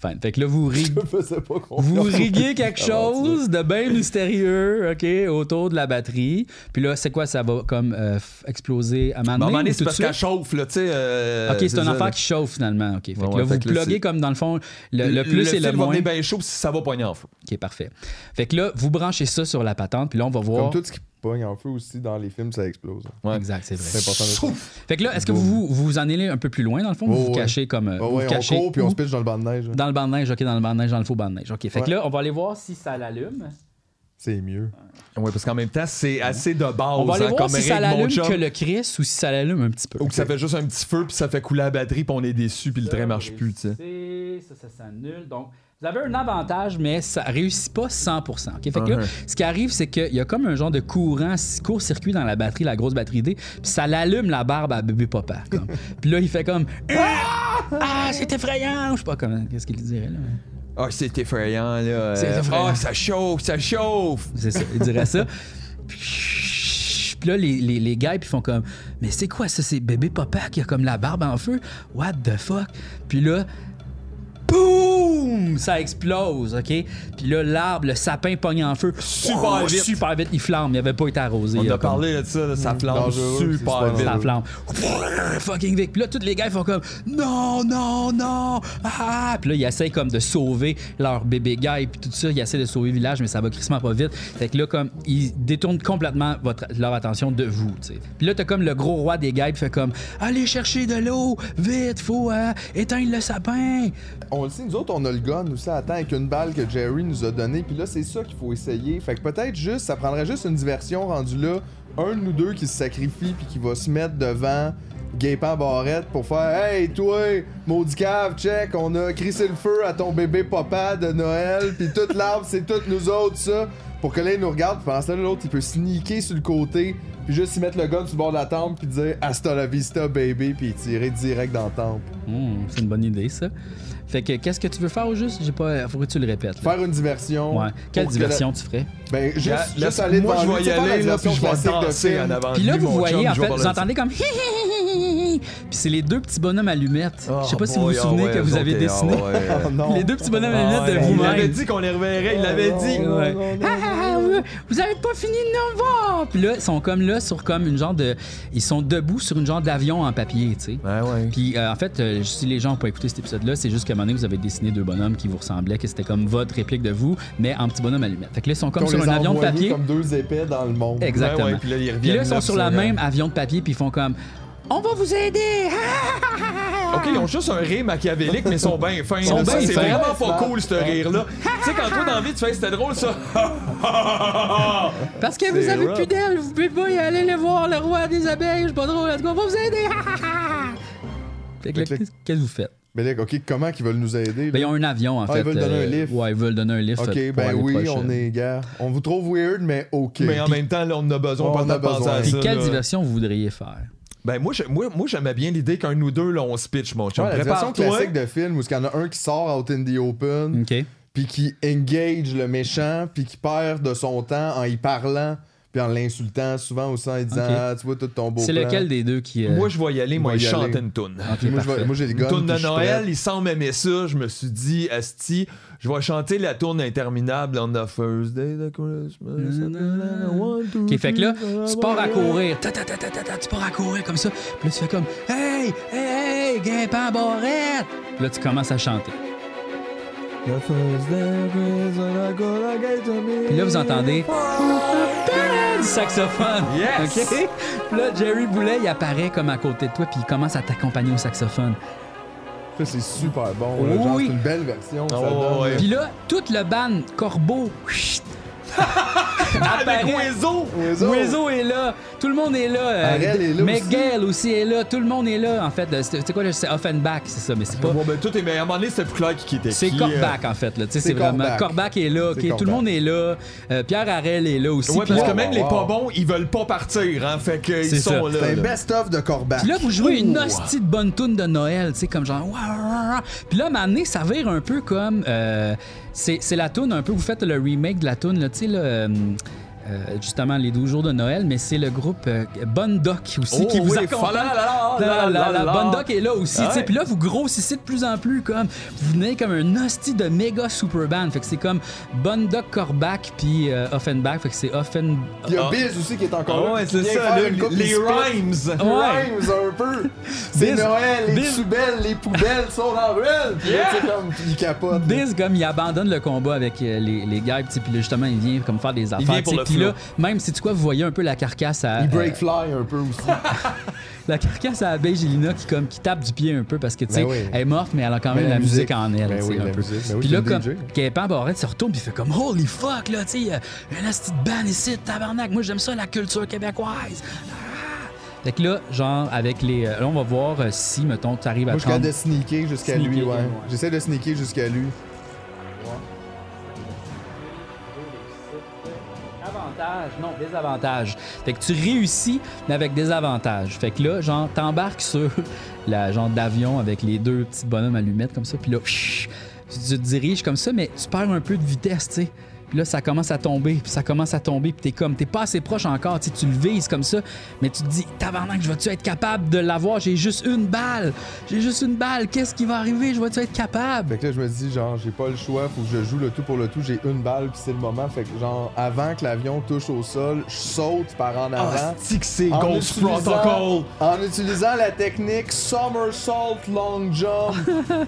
Speaker 2: Fine. Fait que là, vous
Speaker 3: *laughs*
Speaker 2: riguez.
Speaker 1: confiance.
Speaker 2: Vous riguez quelque
Speaker 3: Ah, bon,
Speaker 2: chose de bien mystérieux, OK, autour de la batterie. Puis là, c'est quoi? Ça va comme euh, f- exploser à un moment
Speaker 3: Mais à un
Speaker 2: donné
Speaker 3: moment donné,
Speaker 2: ou
Speaker 3: c'est
Speaker 2: tout de
Speaker 3: parce qu'elle
Speaker 2: suite?
Speaker 3: chauffe, là, tu sais. euh,
Speaker 2: OK, c'est une
Speaker 3: ça,
Speaker 2: affaire
Speaker 3: là.
Speaker 2: qui chauffe finalement. OK. Fait que
Speaker 3: Ouais, ouais,
Speaker 2: là,
Speaker 3: fait
Speaker 2: vous
Speaker 3: que là,
Speaker 2: pluguez
Speaker 3: c'est-
Speaker 2: comme dans le fond, le, le plus et
Speaker 3: fil
Speaker 2: le
Speaker 3: va
Speaker 2: moins.
Speaker 3: venir bien chaud, puis si ça va pogner en feu.
Speaker 2: OK, parfait. Fait que là, vous branchez ça sur la patente, puis là, on va
Speaker 1: Comme
Speaker 2: voir.
Speaker 1: tout ce qui pogne en feu aussi dans les films, ça
Speaker 2: Euh,
Speaker 1: explose.
Speaker 2: Exact, c'est vrai.
Speaker 1: C'est important. de-
Speaker 2: Fait que là, est-ce que vous vous en allez un peu plus loin dans le fond? ou
Speaker 1: Oh,
Speaker 2: vous vous
Speaker 1: ouais.
Speaker 2: cachez comme. euh,
Speaker 1: Ah
Speaker 2: vous
Speaker 1: ouais,
Speaker 2: vous
Speaker 1: on
Speaker 2: cachez
Speaker 1: court puis on
Speaker 2: où?
Speaker 1: se pitche dans le banc de neige. là.
Speaker 2: Dans le banc de neige, OK, dans le banc de neige, dans le faux banc de neige. OK, fait que
Speaker 1: Ouais.
Speaker 2: là, on va aller voir si ça l'allume.
Speaker 1: C'est mieux.
Speaker 3: Ouais, parce qu'en même temps, c'est
Speaker 2: Ah
Speaker 3: assez de base.
Speaker 2: On va aller
Speaker 3: hein,
Speaker 2: voir
Speaker 3: comme
Speaker 2: si
Speaker 3: règle,
Speaker 2: ça
Speaker 3: mon
Speaker 2: l'allume
Speaker 3: chum.
Speaker 2: que le Chris ou si ça l'allume un petit peu.
Speaker 3: Ou que ça fait juste un petit feu, puis ça fait couler la batterie, puis on est déçu, puis le train marche plus, tu sais.
Speaker 2: C'est- Ça, ça s'annule. Donc, vous avez un avantage, mais ça réussit pas 100%. OK? Fait que là,
Speaker 3: Uh-huh.
Speaker 2: ce qui arrive, c'est qu'il y a comme un genre de courant, court-circuit dans la batterie, la grosse batterie D, puis ça l'allume la barbe à bébé papa. comme. *laughs* puis là, il fait comme Ah, Ah, c'est effrayant! Je sais pas comment, qu'est-ce qu'il dirait là. mais-
Speaker 3: Ah, c'est effrayant, là. euh,
Speaker 2: C'est effrayant.
Speaker 3: Ah, ça chauffe, ça chauffe.
Speaker 2: C'est ça, il dirait ça. Puis là, les, les, les gars, puis ils font comme Mais c'est quoi ça? C'est bébé papa qui a comme la barbe en feu? What the fuck? Puis là, boum! Ça explose, OK? Puis là, l'arbre, le sapin pogne en feu.
Speaker 3: Super
Speaker 2: Ouah,
Speaker 3: vite.
Speaker 2: Super vite, il flamme. Il avait pas été arrosé.
Speaker 3: On
Speaker 2: là,
Speaker 3: a
Speaker 2: comme-
Speaker 3: parlé de ça, là, ça flambe
Speaker 2: Mm. Dangereux, c'est
Speaker 3: super vite.
Speaker 2: Ça flamme. *laughs* Fucking vite. Puis là, tous les gars ils font comme non, non, non. Ah! Puis là, ils essayent comme de sauver leur bébé gars et puis tout ça. Ils essaient de sauver le village, mais ça va crissement pas vite. Fait que là, comme ils détournent complètement votre, leur attention de vous. tu sais. Puis là, t'as comme le gros roi des gars qui fait comme allez chercher de l'eau, vite, faut euh, éteindre le sapin.
Speaker 1: On le sait, nous autres, on a le gun nous ça attend avec une balle que Jerry nous a donnée, puis là, c'est ça qu'il faut essayer. Fait que peut-être juste, ça prendrait juste une diversion rendue là, un de nous deux qui se sacrifie, puis qui va se mettre devant Guépin Barrette pour faire Hey, toi, maudit cave, check, on a crissé le feu à ton bébé papa de Noël, puis toute l'arbre, c'est toutes nous autres, ça. Pour que l'un nous regarde, puis pendant ça, l'autre, il peut sneaker sur le côté, puis juste y mettre le gun sur le bord de la tempe, puis dire Hasta la vista, baby, puis tirer direct dans la tempe.
Speaker 2: Hum, c'est une bonne idée, ça. Fait que qu'est-ce que tu veux faire au juste? J'ai pas. euh, Faut que tu le répètes. là.
Speaker 1: Faire une diversion.
Speaker 2: Ouais. Quelle
Speaker 1: pour que
Speaker 2: diversion
Speaker 1: la-
Speaker 2: tu ferais?
Speaker 1: Ben, juste,
Speaker 3: Gars,
Speaker 1: juste
Speaker 3: laisse-
Speaker 1: aller
Speaker 3: moi,
Speaker 1: devant
Speaker 3: je vais
Speaker 1: lui,
Speaker 3: y
Speaker 1: tu sais, faire la
Speaker 3: aller, là,
Speaker 1: version
Speaker 3: puis je vais
Speaker 1: classique de
Speaker 3: danser
Speaker 1: film.
Speaker 3: en
Speaker 1: *laughs*
Speaker 3: avant.
Speaker 2: Puis là,
Speaker 3: Ah, Lui,
Speaker 2: vous
Speaker 3: mon
Speaker 2: voyez,
Speaker 3: chum,
Speaker 2: en
Speaker 3: je vais
Speaker 2: fait, vous
Speaker 3: parler de ça.
Speaker 2: entendez comme. Hi, hi, hi. Puis c'est les deux petits bonhommes allumettes. Je sais pas si vous vous
Speaker 3: boy, ah
Speaker 2: souvenez
Speaker 3: ouais,
Speaker 2: que vous
Speaker 3: eux
Speaker 2: avez
Speaker 3: autres,
Speaker 2: dessiné.
Speaker 3: ah ouais. Ah non.
Speaker 2: les deux petits bonhommes
Speaker 3: Ah
Speaker 2: allumettes
Speaker 3: ouais,
Speaker 2: de
Speaker 3: il
Speaker 2: vous-même.
Speaker 3: l'avait dit qu'on les reverrait, il l'avait dit.
Speaker 2: Ouais. Ah, ah, ah, vous- vous avez pas fini de nous voir! Puis là, ils sont comme là sur comme une genre de. Ils sont debout sur une genre d'avion en papier, tu sais. Puis euh, en fait, euh, si les gens ont pas écouté cet épisode-là, c'est juste qu'à un moment donné, vous avez dessiné deux bonhommes qui vous ressemblaient, que c'était comme votre réplique de vous, mais en petit bonhomme allumette. Fait que là, ils sont comme
Speaker 1: Qu'on
Speaker 2: sur
Speaker 1: les
Speaker 2: un avion de
Speaker 1: envoyait
Speaker 2: papier.
Speaker 1: comme deux épais dans le monde.
Speaker 2: Exactement.
Speaker 1: Ouais, ouais, puis là, ils
Speaker 2: Puis là,
Speaker 1: reviennent
Speaker 2: ils sont
Speaker 1: neuf
Speaker 2: sur le
Speaker 1: secondes.
Speaker 2: même avion de papier, puis ils font comme. On va vous aider! hein?
Speaker 3: Ok, ils ont juste un rire machiavélique, mais ils sont bien fins.
Speaker 2: Ils sont
Speaker 3: là. Ça,
Speaker 2: bien
Speaker 3: C'est
Speaker 2: fins.
Speaker 3: vraiment pas cool, ce rire-là. tu sais, quand toi, dans la vie, tu fais, c'était drôle, ça.
Speaker 2: Parce que vous
Speaker 3: C'est
Speaker 2: avez
Speaker 3: rough.
Speaker 2: plus d'elle, vous pouvez pas y aller le voir, le roi des abeilles, c'est pas drôle, en tout cas, on va vous aider! Fait que là, qu'est-ce que vous faites?
Speaker 1: Mais là, OK, comment qu'ils veulent nous aider? là?
Speaker 2: Ben, ils ont un avion, en
Speaker 1: Ah,
Speaker 2: fait. euh,
Speaker 1: ils veulent donner un lift.
Speaker 2: Ouais, ils veulent donner un lift.
Speaker 1: OK,
Speaker 2: euh, pour
Speaker 1: ben
Speaker 2: aller
Speaker 1: oui,
Speaker 2: proche,
Speaker 1: on
Speaker 2: euh.
Speaker 1: est, gars, on vous trouve weird, mais OK.
Speaker 3: Mais en même temps, là, Ben, on en a besoin,
Speaker 1: On
Speaker 3: pas
Speaker 1: en
Speaker 3: le temps
Speaker 1: a
Speaker 3: de penser
Speaker 1: besoin.
Speaker 3: à
Speaker 1: Puis
Speaker 3: ça.
Speaker 2: Quelle
Speaker 3: là.
Speaker 2: diversion vous voudriez faire?
Speaker 3: Ben, moi, je- moi, moi, j'aimais bien l'idée qu'un ou deux, là, on se pitch, mon chum.
Speaker 1: Ouais, la version
Speaker 3: Prépare-toi.
Speaker 1: classique de film où il y en a un qui sort out in the open,
Speaker 2: puis
Speaker 1: qui engage le méchant, puis qui perd de son temps en y parlant. puis en l'insultant souvent aussi en lui disant
Speaker 2: Ok.
Speaker 1: ah, tu vois tout ton beau
Speaker 2: C'est
Speaker 1: plan.
Speaker 2: lequel des deux qui. euh,
Speaker 1: Moi,
Speaker 3: Moi, je vais y aller, moi,
Speaker 1: Il
Speaker 3: il
Speaker 1: va y
Speaker 3: chante
Speaker 1: aller.
Speaker 3: une toune.
Speaker 1: Ok, Moi, je vais- parfait. moi, j'ai le gun,
Speaker 3: Toune de
Speaker 1: puis je suis
Speaker 3: Noël,
Speaker 1: prêt.
Speaker 3: il semble aimer ça. Je me suis dit, Asti, je vais chanter la tourne interminable on the first day of Christmas. One, two,
Speaker 2: Ok, fait que là,
Speaker 3: three,
Speaker 2: tu pars à courir. Ta, ta, ta, ta, ta, ta, tu pars à courir comme ça. Puis là, tu fais comme Hey, hey, hey, Guimpin Barrette. Puis là, tu commences à chanter.
Speaker 3: The first day of Christmas, I go like it's a me.
Speaker 2: Puis là, vous entendez du saxophone.
Speaker 3: Yes!
Speaker 2: OK? Puis là, Jerry Boulet, il apparaît comme à côté de toi, puis il commence à t'accompagner au saxophone.
Speaker 1: Ça, c'est super bon. là.
Speaker 2: Oui.
Speaker 1: Genre, c'est une belle version.
Speaker 3: Ah,
Speaker 1: ça donne, là.
Speaker 2: Puis là, toute le band Corbeau.
Speaker 3: *laughs*
Speaker 2: chut, apparaît.
Speaker 3: Oiseau!
Speaker 1: Oiseau.
Speaker 2: Oiseau est là. Tout le monde est là.
Speaker 1: Ariel est là
Speaker 2: Mais
Speaker 1: aussi.
Speaker 2: Gail aussi est là. Tout le monde est là, en fait. là. C'est c'est quoi, là? c'est Offenbach, c'est ça, mais c'est pas.
Speaker 3: Bon, ben, tout est. Mais à un moment donné, c'était plus clair qui qui était
Speaker 2: C'est Bah,
Speaker 3: qui,
Speaker 2: Corbac,
Speaker 3: euh.
Speaker 2: en fait. Là. Tu sais,
Speaker 3: C'est
Speaker 2: C'est vraiment.
Speaker 3: Corbac.
Speaker 2: Corbac est là.
Speaker 3: C'est
Speaker 2: ok, Tout
Speaker 3: Corbac.
Speaker 2: le monde est là. Euh, Pierre Harel est là aussi.
Speaker 3: Ouais,
Speaker 2: puis
Speaker 3: parce que
Speaker 2: là-
Speaker 3: même les pas bons, ils veulent pas partir, hein. Fait que
Speaker 2: C'est
Speaker 3: ils
Speaker 2: ça.
Speaker 3: sont là.
Speaker 1: C'est un
Speaker 3: là.
Speaker 1: best-of de Corbac.
Speaker 2: Puis là, vous jouez une
Speaker 1: Ouh.
Speaker 2: hostie de bonne toune de Noël, tu sais, comme genre. Ouah, ouah, ouah. Puis là, à un moment donné, ça vire un peu comme. euh, c'est c'est la toune un peu. Vous faites le remake de la toune, là, tu sais, là, euh, euh, justement, les 12 jours de Noël, mais c'est le groupe euh, Bonne Doc aussi
Speaker 3: Oh
Speaker 2: qui vous
Speaker 3: oui,
Speaker 2: accompagne.
Speaker 3: fa- la- la- la- la- la- la- la-
Speaker 2: Bonne Doc est là aussi, tu sais.
Speaker 3: Ouais.
Speaker 2: Puis là, vous grossissez de plus en plus, comme. Vous venez comme un hostie de méga super band. Fait que c'est comme Bonne Doc, Corbac, puis euh, Offenbach. Fait que c'est Offen.
Speaker 1: Il y a
Speaker 2: Ah.
Speaker 1: Biz aussi qui est encore là.
Speaker 3: Ouais,
Speaker 1: qui
Speaker 3: c'est
Speaker 1: vient
Speaker 3: ça,
Speaker 1: faire
Speaker 3: le-
Speaker 1: une couple
Speaker 3: les
Speaker 1: de spits.
Speaker 3: rhymes.
Speaker 1: Les
Speaker 3: Ouais.
Speaker 1: rhymes, un peu. C'est
Speaker 2: Biz-
Speaker 1: Noël, les
Speaker 2: Biz-
Speaker 1: poubelles, les poubelles sont en ruelle. Puis là, tu sais, comme, il capote.
Speaker 2: Biz, comme il abandonne le combat avec euh, les, les gars, puis là, justement, il vient comme faire des affaires.
Speaker 1: vient pour
Speaker 2: tu sais,
Speaker 1: le
Speaker 2: puis
Speaker 1: flow.
Speaker 2: là, même si tu quoi, vous voyez un peu la carcasse à.
Speaker 1: Il break
Speaker 2: euh,
Speaker 1: fly un peu aussi.
Speaker 2: la carcasse à Abbé Gélina qui, comme, qui tape du pied un peu parce que, tu sais,
Speaker 1: Ben oui.
Speaker 2: elle est morte, mais elle a quand même
Speaker 1: Ben,
Speaker 2: la
Speaker 1: la
Speaker 2: musique,
Speaker 1: musique.
Speaker 2: en elle.
Speaker 1: Ben
Speaker 2: tu sais,
Speaker 1: oui,
Speaker 2: un
Speaker 1: la
Speaker 2: peu.
Speaker 1: musique. Ben oui,
Speaker 2: puis
Speaker 1: c'est
Speaker 2: là,
Speaker 1: une
Speaker 2: comme
Speaker 1: DJ.
Speaker 2: Guépin Barrette se retourne, puis il fait comme Holy fuck, là, tu sais, euh, là, cette banne ici, tabarnak. Moi, j'aime ça, la culture québécoise. Ah! Fait que là, genre, avec les. euh, Là, on va voir euh, si, mettons, tu arrives à
Speaker 1: Moi, je regarde de
Speaker 2: prendre.
Speaker 1: sneaker jusqu'à
Speaker 2: Sneaker,
Speaker 1: lui, ouais.
Speaker 2: ouais.
Speaker 1: J'essaie de sneaker jusqu'à lui.
Speaker 2: Avantage, non, désavantage. Fait que tu réussis, mais avec des avantages. Fait que là, genre, t'embarques sur *laughs* la genre d'avion avec les deux petits bonhommes allumettes comme ça, puis là, psh, tu te diriges comme ça, mais tu perds un peu de vitesse, tu sais. Puis là, ça commence à tomber, puis ça commence à tomber, puis t'es comme, t'es pas assez proche encore, tu sais, tu le vises comme ça, mais tu te dis, tabarnak, je vais-tu être capable de l'avoir? J'ai juste une balle! J'ai juste une balle, qu'est-ce qui va arriver? Je vais-tu être capable?
Speaker 1: Fait que là, je me dis, genre, j'ai pas le choix, faut que je joue le tout pour le tout, j'ai une balle, puis c'est le moment. Fait que, genre, avant que l'avion touche au sol, je saute par en
Speaker 2: Ah,
Speaker 1: avant.
Speaker 3: Asti que Ah, c'est
Speaker 1: En
Speaker 3: Ghost
Speaker 1: utilisant-
Speaker 3: Protocol.
Speaker 1: En utilisant la technique somersault
Speaker 2: *laughs*
Speaker 1: long jump.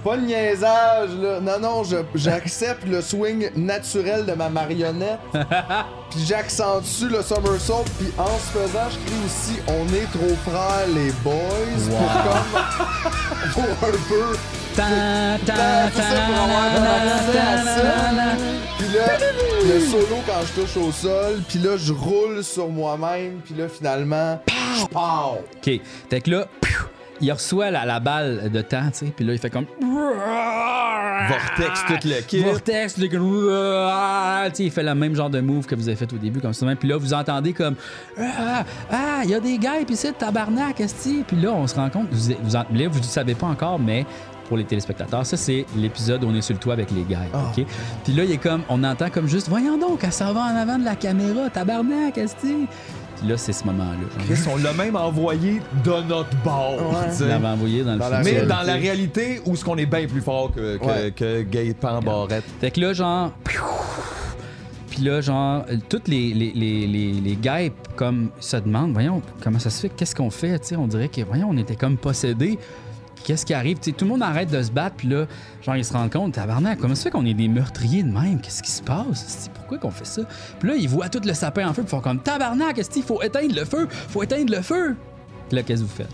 Speaker 1: pas de niaisage, là. Non, non, je- j'accepte le swing naturel de ma
Speaker 2: *laughs*
Speaker 1: marionnette. puis j'accentue le somersault, puis en se faisant, je crie aussi On est trop frères, les boys.
Speaker 2: Wow.
Speaker 1: Pour comme. *laughs* pour un peu.
Speaker 2: Ta- ta-
Speaker 1: Ta- tout Ben, ça pour avoir
Speaker 2: ta-
Speaker 1: commencé à
Speaker 2: ta-
Speaker 1: ça.
Speaker 2: ta- ta-
Speaker 1: Puis là, le solo quand je touche au sol, puis là, je roule sur moi-même, puis là, finalement, je pars.
Speaker 2: OK. Fait que là, piou, il reçoit la, la balle de temps, tu sais, puis là, il fait comme...
Speaker 3: Vortex, tout le kit.
Speaker 2: Vortex, puis il est comme, Tu sais, il fait le même genre de move que vous avez fait au début, comme ça. Puis là, vous entendez comme... Ah, ah, il y a des gars, puis c'est tabarnak, esti. Puis là, on se rend compte... Vous, vous, en- là, vous ne savez pas encore, mais... Pour les téléspectateurs, ça c'est l'épisode où on est sur le toit avec les gars.
Speaker 3: Oh.
Speaker 2: OK? Puis là, il est comme, on entend comme juste, voyons donc, elle s'en va en avant de la caméra, tabarnak, esti. Puis là, c'est ce moment-là.
Speaker 3: Chris, on l'a même envoyé de notre bord.
Speaker 2: Ouais.
Speaker 3: tu sais.
Speaker 2: On l'avait envoyé dans le
Speaker 3: Mais
Speaker 2: film.
Speaker 3: dans la réalité, où est-ce qu'on est bien plus fort que, que,
Speaker 2: Ouais.
Speaker 3: que Gaëtan Barrette.
Speaker 2: Fait que là, genre. piou! Puis là, genre, euh, toutes les, les, les, les, les guêpes, comme, se demandent, voyons, comment ça se fait, qu'est-ce qu'on fait, tu sais, on dirait que, voyons, on était comme possédés. Qu'est-ce qui arrive? Tu sais, tout le monde arrête de se battre, puis là, genre, ils se rendent compte, tabarnak, comment ça se fait qu'on est des meurtriers de même? Qu'est-ce qui se passe? C'est pourquoi qu'on fait ça? Puis là, ils voient tout le sapin en feu, puis ils font comme, tabarnak, est-ce qu'il faut éteindre le feu? Faut éteindre le feu! Puis là, qu'est-ce que vous faites?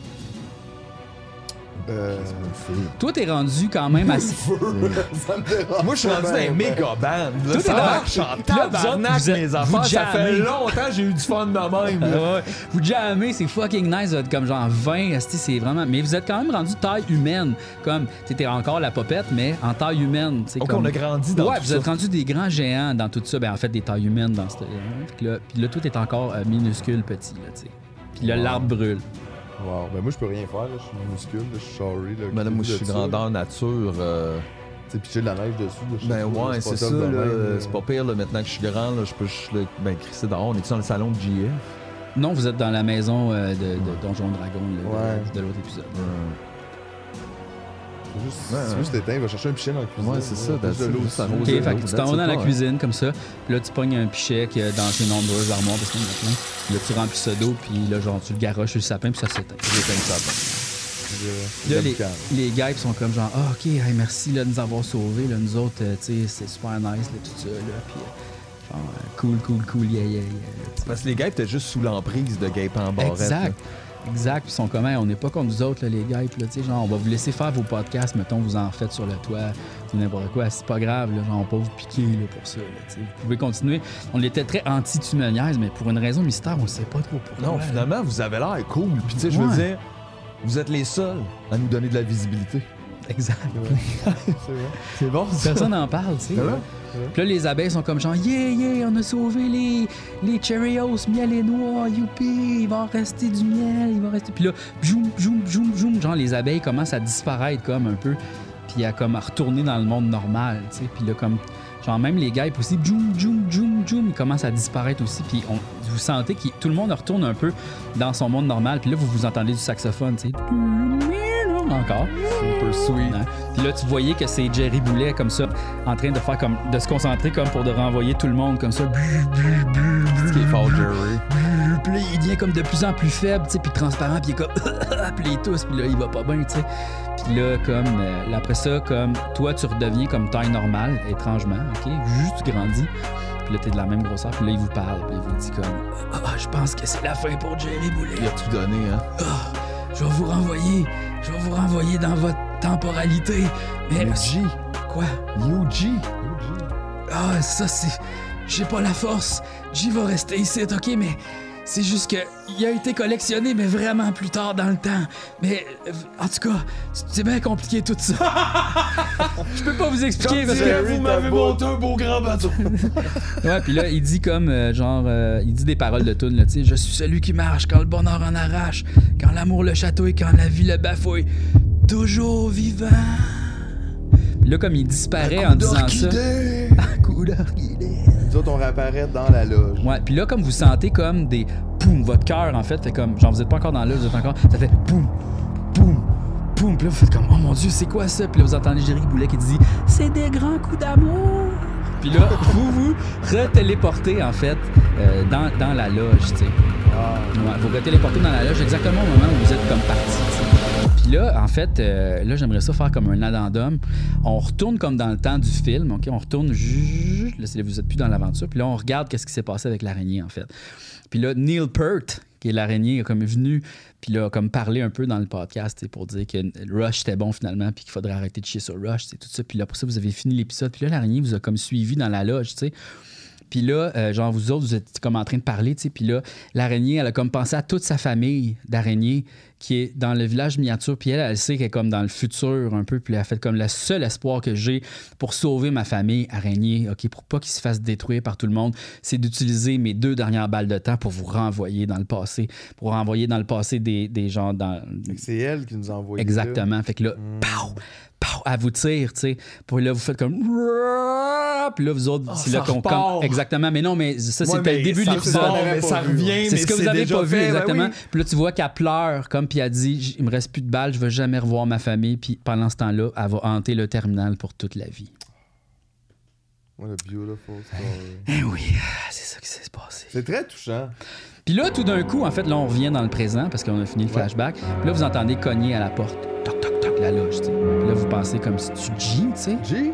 Speaker 1: Euh, *laughs*
Speaker 2: Toi, t'es rendu quand même assez.
Speaker 3: Ah, Moi, je suis rendu dans un méga band. Là,
Speaker 2: Tout
Speaker 3: ça
Speaker 2: est dans-
Speaker 3: marche
Speaker 2: Là,
Speaker 3: en
Speaker 2: vous
Speaker 3: tabarnak,
Speaker 2: autres, vous êtes-
Speaker 3: mes
Speaker 2: vous
Speaker 3: enfants. Ça fait
Speaker 2: jammez.
Speaker 3: longtemps que j'ai eu du fun de même. là.
Speaker 2: Ah ouais. Vous jammez, c'est fucking nice, vous êtes comme genre 20, esti, c'est vraiment. Mais vous êtes quand même rendu taille humaine. Comme, t'étais encore la popette, mais en taille humaine. c'est
Speaker 3: Ok,
Speaker 2: comme...
Speaker 3: on a grandi dans
Speaker 2: Ouais,
Speaker 3: tout
Speaker 2: vous
Speaker 3: ça.
Speaker 2: êtes rendu des grands géants dans tout ça. Ben, en fait, des tailles humaines dans cette. Fait que Là, puis là, tout est encore euh, minuscule, petit, là, tu sais. Puis là,
Speaker 1: Wow.
Speaker 2: l'arbre brûle.
Speaker 1: Wow, ben moi, je peux rien faire, là, je suis minuscule, là, je suis sorry. Là,
Speaker 3: Madame, moi, je
Speaker 1: de
Speaker 3: suis
Speaker 1: ça,
Speaker 3: grandeur nature. euh,
Speaker 1: Tu sais, pitcher de la neige dessus. là, je
Speaker 3: Ben
Speaker 1: sais pas,
Speaker 3: ouais, c'est
Speaker 1: pas
Speaker 3: ça,
Speaker 1: top de
Speaker 3: là. euh,
Speaker 1: même, là.
Speaker 3: C'est pas pire, là, maintenant que je suis grand, là, je peux juste, là, ben, crisser dehors. On est dans le salon de JF?
Speaker 2: Non, vous êtes dans la maison euh, de, de Donjon Dragon là, de-
Speaker 1: Ouais.
Speaker 2: de l'autre épisode.
Speaker 1: C'est juste,
Speaker 2: Ouais,
Speaker 1: c'est
Speaker 2: ouais.
Speaker 1: juste éteint, il va chercher un pichet dans la cuisine.
Speaker 3: hein. Ouais, c'est ça,
Speaker 1: Plus
Speaker 3: that's
Speaker 1: de
Speaker 3: it,
Speaker 1: l'eau
Speaker 3: ça
Speaker 1: aussi.
Speaker 3: rose
Speaker 2: Ok, fait que tu t'en vas dans la cuisine comme ça. Puis là, tu pognes un pichet qui est dans ses nombreuses armoires parce qu'il y en a plein. Là, tu remplis ça d'eau, puis là, genre, tu le garoches sur le sapin, puis ça s'éteint. Puis j'éteins le sapin. Là, les, les gars, ils sont comme genre, ah, ok, hey, merci là, de nous avoir sauvés. Là, nous autres, euh, tu sais, c'est super nice, là, tout ça. Là, puis, euh, genre, euh, cool, cool, cool, yeah, yeah, yeah.
Speaker 3: Parce que les gars étaient juste sous l'emprise de Gaëtan en barrette.
Speaker 2: Exact. Exact. Puis ils sont comme, Hey, on n'est pas comme nous autres, là, les gars. Puis là, tu sais, genre, on va vous laisser faire vos podcasts, mettons, vous en faites sur le toit, c'est n'importe quoi. C'est pas grave, là, genre, on va pas vous piquer là, pour ça. là, tu sais. vous pouvez continuer. On était très anti-tumeniaise, mais pour une raison mystère, on sait pas trop pourquoi.
Speaker 3: Non,
Speaker 2: là.
Speaker 3: finalement, vous avez l'air cool. Puis tu sais, je veux
Speaker 2: Ouais.
Speaker 3: dire, vous êtes les seuls à nous donner de la visibilité.
Speaker 2: Exact.
Speaker 3: C'est bon, ça.
Speaker 2: Personne n'en parle, tu sais.
Speaker 3: C'est vrai?
Speaker 2: Puis là, les abeilles sont comme genre, yeah, yeah, on a sauvé les, les Cheerios, miel et noix, youpi, il va en rester du miel, il va en rester. Puis là, joum, joum, joum, joum, genre les abeilles commencent à disparaître comme un peu, puis à comme à retourner dans le monde normal, tu sais. Puis là, comme, genre même les guêpes aussi, joum, joum, joum, joum, ils commencent à disparaître aussi, puis on, vous sentez que tout le monde retourne un peu dans son monde normal, puis là, vous vous entendez du saxophone, tu sais. Encore. Super sweet. Puis là, tu voyais que c'est Jerry Boulet comme ça, en train de faire comme de se concentrer comme pour de renvoyer tout le monde comme ça. Ce qui est fort, Jerry. Puis là, il devient comme de plus en plus faible, tu sais, puis transparent, puis il est comme. *laughs* ah, puis il tousse, puis là, il va pas bien, tu sais. Puis là, comme. euh, là, après ça, comme. Toi, tu redeviens comme taille normale, étrangement, OK? Juste, tu grandis. Puis là, t'es de la même grosseur, puis là, il vous parle, puis il vous dit comme. Ah, je pense que c'est la fin pour Jerry Boulet.
Speaker 3: Il a tout donné, hein.
Speaker 2: Ah, je vais vous renvoyer. Je vais vous renvoyer dans votre temporalité. Mais. Yuji. Quoi? Yuji. Ah, ça, c'est. J'ai pas la force. J'y va rester ici, ok, mais. C'est juste que. Il a été collectionné, mais vraiment plus tard dans le temps. Mais. euh, En tout cas, c'est bien compliqué tout ça. *laughs* Je peux pas vous expliquer parce que.
Speaker 3: monté un beau grand bateau.
Speaker 2: Ouais, puis là, il dit comme, euh, genre, euh, il dit des paroles de tune, là, tu sais, je suis celui qui marche quand le bonheur en arrache, quand l'amour le chatouille, quand la vie le bafouille, toujours vivant. Puis Là, comme il disparaît en disant ça.
Speaker 1: Nous autres, on réapparaît dans la loge.
Speaker 2: Ouais, puis là, comme vous sentez comme des poum, votre cœur en fait fait comme, genre, vous êtes pas encore dans l'œuf, vous êtes encore, ça fait poum, poum, poum, puis là, vous faites comme, oh mon dieu, c'est quoi ça? Puis là, vous entendez Jerry Boulet qui dit, c'est des grands coups d'amour. Puis là, *laughs* vous vous retéléportez en fait euh, dans, dans la loge, tu sais. Ouais, vous retéléportez dans la loge exactement au moment où vous êtes comme parti. tu sais. Puis là, en fait, euh, là, j'aimerais ça faire comme un addendum. On retourne comme dans le temps du film, OK? On retourne, ju- là, c'est- vous êtes plus dans l'aventure. Puis là, on regarde qu'est-ce qui s'est passé avec l'araignée, en fait. Puis là, Neil Peart, qui est l'araignée, est comme venu, puis là, a comme parlé un peu dans le podcast tu sais, pour dire que Rush était bon finalement, puis qu'il faudrait arrêter de chier sur Rush, c'est tout ça. Puis là, pour ça, vous avez fini l'épisode. Puis là, l'araignée vous a comme suivi dans la loge, tu sais. Puis là, euh, genre, vous autres, vous êtes comme en train de parler, tu sais. Puis là, l'araignée, elle a comme pensé à toute sa famille d'araignées qui est dans le village miniature. Puis elle, elle sait qu'elle est comme dans le futur un peu. Puis elle a fait comme le seul espoir que j'ai pour sauver ma famille araignée, OK, pour pas qu'ils se fassent détruire par tout le monde, c'est d'utiliser mes deux dernières balles de temps pour vous renvoyer dans le passé, pour renvoyer dans le passé des, des gens dans.
Speaker 1: C'est elle qui nous a envoyé.
Speaker 2: Exactement. Fait que là, pow, pow, elle vous tire, tu sais. Puis là, vous faites comme. Puis là, vous autres,
Speaker 3: Ah,
Speaker 2: c'est là
Speaker 3: ça
Speaker 2: qu'on.
Speaker 3: repart.
Speaker 2: comme- Exactement. Mais non, mais ça,
Speaker 3: Ouais,
Speaker 2: c'était
Speaker 3: mais
Speaker 2: le début de
Speaker 3: ça
Speaker 2: l'épisode.
Speaker 3: repart, mais ça revient,
Speaker 2: C'est ce
Speaker 3: mais
Speaker 2: que vous
Speaker 3: c'est
Speaker 2: avez
Speaker 3: déjà
Speaker 2: pas vu,
Speaker 3: fait, ben
Speaker 2: exactement.
Speaker 3: oui.
Speaker 2: Puis là, tu vois qu'elle pleure, comme, puis elle dit J- Il me reste plus de balles, je veux jamais revoir ma famille. Puis pendant ce temps-là, elle va hanter le terminal pour toute la vie.
Speaker 1: What a beautiful story.
Speaker 2: Eh oui, c'est ça qui s'est passé.
Speaker 1: C'est très touchant.
Speaker 2: Puis là, tout d'un coup, en fait, là, on revient dans le présent parce qu'on a fini le flashback. Puis là, vous entendez cogner à la porte. Toc, toc, toc, la loge, tu sais. Puis là, vous pensez comme si tu G, tu sais.
Speaker 1: G.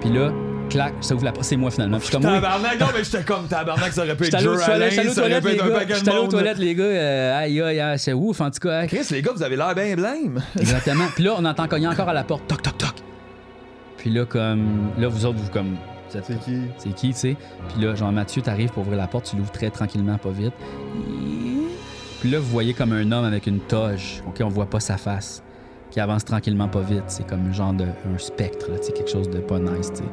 Speaker 2: Puis là, clac, ça ouvre la porte. C'est moi finalement. Puis je suis comme, oui.
Speaker 3: Tabarnak, non, mais j'étais comme tabarnak, ça aurait pu
Speaker 2: J'étais
Speaker 3: être
Speaker 2: allé aux
Speaker 3: Joe
Speaker 2: toilettes, j'étais allé
Speaker 3: Alain,
Speaker 2: aux
Speaker 3: ça aurait
Speaker 2: toilettes,
Speaker 3: pu
Speaker 2: les
Speaker 3: être un
Speaker 2: gars.
Speaker 3: paquet
Speaker 2: J'étais
Speaker 3: de
Speaker 2: allé aux
Speaker 3: monde.
Speaker 2: toilettes, les gars. Euh, Aïe, aïe, aïe, c'est ouf, en tout cas. hein.
Speaker 3: Chris, les gars, vous avez l'air bien blême.
Speaker 2: Exactement. Puis là, on entend cogner encore à la porte. Toc, toc, toc. Puis là, comme. Là, vous autres, vous comme. C'est
Speaker 1: qui?
Speaker 2: C'est qui, tu sais? Puis là, genre, Mathieu, t'arrives pour ouvrir la porte, tu l'ouvres très tranquillement, pas vite. Puis là, vous voyez comme un homme avec une toge, OK? On voit pas sa face, qui avance tranquillement, pas vite. C'est comme un genre de. un spectre, là, tu sais, quelque chose de pas nice, tu sais.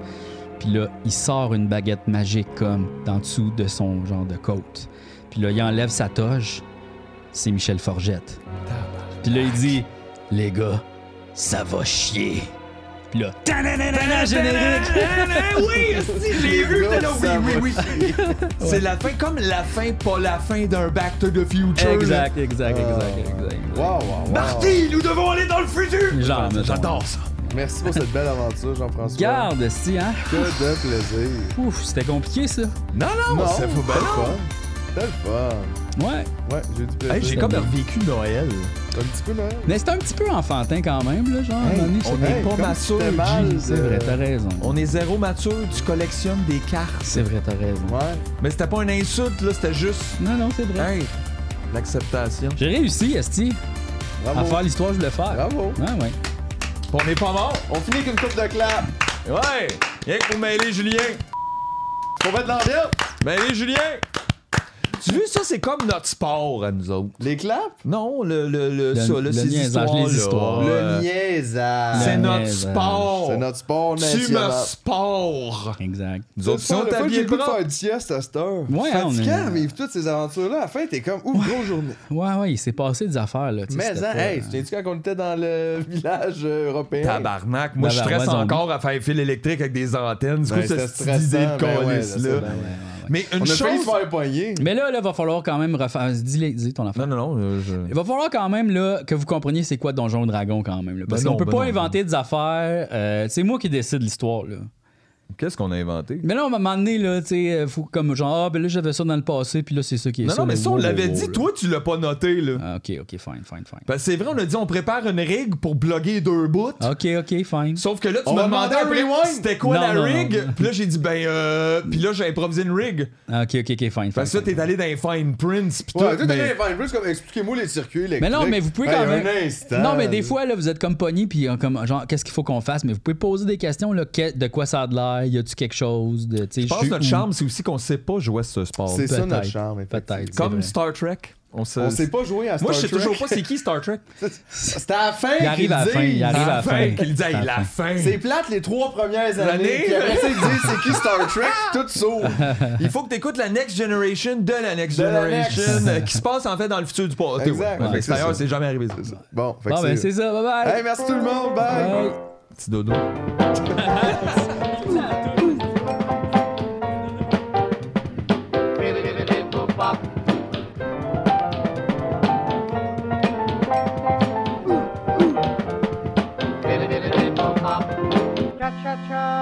Speaker 2: Puis là, il sort une baguette magique, comme, d'en dessous de son genre de côte. Puis là, il enlève sa toge. C'est Michel Forgette. Puis là, il dit Les gars, ça va chier. Puis là,
Speaker 9: Tadadadada,
Speaker 2: générique.
Speaker 9: tadadadada, Oui, si, j'ai vu.
Speaker 3: Là,
Speaker 9: là,
Speaker 3: ça
Speaker 9: oui, oui, oui.
Speaker 3: C'est la fin, comme la fin, pas la fin d'un Back to the Future.
Speaker 2: Exact,
Speaker 3: là.
Speaker 2: exact,
Speaker 3: Ah.
Speaker 2: exact, exact.
Speaker 1: Wow, wow, wow.
Speaker 3: Marty, nous devons aller dans le futur!
Speaker 2: Genre, mettons.
Speaker 3: J'adore ça.
Speaker 1: Merci pour cette belle aventure, Jean-François.
Speaker 2: Garde, si, hein?
Speaker 1: Que de plaisir.
Speaker 2: Ouf, c'était compliqué, ça.
Speaker 3: Non, non,
Speaker 1: Non,
Speaker 3: ça
Speaker 1: c'était
Speaker 3: faut
Speaker 1: le
Speaker 3: bien
Speaker 1: fun. C'était le fun.
Speaker 2: Ouais.
Speaker 1: Ouais, j'ai eu du plaisir.
Speaker 3: Hey, j'ai comme revécu Noël.
Speaker 1: Un petit peu, là.
Speaker 2: Mais c'était un petit peu enfantin quand même, là, genre. à un
Speaker 3: Hey,
Speaker 2: moment donné,
Speaker 3: on
Speaker 2: c'était-
Speaker 3: n'est
Speaker 1: hey,
Speaker 3: pas
Speaker 1: comme
Speaker 3: mature,
Speaker 1: c'était mal,
Speaker 3: G.
Speaker 1: euh,
Speaker 2: C'est vrai, t'as raison.
Speaker 3: On est zéro mature, tu collectionnes des cartes.
Speaker 2: C'est vrai, t'as raison.
Speaker 1: Ouais.
Speaker 3: Mais c'était pas une insulte, là, c'était juste.
Speaker 2: Non, non, c'est vrai.
Speaker 3: Hey, l'acceptation.
Speaker 2: J'ai réussi, Esti, à
Speaker 1: Bravo.
Speaker 2: faire l'histoire que je voulais faire. Ah
Speaker 1: Bravo.
Speaker 2: Ouais, ouais.
Speaker 3: Puis On n'est pas mort.
Speaker 1: On finit avec une coupe de clap.
Speaker 3: Ouais! Rien que pour mêler Julien.
Speaker 1: Pour mettre l'ambiance.
Speaker 3: Mêler Julien! Tu vois, ça, c'est comme notre sport à nous autres.
Speaker 1: Les claps.
Speaker 3: Non, le, le, le,
Speaker 2: Le-
Speaker 3: ça, là,
Speaker 2: le
Speaker 3: ces
Speaker 2: niaisage,
Speaker 3: histoires,
Speaker 2: les
Speaker 3: là,
Speaker 2: histoires. Le
Speaker 3: euh,
Speaker 1: niaisage.
Speaker 3: C'est
Speaker 2: Le
Speaker 3: notre
Speaker 2: niaisage.
Speaker 3: sport.
Speaker 1: C'est notre sport
Speaker 3: Tu me
Speaker 1: national.
Speaker 3: sport.
Speaker 2: Exact.
Speaker 3: Nous
Speaker 1: C'est
Speaker 3: autres, si on
Speaker 1: ça, la fois que
Speaker 3: t'habille
Speaker 1: j'ai
Speaker 3: le
Speaker 1: le goût de
Speaker 3: bras.
Speaker 1: faire une sieste à cette heure.
Speaker 2: Ouais, on est-
Speaker 1: Fatigant à vivre toutes ces aventures-là. À la fin, t'es comme, ouf, grosse journée.
Speaker 2: Ouais, ouais, il s'est passé des affaires, là. tu sais,
Speaker 1: Mais,
Speaker 2: c'était
Speaker 1: hein,
Speaker 2: pas- euh,
Speaker 1: hey, tu t'es dit quand on était dans le *laughs* village euh, européen?
Speaker 3: Tabarnak, moi je
Speaker 2: Tabarnak,
Speaker 3: stresse
Speaker 2: zombie.
Speaker 3: encore à faire un fil électrique avec des antennes. C'est
Speaker 1: Ben,
Speaker 3: quoi
Speaker 1: c'était
Speaker 3: cette petite idée de
Speaker 1: stressant, ben ouais,
Speaker 3: calice
Speaker 1: c'est
Speaker 3: là?
Speaker 1: ça, ben ouais, ouais, ouais.
Speaker 3: Mais
Speaker 1: On
Speaker 3: une
Speaker 1: a failli se
Speaker 3: chose.
Speaker 1: faire poigner.
Speaker 2: Mais là, là, va falloir quand même refaire. Dis, dis ton affaire.
Speaker 3: Non, non, non. euh, je-
Speaker 2: Il va falloir quand même là, que vous compreniez c'est quoi Donjon et Dragon quand même. là. parce
Speaker 3: Ben
Speaker 2: qu'on
Speaker 3: non,
Speaker 2: peut
Speaker 3: ben
Speaker 2: pas
Speaker 3: non,
Speaker 2: inventer des affaires. euh, c'est moi qui décide l'histoire. là.
Speaker 3: Qu'est-ce qu'on a inventé?
Speaker 2: Mais là, à un moment donné, là, tu sais, faut comme genre, ah, ben là, j'avais ça dans le passé, puis là, c'est ça qui est
Speaker 3: Non,
Speaker 2: ça.
Speaker 3: non, mais
Speaker 2: là.
Speaker 3: ça on
Speaker 2: Wow,
Speaker 3: l'avait
Speaker 2: wow,
Speaker 3: dit.
Speaker 2: là.
Speaker 3: Toi tu l'as pas noté là.
Speaker 2: Ah, ok, ok, fine, fine, fine.
Speaker 3: Parce que c'est vrai, on a dit on prépare une rig pour bloguer deux bouts.
Speaker 2: Ok, ok, fine.
Speaker 3: Sauf que là, tu
Speaker 1: On
Speaker 3: m'as
Speaker 1: va
Speaker 3: demandé
Speaker 1: demander
Speaker 3: après,
Speaker 1: un rewind.
Speaker 3: c'était quoi
Speaker 2: Non,
Speaker 3: la
Speaker 2: non,
Speaker 3: rig?
Speaker 2: non.
Speaker 3: Puis là, j'ai dit, ben, euh. Puis là, j'ai improvisé une rig.
Speaker 2: Ah, Ok, ok, ok, fine.
Speaker 3: Parce que
Speaker 2: fine,
Speaker 3: là, t'es allé dans les fine prints. Pis
Speaker 1: Ouais,
Speaker 3: tout.
Speaker 1: tout à
Speaker 3: mais-
Speaker 1: l'heure, Vine Bruce, comme, expliquez-moi les circuits électriques.
Speaker 2: Mais non, mais vous pouvez
Speaker 1: Hey,
Speaker 2: quand
Speaker 1: un
Speaker 2: même.
Speaker 1: instant.
Speaker 2: non, mais des fois, là, vous êtes comme pogné, puis euh, comme, genre, qu'est-ce qu'il faut qu'on fasse? Mais vous pouvez poser des questions, là, que- de quoi ça a de l'air? Y a-tu quelque chose? De,
Speaker 3: Je pense que notre charme, c'est aussi qu'on sait pas jouer à ce sport.
Speaker 1: C'est ça notre
Speaker 2: Peut-être.
Speaker 1: charme. effectivement.
Speaker 2: Peut-être.
Speaker 3: Comme
Speaker 2: c'est
Speaker 3: Star Trek. On sait,
Speaker 2: euh,
Speaker 1: On sait pas jouer à Star
Speaker 3: Moi, je sais
Speaker 1: Trek.
Speaker 3: toujours pas c'est qui Star Trek.
Speaker 1: C'était à la fin.
Speaker 2: Il arrive
Speaker 1: qu'ils
Speaker 2: à la fin, il
Speaker 1: disent.
Speaker 2: arrive à la fin.
Speaker 3: qu'il dit,
Speaker 2: À la
Speaker 3: la fin.
Speaker 1: C'est plate les trois premières
Speaker 3: L'année.
Speaker 1: années. Puis après ça, ils disent c'est qui Star Trek,
Speaker 2: *laughs*
Speaker 1: tout s'ouvre.
Speaker 3: Il faut que tu écoutes la Next Generation de la Next
Speaker 1: De la
Speaker 3: Generation
Speaker 1: Next.
Speaker 3: euh, qui se passe en fait dans le futur du passé.
Speaker 1: Exact.
Speaker 3: Ouais.
Speaker 1: Ouais, c'est
Speaker 3: D'ailleurs,
Speaker 1: ça.
Speaker 3: c'est jamais arrivé. ça.
Speaker 1: Bon, fait
Speaker 2: vrai.
Speaker 1: que
Speaker 2: Bon, ben, c'est ça, bye bye.
Speaker 1: Hey, merci tout le monde, bye.
Speaker 2: Bye.
Speaker 3: Petit dodo.
Speaker 15: Cha-cha-cha.